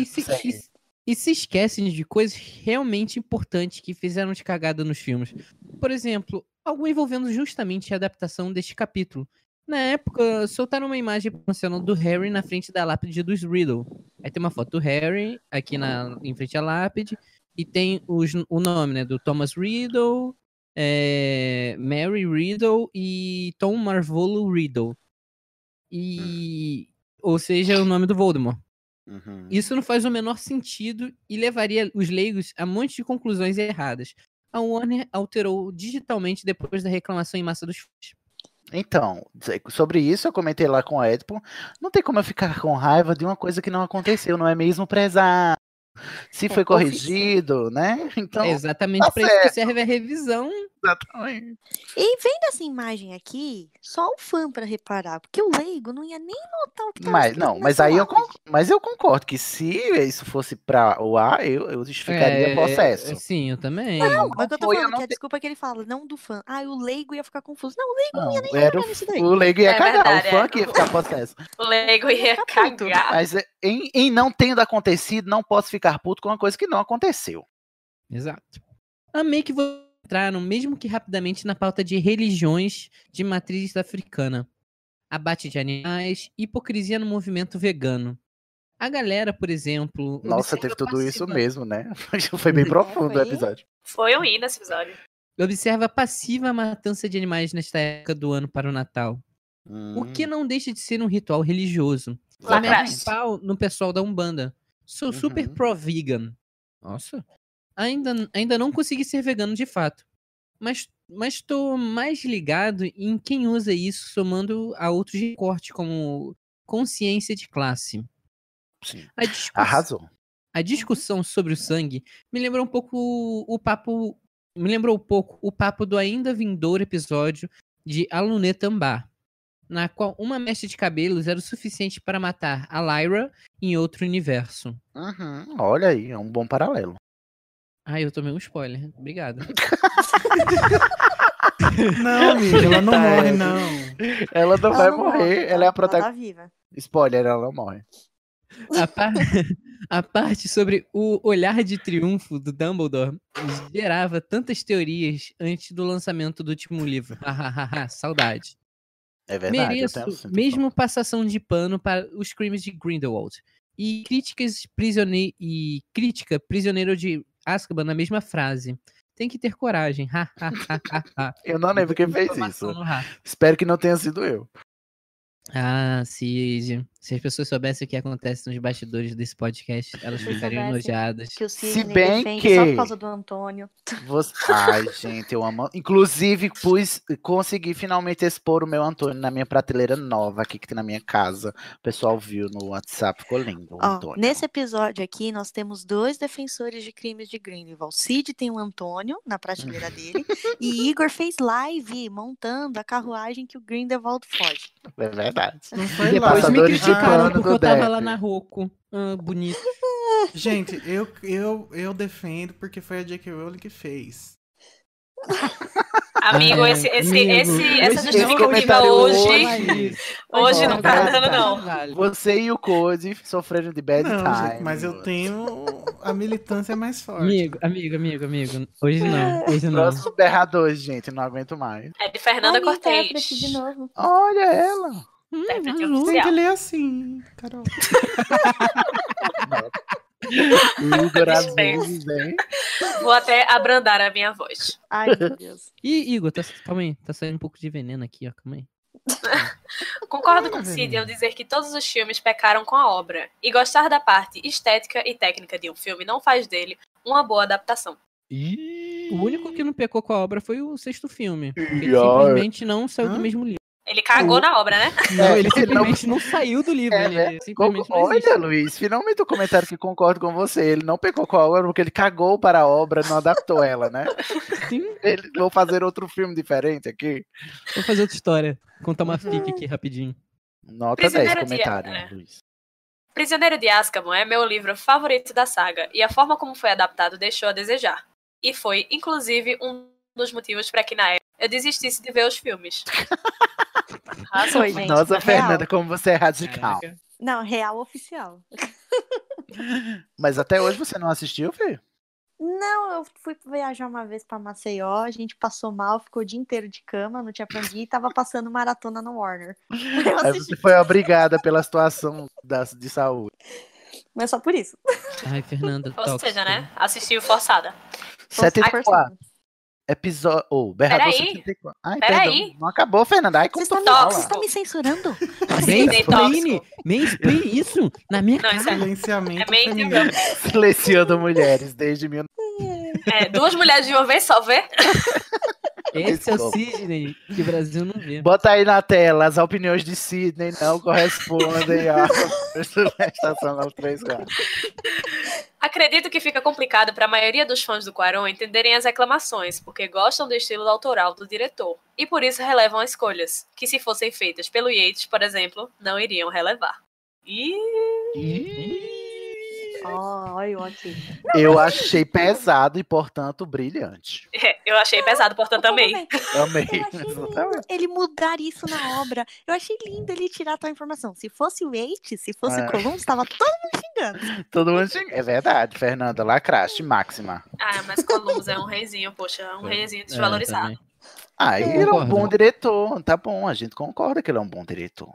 E se, e, se- e se esquecem de coisas realmente importantes que fizeram de cagada nos filmes. Por exemplo, algo envolvendo justamente a adaptação deste capítulo. Na época, soltaram uma imagem promocional do Harry na frente da lápide dos Riddle. Aí tem uma foto do Harry aqui na, em frente à lápide. E tem os- o nome, né? Do Thomas Riddle, é, Mary Riddle e Tom Marvolo Riddle. E. Ou seja, o nome do Voldemort. Isso não faz o menor sentido e levaria os leigos a um monte de conclusões erradas. A Warner alterou digitalmente depois da reclamação em massa dos fãs. É Então, dizer- sobre isso eu comentei lá com o Edipo. Não tem como eu ficar com raiva de uma coisa que não aconteceu, não é mesmo, prezado? Se foi corrigido, né? Então, é exatamente tá pra isso que certo. serve a revisão. exatamente. E vendo essa imagem aqui, só o fã pra reparar, porque o leigo não ia nem notar Tá, o que tava Mas escrito não, mas nessa aí eu, lápide. con- mas eu concordo que se isso fosse para o A, eu, eu justificaria É, processo. Sim, eu também. Não, mas o que eu tô foi, eu falando não que é a desculpa que ele fala, não do fã. Ah, o leigo ia ficar confuso. Não, o leigo não, ia nem Era reparar nisso daí. o, o leigo ia É cagar, verdade, o funk é. ia ficar processo. O Lego ia cagar. Mas é, em, em não tendo acontecido, não posso ficar puto com uma coisa que não aconteceu. Exato. Amei que vocês entraram, mesmo que rapidamente, na pauta de religiões de matriz africana. Abate de animais, hipocrisia no movimento vegano. A galera, por exemplo. Nossa, teve observa tudo isso passiva- mesmo, né? <laughs> Foi bem profundo o foi. episódio. Foi um hino esse episódio. observa passiva a matança de animais nesta época do ano para o Natal. O que não deixa de ser um ritual religioso. Lá Lá atrás. pau no pessoal da Umbanda. Sou super pro-vegan. Nossa. Ainda, ainda não consegui ser vegano de fato. Mas mas tô mais ligado em quem usa isso somando a outros recortes como consciência de classe. Sim. A discussão- Arrasou. a discussão sobre o sangue me lembrou um pouco o o papo. Me lembrou um pouco o papo do ainda vindouro episódio de Alunet Tambar, na qual uma mecha de cabelos era o suficiente para matar a Lyra em outro universo. Uhum, Olha aí, é um bom paralelo. Ai, eu tomei um spoiler. Obrigado. Não, amiga, ela Tá não morre, não. Ela não Ela vai não morrer, morre, ela é a tá protagonista. viva. Spoiler, ela não morre. A, par- a parte sobre o olhar de triunfo do Dumbledore gerava tantas teorias antes do lançamento do último livro. Hahaha, saudade. É verdade, eu Mereço tenho sinto mesmo passação de pano para os crimes de Grindelwald. E críticas prisioneiro e crítica prisioneiro de Azkaban na mesma frase. Tem que ter coragem. <laughs> Eu não lembro quem fez isso. Espero que não tenha sido eu. Ah, se, se as pessoas soubessem o que acontece nos bastidores desse podcast, elas Se ficariam soubessem enojadas. Que o Sidney Se bem defende que- só por causa do Antônio. Você- Ai, gente, eu amo. Inclusive, pus, consegui finalmente expor o meu Antônio na minha prateleira nova aqui que tem na minha casa. O pessoal viu no WhatsApp, ficou lindo. o Ó, Antônio. nesse episódio aqui, nós temos dois defensores de crimes de Grindelwald. Cid tem o Antônio na <laughs> prateleira dele. e Igor fez live montando a carruagem que o Grindelwald foge. É verdade. Não E foi lá. depois me Passadores é de criticaram pano porque do eu tava Depp. lá na Roco. Ah, bonito. Gente, eu, eu, eu defendo porque foi a J.K. Rowling que fez. É, Amigo, É, esse, esse, esse, essa justificativa comentário hoje. é hoje- Hoje não tá Olha, dando, não. Você e o Cody sofreram de bad Não, time. gente, mas eu tenho a militância mais forte. Amigo, amigo, amigo, amigo. Hoje <laughs> não, hoje não. Próximo berrador, gente, não aguento mais. É de Fernanda Cortez. de novo. Olha <laughs> ela. Intérprete Não tem que oficial. ler assim, <laughs> Carol. Igor às Dispensa. vezes, hein? Vou até abrandar a minha voz. Ai, <laughs> meu Deus. Ih, Igor, tá, calma aí. Tá saindo um pouco de veneno aqui, ó. Calma aí. Concordo com o Cid ao dizer que todos os filmes pecaram com a obra, e gostar da parte estética e técnica de um filme não faz dele uma boa adaptação. O único que não pecou com a obra foi o sexto filme. porque Ele Pior. simplesmente não saiu do mesmo livro. Ele cagou na obra, né? Não, ele É, ele não- simplesmente não <laughs> saiu do livro. É, ele né? simplesmente não Olha, existe. Luiz, finalmente o comentário que concordo com você. Ele não pecou com a obra porque ele cagou para a obra, não adaptou ela, né? Sim. Ele vou fazer outro filme diferente aqui. Vou fazer outra história. Contar uma Uhum. fic aqui rapidinho. Nota Prisioneiro 10 de- comentário, né, é. Luiz. Prisioneiro de Azkaban é meu livro favorito da saga, e a forma como foi adaptado deixou a desejar. E foi, inclusive, um dos motivos para que na época eu desistisse de ver os filmes. Arrasou, Foi, gente. Nossa, na Fernanda, real. como você é radical. Não, real oficial. Mas até hoje você não assistiu, Fê? Não, eu fui viajar uma vez pra Maceió, a gente passou mal, ficou o dia inteiro de cama, não tinha pra onde ir, tava passando maratona no <laughs> Warner. Eu Aí assisti, você foi obrigada pela situação da, de saúde. mas só por isso. Ai, Fernanda. Ou seja, tóxica. né? Assistiu forçada. Tô super 74. Episódio. Oh, Berrador Peraí. 74. Ai, Peraí. perdão. Não acabou, Fernanda. Ai, como Vocês tu estão fala? me, Tá vocês tão me censurando? Mansplain, mansplain isso na minha Não, isso é, Silenciamento é meio feminino. Silenciando mulheres desde mil... É, duas mulheres de uma vez só, vê? Esse é o Desculpa. Sidney que o Brasil não vê. Bota aí na tela, as opiniões de Sidney não correspondem à estação das três horas. Acredito que fica complicado para a maioria dos fãs do Quaron entenderem as reclamações, porque gostam do estilo autoral do diretor, e por isso relevam as escolhas, que se fossem feitas pelo Yates, por exemplo, não iriam relevar. E Ó, Ah, olha eu aqui. Eu achei pesado e, portanto, brilhante. <laughs> eu achei pesado, portanto, também. Amei. Eu achei lindo ele mudar isso na obra. Eu achei lindo ele tirar tal informação. Se fosse o Eight, se fosse É. o Columbus, tava todo mundo xingando. Todo mundo xinga. É verdade, Fernanda, lacraste máxima. Ah, mas Columbus é um reizinho, poxa, é um reizinho desvalorizado. Ah, ele é um Concordo. bom diretor, tá bom, a gente concorda que ele é um bom diretor.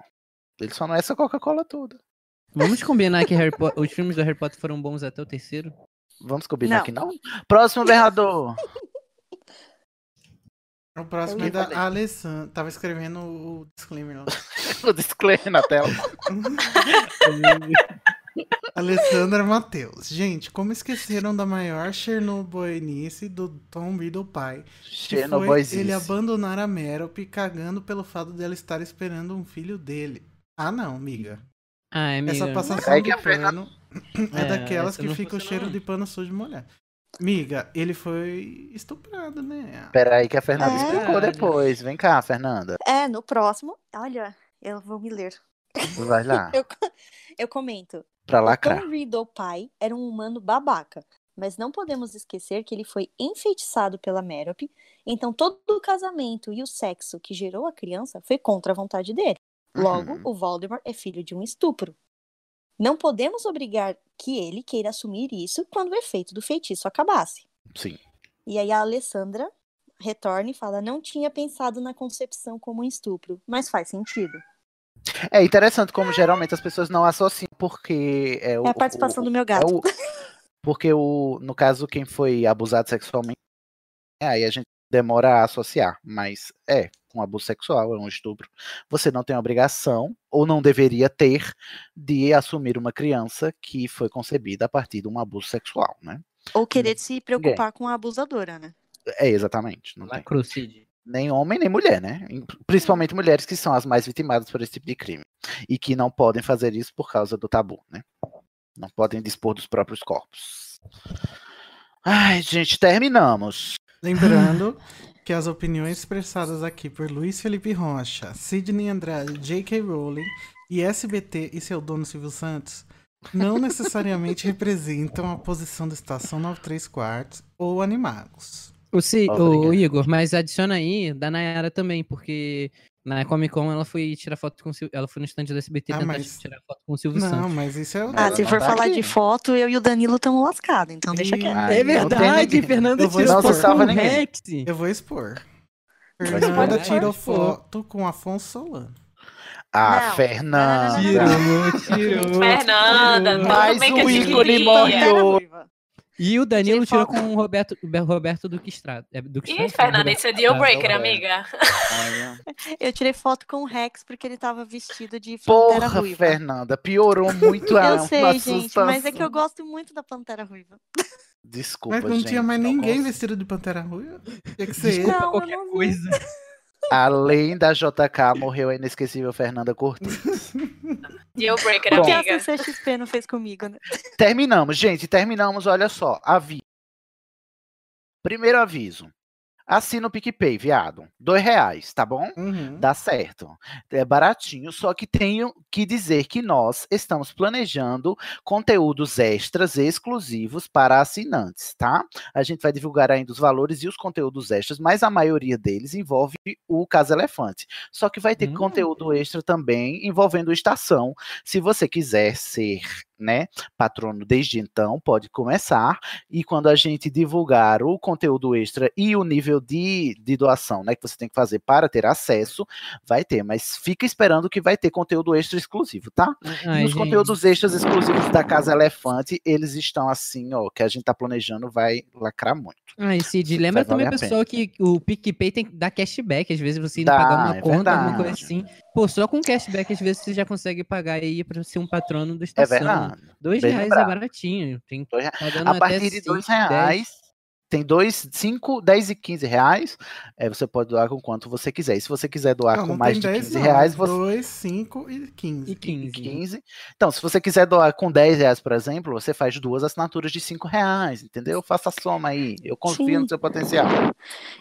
Ele só não é essa Coca-Cola toda. Vamos combinar que Harry Po- os filmes do Harry Potter foram bons até o terceiro? Vamos combinar Não. que não? Próximo berrador. O próximo Eu é da falei. Alessandra. Tava escrevendo o disclaimer lá. o disclaimer na <laughs> tela. Alessandra Matheus. Gente, como esqueceram da maior Chernobylice do Tom Riddle pai? que foi Xenoboysis. ele abandonar a Merope cagando pelo fato dela estar esperando um filho dele. Ah não, amiga. Ai, amiga. Essa passação É é que a de pano é, É, daquelas essa que não fica o funciona, cheiro não. de pano sujo molhado. Miga, ele foi estuprado, né? Peraí que a Fernanda É. explicou depois. Vem cá, Fernanda. É, no próximo, olha, eu vou me ler. Vai lá, Eu, co- eu comento. pra O lacrar. Tom Riddle pai era um humano babaca. mas não podemos esquecer que ele foi enfeitiçado pela Merope, então todo o casamento e o sexo que gerou a criança foi contra a vontade dele. Logo, uhum. o Voldemort é filho de um estupro. Não podemos obrigar que ele queira assumir isso quando o efeito do feitiço acabasse. Sim. E aí a Alessandra retorna e fala: Não tinha pensado na concepção como um estupro, mas faz sentido. É interessante como geralmente as pessoas não associam porque. É, o, é a participação o, do meu gato. É o, porque, o, no caso, quem foi abusado sexualmente. É, aí a gente demora a associar, mas é um abuso sexual, é um estupro. Você não tem obrigação, ou não deveria ter, de assumir uma criança que foi concebida a partir de um abuso sexual, né? Ou Hum. querer se preocupar é. com a abusadora, né? É, exatamente. Não Lacrucide. Nem homem, nem mulher, né? Principalmente mulheres que são as mais vitimadas por esse tipo de crime. E que não podem fazer isso por causa do tabu, né? Não podem dispor dos próprios corpos. Ai, gente, terminamos. Lembrando <laughs> que as opiniões expressadas aqui por Luiz Felipe Rocha, Sidney Andrade, J.K. Rowling e SBT e seu dono Silvio Santos não necessariamente representam a posição da Estação 93 Quartos ou Animagos. O, si, o Igor, mas adiciona aí da Nayara também, porque na Comic Con ela foi tirar foto com ela foi no stand da SBT ah, tentar mas... tirar foto com o Silvio não, Santos. mas isso é o Ah, se for tá falar aqui. de foto, eu e o Danilo estamos lascados, então deixa quieto. É verdade, Fernanda eu vou tirou expor. foto Rex. Eu vou expor. Fernanda tirou foto com Afonso Solano. Ah, não. Fernanda. Tirou, tirou. Fernanda, mais um ícone morreu. E o Danilo tirou com o Roberto, Roberto Duque Estrada. É, Duque Ih, Fernanda, isso é Tá, deal breaker, amiga. Eu tirei foto com o Rex porque ele tava vestido de Porra, Pantera Ruiva. Fernanda, piorou muito a Eu sei, gente, mas é que eu gosto muito da Pantera Ruiva. Desculpa, Mas não gente, tinha mais não ninguém gosto. vestido de Pantera Ruiva? Tinha que ser Desculpa não, qualquer não coisa. Além da JK, morreu a inesquecível Fernanda Cortez. Deal breaker, O Bom, que a CCXP não fez comigo, né? Terminamos, gente, terminamos, olha só. Aviso. Primeiro aviso. Assina o PicPay, viado. Dois reais, tá bom? Uhum. Dá certo. É baratinho, só que tenho que dizer que nós estamos planejando conteúdos extras exclusivos para assinantes, tá? A gente vai divulgar ainda os valores e os conteúdos extras, mas a maioria deles envolve o Casa Elefante. Só que vai ter uhum. conteúdo extra também envolvendo a estação. Se você quiser ser né, patrono desde então, pode começar. E quando a gente divulgar o conteúdo extra e o nível de, de doação, né, que você tem que fazer para ter acesso, vai ter. Mas fica esperando que vai ter conteúdo extra exclusivo, tá? Ai, e os gente. conteúdos extras exclusivos da Casa Elefante, eles estão assim, ó, que a gente tá planejando, vai lacrar muito. Ah, Cid, lembra vai também, pessoal, que o PicPay tem que dar cashback, às vezes você dá, pagar uma é conta, verdade. alguma coisa assim. Pô, só com cashback, às vezes você já consegue pagar aí para ser um patrono do Estação. É verdade. Dois Bem reais lembrado. é baratinho. Tem, dois, a partir de dois é cinco, reais, dez. tem dois, cinco, dez e quinze reais. É, você pode doar com quanto você quiser. E se você quiser doar não, com não mais tem de 10 15 não. reais, você. Dois, cinco e quinze. E 15. 15. Então, se você quiser doar com 10 reais, por exemplo, você faz duas assinaturas de 5 reais, entendeu? Faça a soma aí. Eu confio Sim. no seu potencial.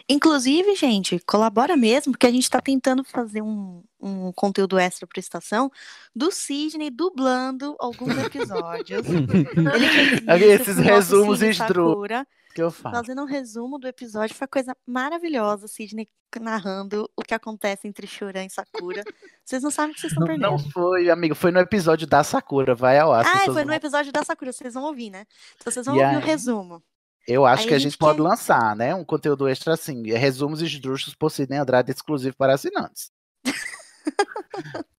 Inclusive, gente, colabora mesmo, porque a gente tá tentando fazer um, um conteúdo extra pra estação do Sidney dublando alguns <laughs> episódios. Ele fez isso Esses com o nosso resumos Sidney esdrúxulos. Sakura, Que eu faço. Fazendo um resumo do episódio, foi uma coisa maravilhosa, Sidney narrando o que acontece entre Shuran e Sakura. Vocês não sabem o que vocês estão perdendo. Não foi, amigo, foi no episódio da Sakura, vai ao ar. as Ah, pessoas foi no vão- episódio da Sakura, vocês vão ouvir, né? Então vocês vão E ouvir o aí? resumo. Eu acho Aí que a a gente, gente pode quer- lançar, né? Um conteúdo extra assim, resumos esdrúxulos por Sidney Andrade exclusivo <laughs> para assinantes.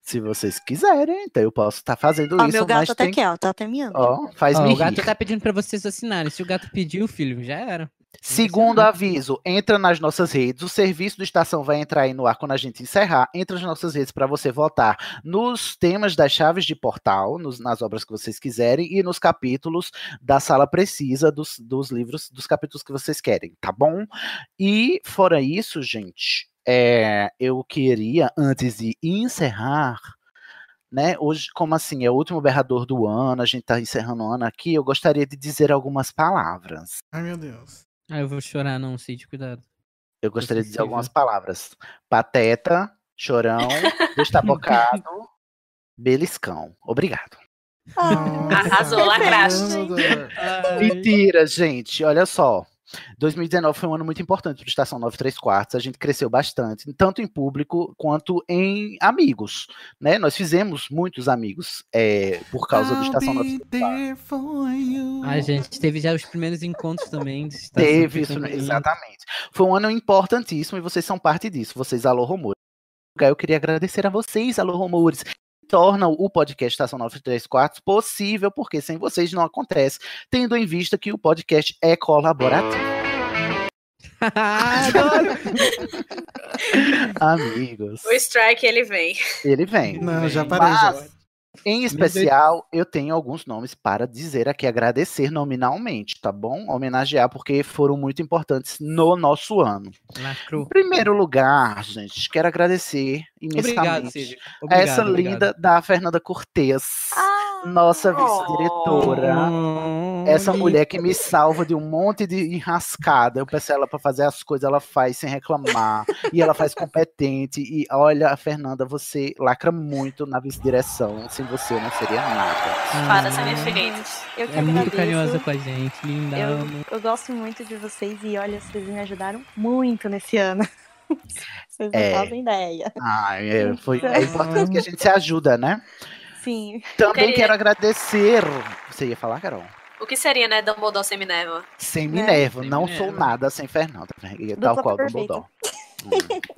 Se vocês quiserem, então eu posso estar fazendo Ó, isso, meu mas gato até tem... aqui, ó, tá terminando. Ó, faz Ó, me o gato rir. tá pedindo pra vocês assinarem. Se o gato pediu, filho, já era. Segundo aviso, entra nas nossas redes. O serviço do Estação vai entrar aí no ar quando a gente encerrar. Entra nas nossas redes para você votar nos temas das chaves de portal, nos- nas obras que vocês quiserem e nos capítulos da sala precisa dos, dos livros, dos capítulos que vocês querem, tá bom? E fora isso, gente, é, eu queria, antes de encerrar, né? Hoje, como assim, é o último berrador do ano, a gente tá encerrando o ano aqui, eu gostaria de dizer algumas palavras. Ai, meu Deus. Ah, eu vou chorar, não, Cid, cuidado. Eu gostaria de dizer sensível. algumas palavras. Pateta, chorão, destabocado, beliscão. Obrigado. Ah, <laughs> Arrasou, lacraste. Mentira, gente. Olha só. 2019 foi um ano muito importante para Estação 93 Quartos. A gente cresceu bastante, tanto em público quanto em amigos. Né? Nós fizemos muitos amigos é, por Ah, causa do Estação 93 um Ai, gente, teve já os primeiros encontros também. de Estação Teve isso, né? 93. <laughs> exatamente. Foi um ano importantíssimo e vocês são parte disso. Vocês, Alô Rumores. Eu queria agradecer a vocês, Alô Rumores. que Tornam o podcast Estação 934 possível, porque sem vocês não acontece, tendo em vista que o podcast é colaborativo. Amigos, O strike, ele vem. ele vem. Não, já parei. já. Mas, Em especial, eu tenho alguns nomes para dizer aqui, agradecer nominalmente, tá bom? Homenagear, porque foram muito importantes no nosso ano. Em Lacrou. primeiro lugar, gente, quero agradecer imensamente Obrigado, Cid. a Obrigado, essa obrigado. linda da Fernanda Cortez, nossa vice-diretora. Hum, Essa mulher que me salva de um monte de enrascada. Eu peço ela para fazer as coisas, ela faz sem reclamar. e ela faz competente. E olha, Fernanda, você lacra muito na vice-direção. Sem você, eu não seria nada. Fada Ah, sem efeitos. Eu que Ah, É muito agradeço. carinhosa com a gente, linda. Eu, amo. eu gosto muito de vocês e olha, vocês me ajudaram muito nesse <laughs> ano. Vocês não É. fazem ideia. Ai, é, foi, é importante que a gente se ajuda, né? Sim. Também queria- quero agradecer. Você ia falar, Carol? O que seria, né, Dumbledore sem Minerva? Sem Né? Minerva, Sem não Minerva. sou nada sem Fernanda, né? E Dupla tal qual perfeita. Dumbledore. Hum.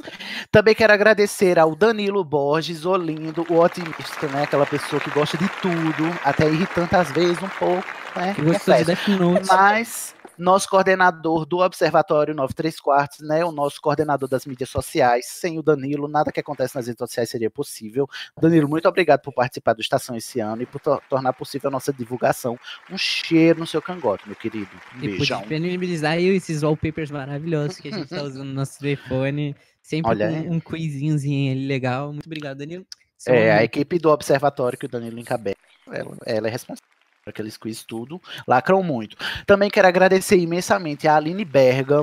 Também quero agradecer ao Danilo Borges, Olindo, o otimista, né? Aquela pessoa que gosta de tudo, até irritante às vezes um pouco, né? Eu gosto de Confesso. Death Note. Mas nosso coordenador do Observatório 93 Quartos, né? O nosso coordenador das mídias sociais. Sem o Danilo, nada que acontece nas redes sociais seria possível. Danilo, muito obrigado por participar do Estação esse ano e por to- tornar possível a nossa divulgação. Um cheiro no seu cangote, meu querido. Um E por beijão. disponibilizar eu esses wallpapers maravilhosos que a <laughs> gente tá usando no nosso telefone. Sempre Olha aí. com um quizinhozinho ali legal. Muito obrigado, Danilo. Seu É, a amor. equipe do observatório que o Danilo encabeça, ela, ela é responsável por aqueles quiz tudo, lacram muito. Também quero agradecer imensamente a Aline Berga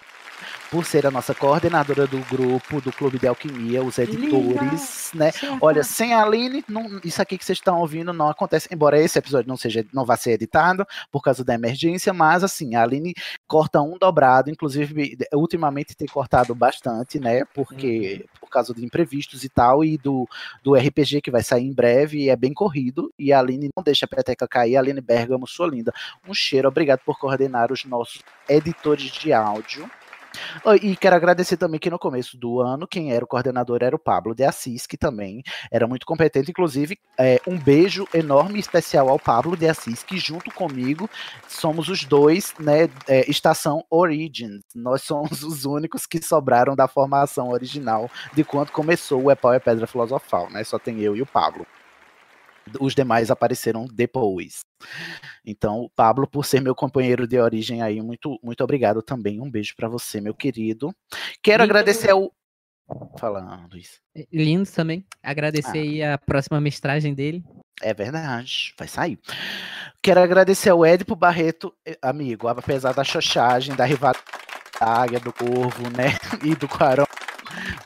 por ser a nossa coordenadora do grupo, do Clube de Alquimia, os editores, né? Olha, sem a Aline, não- isso aqui que vocês estão ouvindo não acontece, embora esse episódio não seja, não vá ser editado por causa da emergência, mas assim, a Aline corta um dobrado, inclusive de- ultimamente tem cortado bastante, né? Porque por causa de imprevistos e tal e do, do RPG que vai sair em breve e é bem corrido e a Aline não deixa a peteca cair, a Aline Bergamo, sua linda. Um cheiro, obrigado por coordenar os nossos editores de áudio. Ah, E quero agradecer também que no começo do ano, quem era o coordenador era o Pablo de Assis, que também era muito competente. Inclusive, é, um beijo enorme e especial ao Pablo de Assis, que junto comigo somos os dois, né, é, Estação Origins. Nós somos os únicos que sobraram da formação original de quando começou o É Pau é Pedra Filosofal, né? Só tem eu e o Pablo. Os demais apareceram depois. Então, o Pablo, por ser meu companheiro de origem aí, muito, muito obrigado também. Um beijo pra você, meu querido. Quero Lindo. agradecer ao. Fala, Luiz. é Lindo também. Ah. Agradecer aí a próxima mestragem dele. É verdade, vai sair. Quero agradecer ao Edipo Barreto, eh, amigo, apesar da xoxagem, da rivalidade, da águia, do corvo, né? <laughs> E do quarão.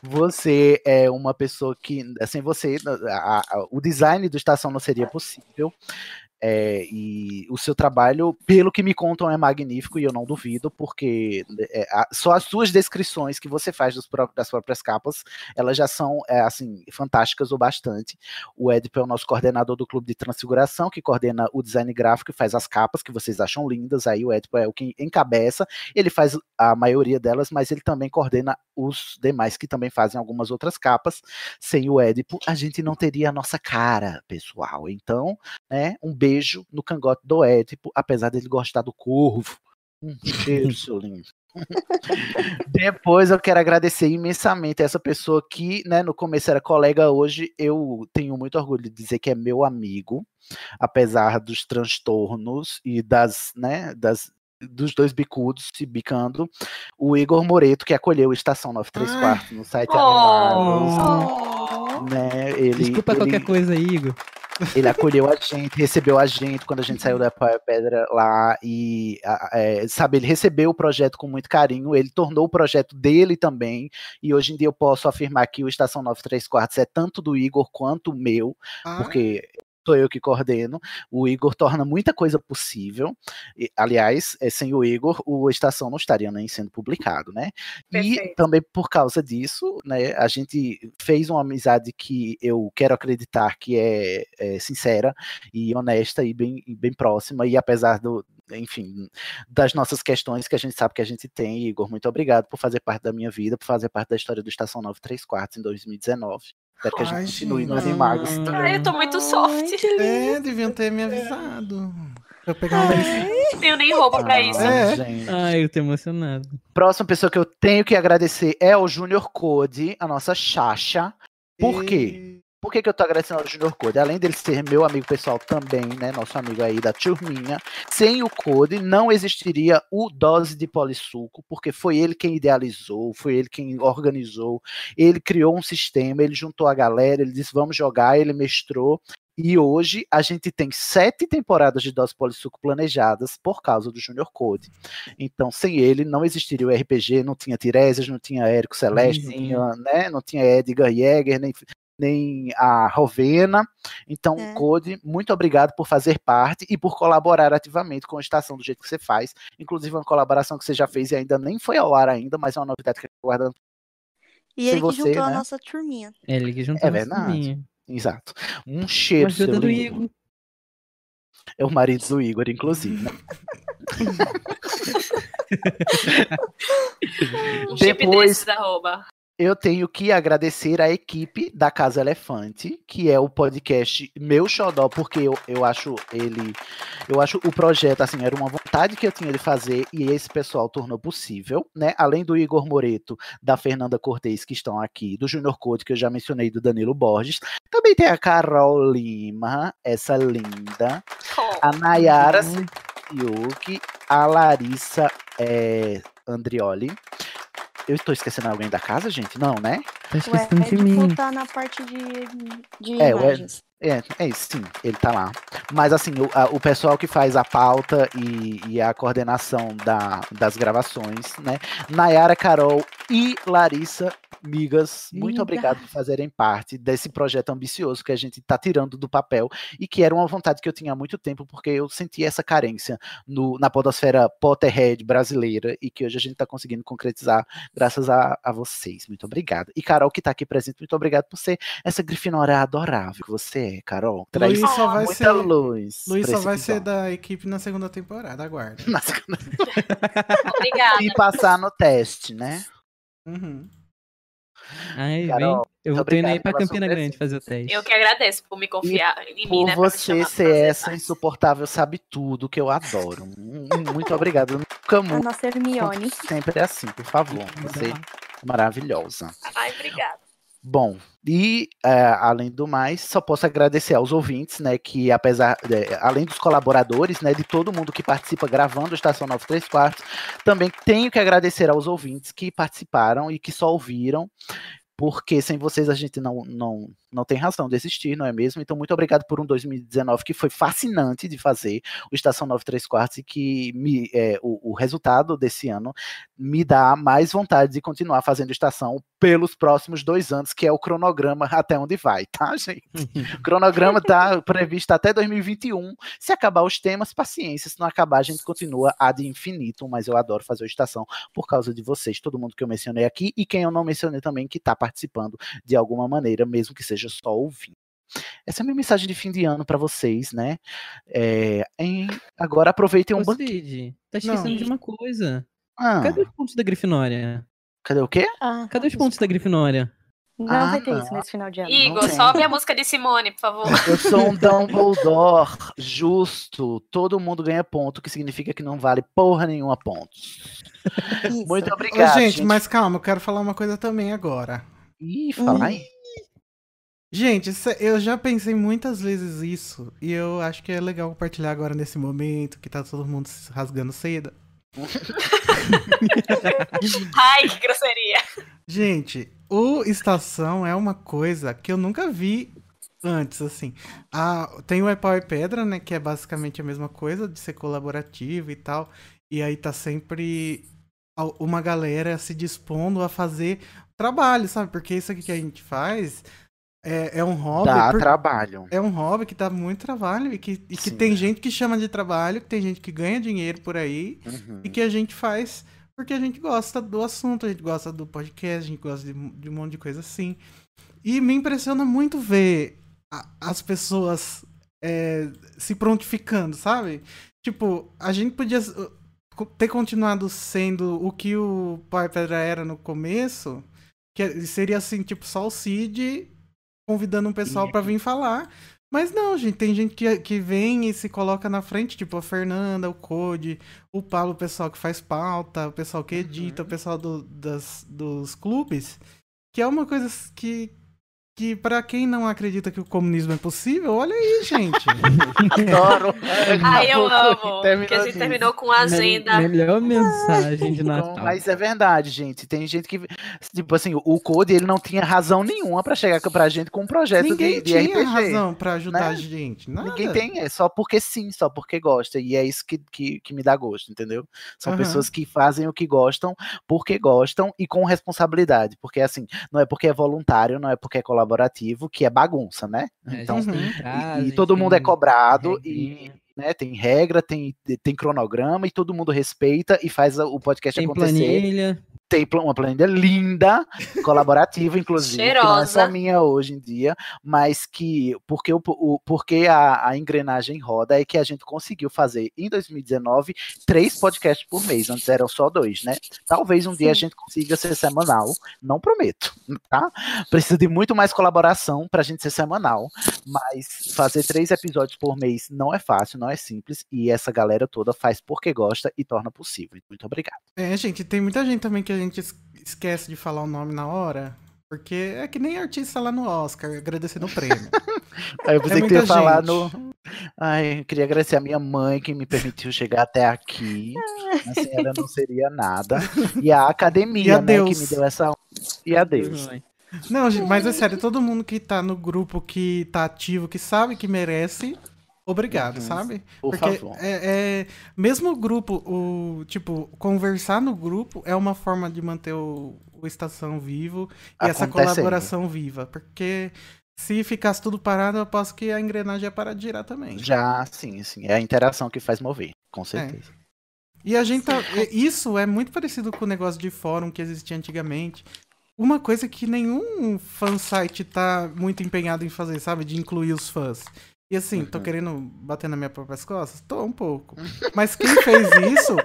Você é uma pessoa que, sem você, a- a- o design do Estação não seria possível. É, e o seu trabalho, pelo que me contam, é magnífico e eu não duvido, porque é, a- só as suas descrições que você faz dos pró- das próprias capas, elas já são é, assim fantásticas o bastante. O Edipo é o nosso coordenador do Clube de Transfiguração, que coordena o design gráfico e faz as capas que vocês acham lindas. Aí o Edipo é o que encabeça, ele faz a maioria delas, mas ele também coordena os demais que também fazem algumas outras capas. Sem o Edipo, a gente não teria a nossa cara, pessoal. Então, né, um beijo no cangote do Edipo, apesar dele gostar do corvo. Um cheiro, seu lindo. <laughs> Depois eu quero agradecer imensamente essa pessoa que, né, no começo era colega, hoje eu tenho muito orgulho de dizer que é meu amigo, apesar dos transtornos e das, né, das dos dois bicudos se bicando, o Igor Moreto, que acolheu Estação 934 no site Animados, né, ele, Desculpa ele- qualquer coisa aí, Igor. ele acolheu a gente, recebeu a gente quando a gente saiu da Pau e Pedra lá e, a- é, sabe, ele recebeu o projeto com muito carinho, ele tornou o projeto dele também, e hoje em dia eu Ah. posso afirmar que o Estação 9 3 Quartos é tanto do Igor quanto o meu, porque sou eu que coordeno. O Igor torna muita coisa possível. E, aliás, é, sem o Igor, o Estação não estaria nem sendo publicado, né? Perfeito. E também por causa disso, né, a gente fez uma amizade que eu quero acreditar que é, é sincera e honesta e bem, e bem próxima. E apesar do, enfim, das nossas questões que a gente sabe que a gente tem. Igor, muito obrigado por fazer parte da minha vida, por fazer parte da história do Estação 934 Quartos em 2019. Espero que a gente Ai, continue nos imagos. Ai, eu tô muito soft. É, deviam ter me avisado. Pra pegar um Ai, Tenho nem roupa pra isso. É. Gente. Ai, eu tô emocionado. Ah, Próxima pessoa que eu tenho que agradecer é o Junior Code, a nossa Xaxa. Por e... quê? Por que, que eu tô agradecendo ao Junior Code? Além dele ser meu amigo pessoal também, né? Nosso amigo aí da turminha. Sem o Code, não existiria o Dose de Polissuco, porque foi ele quem idealizou, foi ele quem organizou, ele criou um sistema, ele juntou a galera, ele disse vamos jogar, ele mestrou. E hoje a gente tem sete temporadas de Dose Polissuco planejadas por causa do Junior Code. Então, sem ele, não existiria o RPG, não tinha Tiresias, não tinha Érico Celeste, uhum. não, tinha, né, não tinha Edgar Jäger, nem, nem a Rovena. Então, é. Code, muito obrigado por fazer parte e por colaborar ativamente com a estação do jeito que você faz. Inclusive, uma colaboração que você já fez e ainda nem foi ao ar ainda, mas é uma novidade que eu tô guardando. E Sem ele você, que juntou né? a nossa turminha. É, ele que juntou é verdade. Turminha. Exato. Um cheiro. Seu do Igor. É o marido do Igor, inclusive. <laughs> Né? É. um Depois... da arroba eu tenho que agradecer a equipe da Casa Elefante, que é o podcast Meu Xodó, porque eu, eu acho ele. Eu acho o projeto, assim, era uma vontade que eu tinha de fazer e esse pessoal tornou possível, né? Além do Igor Moreto, da Fernanda Cortez, que estão aqui, do Júnior Couto, que eu já mencionei, do Danilo Borges. Também tem a Carol Lima, essa linda. A Nayara Yuki, a Larissa é, Andrioli. Eu estou esquecendo alguém da casa, gente? Não, né? Tá esquecendo de mim. Tá na parte de, de é, imagens. É, é, é isso, sim, ele tá lá. Mas assim, o, a, o pessoal que faz a pauta e, e a coordenação da, das gravações, né? Nayara, Carol e Larissa, migas, muito Liga. obrigado por fazerem parte desse projeto ambicioso que a gente está tirando do papel e que era uma vontade que eu tinha há muito tempo, porque eu senti essa carência no, na podosfera Potterhead brasileira e que hoje a gente está conseguindo concretizar graças a, a vocês. Muito obrigado. E Carol, que está aqui presente, muito obrigado por ser essa grifinória adorável que você é, Carol. Traz Luiz só vai muita ser, luz. Luiz só vai episódio. ser da equipe na segunda temporada, aguarda. Na segunda... Ah, Obrigada. E passar no teste, né? Uhum. Ai, Carol, eu vou treinar aí pra Campina Grande fazer o teste. Eu que agradeço por me confiar e em por mim, né? Por você ser essa insuportável sabe tudo que eu adoro. muito obrigado. Nunca muito. A nossa Hermione. Sempre é assim, por favor. Você é maravilhosa. Ai, obrigada. Bom, e uh, além do mais, só posso agradecer aos ouvintes, né, que apesar, de, além dos colaboradores, né, de todo mundo que participa gravando Estação 93 Quartos, também tenho que agradecer aos ouvintes que participaram e que só ouviram, porque sem vocês a gente não, não, não tem razão de existir, não é mesmo? Então, muito obrigado por um 2019 que foi fascinante de fazer, o Estação 93 Quartos, e que me, é, o, o, resultado desse ano me dá mais vontade de continuar fazendo Estação pelos próximos dois anos, que é o cronograma até onde vai, tá, gente? o cronograma está previsto até 2021. Se acabar os temas, paciência. Se não acabar, a gente continua ad infinito, mas eu adoro fazer o Estação por causa de vocês, todo mundo que eu mencionei aqui, e quem eu não mencionei também, que está participando de alguma maneira, mesmo que seja só ouvindo. Essa é a minha mensagem de fim de ano para vocês, né? É, em, agora aproveitem um banquete. Tá esquecendo Não. de uma coisa. Ah. Cadê os pontos da Grifinória? Cadê o quê? Ah, Cadê os pontos da Grifinória? Não ah, vai ter isso nesse final de ano. Igor, sobe a música de Simone, <laughs> por favor. Eu sou um Dumbledore justo. Todo mundo ganha ponto, que significa que não vale porra nenhuma pontos. Isso. Muito obrigado. Ô, gente, gente, mas um calma, eu quero falar uma coisa também agora. Ih, fala aí. Gente, eu já pensei muitas vezes isso. E eu acho que é legal compartilhar agora nesse momento que tá todo mundo se rasgando cedo. Ai, que grosseria. Gente, o Estação é uma coisa que eu nunca vi antes, assim. Ah, tem o Epau e Pedra, né? Que é basicamente a mesma coisa, de ser colaborativo e tal. E aí tá sempre uma galera se dispondo a fazer trabalho, sabe? Porque isso aqui que a gente faz É, é um hobby. Dá trabalho. É um hobby que dá muito trabalho e que, e que tem gente que chama de trabalho, que tem gente que ganha dinheiro por aí Uhum. e que a gente faz porque a gente gosta do assunto, a gente gosta do podcast, a gente gosta de, de um monte de coisa assim. E me impressiona muito ver a- as pessoas é, se prontificando, sabe? Tipo, a gente podia uh, co- ter continuado sendo o que o Pai Pedra era no começo, que seria assim, tipo, só o Cid convidando um pessoal pra vir falar. Mas não, gente, tem gente que, que vem e se coloca na frente, tipo a Fernanda, o Code, o Paulo, o pessoal que faz pauta, o pessoal Uhum. que edita, o pessoal do- das, dos clubes, que é uma coisa s- que, que para quem não acredita que o comunismo é possível, olha aí, <laughs> gente. <laughs> Adoro. Ai, eu amo. Porque assim. a gente terminou com a agenda. Melhor mensagem de <laughs> Então, mas é verdade, gente. Tem gente que. Tipo assim, o Code ele não tinha razão nenhuma pra chegar pra gente com um projeto Ninguém de, de tinha RPG. razão pra ajudar né? a gente. Nada. Ninguém tem, é só porque sim, só porque gosta. E é isso que, que, que me dá gosto, entendeu? São Aham. pessoas que fazem o que gostam, porque gostam e com responsabilidade. Porque assim, não é porque é voluntário, não é porque é colaborativo, que é bagunça, né? Então, e, e todo mundo é cobrado e. Né, tem regra, tem, tem cronograma e todo mundo respeita e faz a- o podcast Tem acontecer. planilha. Tem pla- uma planilha linda, colaborativa, inclusive, que não é só Cheirosa. minha hoje em dia, mas que porque, o, o- porque a, a engrenagem roda é que a gente conseguiu fazer em 2019 três podcasts por mês, antes eram só dois, né? Talvez um dia a gente consiga ser semanal, não prometo, tá? Precisa de muito mais colaboração para a gente ser semanal, mas fazer três episódios por mês não é fácil, não é simples, e essa galera toda faz porque gosta e torna possível. Muito obrigado. É, gente, tem muita gente também que a gente es- esquece de falar o nome na hora. Porque é que nem artista lá no Oscar, agradecendo o <laughs> prêmio. Aí eu pensei que tu É muita ia falar gente. no. Ai, eu queria agradecer a minha mãe que me permitiu chegar <laughs> até aqui. Assim, ela não seria nada. E a E academia, a né, Deus. que me deu essa. E a Deus. Não, gente, mas é sério, todo mundo que tá no grupo, que tá ativo, que sabe que merece, obrigado, Uhum. sabe? Por Porque favor. É, é- mesmo o grupo, o tipo, conversar no grupo é uma forma de manter o, o Estação vivo e essa Acontecendo. colaboração viva. Porque se ficasse tudo parado, eu aposto que a engrenagem ia parar de girar também. É. Já, sim, sim. É a interação que faz mover, com certeza. E a gente tá- e- Isso é muito parecido com o negócio de fórum que existia antigamente. Uma coisa que nenhum fansite tá muito empenhado em fazer, sabe? De incluir os fãs. E assim, Uhum. tô querendo bater na minha próprias costas? Tô um pouco. Mas quem fez isso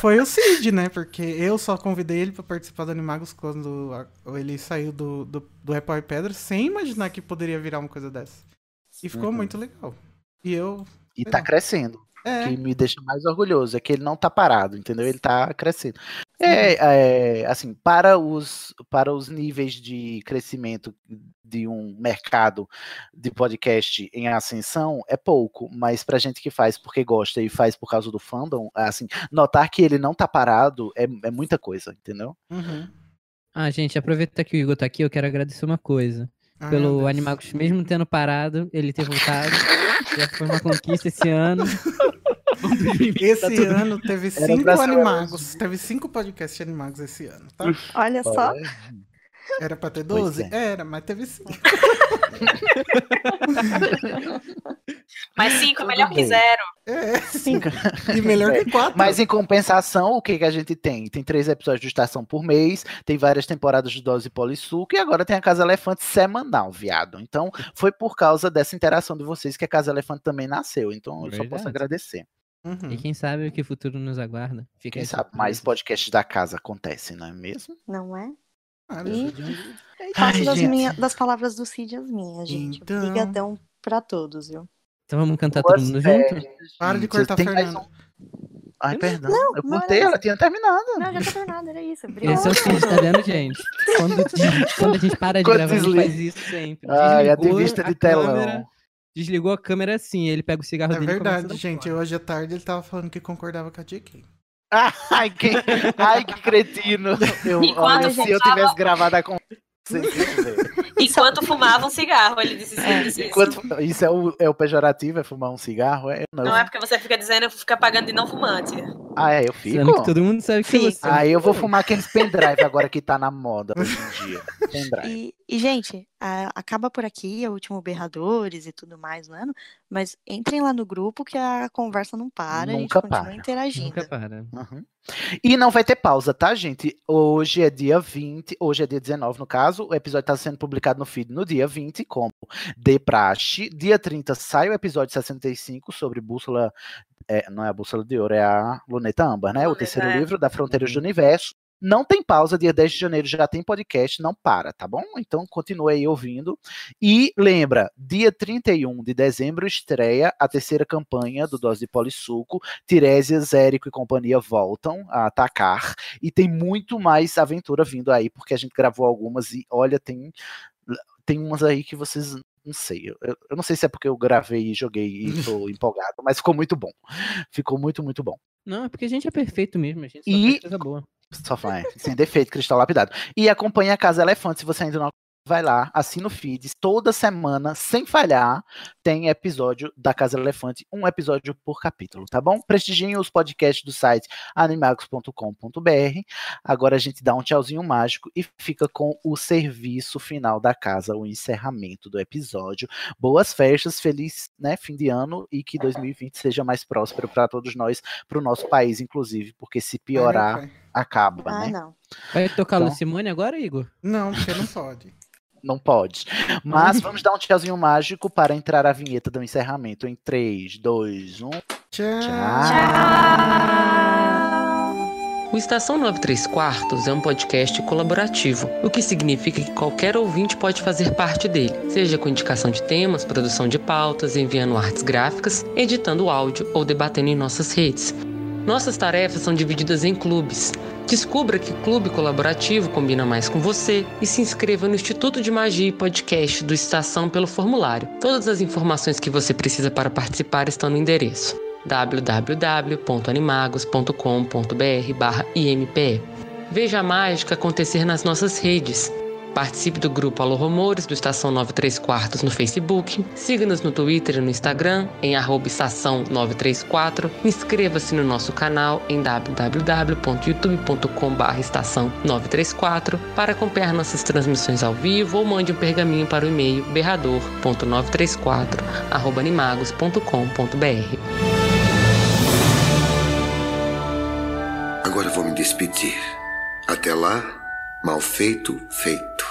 foi o Cid, né? Porque eu só convidei ele pra participar do Animagos quando a- ele saiu do, do, do Apple e Pedra, sem imaginar que poderia virar uma coisa dessa. E ficou Uhum. muito legal. E eu. E sei tá lá. crescendo. É. O que me deixa mais orgulhoso é que ele não tá parado, entendeu? Ele tá crescendo. É, é, assim, para os, para os níveis de crescimento de um mercado de podcast em ascensão, é pouco, mas pra gente que faz porque gosta e faz por causa do fandom, assim, notar que ele não tá parado é, é muita coisa, entendeu? Uhum. Ah, gente, aproveita que o Igor tá aqui, eu quero agradecer uma coisa. Ai, Ah, meu Pelo Deus. Animagos, mesmo tendo parado, ele ter <laughs> voltado. já foi uma conquista esse ano. Esse tudo- ano teve Era cinco pra ser um animagos. Teve cinco podcasts de animagos esse ano, tá? É Olha só. É. Era pra ter Pois 12? é. Era, mas teve cinco. Mas cinco é melhor que bem. zero. <laughs> É, Cinco. E melhor É. que quatro. Mas em compensação, o que, que a gente tem? Tem três episódios de estação por mês, tem várias temporadas de Dose Polissuco e agora tem a Casa Elefante semanal, viado. Então, foi por causa dessa interação de vocês que a Casa Elefante também nasceu. Então, eu só posso Verdade. agradecer. Uhum. E quem sabe o é que o futuro nos aguarda. Fica Hum. Quem aí sabe surpresa. mais podcasts da casa acontecem, não é mesmo? Não é? Ah, E É Ai, faço das, gente. minha- das palavras do Cid as minhas, gente. Então. Obrigadão pra todos, viu? Então vamos cantar Boas todo mundo férias, junto? gente. Para de cortar a Tem mais Fernanda. um? Ai, perdão. Não, eu não era cortei, isso. ela tinha terminado. <laughs> Não, <laughs> já tá terminado, era isso. Obrigada. Esse é o Cid, tá vendo, gente? <laughs> Quando, quando a gente para de Quando gravar, a gente desliga. faz isso sempre. Ai, Desligou ativista a de telão. câmera- Desligou a câmera assim, ele pega o cigarro É dele e começa a verdade, dar gente. Hoje à tarde ele tava falando que concordava com a JK. Ai, que, ai, <laughs> que cretino. Eu, Enquanto olha, se eu fumava- tivesse gravado a conversa, vocês iam ver. Enquanto fumava um cigarro, ele disse isso. disse isso. Enquanto- isso é o, é o pejorativo, é fumar um cigarro? É, não, Não é porque você fica dizendo, fica pagando de não fumante. Ah, é, eu fico. Sendo que todo mundo sabe que é Fica. você. né? Aí eu vou fumar aqueles pendrive agora que tá na moda hoje em <laughs> dia. Pendrive. E, e, gente, a- acaba por aqui, é o último Berradores e tudo mais no ano, mas entrem lá no grupo que a conversa não para, a gente Nunca continua para. interagindo. Nunca para. Uhum. E não vai ter pausa, tá, gente? Hoje é dia 20, hoje é dia 19, no caso. O episódio tá sendo publicado no feed no dia 20, como de praxe. Dia 30 sai o episódio 65 sobre bússola. é, não é a bússola de ouro, é a luneta âmbar, né? o Luneta, terceiro é. livro da Fronteiras do Universo. Não tem pausa, dia 10 de janeiro já tem podcast, não para, tá bom? Então continue aí ouvindo. E lembra, dia 31 de dezembro estreia a terceira campanha do Dose de Polissuco. Tirésia, Zérico e companhia voltam a atacar. E tem muito mais aventura vindo aí, porque a gente gravou algumas e olha, tem, tem umas aí que vocês. Não sei, eu, eu- eu não sei se é porque eu gravei e joguei e tô empolgado, mas ficou muito bom. Ficou muito, muito bom. Não, é porque a gente é perfeito mesmo, a gente só E- faz coisa boa. Só vai, sem defeito, cristal lapidado. E acompanha a Casa Elefante, se você ainda não vai lá, assina o feed, toda semana, sem falhar, tem episódio da Casa Elefante, um episódio por capítulo, tá bom? Prestigiem os podcasts do site animagos.com.br. Agora a gente dá um tchauzinho mágico e fica com o serviço final da casa, o encerramento do episódio. Boas festas, feliz né, fim de ano e que 2020 seja mais próspero para todos nós, para o nosso país, inclusive, porque se piorar, Ai, meu acaba, Ah, né? Não. não. Vai tocar Então- Lucimone agora, Igor? Não, porque não pode. pode. Mas vamos dar um tchauzinho mágico para entrar a vinheta do encerramento em um. 3, 2, 1. O Estação 93 Quartos é um podcast colaborativo, o que significa que qualquer ouvinte pode fazer parte dele, seja com indicação de temas, produção de pautas, enviando artes gráficas, editando áudio ou debatendo em nossas redes. Nossas tarefas são divididas em clubes. Descubra que clube colaborativo combina mais com você e se inscreva no Instituto de Magia e Podcast do Estação pelo formulário. Todas as informações que você precisa para participar estão no endereço www.animagos.com.br/impe. Veja a mágica acontecer nas nossas redes. Participe do grupo Alô Rumores do Estação 93 Quartos no Facebook. Siga-nos no Twitter e no Instagram em arroba estação 934. Inscreva-se no nosso canal em www.youtube.com.br estação 934 para acompanhar nossas transmissões ao vivo ou mande um pergaminho para o e-mail berrador.934 arroba animagos.com.br. Agora vou me despedir. Até lá, mal feito, feito.